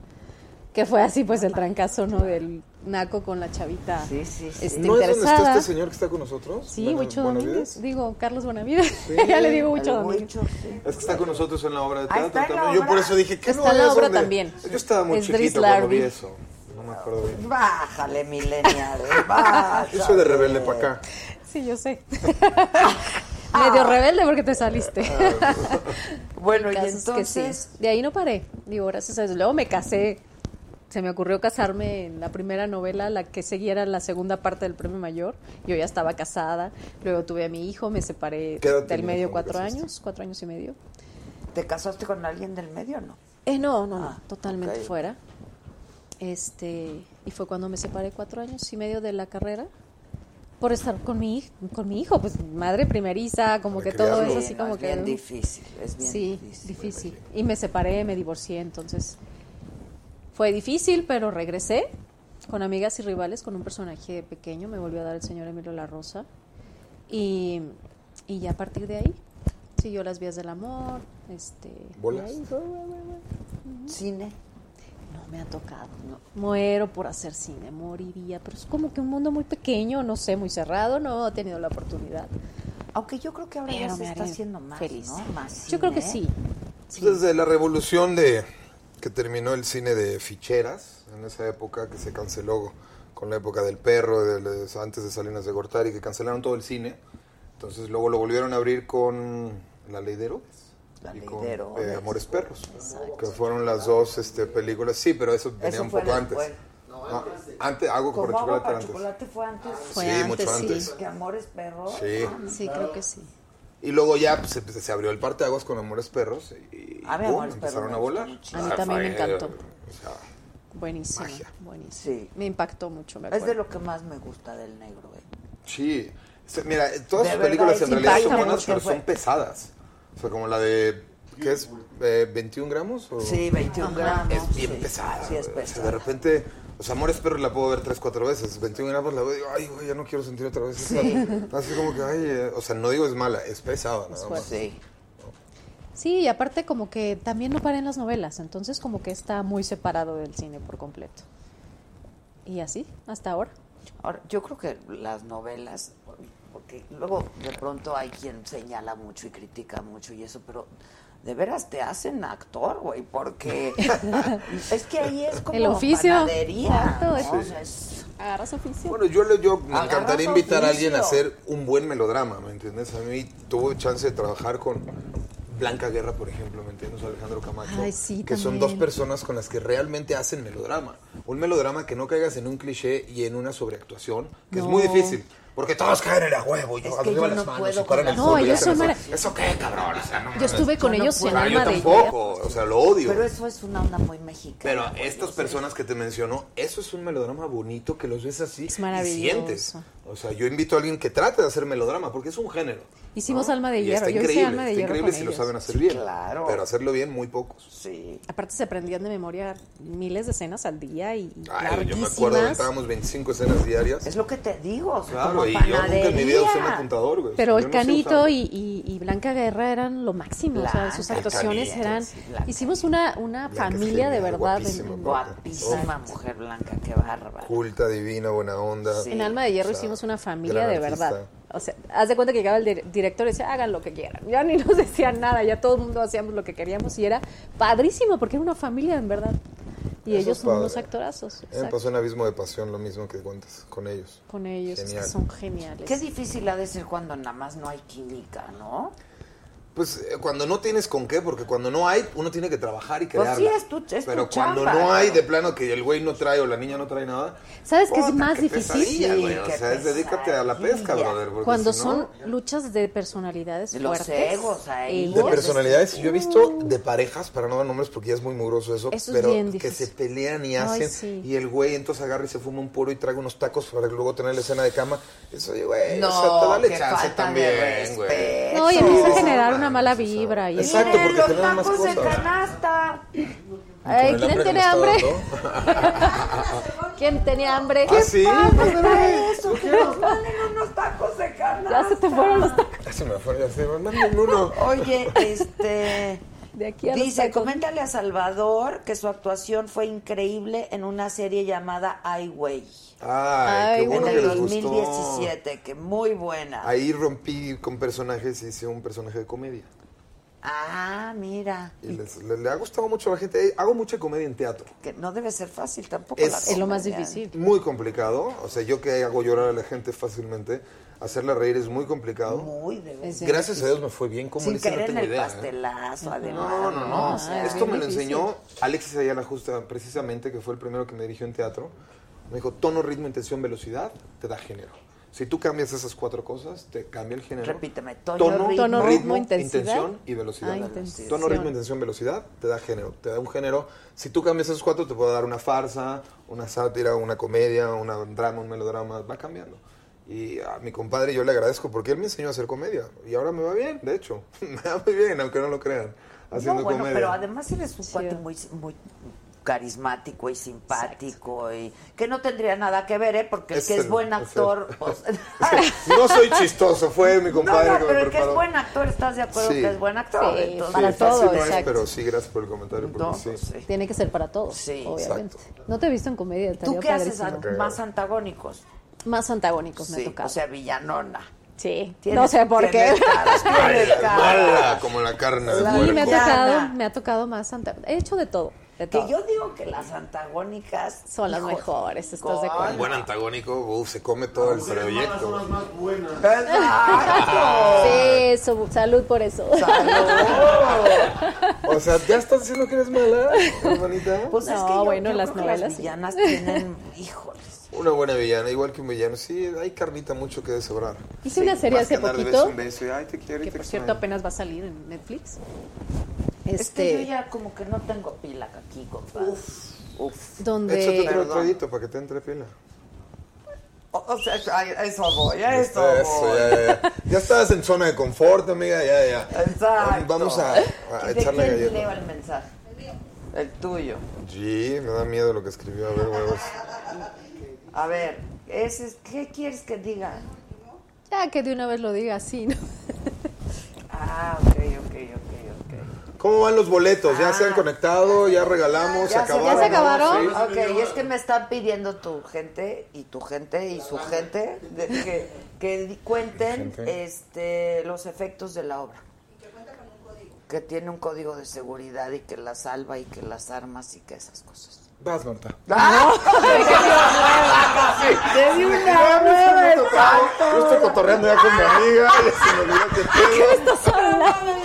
[SPEAKER 13] que fue así, pues el trancazo, ¿no? Del naco con la chavita
[SPEAKER 2] Sí, sí, sí.
[SPEAKER 13] este,
[SPEAKER 7] ¿No es donde está
[SPEAKER 13] interesada.
[SPEAKER 7] este señor que está con nosotros?
[SPEAKER 13] sí,
[SPEAKER 7] Bueno,
[SPEAKER 13] Huicho
[SPEAKER 7] Buenavides.
[SPEAKER 13] Domínguez, digo, Carlos Buenavides. ya le digo Huicho
[SPEAKER 2] El
[SPEAKER 13] Domínguez.
[SPEAKER 2] Huicho, sí.
[SPEAKER 7] Es que está con nosotros en la obra de
[SPEAKER 2] Ah,
[SPEAKER 7] teatro
[SPEAKER 2] está en la
[SPEAKER 7] también. Yo
[SPEAKER 2] obra.
[SPEAKER 7] por eso dije, ¿qué
[SPEAKER 13] Está
[SPEAKER 7] no
[SPEAKER 13] en la
[SPEAKER 7] es
[SPEAKER 13] obra
[SPEAKER 7] donde-
[SPEAKER 13] también.
[SPEAKER 7] Yo estaba muy
[SPEAKER 13] Es Dries
[SPEAKER 7] chiquito cuando
[SPEAKER 13] Larbi.
[SPEAKER 7] vi eso. No me acuerdo bien.
[SPEAKER 2] Bájale, milenial. Bájale.
[SPEAKER 7] Yo soy de rebelde para acá.
[SPEAKER 13] Sí, yo sé. Medio rebelde porque te saliste.
[SPEAKER 2] Bueno, y
[SPEAKER 13] El caso es que sí,
[SPEAKER 2] entonces.
[SPEAKER 13] de ahí no paré. Digo, gracias a Dios. Luego me casé. Se me ocurrió casarme en la primera novela, la que seguía era la segunda parte del premio mayor. Yo ya estaba casada. Luego tuve a mi hijo, me separé
[SPEAKER 7] ¿Qué edad
[SPEAKER 13] del
[SPEAKER 7] tenías
[SPEAKER 13] medio
[SPEAKER 7] cuando
[SPEAKER 13] cuatro
[SPEAKER 7] casaste?
[SPEAKER 13] años, cuatro años y medio.
[SPEAKER 2] ¿Te casaste con alguien del medio o no?
[SPEAKER 13] Eh, no, no, no,
[SPEAKER 2] Ah,
[SPEAKER 13] totalmente
[SPEAKER 2] ok.
[SPEAKER 13] fuera. Este, y fue cuando me separé cuatro años y medio de la carrera por estar con mi, hij- con mi hijo, pues madre primeriza, como
[SPEAKER 7] Para
[SPEAKER 13] que todo
[SPEAKER 7] criarlo.
[SPEAKER 13] es
[SPEAKER 2] Sí,
[SPEAKER 13] así
[SPEAKER 2] no,
[SPEAKER 13] como
[SPEAKER 2] es
[SPEAKER 13] que...
[SPEAKER 2] bien difícil, es bien
[SPEAKER 13] sí,
[SPEAKER 2] difícil. pues,
[SPEAKER 13] difícil. Y me separé, me divorcié, entonces fue difícil, pero regresé con amigas y rivales, con un personaje pequeño, me volvió a dar el señor Emilio La Rosa. Y, y ya a partir de ahí siguió las vías del amor, este...
[SPEAKER 7] ¿Bolas?
[SPEAKER 13] y ahí, bu- bu- bu- bu-
[SPEAKER 2] Cine.
[SPEAKER 13] no me ha tocado, no. Muero por hacer cine, moriría, pero es como que un mundo muy pequeño, no sé, muy cerrado, no he tenido la oportunidad.
[SPEAKER 2] Aunque yo creo que ahora
[SPEAKER 13] Pero
[SPEAKER 2] ya
[SPEAKER 13] me
[SPEAKER 2] se está
[SPEAKER 13] haré
[SPEAKER 2] haciendo más,
[SPEAKER 13] feliz.
[SPEAKER 2] ¿no? Más
[SPEAKER 13] Yo creo que
[SPEAKER 2] cine.
[SPEAKER 13] sí. sí.
[SPEAKER 7] Pues Desde la revolución de que terminó el cine de ficheras, en esa época que se canceló con la época del perro, de los- antes de Salinas de Gortari, que cancelaron todo el cine. Entonces luego lo volvieron a abrir con La Ley de Herodes.
[SPEAKER 2] La
[SPEAKER 7] y
[SPEAKER 2] Ley
[SPEAKER 7] con,
[SPEAKER 2] de
[SPEAKER 7] eh,
[SPEAKER 2] Herodes.
[SPEAKER 7] Amores Perros, que fueron las dos este, películas. Sí, pero eso venía
[SPEAKER 2] Eso
[SPEAKER 7] un
[SPEAKER 2] fue
[SPEAKER 7] poco antes.
[SPEAKER 2] después.
[SPEAKER 7] No, antes, algo
[SPEAKER 2] Como
[SPEAKER 7] con
[SPEAKER 2] agua
[SPEAKER 7] chocolate
[SPEAKER 2] para
[SPEAKER 7] antes.
[SPEAKER 2] chocolate fue antes.
[SPEAKER 13] Fue
[SPEAKER 7] sí,
[SPEAKER 13] antes,
[SPEAKER 7] mucho
[SPEAKER 13] sí.
[SPEAKER 7] antes.
[SPEAKER 2] Que amores perros.
[SPEAKER 7] Sí.
[SPEAKER 13] Sí, creo que sí.
[SPEAKER 7] Y luego ya pues, se, se abrió el parteaguas con Amores Perros y, y
[SPEAKER 2] A mí
[SPEAKER 7] ¡pum!
[SPEAKER 2] Amores Perros
[SPEAKER 7] empezaron
[SPEAKER 2] me
[SPEAKER 7] a
[SPEAKER 2] gustó
[SPEAKER 7] volar. Ah,
[SPEAKER 2] muchísimo.
[SPEAKER 13] A mí también me
[SPEAKER 7] fue,
[SPEAKER 13] encantó.
[SPEAKER 7] o sea,
[SPEAKER 13] Buenísimo,
[SPEAKER 7] Magia.
[SPEAKER 13] buenísimo.
[SPEAKER 2] Sí.
[SPEAKER 13] Me impactó mucho, me
[SPEAKER 2] Es
[SPEAKER 13] acuerdo.
[SPEAKER 2] de lo que más me gusta del negro, ¿eh?
[SPEAKER 7] sí. Se- Mira, eh, todas
[SPEAKER 2] De
[SPEAKER 7] sus
[SPEAKER 2] verdad,
[SPEAKER 7] películas
[SPEAKER 2] es
[SPEAKER 7] en realidad son
[SPEAKER 2] impacta
[SPEAKER 7] buenas,
[SPEAKER 2] mucho,
[SPEAKER 7] pero
[SPEAKER 2] fue.
[SPEAKER 7] son pesadas. O sea, como la de, ¿qué es? Eh, ¿21 gramos? o-
[SPEAKER 2] Sí, 21 gramos.
[SPEAKER 7] Es bien
[SPEAKER 2] sí.
[SPEAKER 7] pesada.
[SPEAKER 2] Sí, es
[SPEAKER 7] güey. O sea,
[SPEAKER 2] pesada.
[SPEAKER 7] de repente, o sea, Amores Perros la puedo ver tres, cuatro veces. 21 gramos la veo y digo, ay, güey, ya no quiero sentir otra vez esta". Así como que, ay, eh, o sea, no digo es mala, es pesada nada más.
[SPEAKER 2] Sí.
[SPEAKER 13] Sí, y aparte como que también no paré en las novelas, entonces como que está muy separado del cine por completo. Y así, hasta ahora.
[SPEAKER 2] Ahora, yo creo que las novelas, porque luego de pronto hay quien señala mucho y critica mucho y eso, pero de veras te hacen actor, güey, porque es que ahí es como
[SPEAKER 13] El oficio.
[SPEAKER 2] panadería,
[SPEAKER 13] Exacto,
[SPEAKER 2] ¿no?
[SPEAKER 13] es-
[SPEAKER 2] O sea, es-
[SPEAKER 13] Agarras oficio.
[SPEAKER 7] Bueno, yo, le- yo me
[SPEAKER 2] Agarra
[SPEAKER 7] encantaría
[SPEAKER 2] su
[SPEAKER 7] invitar a
[SPEAKER 2] oficio.
[SPEAKER 7] alguien a hacer un buen melodrama, ¿me entiendes? A mí tuve chance de trabajar con Blanca Guerra, por ejemplo, ¿me entiendes? O Alejandro Camacho.
[SPEAKER 17] Ay, sí,
[SPEAKER 7] que son
[SPEAKER 17] también.
[SPEAKER 7] dos personas con las que realmente hacen melodrama. Un melodrama que no caigas en un cliché y en una sobreactuación, que es muy
[SPEAKER 17] No.
[SPEAKER 7] difícil. Porque todos caen en el huevo, yo
[SPEAKER 17] Es que
[SPEAKER 7] arriba
[SPEAKER 17] yo
[SPEAKER 7] las
[SPEAKER 17] no
[SPEAKER 7] manos,
[SPEAKER 17] puedo
[SPEAKER 7] y paran
[SPEAKER 17] con
[SPEAKER 7] el
[SPEAKER 17] las-
[SPEAKER 7] fondo
[SPEAKER 17] No,
[SPEAKER 7] y
[SPEAKER 17] ellos
[SPEAKER 7] hacen
[SPEAKER 17] son
[SPEAKER 7] eso.
[SPEAKER 17] mara-
[SPEAKER 7] ¿Eso qué, cabrón? O sea, no
[SPEAKER 13] Yo estuve con ellos en
[SPEAKER 7] Ah, yo
[SPEAKER 13] Alma de
[SPEAKER 7] tampoco, o sea, lo odio.
[SPEAKER 2] Pero eso es una onda muy mexicana.
[SPEAKER 7] Pero estas
[SPEAKER 13] pues,
[SPEAKER 7] personas que te menciono, eso es un melodrama bonito que los ves así
[SPEAKER 13] maravilloso.
[SPEAKER 7] y sientes. O sea, yo invito a alguien que trate de hacer melodrama porque es un género.
[SPEAKER 13] Hicimos
[SPEAKER 7] ¿no?
[SPEAKER 13] Alma de
[SPEAKER 7] Y
[SPEAKER 13] Hierro.
[SPEAKER 7] Está
[SPEAKER 13] Yo
[SPEAKER 7] increíble,
[SPEAKER 13] hice Alma de
[SPEAKER 7] está
[SPEAKER 13] Hierro
[SPEAKER 7] increíble
[SPEAKER 13] con
[SPEAKER 7] si
[SPEAKER 13] ellos.
[SPEAKER 7] lo saben hacer bien.
[SPEAKER 2] claro.
[SPEAKER 7] Pero hacerlo bien, muy pocos.
[SPEAKER 2] Sí.
[SPEAKER 13] Aparte se aprendían de memoria miles de escenas al día y y
[SPEAKER 7] yo me
[SPEAKER 13] larguísimas.
[SPEAKER 7] acuerdo, estábamos 25 escenas diarias.
[SPEAKER 2] Es lo que te digo, o sea,
[SPEAKER 7] claro,
[SPEAKER 2] como
[SPEAKER 7] y yo nunca en mi vida usé un
[SPEAKER 13] panadería.
[SPEAKER 7] apuntador, güey.
[SPEAKER 13] Pero
[SPEAKER 7] Yo
[SPEAKER 13] el
[SPEAKER 7] no sé
[SPEAKER 13] Canito
[SPEAKER 7] usar-
[SPEAKER 13] y, y- y Blanca Guerra eran lo máximo, o sea, sus
[SPEAKER 2] Blanca,
[SPEAKER 13] actuaciones
[SPEAKER 2] Canito,
[SPEAKER 13] eran...
[SPEAKER 2] sí, Blanca.
[SPEAKER 13] Hicimos una, una
[SPEAKER 2] Blanca es
[SPEAKER 13] familia de
[SPEAKER 2] genial,
[SPEAKER 13] verdad. en-
[SPEAKER 2] guapísima,
[SPEAKER 13] en-
[SPEAKER 2] guapísima mujer blanca, qué bárbara.
[SPEAKER 7] Culta, divina, buena onda.
[SPEAKER 13] En Alma de Hierro
[SPEAKER 7] O sea, Eh,
[SPEAKER 13] hicimos una familia
[SPEAKER 7] gran
[SPEAKER 13] de
[SPEAKER 7] artista.
[SPEAKER 13] verdad. O sea, haz de cuenta que llegaba el dir- director y decía, hagan lo que quieran. Ya ni nos decían nada, ya todo el mundo hacíamos lo que queríamos y era padrísimo porque era una familia en verdad. Y
[SPEAKER 7] Eso
[SPEAKER 13] ellos
[SPEAKER 7] es
[SPEAKER 13] son
[SPEAKER 7] padre.
[SPEAKER 13] unos actorazos.
[SPEAKER 7] A mí Me
[SPEAKER 13] exacto,
[SPEAKER 7] pasó un abismo de pasión, lo mismo que cuentas con ellos.
[SPEAKER 13] Con ellos, es que
[SPEAKER 7] Genial.
[SPEAKER 13] son geniales.
[SPEAKER 2] Qué difícil ha de ser cuando nada más no hay química, ¿no?
[SPEAKER 7] Pues eh, cuando no tienes con qué, porque cuando no hay, uno tiene que trabajar y
[SPEAKER 2] Pues
[SPEAKER 7] crearla.
[SPEAKER 2] sí, es tu- es tu
[SPEAKER 7] Pero cuando
[SPEAKER 2] chamba.
[SPEAKER 7] no hay, de plano que el güey no trae o la niña no trae nada.
[SPEAKER 13] ¿Sabes qué es
[SPEAKER 7] puta,
[SPEAKER 13] más
[SPEAKER 7] qué
[SPEAKER 13] difícil?
[SPEAKER 7] pesadilla, güey. O
[SPEAKER 2] qué
[SPEAKER 7] sea, es dedícate a la pesca, brother. porque
[SPEAKER 13] Cuando
[SPEAKER 7] si no-
[SPEAKER 13] son luchas de personalidades
[SPEAKER 7] De los
[SPEAKER 13] fuertes.
[SPEAKER 7] egos
[SPEAKER 2] ahí.
[SPEAKER 7] De personalidades, yo he visto de parejas, para no dar nombres porque ya es muy mugroso eso,
[SPEAKER 13] Eso es
[SPEAKER 7] pero
[SPEAKER 13] bien
[SPEAKER 7] que
[SPEAKER 13] difícil.
[SPEAKER 7] se pelean y
[SPEAKER 13] Ay,
[SPEAKER 7] hacen,
[SPEAKER 13] sí.
[SPEAKER 7] y el güey entonces agarra y se fuma un puro y traga unos tacos para luego tener la escena de cama. Eso, oye, güey,
[SPEAKER 2] No,
[SPEAKER 7] o sea, te dale
[SPEAKER 2] qué
[SPEAKER 7] chance
[SPEAKER 2] falta de
[SPEAKER 7] también, güey.
[SPEAKER 13] No, y empieza a generar
[SPEAKER 7] Ah,
[SPEAKER 13] una mala vibra. Y
[SPEAKER 7] Exacto, porque Miren, los tenemos más
[SPEAKER 2] Tacos de
[SPEAKER 7] cosas.
[SPEAKER 2] canasta.
[SPEAKER 13] Ay,
[SPEAKER 7] Con el
[SPEAKER 13] ¿Quién
[SPEAKER 7] hambre que
[SPEAKER 13] tiene
[SPEAKER 7] nos
[SPEAKER 13] hambre?
[SPEAKER 7] está
[SPEAKER 13] ¿Quién tenía hambre?
[SPEAKER 7] ¿Ah, sí?
[SPEAKER 2] padre está eso! ¡Que nos manden unos tacos de canasta!
[SPEAKER 13] Ya se te fueron los tacos.
[SPEAKER 7] Ya se me fue, ya se me mandan uno.
[SPEAKER 2] Oye, este.
[SPEAKER 13] De aquí a los
[SPEAKER 2] dice,
[SPEAKER 13] tacos.
[SPEAKER 2] coméntale a Salvador que su actuación fue increíble en una serie llamada Ai Weiwei.
[SPEAKER 7] Ay, qué bueno
[SPEAKER 2] en
[SPEAKER 7] que
[SPEAKER 2] el
[SPEAKER 7] les gustó.
[SPEAKER 2] 2017, que muy buena.
[SPEAKER 7] Ahí rompí con personajes y hice un personaje de comedia.
[SPEAKER 2] Ah, mira.
[SPEAKER 7] Y les, le, le ha gustado mucho a la gente. Eh, Hago mucha comedia en teatro.
[SPEAKER 2] Que no debe ser fácil tampoco. la
[SPEAKER 7] Es,
[SPEAKER 2] comedia.
[SPEAKER 7] Muy complicado. O sea, yo que hago llorar a la gente fácilmente, hacerla reír es muy complicado.
[SPEAKER 2] Muy, de verdad.
[SPEAKER 7] Gracias a Dios me fue bien. como
[SPEAKER 2] Sin
[SPEAKER 7] le hice? No
[SPEAKER 2] querer en
[SPEAKER 7] tengo
[SPEAKER 2] el
[SPEAKER 7] idea, ¿eh?
[SPEAKER 2] pastelazo, además.
[SPEAKER 7] No, no, no.
[SPEAKER 2] O sea,
[SPEAKER 7] Esto me lo
[SPEAKER 2] difícil.
[SPEAKER 7] enseñó Alexis Ayala Justa, precisamente, que fue el primero que me dirigió en teatro. Me dijo, tono, ritmo, intención, velocidad, te da género. Si tú cambias esas cuatro cosas, te cambia el género.
[SPEAKER 2] Repíteme, tono, ritmo,
[SPEAKER 13] Tono, ritmo, intensidad.
[SPEAKER 7] intención y velocidad.
[SPEAKER 13] Ah, intensidad.
[SPEAKER 7] Tono, ritmo, intención, velocidad, te da género. Te da un género. Si tú cambias esos cuatro, te puede dar una farsa, una sátira, una comedia, una- un drama, un melodrama. Va cambiando. Y a mi compadre yo le agradezco porque él me enseñó a hacer comedia. Y ahora me va bien, de hecho. me va muy bien, aunque no lo crean. Haciendo
[SPEAKER 2] Pues no, bueno,
[SPEAKER 7] comedia.
[SPEAKER 2] pero además eres un cuate muy, muy carismático y simpático y que no tendría nada que ver, ¿eh? Porque el
[SPEAKER 7] Es
[SPEAKER 2] que es
[SPEAKER 7] el-
[SPEAKER 2] buen
[SPEAKER 7] es el-
[SPEAKER 2] actor, pues,
[SPEAKER 7] No soy chistoso, fue mi
[SPEAKER 2] no,
[SPEAKER 7] compadre
[SPEAKER 2] no,
[SPEAKER 7] que
[SPEAKER 2] pero
[SPEAKER 7] me
[SPEAKER 2] el que es
[SPEAKER 7] preparó.
[SPEAKER 2] buen actor, ¿estás de acuerdo
[SPEAKER 7] Sí.
[SPEAKER 2] que es buen actor?
[SPEAKER 13] Sí,
[SPEAKER 2] Entonces,
[SPEAKER 13] para
[SPEAKER 7] Sí, fácil
[SPEAKER 13] todo,
[SPEAKER 7] no es,
[SPEAKER 13] exacto.
[SPEAKER 7] pero sí, gracias por el comentario. Porque sí.
[SPEAKER 2] pues,
[SPEAKER 13] Tiene que ser para todos, obviamente. No te he visto en comedia,
[SPEAKER 2] ¿Tú
[SPEAKER 13] estaría
[SPEAKER 2] qué haces a-
[SPEAKER 13] padrísimo.
[SPEAKER 2] más antagónicos?
[SPEAKER 13] Más antagónicos me
[SPEAKER 2] Sí,
[SPEAKER 13] ha tocado.
[SPEAKER 2] o sea, villanona.
[SPEAKER 13] Sí,
[SPEAKER 2] Tienes-
[SPEAKER 13] no sé por qué.
[SPEAKER 2] tienes caras, tienes caras.
[SPEAKER 7] Mala como la carne de
[SPEAKER 13] Sí, me ha
[SPEAKER 7] puerco.
[SPEAKER 13] tocado, me ha tocado más anta- He hecho de todo, de
[SPEAKER 2] Que
[SPEAKER 13] todo.
[SPEAKER 2] yo digo que las antagónicas
[SPEAKER 13] Son las mejores, ¿estás de
[SPEAKER 7] Un
[SPEAKER 13] acuerdo?
[SPEAKER 7] buen antagónico, uf, se come todo el proyecto. Ah.
[SPEAKER 13] Sí, eso, salud por eso.
[SPEAKER 7] Oh. O sea, ya estás diciendo que eres mala, hermanita.
[SPEAKER 2] Pues es
[SPEAKER 13] No,
[SPEAKER 2] que yo-
[SPEAKER 13] bueno,
[SPEAKER 2] yo
[SPEAKER 13] las
[SPEAKER 2] creo que
[SPEAKER 13] novelas
[SPEAKER 2] las
[SPEAKER 13] sí.
[SPEAKER 2] villanas tienen, híjoles.
[SPEAKER 7] Una buena villana, igual que un villano. Sí, hay carnita mucho que deshebrar.
[SPEAKER 13] Hice una serie
[SPEAKER 7] Más que
[SPEAKER 13] hace
[SPEAKER 7] andar de
[SPEAKER 13] poquito,
[SPEAKER 7] beso en beso y, ay, te quiero y
[SPEAKER 13] que
[SPEAKER 7] te
[SPEAKER 13] por cierto
[SPEAKER 7] extraño.
[SPEAKER 13] apenas va a salir en Netflix.
[SPEAKER 2] Es que yo
[SPEAKER 13] Este,
[SPEAKER 2] ya como que no tengo pila aquí, compadre. Uf.
[SPEAKER 13] donde...
[SPEAKER 7] Échate otro traguito para que te entre pila.
[SPEAKER 2] O, o sea, a eso voy, a eso
[SPEAKER 7] Este, Eso,
[SPEAKER 2] voy.
[SPEAKER 7] ya, ya, ya. Ya estabas en zona de confort, amiga, ya, ya.
[SPEAKER 2] Exacto.
[SPEAKER 7] Vamos a, a
[SPEAKER 2] ¿Y ¿De
[SPEAKER 7] echarle
[SPEAKER 2] quién
[SPEAKER 7] galleta.
[SPEAKER 2] leo el mensaje? El tuyo.
[SPEAKER 7] Sí, me da miedo lo que escribió. A ver, huevos.
[SPEAKER 2] A ver, ese es, ¿qué quieres que diga?
[SPEAKER 13] Ya que de una vez lo diga así, ¿no?
[SPEAKER 2] Ah, ok, ok, ok, ok.
[SPEAKER 15] ¿Cómo van los boletos? ¿Ya se han conectado? ¿Ya regalamos? ¿Se
[SPEAKER 2] ¿Ya se-
[SPEAKER 15] acabaron?
[SPEAKER 2] ya se acabaron?
[SPEAKER 15] Sí.
[SPEAKER 2] Ok, y es que me están pidiendo tu gente y tu gente y su gente de- que, que di- cuenten
[SPEAKER 15] Gente.
[SPEAKER 2] este los efectos de la obra. Que tiene un código de seguridad y que la salva y que las armas y que esas cosas.
[SPEAKER 15] Vas, Marta.
[SPEAKER 2] ¡Ah!
[SPEAKER 15] ¡Te di una nueva, exacto! Yo estoy cotorreando ya con mi amiga. Ya se me olvidó que
[SPEAKER 13] ¿Qué
[SPEAKER 15] pedo.
[SPEAKER 13] estás hablando?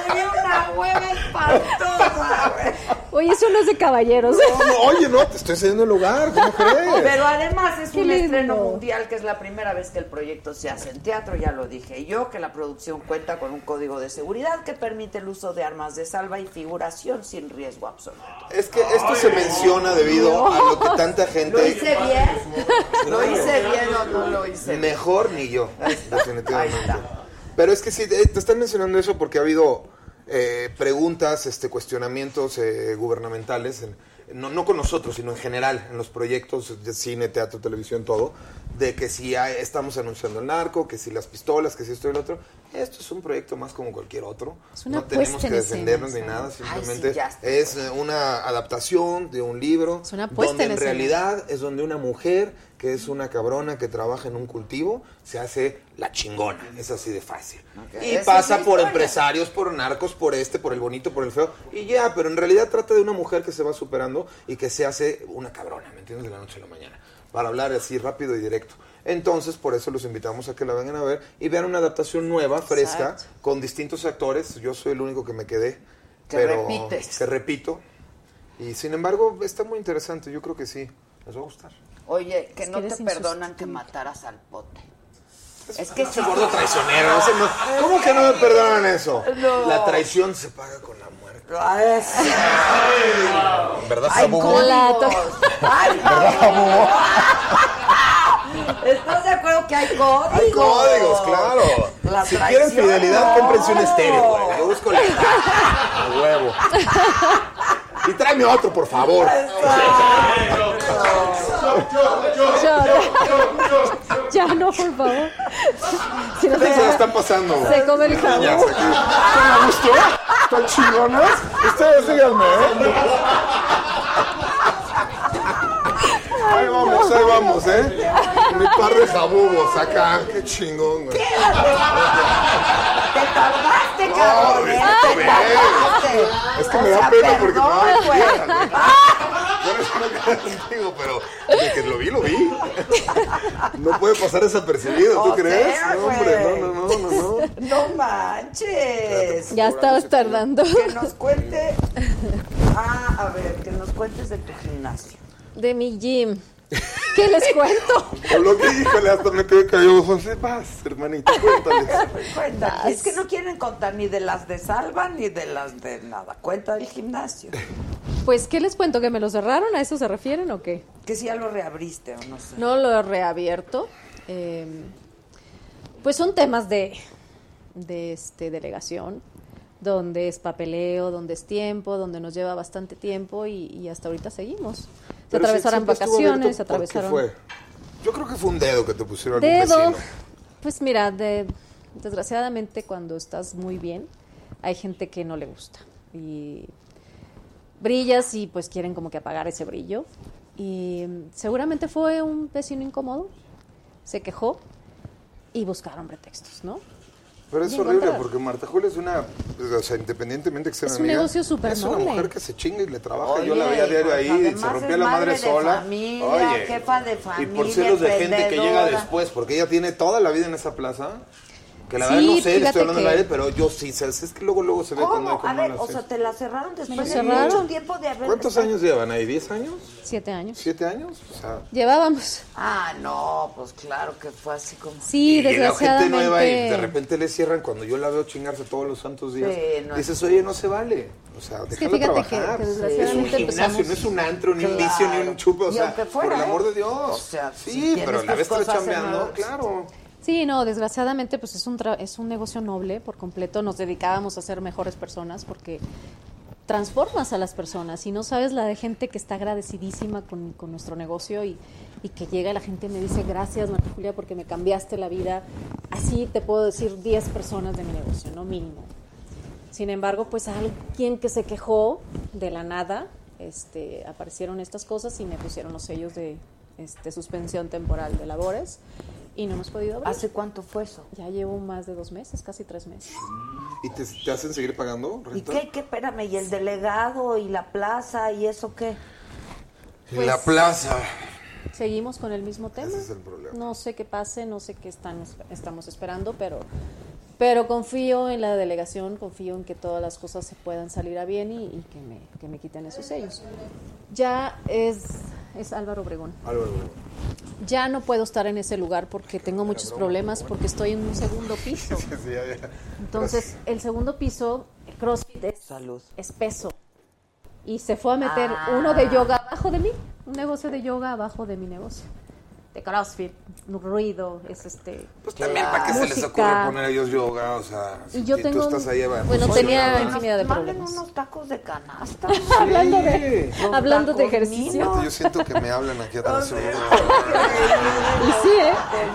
[SPEAKER 2] una hueva espantosa, güey.
[SPEAKER 13] Oye, eso no es de caballeros.
[SPEAKER 15] No, oye, no, te estoy cediendo el lugar. ¿Cómo crees?
[SPEAKER 2] Pero además es
[SPEAKER 13] Qué
[SPEAKER 2] un
[SPEAKER 13] lindo.
[SPEAKER 2] estreno mundial que es la primera vez que el proyecto se hace en teatro, ya lo dije yo, que la producción cuenta con un código de seguridad que permite el uso de armas de salva y figuración sin riesgo absoluto.
[SPEAKER 7] Es que esto se menciona debido a lo que tanta gente...
[SPEAKER 2] ¿Lo hice bien? ¿Lo hice bien o no lo hice bien?
[SPEAKER 7] Mejor ni yo, definitivamente. Pero es que sí, eh, te están mencionando eso porque ha habido eh, preguntas, este, cuestionamientos eh, gubernamentales, en- no, no con nosotros, sino en general, en los proyectos de cine, teatro, televisión, todo, de que si hay- estamos anunciando el narco, que si las pistolas, que si esto y lo otro. Esto es un proyecto más como cualquier otro.
[SPEAKER 13] Es una
[SPEAKER 7] no tenemos
[SPEAKER 13] puesta
[SPEAKER 7] que
[SPEAKER 13] en escena,
[SPEAKER 7] defendernos ni
[SPEAKER 13] ¿sabes?
[SPEAKER 7] nada,
[SPEAKER 13] Ay, sí,
[SPEAKER 7] simplemente
[SPEAKER 13] ya está.
[SPEAKER 7] es eh, una adaptación de un libro
[SPEAKER 13] Es una puesta
[SPEAKER 7] donde
[SPEAKER 13] en
[SPEAKER 7] en
[SPEAKER 13] escena.
[SPEAKER 7] realidad es donde una mujer que es una cabrona que trabaja en un cultivo se hace la chingona. Es así de fácil. Y
[SPEAKER 15] Esa es
[SPEAKER 7] pasa
[SPEAKER 15] la
[SPEAKER 7] por
[SPEAKER 15] historia.
[SPEAKER 7] empresarios, por narcos, por este, por el bonito, por el feo. Y ya, pero en realidad trata de una mujer que se va superando y que se hace una cabrona, ¿me entiendes? De la noche a la mañana. Para hablar así rápido y directo. Entonces, por eso los invitamos a que la vengan a ver y vean una adaptación nueva, fresca,
[SPEAKER 2] Exacto.
[SPEAKER 7] con distintos actores. Yo soy el único que me quedé.
[SPEAKER 2] Que
[SPEAKER 7] pero
[SPEAKER 2] repites.
[SPEAKER 7] Que repito. Y sin embargo, está muy interesante. Yo creo que sí. Les va a gustar.
[SPEAKER 2] Oye, que
[SPEAKER 7] Es
[SPEAKER 2] no
[SPEAKER 7] que eres
[SPEAKER 2] te perdonan que mataras al pote. Es que sí.
[SPEAKER 7] Gordo traicionero. ese no- ¿Cómo que no me perdonan eso?
[SPEAKER 2] No.
[SPEAKER 7] La traición se paga con la muerte. En verdad,
[SPEAKER 2] ¡Ay,
[SPEAKER 7] Sabu?
[SPEAKER 2] códigos! ¡Ay, códigos! ¿Estás de acuerdo que hay códigos?
[SPEAKER 7] Hay códigos, claro.
[SPEAKER 2] La
[SPEAKER 7] si
[SPEAKER 2] traición,
[SPEAKER 7] quieren fidelidad,
[SPEAKER 2] no.
[SPEAKER 7] cómprense un estéreo, güey. Yo busco la. A huevo. Y tráeme otro, por favor.
[SPEAKER 13] Ya no, por favor. Si no
[SPEAKER 7] Ustedes se
[SPEAKER 13] te-
[SPEAKER 7] la están pasando, güey.
[SPEAKER 13] Se come el jabón.
[SPEAKER 7] Ya, se-
[SPEAKER 15] ¿Están a gusto? ¿Están chingonas? Ustedes síganme, ¿eh? Ahí vamos, ahí vamos, ¿eh? Mi par de jabubos acá. Qué chingón, güey.
[SPEAKER 2] ¡Te tardaste, cabrón! ¿eh?
[SPEAKER 15] está
[SPEAKER 2] ¡Te
[SPEAKER 15] bien.
[SPEAKER 2] tardaste!
[SPEAKER 15] Es que me
[SPEAKER 2] O
[SPEAKER 15] da
[SPEAKER 2] sea,
[SPEAKER 15] pena porque
[SPEAKER 2] perdón,
[SPEAKER 15] no
[SPEAKER 2] güey.
[SPEAKER 15] Por eso no quedé contigo, pero de que lo vi, lo vi. No puede pasar desapercibido, ¿tú
[SPEAKER 2] O
[SPEAKER 15] crees?
[SPEAKER 2] sea,
[SPEAKER 15] No, hombre, no,
[SPEAKER 2] güey.
[SPEAKER 15] no, no, no, no.
[SPEAKER 2] ¡No manches!
[SPEAKER 13] Ya estabas tardando.
[SPEAKER 2] Que nos cuente... Ah, a ver, que nos cuentes de tu gimnasio.
[SPEAKER 13] De mi gym. ¿Qué les cuento?
[SPEAKER 15] O lo que, híjole, hasta me quedé callado. José, vas, hermanito, cuéntales.
[SPEAKER 2] Cuenta. Es que no quieren contar ni de las de salva ni de las de nada. Cuenta del gimnasio.
[SPEAKER 13] Pues, ¿qué les cuento? ¿Que me lo cerraron? ¿A eso se refieren o qué?
[SPEAKER 2] Que si ya lo reabriste o no sé.
[SPEAKER 13] No lo he reabierto. Eh, pues son temas de, de este, delegación, donde es papeleo, donde es tiempo, donde nos lleva bastante tiempo y, y hasta ahorita seguimos. Se
[SPEAKER 7] Pero si
[SPEAKER 13] atravesaron
[SPEAKER 7] siempre estuvo
[SPEAKER 13] vacaciones, se
[SPEAKER 7] abierto, ¿por qué
[SPEAKER 13] atravesaron...
[SPEAKER 7] fue? Yo creo que fue un dedo que te pusieron algún
[SPEAKER 13] Dedo.
[SPEAKER 7] vecino.
[SPEAKER 13] Pues mira, de- desgraciadamente cuando estás muy bien, hay gente que no le gusta. Y brillas y pues quieren como que apagar ese brillo. Y mm, seguramente fue un vecino incómodo, se quejó y buscaron pretextos, ¿no?
[SPEAKER 15] Pero es
[SPEAKER 13] Y
[SPEAKER 15] horrible
[SPEAKER 13] encontrar-
[SPEAKER 15] porque Marta Julia es una, pues, o sea, independientemente que sea
[SPEAKER 13] Es
[SPEAKER 15] una
[SPEAKER 13] un
[SPEAKER 15] amiga,
[SPEAKER 13] negocio súper
[SPEAKER 15] Es una
[SPEAKER 13] noble.
[SPEAKER 15] mujer que se chinga y le trabaja.
[SPEAKER 2] Oye,
[SPEAKER 15] Yo la veía diario
[SPEAKER 2] pues,
[SPEAKER 15] ahí, se
[SPEAKER 2] además
[SPEAKER 15] rompía
[SPEAKER 2] es
[SPEAKER 15] la madre,
[SPEAKER 2] madre de
[SPEAKER 15] sola.
[SPEAKER 2] familia,
[SPEAKER 15] Oye,
[SPEAKER 2] jefa de
[SPEAKER 15] y por
[SPEAKER 2] familia,
[SPEAKER 15] celos de gente que llega
[SPEAKER 2] emprendedora.
[SPEAKER 15] después, porque ella tiene toda la vida en esa plaza. Que la
[SPEAKER 13] Sí,
[SPEAKER 15] verdad no sé, le
[SPEAKER 13] fíjate
[SPEAKER 15] estoy hablando al
[SPEAKER 13] que-
[SPEAKER 15] aire, pero yo sí, ¿sabes? es que luego luego se ve cuando hay
[SPEAKER 2] ¿Cómo?
[SPEAKER 15] con
[SPEAKER 2] A ver,
[SPEAKER 15] malas,
[SPEAKER 2] o
[SPEAKER 15] sí.
[SPEAKER 2] sea, te la cerraron después
[SPEAKER 13] Me
[SPEAKER 2] de
[SPEAKER 13] la cerraron.
[SPEAKER 2] mucho tiempo de haber...
[SPEAKER 15] ¿Cuántos años llevan ahí? ¿10 años?
[SPEAKER 13] Siete años.
[SPEAKER 15] ¿7 años? O sea,
[SPEAKER 13] Llevábamos.
[SPEAKER 2] Ah, no, pues claro que fue así como...
[SPEAKER 13] Sí,
[SPEAKER 7] Y llega gente
[SPEAKER 13] desgraciadamente.
[SPEAKER 7] nueva y de repente le cierran cuando yo la veo chingarse todos los santos días.
[SPEAKER 2] Sí, no
[SPEAKER 7] dices,
[SPEAKER 2] es-
[SPEAKER 7] oye, no se vale. O sea,
[SPEAKER 13] Es que
[SPEAKER 7] déjala
[SPEAKER 13] fíjate que-
[SPEAKER 7] trabajar.
[SPEAKER 13] que
[SPEAKER 7] Sí. es un gimnasio,
[SPEAKER 13] desgraciadamente empezamos-
[SPEAKER 7] no es un antro, ni un
[SPEAKER 2] Claro.
[SPEAKER 7] vicio, ni un chupe. O
[SPEAKER 2] Y
[SPEAKER 7] sea,
[SPEAKER 2] aunque fuera,
[SPEAKER 7] por el amor
[SPEAKER 2] ¿eh?
[SPEAKER 7] de Dios.
[SPEAKER 2] O sea,
[SPEAKER 7] sí,
[SPEAKER 2] si tienes
[SPEAKER 7] pero
[SPEAKER 2] tus
[SPEAKER 7] la vez está
[SPEAKER 2] cosas en
[SPEAKER 7] chambeando,
[SPEAKER 2] orden.
[SPEAKER 7] claro.
[SPEAKER 13] Sí, no, desgraciadamente pues es un, tra- es un negocio noble por completo, nos dedicábamos a ser mejores personas porque transformas a las personas y no sabes la de gente que está agradecidísima con, con nuestro negocio y, y que llega y la gente me dice gracias Marta Julia porque me cambiaste la vida, así te puedo decir 10 personas de mi negocio, no mínimo. Sin embargo, pues alguien que se quejó de la nada, este, aparecieron estas cosas y me pusieron los sellos de este, suspensión temporal de labores y no hemos podido abrir.
[SPEAKER 2] ¿Hace cuánto fue eso?
[SPEAKER 13] Ya llevo más de dos meses, casi tres meses.
[SPEAKER 7] ¿Y te, te hacen seguir pagando
[SPEAKER 2] ¿Y
[SPEAKER 7] renta?
[SPEAKER 2] qué, qué? Espérame, ¿y el delegado y la plaza y eso qué?
[SPEAKER 13] Pues-
[SPEAKER 7] la plaza.
[SPEAKER 13] Seguimos con el mismo tema.
[SPEAKER 7] Ese es el problema.
[SPEAKER 13] No sé qué pase, no sé qué están, estamos esperando, pero, pero confío en la delegación, confío en que todas las cosas se puedan salir a bien y, y que, me, que me quiten esos sellos. Ya es, es Álvaro Obregón.
[SPEAKER 7] Álvaro, Obregón.
[SPEAKER 13] Ya no puedo estar en ese lugar porque tengo muchos problemas, porque estoy en un segundo piso.
[SPEAKER 7] Sí, ya, ya.
[SPEAKER 13] Entonces, el segundo piso, el CrossFit es espeso. Y se fue a meter
[SPEAKER 2] Ah.
[SPEAKER 13] uno de yoga abajo de mí, un negocio de yoga abajo de mi negocio. De CrossFit, ruido, es este.
[SPEAKER 7] Pues También, ¿para qué se les
[SPEAKER 13] música.
[SPEAKER 7] ocurre poner a ellos yoga? O sea,
[SPEAKER 13] Y yo
[SPEAKER 7] si
[SPEAKER 13] tengo-
[SPEAKER 7] tú estás ahí abajo.
[SPEAKER 13] bueno, tenía
[SPEAKER 7] emocionada.
[SPEAKER 13] infinidad de
[SPEAKER 2] Manden
[SPEAKER 13] problemas.
[SPEAKER 2] unos tacos de canasta.
[SPEAKER 13] hablando de,
[SPEAKER 2] Los
[SPEAKER 13] hablando de
[SPEAKER 2] tacos
[SPEAKER 13] ejercicio.
[SPEAKER 2] minos.
[SPEAKER 7] Yo siento que me hablan aquí atrás.
[SPEAKER 13] Y sí, ¿eh?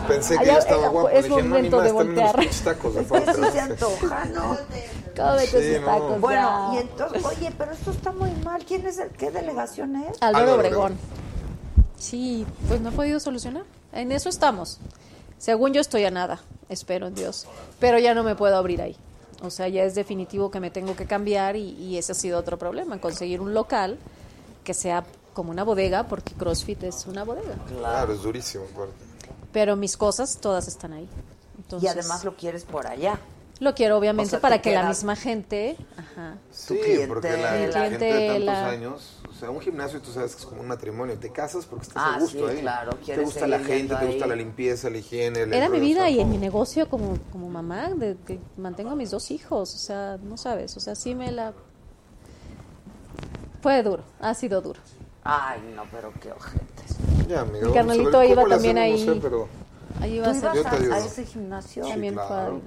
[SPEAKER 7] Pensé que
[SPEAKER 13] Allá-
[SPEAKER 7] ya estaba
[SPEAKER 13] eh,
[SPEAKER 7] guapo.
[SPEAKER 13] Es
[SPEAKER 7] Dije, no, ni
[SPEAKER 13] momento
[SPEAKER 7] más,
[SPEAKER 13] de
[SPEAKER 7] están unos
[SPEAKER 13] voltear.
[SPEAKER 7] pinches tacos de
[SPEAKER 2] Es que sí
[SPEAKER 7] falta.
[SPEAKER 2] se antoja, ¿no?
[SPEAKER 13] Cómete
[SPEAKER 7] Sí, esos no. tacos,
[SPEAKER 2] Bueno,
[SPEAKER 13] ya.
[SPEAKER 2] y entonces, oye, pero esto está muy mal. ¿Quién es el, qué delegación es?
[SPEAKER 13] Álvaro Obregón. Sí, pues no he podido solucionar. En eso estamos. Según yo estoy a nada, espero en Dios. Pero ya no me puedo abrir ahí. O sea, ya es definitivo que me tengo que cambiar y, y ese ha sido otro problema, conseguir un local que sea como una bodega, porque CrossFit es una bodega.
[SPEAKER 7] Claro, es durísimo. aparte.
[SPEAKER 13] Pero mis cosas todas están ahí.
[SPEAKER 2] Y
[SPEAKER 13] Entonces,
[SPEAKER 2] además lo quieres por allá.
[SPEAKER 13] lo quiero obviamente
[SPEAKER 2] o sea,
[SPEAKER 13] para
[SPEAKER 2] te
[SPEAKER 13] que la
[SPEAKER 2] quedas-
[SPEAKER 13] misma gente... Ajá.
[SPEAKER 7] Sí, porque la,
[SPEAKER 13] Mi
[SPEAKER 7] la gente de tantos
[SPEAKER 13] clientela.
[SPEAKER 7] años, o sea, un gimnasio tú sabes que es como un matrimonio, te casas porque estás
[SPEAKER 2] Ah,
[SPEAKER 7] a gusto
[SPEAKER 2] sí,
[SPEAKER 7] ahí.
[SPEAKER 2] claro,
[SPEAKER 7] Te
[SPEAKER 2] quieres
[SPEAKER 7] gusta la
[SPEAKER 2] seguir
[SPEAKER 7] gente, te
[SPEAKER 2] yendo
[SPEAKER 7] gusta
[SPEAKER 2] ahí.
[SPEAKER 7] la limpieza, la higiene. el
[SPEAKER 13] Era mi
[SPEAKER 7] rollo,
[SPEAKER 13] vida
[SPEAKER 7] o sea,
[SPEAKER 13] y en mi negocio como, como mamá, de que mantengo a mis dos hijos, o sea, no sabes, o sea, sí me la... Fue duro, ha sido duro.
[SPEAKER 2] Ay, no, pero qué ojetes.
[SPEAKER 7] Ya, amiga, vamos a
[SPEAKER 13] Mi
[SPEAKER 7] ver
[SPEAKER 13] carnalito
[SPEAKER 7] cómo
[SPEAKER 13] iba
[SPEAKER 7] le
[SPEAKER 13] también
[SPEAKER 7] hacemos,
[SPEAKER 13] ahí.
[SPEAKER 7] no sé, pero
[SPEAKER 13] Ahí
[SPEAKER 2] ¿Tú
[SPEAKER 13] iba a
[SPEAKER 7] Yo
[SPEAKER 13] ser.
[SPEAKER 7] te
[SPEAKER 2] ibas a,
[SPEAKER 7] ayudo.
[SPEAKER 2] a ese gimnasio?
[SPEAKER 13] También fue
[SPEAKER 7] claro.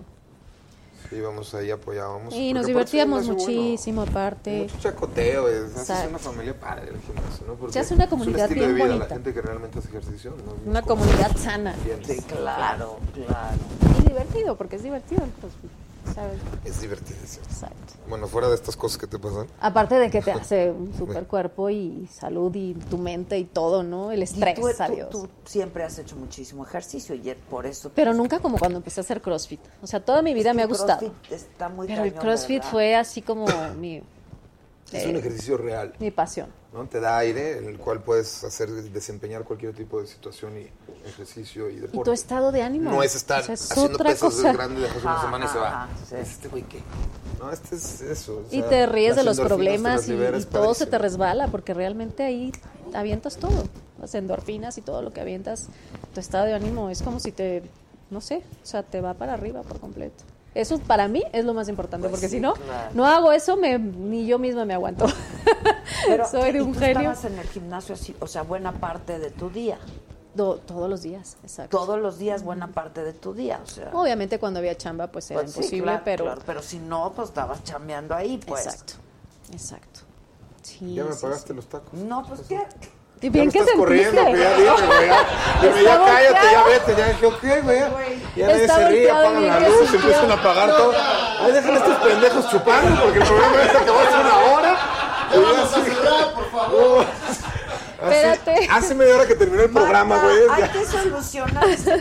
[SPEAKER 7] Pues,
[SPEAKER 13] ahí.
[SPEAKER 7] íbamos ahí, apoyábamos.
[SPEAKER 13] Y
[SPEAKER 7] porque aparte
[SPEAKER 13] nos
[SPEAKER 7] el
[SPEAKER 13] divertíamos
[SPEAKER 7] gimnasio, bueno,
[SPEAKER 13] muchísimo, aparte.
[SPEAKER 7] mucho chacoteo, es, haces
[SPEAKER 13] Exacto.
[SPEAKER 7] una familia padre el gimnasio, ¿no? Porque
[SPEAKER 13] Se hace una
[SPEAKER 7] es un
[SPEAKER 13] comunidad
[SPEAKER 7] estilo de
[SPEAKER 13] bien
[SPEAKER 7] vida,
[SPEAKER 13] bonita.
[SPEAKER 7] La gente que realmente hace ejercicio, ¿no?
[SPEAKER 13] Una comunidad sana.
[SPEAKER 7] Sí,
[SPEAKER 2] Claro, claro.
[SPEAKER 13] Y divertido, porque es divertido el CrossFit, ¿sabes?
[SPEAKER 7] Es divertidísimo.
[SPEAKER 13] Exacto.
[SPEAKER 7] Bueno, fuera de estas cosas que te pasan.
[SPEAKER 13] Aparte de que te hace un super cuerpo y salud y tu mente y todo, ¿no? El
[SPEAKER 2] Y
[SPEAKER 13] estrés,
[SPEAKER 2] tú, tú-
[SPEAKER 13] adiós.
[SPEAKER 2] tú siempre has hecho muchísimo ejercicio y es por eso.
[SPEAKER 13] Pero nunca como cuando empecé a hacer CrossFit. O sea, toda mi vida me ha
[SPEAKER 2] El
[SPEAKER 13] gustado.
[SPEAKER 2] CrossFit está muy
[SPEAKER 13] Pero el
[SPEAKER 2] cañón,
[SPEAKER 13] CrossFit
[SPEAKER 2] ¿verdad?
[SPEAKER 13] fue así como mi, eh,
[SPEAKER 7] Es un ejercicio real.
[SPEAKER 13] mi pasión.
[SPEAKER 7] ¿no? Te da aire en el cual puedes hacer desempeñar cualquier tipo de situación y ejercicio y deporte.
[SPEAKER 13] Y tu estado de ánimo.
[SPEAKER 7] No es estar
[SPEAKER 13] O sea, es
[SPEAKER 7] haciendo
[SPEAKER 13] otra
[SPEAKER 7] pesas
[SPEAKER 13] cosa.
[SPEAKER 7] grandes grande dejas una
[SPEAKER 13] Ajá,
[SPEAKER 7] semana y se va.
[SPEAKER 13] ajá,
[SPEAKER 7] Es Este güey qué. No, este es eso. o
[SPEAKER 13] Y
[SPEAKER 7] sea,
[SPEAKER 13] te
[SPEAKER 7] las
[SPEAKER 13] ríes de los
[SPEAKER 7] endorfinas
[SPEAKER 13] problemas
[SPEAKER 7] te
[SPEAKER 13] y,
[SPEAKER 7] las liberas
[SPEAKER 13] y todo se
[SPEAKER 7] padrísimo.
[SPEAKER 13] te resbala porque realmente ahí avientas todo. Las endorfinas y todo lo que avientas, tu estado de ánimo es como si te, no sé, o sea, te va para arriba por completo. Eso para mí es lo más importante
[SPEAKER 2] Pues
[SPEAKER 13] porque
[SPEAKER 2] sí,
[SPEAKER 13] si no,
[SPEAKER 2] claro.
[SPEAKER 13] no hago eso, me, ni yo misma me aguanto.
[SPEAKER 2] Pero,
[SPEAKER 13] Soy de
[SPEAKER 2] ¿y
[SPEAKER 13] un
[SPEAKER 2] tú
[SPEAKER 13] genio.
[SPEAKER 2] estabas en el gimnasio así, o sea, buena parte de tu día.
[SPEAKER 13] Do- todos los días, exacto.
[SPEAKER 2] Todos los días buena parte de tu día, o sea.
[SPEAKER 13] Obviamente cuando había chamba pues era
[SPEAKER 2] Pues sí,
[SPEAKER 13] imposible,
[SPEAKER 2] claro,
[SPEAKER 13] pero...
[SPEAKER 2] claro, pero si no, pues estabas chambeando ahí, pues.
[SPEAKER 13] Exacto, exacto. Sí,
[SPEAKER 7] Ya me
[SPEAKER 13] sí,
[SPEAKER 7] pagaste los tacos.
[SPEAKER 2] No, pues qué.
[SPEAKER 13] Y bien
[SPEAKER 7] me
[SPEAKER 13] que
[SPEAKER 7] estás
[SPEAKER 13] sentiste.
[SPEAKER 7] corriendo, güey, ya dime, güey, ya. Dime, ya
[SPEAKER 13] Está
[SPEAKER 7] cállate, ya
[SPEAKER 13] volteado.
[SPEAKER 7] vete, ya dije, ok, güey. ya. Ya nadie
[SPEAKER 13] Está
[SPEAKER 7] se ríe,
[SPEAKER 13] volteado y
[SPEAKER 7] apagan
[SPEAKER 13] bien
[SPEAKER 7] la
[SPEAKER 13] que
[SPEAKER 7] luz,
[SPEAKER 13] sintió.
[SPEAKER 7] empiezan a apagar
[SPEAKER 13] No,
[SPEAKER 7] todo. Ay, dejen a estos pendejos chupando, porque el problema es que va a ser una hora. Y yo así,
[SPEAKER 18] por
[SPEAKER 7] favor.
[SPEAKER 13] Espérate.
[SPEAKER 7] Hace, hace media hora que terminó el programa, güey.
[SPEAKER 2] Hay
[SPEAKER 7] ya.
[SPEAKER 2] que solucionar este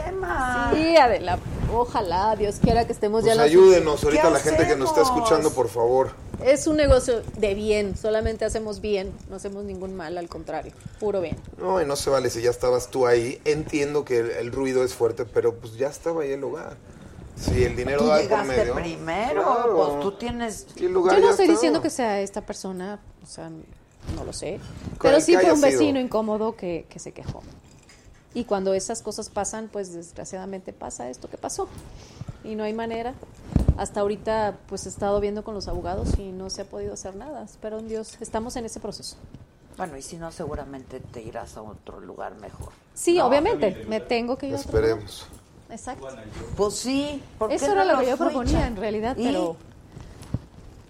[SPEAKER 2] problema.
[SPEAKER 13] Sí, Adela, ojalá, Dios quiera que estemos ya
[SPEAKER 7] Pues
[SPEAKER 13] en las-
[SPEAKER 7] ayúdenos ahorita
[SPEAKER 13] ¿Qué
[SPEAKER 7] la gente que nos está
[SPEAKER 13] hacemos?
[SPEAKER 7] escuchando, por favor.
[SPEAKER 13] Es un negocio de bien, solamente hacemos bien, no hacemos ningún mal, al contrario, puro bien.
[SPEAKER 7] No, y no se vale si ya estabas tú ahí. Entiendo que el, el ruido es fuerte, pero pues ya estaba ahí el hogar. Si el dinero
[SPEAKER 2] Tú
[SPEAKER 7] da de por
[SPEAKER 2] llegaste
[SPEAKER 7] medio.
[SPEAKER 2] primero,
[SPEAKER 7] Claro.
[SPEAKER 2] pues tú tienes.
[SPEAKER 7] Y el lugar
[SPEAKER 13] Yo no
[SPEAKER 7] ya
[SPEAKER 13] estoy
[SPEAKER 7] estaba.
[SPEAKER 13] diciendo que sea esta persona, o sea, no lo sé,
[SPEAKER 7] Con
[SPEAKER 13] pero
[SPEAKER 7] el
[SPEAKER 13] sí
[SPEAKER 7] que
[SPEAKER 13] fue
[SPEAKER 7] haya
[SPEAKER 13] un
[SPEAKER 7] sido.
[SPEAKER 13] vecino incómodo que, que se quejó. Y cuando esas cosas pasan, pues desgraciadamente pasa esto que pasó. Y no hay manera. Hasta ahorita, pues he estado viendo con los abogados y no se ha podido hacer nada. Espero en Dios, estamos en ese proceso.
[SPEAKER 2] Bueno, y si no, seguramente te irás a otro lugar mejor.
[SPEAKER 13] Sí,
[SPEAKER 2] No,
[SPEAKER 13] obviamente, me tengo que ir a otro lugar.
[SPEAKER 7] Esperemos.
[SPEAKER 13] Exacto.
[SPEAKER 2] Pues sí, porque
[SPEAKER 13] Eso era lo que yo proponía en realidad, pero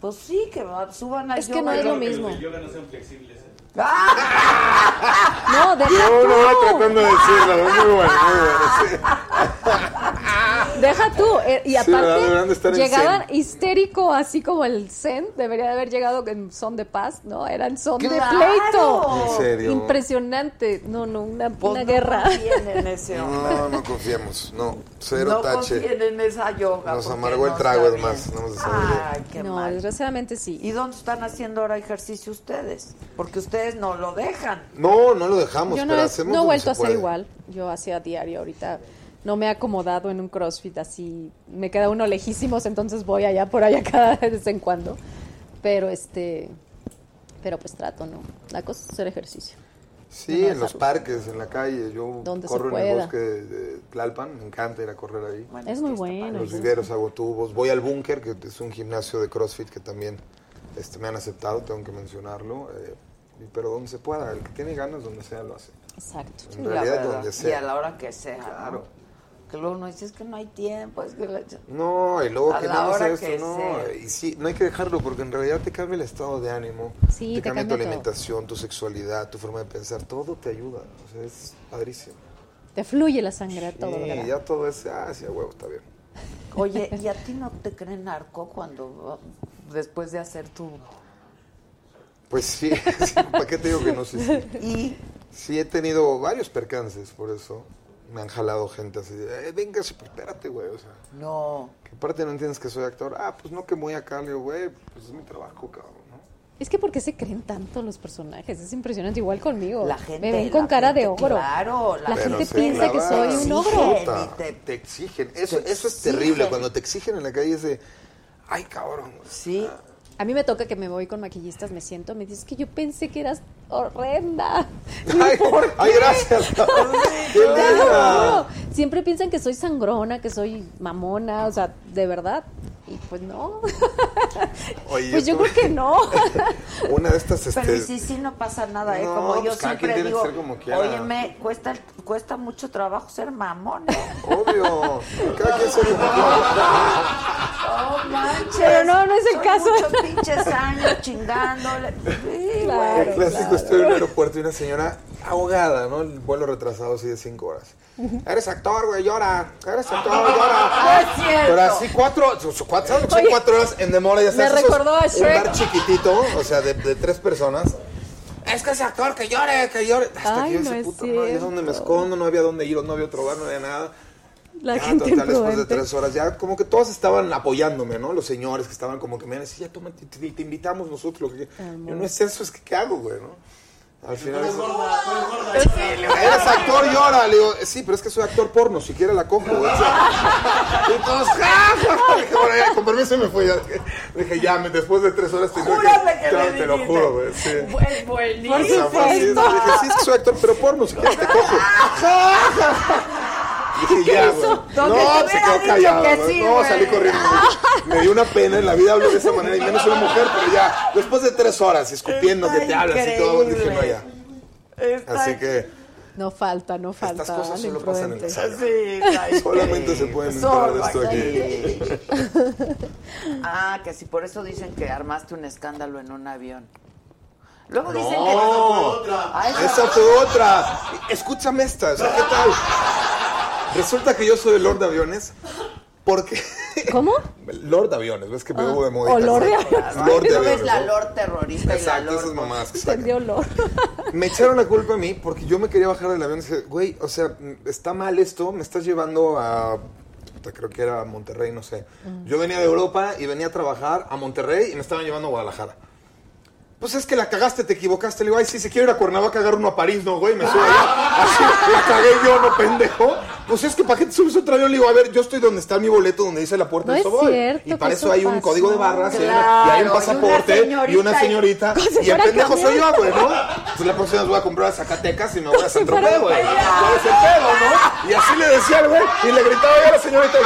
[SPEAKER 2] Pues sí, que va- suban al
[SPEAKER 13] Es que no es lo mismo.
[SPEAKER 5] Los de yoga no sean flexibles. ¿eh?
[SPEAKER 2] ¡Ah!
[SPEAKER 13] no, deja
[SPEAKER 7] Yo no
[SPEAKER 13] tú. ¡Ah,
[SPEAKER 7] tratando de decirlo, muy bueno, muy bueno. sí.
[SPEAKER 13] Deja tú. eh, Y
[SPEAKER 7] Sí, ¿verdad? Deberían de
[SPEAKER 13] aparte,
[SPEAKER 7] estar en
[SPEAKER 13] llegaban histérico, así como el Zen. Debería de haber llegado en son de paz, ¿no? Eran son
[SPEAKER 2] ¡Claro!
[SPEAKER 13] de pleito.
[SPEAKER 7] ¿En serio?
[SPEAKER 13] Impresionante. No, no, una, una
[SPEAKER 2] Pues no
[SPEAKER 13] guerra.
[SPEAKER 2] confíen en ese hombre.
[SPEAKER 7] No, no confiamos. No, cero
[SPEAKER 2] no
[SPEAKER 7] tache.
[SPEAKER 2] confíen en esa yoga.
[SPEAKER 7] Nos
[SPEAKER 2] porque
[SPEAKER 7] amargó el
[SPEAKER 2] no
[SPEAKER 7] trago,
[SPEAKER 2] está
[SPEAKER 7] es más,
[SPEAKER 2] bien.
[SPEAKER 7] no nos
[SPEAKER 2] Ay, qué
[SPEAKER 13] No,
[SPEAKER 2] mal.
[SPEAKER 13] desgraciadamente sí.
[SPEAKER 2] ¿Y dónde están haciendo ahora ejercicio ustedes? Porque ustedes no lo dejan.
[SPEAKER 7] No, no lo dejamos,
[SPEAKER 13] Yo no,
[SPEAKER 7] pero
[SPEAKER 13] he-
[SPEAKER 7] hacemos
[SPEAKER 13] no he
[SPEAKER 7] como
[SPEAKER 13] vuelto
[SPEAKER 7] se
[SPEAKER 13] a ser
[SPEAKER 7] puede.
[SPEAKER 13] igual. Yo hacía diario ahorita. No me he acomodado en un CrossFit así. Me queda uno lejísimos, entonces voy allá por allá cada vez en cuando. Pero este. Pero pues trato, ¿no? La cosa es hacer ejercicio.
[SPEAKER 7] Sí, en los parques, en la calle. Yo
[SPEAKER 13] Donde se
[SPEAKER 7] corro en el
[SPEAKER 13] pueda.
[SPEAKER 7] bosque de, de Tlalpan, me encanta ir a correr ahí.
[SPEAKER 13] es muy bueno.
[SPEAKER 7] los
[SPEAKER 13] ¿no?
[SPEAKER 7] viveros hago tubos. Voy al búnker, que es un gimnasio de CrossFit que también este, me han aceptado, tengo que mencionarlo. eh, y- pero donde se pueda, el que tiene ganas, donde sea, lo hace.
[SPEAKER 13] Exacto.
[SPEAKER 7] En realidad,
[SPEAKER 2] verdad.
[SPEAKER 7] donde
[SPEAKER 2] Y a
[SPEAKER 7] sea.
[SPEAKER 2] la hora que sea.
[SPEAKER 7] Claro.
[SPEAKER 2] ¿no? Que luego uno dice, es que no hay tiempo, es que... la-
[SPEAKER 7] No, y luego
[SPEAKER 2] A
[SPEAKER 7] que
[SPEAKER 2] la
[SPEAKER 7] no
[SPEAKER 2] hora
[SPEAKER 7] sea esto,
[SPEAKER 2] que
[SPEAKER 7] no.
[SPEAKER 2] sea.
[SPEAKER 7] Y sí, no hay que dejarlo porque en realidad te cambia el estado de ánimo,
[SPEAKER 13] Sí,
[SPEAKER 7] cambia
[SPEAKER 13] te
[SPEAKER 7] tu
[SPEAKER 13] cambia todo.
[SPEAKER 7] alimentación, tu sexualidad, tu forma de pensar, todo te ayuda. O sea, es padrísimo.
[SPEAKER 13] Te fluye la sangre a todo. lo que
[SPEAKER 7] Y
[SPEAKER 13] da.
[SPEAKER 7] ya todo es, ah, sí, a huevo, está bien.
[SPEAKER 2] Oye, ¿y a ti no te creen narco cuando ah, después de hacer tu...
[SPEAKER 7] Pues sí, sí, ¿para qué te digo que no? Sí, sí.
[SPEAKER 2] Y
[SPEAKER 7] Sí, he tenido varios percances por eso. Me han jalado gente así, de, eh, venga, sí, pero espérate, güey, o sea.
[SPEAKER 2] No.
[SPEAKER 7] Que aparte no entiendes que soy actor. Ah, pues no, que muy acá, le digo, güey, pues es mi trabajo, cabrón, ¿no?
[SPEAKER 13] Es que porque se creen tanto los personajes, es impresionante, igual conmigo.
[SPEAKER 2] La gente,
[SPEAKER 13] Me ven
[SPEAKER 2] la
[SPEAKER 13] con cara de
[SPEAKER 2] gente,
[SPEAKER 13] ogro.
[SPEAKER 2] claro, la
[SPEAKER 13] la
[SPEAKER 7] Pero
[SPEAKER 13] gente
[SPEAKER 7] se
[SPEAKER 13] piensa que
[SPEAKER 7] clavan.
[SPEAKER 13] soy un
[SPEAKER 2] Te
[SPEAKER 13] ogro.
[SPEAKER 2] exigen
[SPEAKER 7] Puta,
[SPEAKER 2] y te-
[SPEAKER 7] te, exigen. Eso,
[SPEAKER 2] te
[SPEAKER 7] eso es
[SPEAKER 2] exigen.
[SPEAKER 7] terrible. Cuando te exigen en la calle es de, ay, cabrón.
[SPEAKER 2] Sí.
[SPEAKER 7] Ah,
[SPEAKER 13] A mí me toca que me voy con maquillistas, me siento, me dices que yo pensé que eras horrenda. Ay,
[SPEAKER 7] ay, gracias. Qué
[SPEAKER 13] Te lo
[SPEAKER 7] linda.
[SPEAKER 13] juro. Siempre piensan que soy sangrona, que soy mamona, o sea, de verdad. Y pues no.
[SPEAKER 7] Oye,
[SPEAKER 13] Pues yo
[SPEAKER 7] tuve
[SPEAKER 13] creo que no.
[SPEAKER 7] Una de estas, este,
[SPEAKER 2] Pero y si sí no pasa nada, ¿eh?
[SPEAKER 7] No,
[SPEAKER 2] Como yo
[SPEAKER 7] pues cada quien
[SPEAKER 2] siempre
[SPEAKER 7] tiene que
[SPEAKER 2] digo,
[SPEAKER 7] ser como quiera.
[SPEAKER 2] óyeme, cuesta, cuesta mucho trabajo ser mamón. ¿eh?
[SPEAKER 7] obvio. Cada quien se como
[SPEAKER 13] Ah,
[SPEAKER 2] ¡No
[SPEAKER 7] quiera.
[SPEAKER 2] manches!
[SPEAKER 13] Pero no, no es el
[SPEAKER 2] Son
[SPEAKER 13] caso.
[SPEAKER 2] muchos pinches años chingándole. Sí,
[SPEAKER 13] Claro,
[SPEAKER 2] güey.
[SPEAKER 7] El clásico, estoy en un aeropuerto y una señora ahogada, ¿no? El vuelo retrasado así de cinco horas. Eres actor, güey, llora. Eres actor,
[SPEAKER 2] No
[SPEAKER 7] llora.
[SPEAKER 13] Ah,
[SPEAKER 2] es cierto.
[SPEAKER 7] Pero así cuatro, sus- sus cuatro, ¿sabes? Son
[SPEAKER 13] Oye,
[SPEAKER 7] cuatro horas en demora. Ya
[SPEAKER 13] me
[SPEAKER 7] sabes, esos-
[SPEAKER 13] recordó a Shrek.
[SPEAKER 7] Un bar chiquitito, o sea, de, de tres personas. Es que ese actor, que llore, que llore. Hasta
[SPEAKER 13] Ay,
[SPEAKER 7] que yo
[SPEAKER 13] no
[SPEAKER 7] dije,
[SPEAKER 13] es
[SPEAKER 7] puta madre, ¿ya dónde me
[SPEAKER 13] cierto.
[SPEAKER 7] escondo? No había dónde ir, no había otro bar, no había nada.
[SPEAKER 13] La
[SPEAKER 7] Ya,
[SPEAKER 13] gente
[SPEAKER 7] ah, total, después de
[SPEAKER 13] imprudente.
[SPEAKER 7] tres horas, ya como que todos estaban apoyándome, ¿no? Los señores que estaban como que me decían, ya toma, te, te- te invitamos nosotros. lo que- Yo no es eso, es que ¿qué hago, güey, no? Al final. es- Eres actor, llora. Le digo, sí, pero es que soy actor porno, si quiere la cojo, güey. Y todos, ¡ja, ja, ja! Dije, bueno, ya, con permiso y me fui. ya. Dije, ya, me- después de tres horas te digo
[SPEAKER 2] Júrame que
[SPEAKER 7] Claro,
[SPEAKER 2] me
[SPEAKER 7] te lo
[SPEAKER 2] dijiste.
[SPEAKER 7] juro, güey. Sí.
[SPEAKER 2] Es
[SPEAKER 7] O
[SPEAKER 2] buenísimo.
[SPEAKER 7] sea, fue así, dije, sí, es que soy actor, pero porno, si quieres te cojo. Dije, ya, güey.
[SPEAKER 2] Donde te
[SPEAKER 7] No, se
[SPEAKER 2] hubiera
[SPEAKER 7] quedó
[SPEAKER 2] dicho
[SPEAKER 7] callado.
[SPEAKER 2] que
[SPEAKER 7] güey.
[SPEAKER 2] sí,
[SPEAKER 7] no,
[SPEAKER 2] güey.
[SPEAKER 7] salí corriendo. Me dio una pena en la vida hablo de esa manera y menos soy mujer, pero ya, después de tres horas escupiéndote,
[SPEAKER 2] Está
[SPEAKER 7] te hablas y todo, dije, no,
[SPEAKER 2] increíble.
[SPEAKER 7] ya. Así que
[SPEAKER 13] No falta, no falta.
[SPEAKER 7] estas cosas
[SPEAKER 13] la
[SPEAKER 7] solo pasan en la
[SPEAKER 13] imprudente.
[SPEAKER 7] sala.
[SPEAKER 2] Sí, este, está
[SPEAKER 7] Solamente
[SPEAKER 2] increíble.
[SPEAKER 7] se pueden enterar de
[SPEAKER 2] Solo
[SPEAKER 7] esto aquí.
[SPEAKER 2] aquí. Ah, que si por eso dicen que armaste un escándalo en un avión. Luego dicen que...
[SPEAKER 7] No,
[SPEAKER 2] Ah, esa-
[SPEAKER 7] esa fue otra. Escúchame esta, o sea, ¿qué tal? Resulta que yo soy el Lord de Aviones porque...
[SPEAKER 13] ¿Cómo?
[SPEAKER 7] Lord de Aviones, ves que me hubo de moda.
[SPEAKER 13] o Lord de Aviones.
[SPEAKER 7] Ah. Lord de
[SPEAKER 2] Tú ves
[SPEAKER 7] Aviones,
[SPEAKER 2] la
[SPEAKER 7] ¿no?
[SPEAKER 2] Lord terrorista y la
[SPEAKER 7] Exacto,
[SPEAKER 2] Lord...
[SPEAKER 7] esas mamás. que sacan.
[SPEAKER 13] Entendí olor.
[SPEAKER 7] Me echaron la culpa a mí porque yo me quería bajar del avión y dije, güey, o sea, está mal esto, me estás llevando a. puta, Creo que era Monterrey, no sé. Yo venía de Europa y venía a trabajar a Monterrey y me estaban llevando a Guadalajara. Pues es que la cagaste, te equivocaste. Le digo, ay, sí, si quiero ir a Cuernavaca, agarro uno a París, no, güey, me subo allá. Así, la cagué yo, no, pendejo. Pues es que, ¿para qué te subes a otro avión? Le digo, a ver, yo estoy donde está mi boleto, donde dice la puerta
[SPEAKER 13] No
[SPEAKER 7] de
[SPEAKER 13] es
[SPEAKER 7] Soboy.
[SPEAKER 13] cierto
[SPEAKER 7] Y para
[SPEAKER 13] que
[SPEAKER 7] eso,
[SPEAKER 13] eso
[SPEAKER 7] hay un
[SPEAKER 13] pasó.
[SPEAKER 7] código de barras y hay una- y hay
[SPEAKER 2] Claro, y
[SPEAKER 7] un
[SPEAKER 2] una
[SPEAKER 7] pasaporte y una
[SPEAKER 2] señorita y-
[SPEAKER 7] señorita.
[SPEAKER 13] Como si
[SPEAKER 7] Y el
[SPEAKER 13] fuera
[SPEAKER 7] pendejo soy yo,
[SPEAKER 13] camión.
[SPEAKER 7] güey, ¿no? Pues la próxima vez voy a comprar a Zacatecas y me voy a San Tropez, güey.
[SPEAKER 2] pelear.
[SPEAKER 7] ¿Cuál es el pedo, no? Y así le decía al güey, y le gritaba yo a la señorita,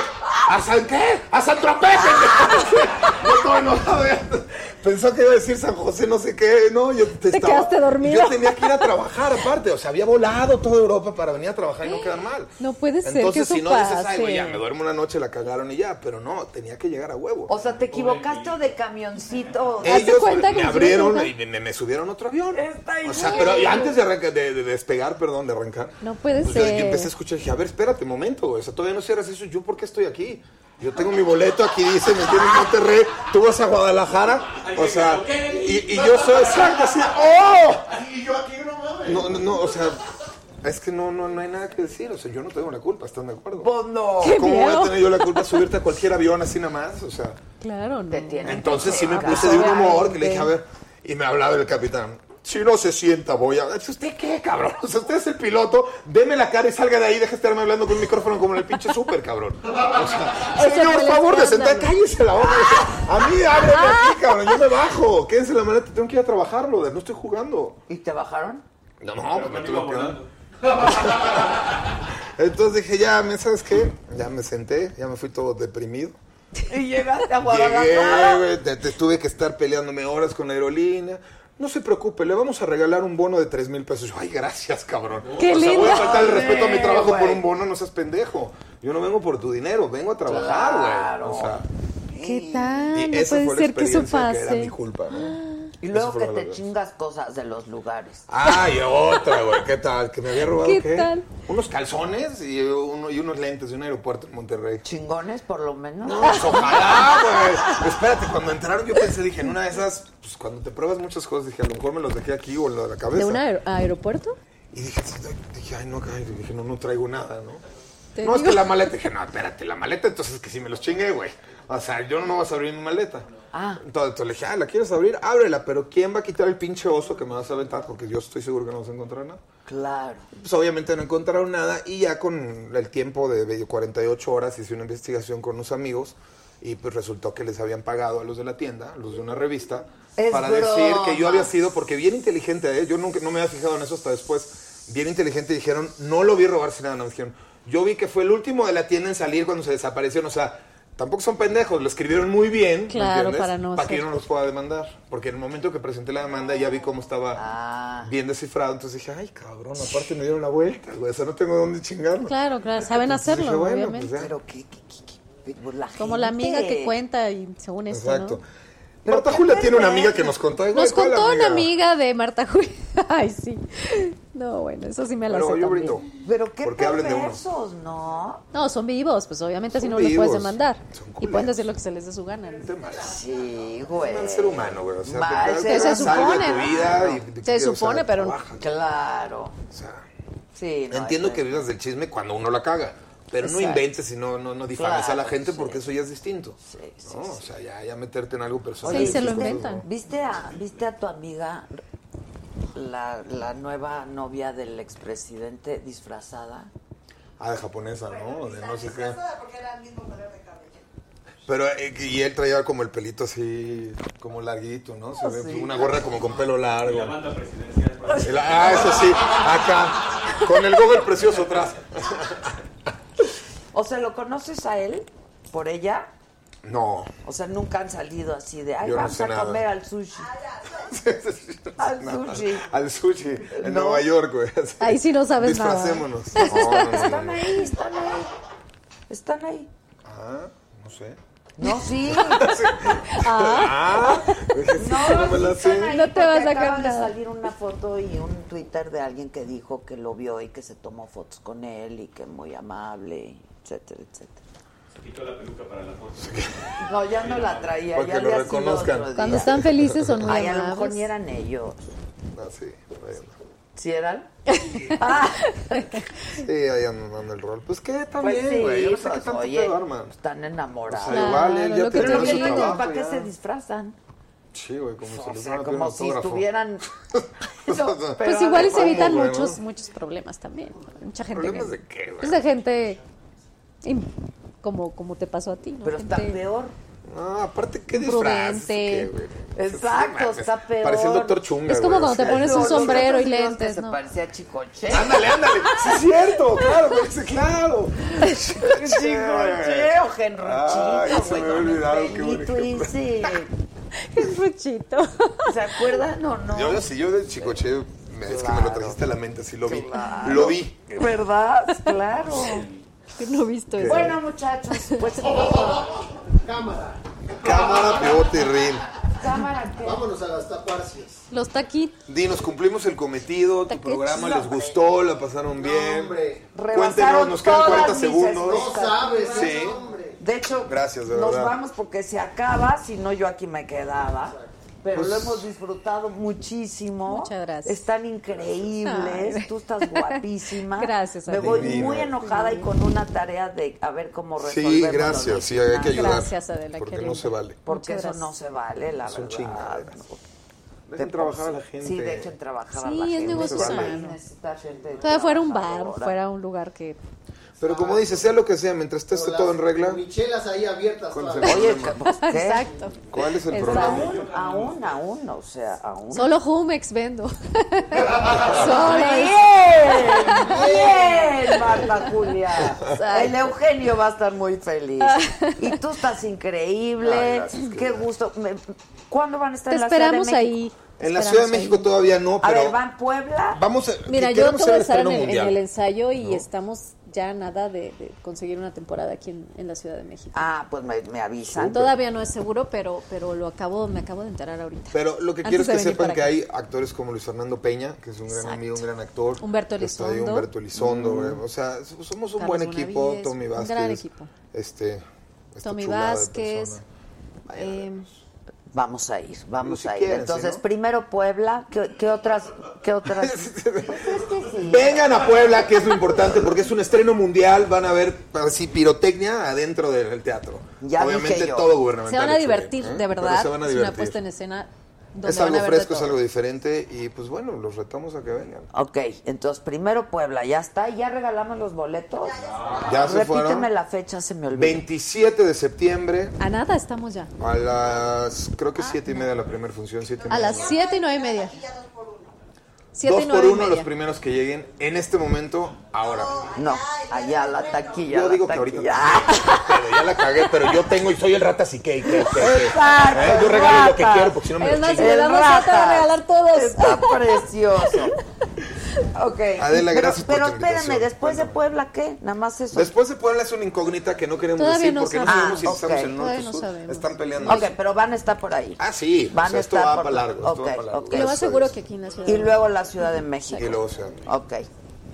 [SPEAKER 7] ¿a San qué? ¡A San Tropez, pendejo! Yo todo enojado, ya. Pensó que iba a decir San José, no sé qué. No, yo te, estaba-
[SPEAKER 13] quedaste dormido.
[SPEAKER 7] Yo tenía que ir a trabajar aparte. O sea, había volado toda Europa para venir a trabajar y no quedar mal.
[SPEAKER 13] Eh, No puede ser que
[SPEAKER 7] Entonces,
[SPEAKER 13] eso
[SPEAKER 7] si no
[SPEAKER 13] pase.
[SPEAKER 7] dices, ay, güey, ya me duermo una noche, la cagaron y ya. Pero no, tenía que llegar a huevo.
[SPEAKER 2] O sea, te equivocaste o de camioncito.
[SPEAKER 7] Ellos me abrieron y me, me subieron otro avión. O sea, pero y antes de, arranca- de- de despegar, perdón, de arrancar.
[SPEAKER 13] No puede
[SPEAKER 7] Pues yo,
[SPEAKER 13] ser.
[SPEAKER 7] yo empecé a escuchar, dije, a ver, espérate un momento, güey. O sea, todavía no cierras eso. ¿Yo por qué estoy aquí? Yo tengo mi boleto, aquí dice, me entiendes, Monterrey, tú vas a Guadalajara. O sea, y, y yo soy exacto, así, ¡oh!
[SPEAKER 19] Y yo aquí no mames.
[SPEAKER 7] No, no, no, o sea, es que no, no, no hay nada que decir. O sea, yo no tengo la culpa, ¿están de acuerdo?
[SPEAKER 2] Pues no.
[SPEAKER 13] Qué
[SPEAKER 7] ¿Cómo voy
[SPEAKER 13] miedo.
[SPEAKER 7] a tener yo la culpa de subirte a cualquier avión así nada más? O sea.
[SPEAKER 13] Claro, no.
[SPEAKER 7] Entonces sí me puse de un humor que le dije, a ver, y me hablaba el capitán. Si no se sienta, voy a. ¿Si ¿Usted qué, cabrón? O sea, usted es el piloto, deme la cara y salga de ahí, deje de estarme hablando con un micrófono como en el pinche súper, cabrón. O sea,
[SPEAKER 19] Ese
[SPEAKER 7] señor,
[SPEAKER 19] fue el
[SPEAKER 7] por favor, de
[SPEAKER 19] escándalo.
[SPEAKER 7] sentar, cállese la boca. O sea, a mí, ábreme
[SPEAKER 2] Ah.
[SPEAKER 7] aquí, cabrón, yo me bajo. Quédense en la maneta, tengo que ir a trabajar, brother, no estoy jugando.
[SPEAKER 2] ¿Y te bajaron?
[SPEAKER 7] No, no, pues me tuve que dar. Entonces dije, ya, ¿me sabes qué? Ya me senté, ya me fui todo deprimido.
[SPEAKER 2] Y llegaste a
[SPEAKER 7] Llegué,
[SPEAKER 2] Guadalajara.
[SPEAKER 7] güey, te, te tuve que estar peleándome horas con la aerolínea. No se preocupe, le vamos a regalar un bono de 3 mil pesos. Yo, ay, gracias, cabrón.
[SPEAKER 19] Qué
[SPEAKER 7] o sea,
[SPEAKER 19] lindo.
[SPEAKER 7] voy a faltar el respeto a mi
[SPEAKER 19] Sí,
[SPEAKER 7] trabajo por
[SPEAKER 19] güey.
[SPEAKER 7] un bono, no seas pendejo. Yo no vengo por tu dinero, vengo a trabajar, güey. O sea,
[SPEAKER 13] ¿Qué tal?
[SPEAKER 7] y
[SPEAKER 13] Ah, No
[SPEAKER 7] esa
[SPEAKER 13] puede
[SPEAKER 7] fue la
[SPEAKER 13] ser que eso
[SPEAKER 7] experiencia
[SPEAKER 13] pase.
[SPEAKER 7] era mi culpa, ¿no?
[SPEAKER 2] Y
[SPEAKER 7] Eso
[SPEAKER 2] luego
[SPEAKER 7] fue
[SPEAKER 2] que
[SPEAKER 7] lo
[SPEAKER 2] te
[SPEAKER 7] que-
[SPEAKER 2] chingas cosas de los lugares.
[SPEAKER 7] Ay, otra, güey. ¿Qué tal? ¿Que me había robado
[SPEAKER 2] ¿Qué
[SPEAKER 7] qué?
[SPEAKER 2] tal?
[SPEAKER 7] Unos calzones y, uno- y unos lentes de un aeropuerto en Monterrey.
[SPEAKER 2] ¿Chingones, por lo menos?
[SPEAKER 7] No, pues, ojalá, güey. Espérate, cuando entraron yo pensé, dije, en una de esas, pues cuando te pruebas muchas cosas, dije, a lo mejor me los dejé aquí o en la la cabeza.
[SPEAKER 13] ¿De un aer- aeropuerto?
[SPEAKER 7] Y dije, sí, dije, ay, no, ay, dije, no, no traigo nada, ¿no?
[SPEAKER 13] Te
[SPEAKER 7] no, es
[SPEAKER 13] digo.
[SPEAKER 7] que la maleta, dije, no, espérate, la maleta, entonces que si me los chingué, güey. O sea, yo no vas a abrir mi maleta.
[SPEAKER 2] Ah.
[SPEAKER 7] Entonces, entonces le dije, ah, ¿la quieres abrir? Ábrela, pero ¿quién va a quitar el pinche oso que me vas a aventar? Porque yo estoy seguro que no vas a encontrar nada.
[SPEAKER 2] Claro.
[SPEAKER 7] Pues obviamente no encontraron nada y ya con el tiempo de medio 48 horas hice una investigación con unos amigos y pues resultó que les habían pagado a los de la tienda, a los de una revista,
[SPEAKER 19] Es
[SPEAKER 7] para
[SPEAKER 19] broma.
[SPEAKER 7] decir que yo había sido, porque bien inteligente, ¿eh? yo nunca, no me había fijado en eso hasta después, bien inteligente dijeron, no lo vi robarse nada, no dijeron, yo vi que fue el último de la tienda en salir cuando se desaparecieron, o sea, tampoco son pendejos, lo escribieron muy bien, ¿me
[SPEAKER 13] Claro,
[SPEAKER 7] entiendes?
[SPEAKER 13] para no
[SPEAKER 7] que yo no
[SPEAKER 13] ser-
[SPEAKER 7] los pueda demandar, porque en el momento que presenté la demanda ya vi cómo estaba
[SPEAKER 13] Ah,
[SPEAKER 2] Ah,
[SPEAKER 7] bien descifrado, entonces dije, ay, cabrón, aparte me dieron la vuelta, güey, o sea, no tengo dónde chingarme.
[SPEAKER 13] Claro, claro, saben hacerlo,
[SPEAKER 7] Pues dije, bueno,
[SPEAKER 13] obviamente.
[SPEAKER 7] pues ya.
[SPEAKER 2] Pero qué, qué, qué, qué- pues la
[SPEAKER 13] Como la
[SPEAKER 2] gente.
[SPEAKER 13] amiga que cuenta y según esto,
[SPEAKER 7] Exacto.
[SPEAKER 13] ¿no?
[SPEAKER 7] Marta Julia tiene una amiga que nos contó. ay, güey,
[SPEAKER 13] Nos
[SPEAKER 7] ¿cuál
[SPEAKER 13] contó una amiga de Marta Julia. Ay, sí. No, bueno, eso sí me la
[SPEAKER 7] Pero
[SPEAKER 13] sé
[SPEAKER 7] yo
[SPEAKER 13] también.
[SPEAKER 7] brindo.
[SPEAKER 2] Pero qué
[SPEAKER 7] Porque hablen de uno.
[SPEAKER 2] perversos, ¿no?
[SPEAKER 13] No, son vivos, pues obviamente si
[SPEAKER 7] Son
[SPEAKER 13] no los puedes
[SPEAKER 7] vivos.
[SPEAKER 13] demandar. Y pueden decir lo que se les dé su gana. ¿no?
[SPEAKER 2] Sí, güey.
[SPEAKER 7] Es un ser humano, güey. O sea,
[SPEAKER 2] Pues, Mal,
[SPEAKER 7] te-
[SPEAKER 2] se-
[SPEAKER 7] te-
[SPEAKER 2] se
[SPEAKER 7] te- algo de tu
[SPEAKER 2] supone,
[SPEAKER 7] vida
[SPEAKER 2] ¿no?
[SPEAKER 7] y-
[SPEAKER 2] Se
[SPEAKER 7] o sea,
[SPEAKER 2] supone, pero-
[SPEAKER 7] trabaja.
[SPEAKER 2] Claro.
[SPEAKER 7] O sea,
[SPEAKER 2] Sí, no,
[SPEAKER 7] entiendo
[SPEAKER 2] hay-
[SPEAKER 7] que vivas del chisme cuando uno la caga. Pero no
[SPEAKER 2] Exacto.
[SPEAKER 7] inventes y no, no, no difames
[SPEAKER 2] Claro,
[SPEAKER 7] a la gente porque eso ya es distinto. ¿no? O sea, ya, ya meterte en algo personal.
[SPEAKER 2] Oye,
[SPEAKER 7] esas cosas, ¿no?
[SPEAKER 2] ¿Viste a, ¿Viste a tu amiga, la, la nueva novia del expresidente disfrazada?
[SPEAKER 7] Ah, de japonesa, ¿no? De no sé qué. Pero, eh, y él traía como el pelito así, como larguito, ¿no? Se ve
[SPEAKER 19] Sí.
[SPEAKER 7] una gorra como con pelo largo.
[SPEAKER 19] La banda presidencial.
[SPEAKER 5] pues,
[SPEAKER 7] El- ah, eso sí, acá, con el Google precioso atrás.
[SPEAKER 2] O sea, ¿lo conoces a él por ella?
[SPEAKER 7] No,
[SPEAKER 2] O sea, nunca han salido así de, ay,
[SPEAKER 7] Yo no
[SPEAKER 2] vamos
[SPEAKER 7] sé
[SPEAKER 2] a
[SPEAKER 7] nada.
[SPEAKER 2] comer al sushi. al sushi.
[SPEAKER 7] al sushi, en Nueva York, güey. así.
[SPEAKER 13] Ahí sí no sabes nada.
[SPEAKER 7] Disfracémonos. No, no, no, no,
[SPEAKER 2] Están
[SPEAKER 7] no.
[SPEAKER 2] ahí, están ahí. Están ahí.
[SPEAKER 7] Ah, no sé.
[SPEAKER 2] No, sí.
[SPEAKER 7] Ah, no, me la sé.
[SPEAKER 13] No te vas a sacar
[SPEAKER 2] acabar de
[SPEAKER 13] nada.
[SPEAKER 2] salir una foto y un Twitter de alguien que dijo que lo vio y que se tomó fotos con él y que muy amable, etcétera, etcétera.
[SPEAKER 5] Se quitó la peluca para la foto.
[SPEAKER 2] No, ya no la traía.
[SPEAKER 7] Para
[SPEAKER 2] ya
[SPEAKER 7] que lo
[SPEAKER 2] había sido
[SPEAKER 7] reconozcan.
[SPEAKER 2] otro día.
[SPEAKER 13] Cuando están felices son muy
[SPEAKER 2] Ay, a lo mejor
[SPEAKER 13] amables.
[SPEAKER 2] ni eran ellos.
[SPEAKER 7] Ah, sí, bueno.
[SPEAKER 2] ¿Sí eran?
[SPEAKER 13] Pues
[SPEAKER 7] sí, ahí andan dando el rol. Pues qué,
[SPEAKER 2] Pues
[SPEAKER 7] también,
[SPEAKER 2] sí,
[SPEAKER 7] güey. yo no sé qué
[SPEAKER 2] pues,
[SPEAKER 7] tanto
[SPEAKER 2] oye,
[SPEAKER 7] pedo arman.
[SPEAKER 2] Están enamorados.
[SPEAKER 7] O sea, igual él ya
[SPEAKER 2] Pero
[SPEAKER 7] tenía
[SPEAKER 2] lo que no
[SPEAKER 7] su
[SPEAKER 2] entiendo es
[SPEAKER 7] trabajo,
[SPEAKER 2] para qué
[SPEAKER 7] ya.
[SPEAKER 2] se disfrazan.
[SPEAKER 7] Sí, güey, como si
[SPEAKER 2] O
[SPEAKER 7] les
[SPEAKER 2] sea,
[SPEAKER 7] fueran a pedir un
[SPEAKER 2] como si
[SPEAKER 7] autógrafo.
[SPEAKER 2] estuvieran.
[SPEAKER 7] Pues
[SPEAKER 13] Pues
[SPEAKER 7] Pero
[SPEAKER 13] igual
[SPEAKER 7] a
[SPEAKER 13] y
[SPEAKER 7] ver,
[SPEAKER 13] se evitan
[SPEAKER 7] ¿cómo, güey,
[SPEAKER 13] muchos,
[SPEAKER 7] no?
[SPEAKER 13] muchos problemas también. Mucha gente.
[SPEAKER 7] ¿Problemas
[SPEAKER 13] que-
[SPEAKER 7] de qué, güey?
[SPEAKER 13] Pues de gente im- como, como te pasó a ti, ¿no?
[SPEAKER 2] Pero está
[SPEAKER 13] Gente
[SPEAKER 2] peor.
[SPEAKER 7] Ah, aparte, ¿qué disfraz?
[SPEAKER 13] imprudente.
[SPEAKER 2] Exacto, está peor.
[SPEAKER 7] Parecía el doctor Chunga.
[SPEAKER 13] Es como
[SPEAKER 7] güey,
[SPEAKER 13] cuando te
[SPEAKER 7] así.
[SPEAKER 13] pones un
[SPEAKER 2] Los
[SPEAKER 13] sombrero
[SPEAKER 2] otros
[SPEAKER 13] y
[SPEAKER 2] videos que
[SPEAKER 13] lentes,
[SPEAKER 2] Se
[SPEAKER 13] ¿no?
[SPEAKER 2] parecía a Chicoche.
[SPEAKER 7] Ándale, ándale. Sí, es cierto, claro, güey, sí, claro.
[SPEAKER 2] Chicoche o Henrochito,
[SPEAKER 7] Ay, se
[SPEAKER 2] güey.
[SPEAKER 7] me había olvidado, qué
[SPEAKER 2] Benito
[SPEAKER 7] buen
[SPEAKER 2] ese.
[SPEAKER 13] Es Ruchito.
[SPEAKER 2] ¿Se acuerdan o no?
[SPEAKER 7] Yo, si yo de Chicoche, me- es que me lo trajiste a la mente, sí lo vi. Lo vi.
[SPEAKER 2] ¿Verdad? Claro.
[SPEAKER 13] Que no he visto eso.
[SPEAKER 2] Bueno, muchachos, pues
[SPEAKER 3] Cámara.
[SPEAKER 7] Cámara peor terrible.
[SPEAKER 2] Cámara, ¿qué?
[SPEAKER 3] Vámonos a las taparcias.
[SPEAKER 13] Los taquitos.
[SPEAKER 7] Dinos, cumplimos el cometido, tu programa les gustó, la pasaron bien.
[SPEAKER 3] hombre.
[SPEAKER 7] Cuéntenos, nos quedan 40
[SPEAKER 2] mis
[SPEAKER 7] segundos.
[SPEAKER 2] expectativas.
[SPEAKER 7] Sí.
[SPEAKER 2] De hecho,
[SPEAKER 7] Gracias, de
[SPEAKER 2] nos
[SPEAKER 7] verdad.
[SPEAKER 2] vamos porque se acaba, si no yo aquí me quedaba. Pero
[SPEAKER 7] Pues-
[SPEAKER 2] lo hemos disfrutado muchísimo.
[SPEAKER 13] Muchas gracias.
[SPEAKER 2] Están increíbles.
[SPEAKER 13] Ay.
[SPEAKER 2] Tú estás guapísima.
[SPEAKER 13] Gracias,
[SPEAKER 2] Me
[SPEAKER 13] Adela.
[SPEAKER 2] voy
[SPEAKER 7] Divina.
[SPEAKER 2] muy enojada y con una tarea de a ver cómo
[SPEAKER 7] Sí,
[SPEAKER 2] resolvemos. lo
[SPEAKER 7] gracias,
[SPEAKER 2] del
[SPEAKER 7] sí, hay que
[SPEAKER 2] final.
[SPEAKER 7] ayudar, Gracias, Adela, porque qué no lindo. se vale.
[SPEAKER 2] Porque
[SPEAKER 7] Muchas
[SPEAKER 2] eso
[SPEAKER 7] gracias.
[SPEAKER 2] no se vale, la
[SPEAKER 7] Son
[SPEAKER 2] verdad.
[SPEAKER 7] chingaderas.
[SPEAKER 2] De
[SPEAKER 7] Dejen trabajar a la
[SPEAKER 2] por sí.
[SPEAKER 7] gente.
[SPEAKER 2] Sí, dejen trabajar a
[SPEAKER 13] Sí,
[SPEAKER 2] la
[SPEAKER 13] es
[SPEAKER 2] gente.
[SPEAKER 13] negocio
[SPEAKER 2] Te
[SPEAKER 13] sano.
[SPEAKER 2] imaginas esta gente
[SPEAKER 13] Todavía fuera un bar,
[SPEAKER 2] trabajadora.
[SPEAKER 13] fuera un lugar que.
[SPEAKER 7] Pero como dices, sea lo que sea, mientras esté esté todo en regla.
[SPEAKER 3] Michelas ahí abiertas.
[SPEAKER 7] ¿Cuál
[SPEAKER 3] todas.
[SPEAKER 7] es el
[SPEAKER 3] Oye,
[SPEAKER 7] problema?
[SPEAKER 13] Exacto.
[SPEAKER 7] ¿Cuál es el
[SPEAKER 13] Exacto.
[SPEAKER 7] problema?
[SPEAKER 2] Aún, aún, o sea, aún.
[SPEAKER 13] Solo Humex vendo. Solo
[SPEAKER 2] Bien, bien, Marta Julia. El Eugenio va a estar muy feliz. Y tú estás increíble.
[SPEAKER 7] Ay, gracias, qué
[SPEAKER 2] Qué gusto. Me- ¿Cuándo van a estar
[SPEAKER 13] Te
[SPEAKER 2] en la Ciudad de
[SPEAKER 13] esperamos ahí.
[SPEAKER 2] México?
[SPEAKER 7] En la Ciudad de México todavía no,
[SPEAKER 2] A
[SPEAKER 7] pero
[SPEAKER 2] ver, ¿van Puebla?
[SPEAKER 7] vamos a.
[SPEAKER 13] Mira,
[SPEAKER 7] que
[SPEAKER 13] yo
[SPEAKER 7] queremos
[SPEAKER 13] acabo
[SPEAKER 7] hacer
[SPEAKER 13] de estar en
[SPEAKER 7] estreno
[SPEAKER 13] el, en
[SPEAKER 7] mundial.
[SPEAKER 13] el ensayo y estamos ya nada de, de conseguir una temporada aquí en, en la Ciudad de México.
[SPEAKER 2] Ah, pues me, me avisan.
[SPEAKER 13] Todavía no es seguro, pero pero lo acabo me acabo de enterar ahorita.
[SPEAKER 7] Pero lo que
[SPEAKER 13] Antes
[SPEAKER 7] quiero es
[SPEAKER 13] de
[SPEAKER 7] que
[SPEAKER 13] venir
[SPEAKER 7] sepan
[SPEAKER 13] para
[SPEAKER 7] que
[SPEAKER 13] acá.
[SPEAKER 7] hay actores como Luis Fernando Peña, que es un gran amigo, un gran actor.
[SPEAKER 13] Humberto
[SPEAKER 7] que está ahí,
[SPEAKER 13] Elizondo.
[SPEAKER 7] Humberto Elizondo.
[SPEAKER 13] Mm.
[SPEAKER 7] eh, O sea, so- somos un
[SPEAKER 13] Carlos
[SPEAKER 7] buen equipo.
[SPEAKER 13] Benavides,
[SPEAKER 7] Tommy
[SPEAKER 13] un gran
[SPEAKER 7] Vázquez.
[SPEAKER 13] equipo.
[SPEAKER 7] Este. esta
[SPEAKER 13] Tommy
[SPEAKER 7] chulada de
[SPEAKER 13] Vázquez.
[SPEAKER 7] persona.
[SPEAKER 13] eh,
[SPEAKER 2] Vamos a ir, vamos
[SPEAKER 7] si
[SPEAKER 2] a ir.
[SPEAKER 7] quieren,
[SPEAKER 2] Entonces,
[SPEAKER 7] ¿sí, no?
[SPEAKER 2] primero Puebla. ¿Qué, qué otras? ¿Qué otras?
[SPEAKER 13] Pues
[SPEAKER 7] Vengan a Puebla, que es lo importante, porque es un estreno mundial. Van a ver así pirotecnia adentro del teatro.
[SPEAKER 2] Ya
[SPEAKER 7] Obviamente
[SPEAKER 2] dije yo.
[SPEAKER 7] todo gubernamental.
[SPEAKER 13] se van a
[SPEAKER 7] exterior,
[SPEAKER 13] divertir,
[SPEAKER 7] ¿eh?
[SPEAKER 13] de
[SPEAKER 7] Pero
[SPEAKER 13] verdad.
[SPEAKER 7] se van a
[SPEAKER 13] es una
[SPEAKER 7] divertir.
[SPEAKER 13] puesta en escena donde
[SPEAKER 7] Es
[SPEAKER 13] van a
[SPEAKER 7] algo
[SPEAKER 13] ver de
[SPEAKER 7] fresco, es
[SPEAKER 13] todo.
[SPEAKER 7] algo diferente. Y pues bueno, los retamos a que vengan.
[SPEAKER 2] Ok, entonces primero Puebla, ya está, ya regalamos los boletos.
[SPEAKER 7] Ya se
[SPEAKER 2] Repíteme
[SPEAKER 7] fueron.
[SPEAKER 2] la fecha, se me olvidó.
[SPEAKER 7] 27 de septiembre.
[SPEAKER 13] A nada estamos ya.
[SPEAKER 7] A las, creo que siete y media la primera función, siete y
[SPEAKER 13] Ah, A
[SPEAKER 7] media.
[SPEAKER 13] las 7 y 9 y media. 7
[SPEAKER 7] Dos
[SPEAKER 13] y
[SPEAKER 7] por
[SPEAKER 13] 9 y
[SPEAKER 7] uno los
[SPEAKER 13] media.
[SPEAKER 7] primeros que lleguen en este momento, ahora.
[SPEAKER 2] No, allá la taquilla.
[SPEAKER 7] Yo
[SPEAKER 2] la
[SPEAKER 7] digo que ahorita. Pero ya la cagué, pero yo tengo y soy el rata que
[SPEAKER 2] Exacto,
[SPEAKER 7] ¿Eh? Yo regalo lo que
[SPEAKER 2] rata.
[SPEAKER 7] quiero porque si no me
[SPEAKER 13] Es
[SPEAKER 7] lo
[SPEAKER 13] más, si
[SPEAKER 7] chingo.
[SPEAKER 13] le
[SPEAKER 2] El
[SPEAKER 13] damos a te va a
[SPEAKER 2] Ratas.
[SPEAKER 13] regalar todos.
[SPEAKER 2] Está precioso. Ok.
[SPEAKER 7] Adela,
[SPEAKER 2] pero,
[SPEAKER 7] gracias por
[SPEAKER 2] Pero
[SPEAKER 7] tu invitación.
[SPEAKER 2] espérame, después de Puebla, ¿qué? Nada más eso.
[SPEAKER 7] Después de Puebla es una incógnita que no queremos
[SPEAKER 13] Todavía
[SPEAKER 7] decir
[SPEAKER 13] no
[SPEAKER 7] porque no
[SPEAKER 13] sabemos.
[SPEAKER 7] sabemos si
[SPEAKER 2] Ah,
[SPEAKER 7] estamos
[SPEAKER 2] ok.
[SPEAKER 7] en el norte
[SPEAKER 13] Todavía
[SPEAKER 7] o
[SPEAKER 13] no
[SPEAKER 7] sur.
[SPEAKER 13] sabemos.
[SPEAKER 7] Están peleando.
[SPEAKER 2] Ok, pero van a estar por ahí.
[SPEAKER 7] Ah, sí. o
[SPEAKER 2] Van
[SPEAKER 7] sea,
[SPEAKER 2] a
[SPEAKER 7] esto
[SPEAKER 2] estar
[SPEAKER 7] va
[SPEAKER 2] por-
[SPEAKER 7] para largo. esto va
[SPEAKER 2] ok,
[SPEAKER 7] para largo.
[SPEAKER 2] ok.
[SPEAKER 13] Y lo más
[SPEAKER 7] Eso
[SPEAKER 13] seguro
[SPEAKER 7] es.
[SPEAKER 13] que aquí en la ciudad.
[SPEAKER 2] Y luego la Ciudad de México.
[SPEAKER 7] Y luego se abre.
[SPEAKER 2] Ok.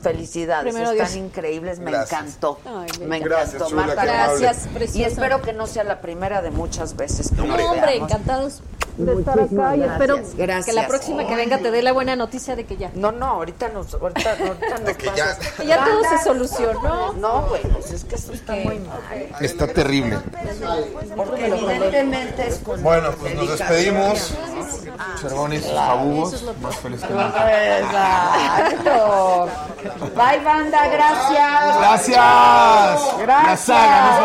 [SPEAKER 2] Felicidades,
[SPEAKER 13] Primero
[SPEAKER 2] están
[SPEAKER 13] Dios.
[SPEAKER 2] increíbles, me
[SPEAKER 7] Gracias.
[SPEAKER 2] encantó.
[SPEAKER 13] Ay, me
[SPEAKER 2] me
[SPEAKER 7] encanta.
[SPEAKER 2] encantó,
[SPEAKER 7] Gracias, chula,
[SPEAKER 2] Marta.
[SPEAKER 7] qué amable.
[SPEAKER 13] Gracias,
[SPEAKER 2] Y
[SPEAKER 13] preciosa.
[SPEAKER 2] espero que no sea la primera de muchas veces. que
[SPEAKER 7] No,
[SPEAKER 13] No,
[SPEAKER 2] nos
[SPEAKER 13] hombre,
[SPEAKER 2] veamos.
[SPEAKER 13] encantados de estar acá y
[SPEAKER 2] gracias,
[SPEAKER 13] espero
[SPEAKER 2] gracias.
[SPEAKER 13] que la próxima que venga te dé la buena noticia de que ya.
[SPEAKER 2] No, no, ahorita nos, ahorita, ahorita nos
[SPEAKER 7] Que ya-
[SPEAKER 2] pasas.
[SPEAKER 13] Que ya todo se solucionó.
[SPEAKER 2] No, güey, pues es que eso está muy mal.
[SPEAKER 7] Está terrible.
[SPEAKER 2] Porque evidentemente es con
[SPEAKER 7] Bueno, pues nos despedimos.
[SPEAKER 2] Ah,
[SPEAKER 7] Cervones, sus
[SPEAKER 13] Eso es
[SPEAKER 7] abusos.
[SPEAKER 13] lo
[SPEAKER 7] Más feliz que nunca.
[SPEAKER 2] Exacto. Bye, banda, gracias.
[SPEAKER 7] Gracias.
[SPEAKER 2] Gracias.
[SPEAKER 7] La saga, no se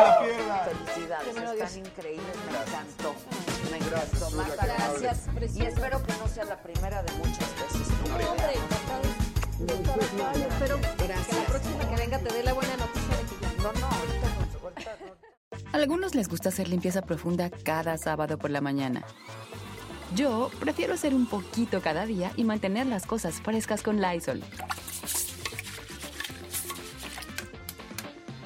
[SPEAKER 7] la
[SPEAKER 2] Felicidades, están increíbles, me encantó. Me encantó. Marta,
[SPEAKER 13] Gracias,
[SPEAKER 2] Y
[SPEAKER 13] preciosa.
[SPEAKER 2] espero que no sea la primera de muchas veces.
[SPEAKER 13] No, hombre, encantados de estar acá y espero que la próxima que venga te dé la buena noticia de que ya.
[SPEAKER 2] No, no, ahorita no, ahorita no.
[SPEAKER 20] Algunos les gusta hacer limpieza profunda cada sábado por la mañana. Yo prefiero hacer un poquito cada día y mantener las cosas frescas con Lysol.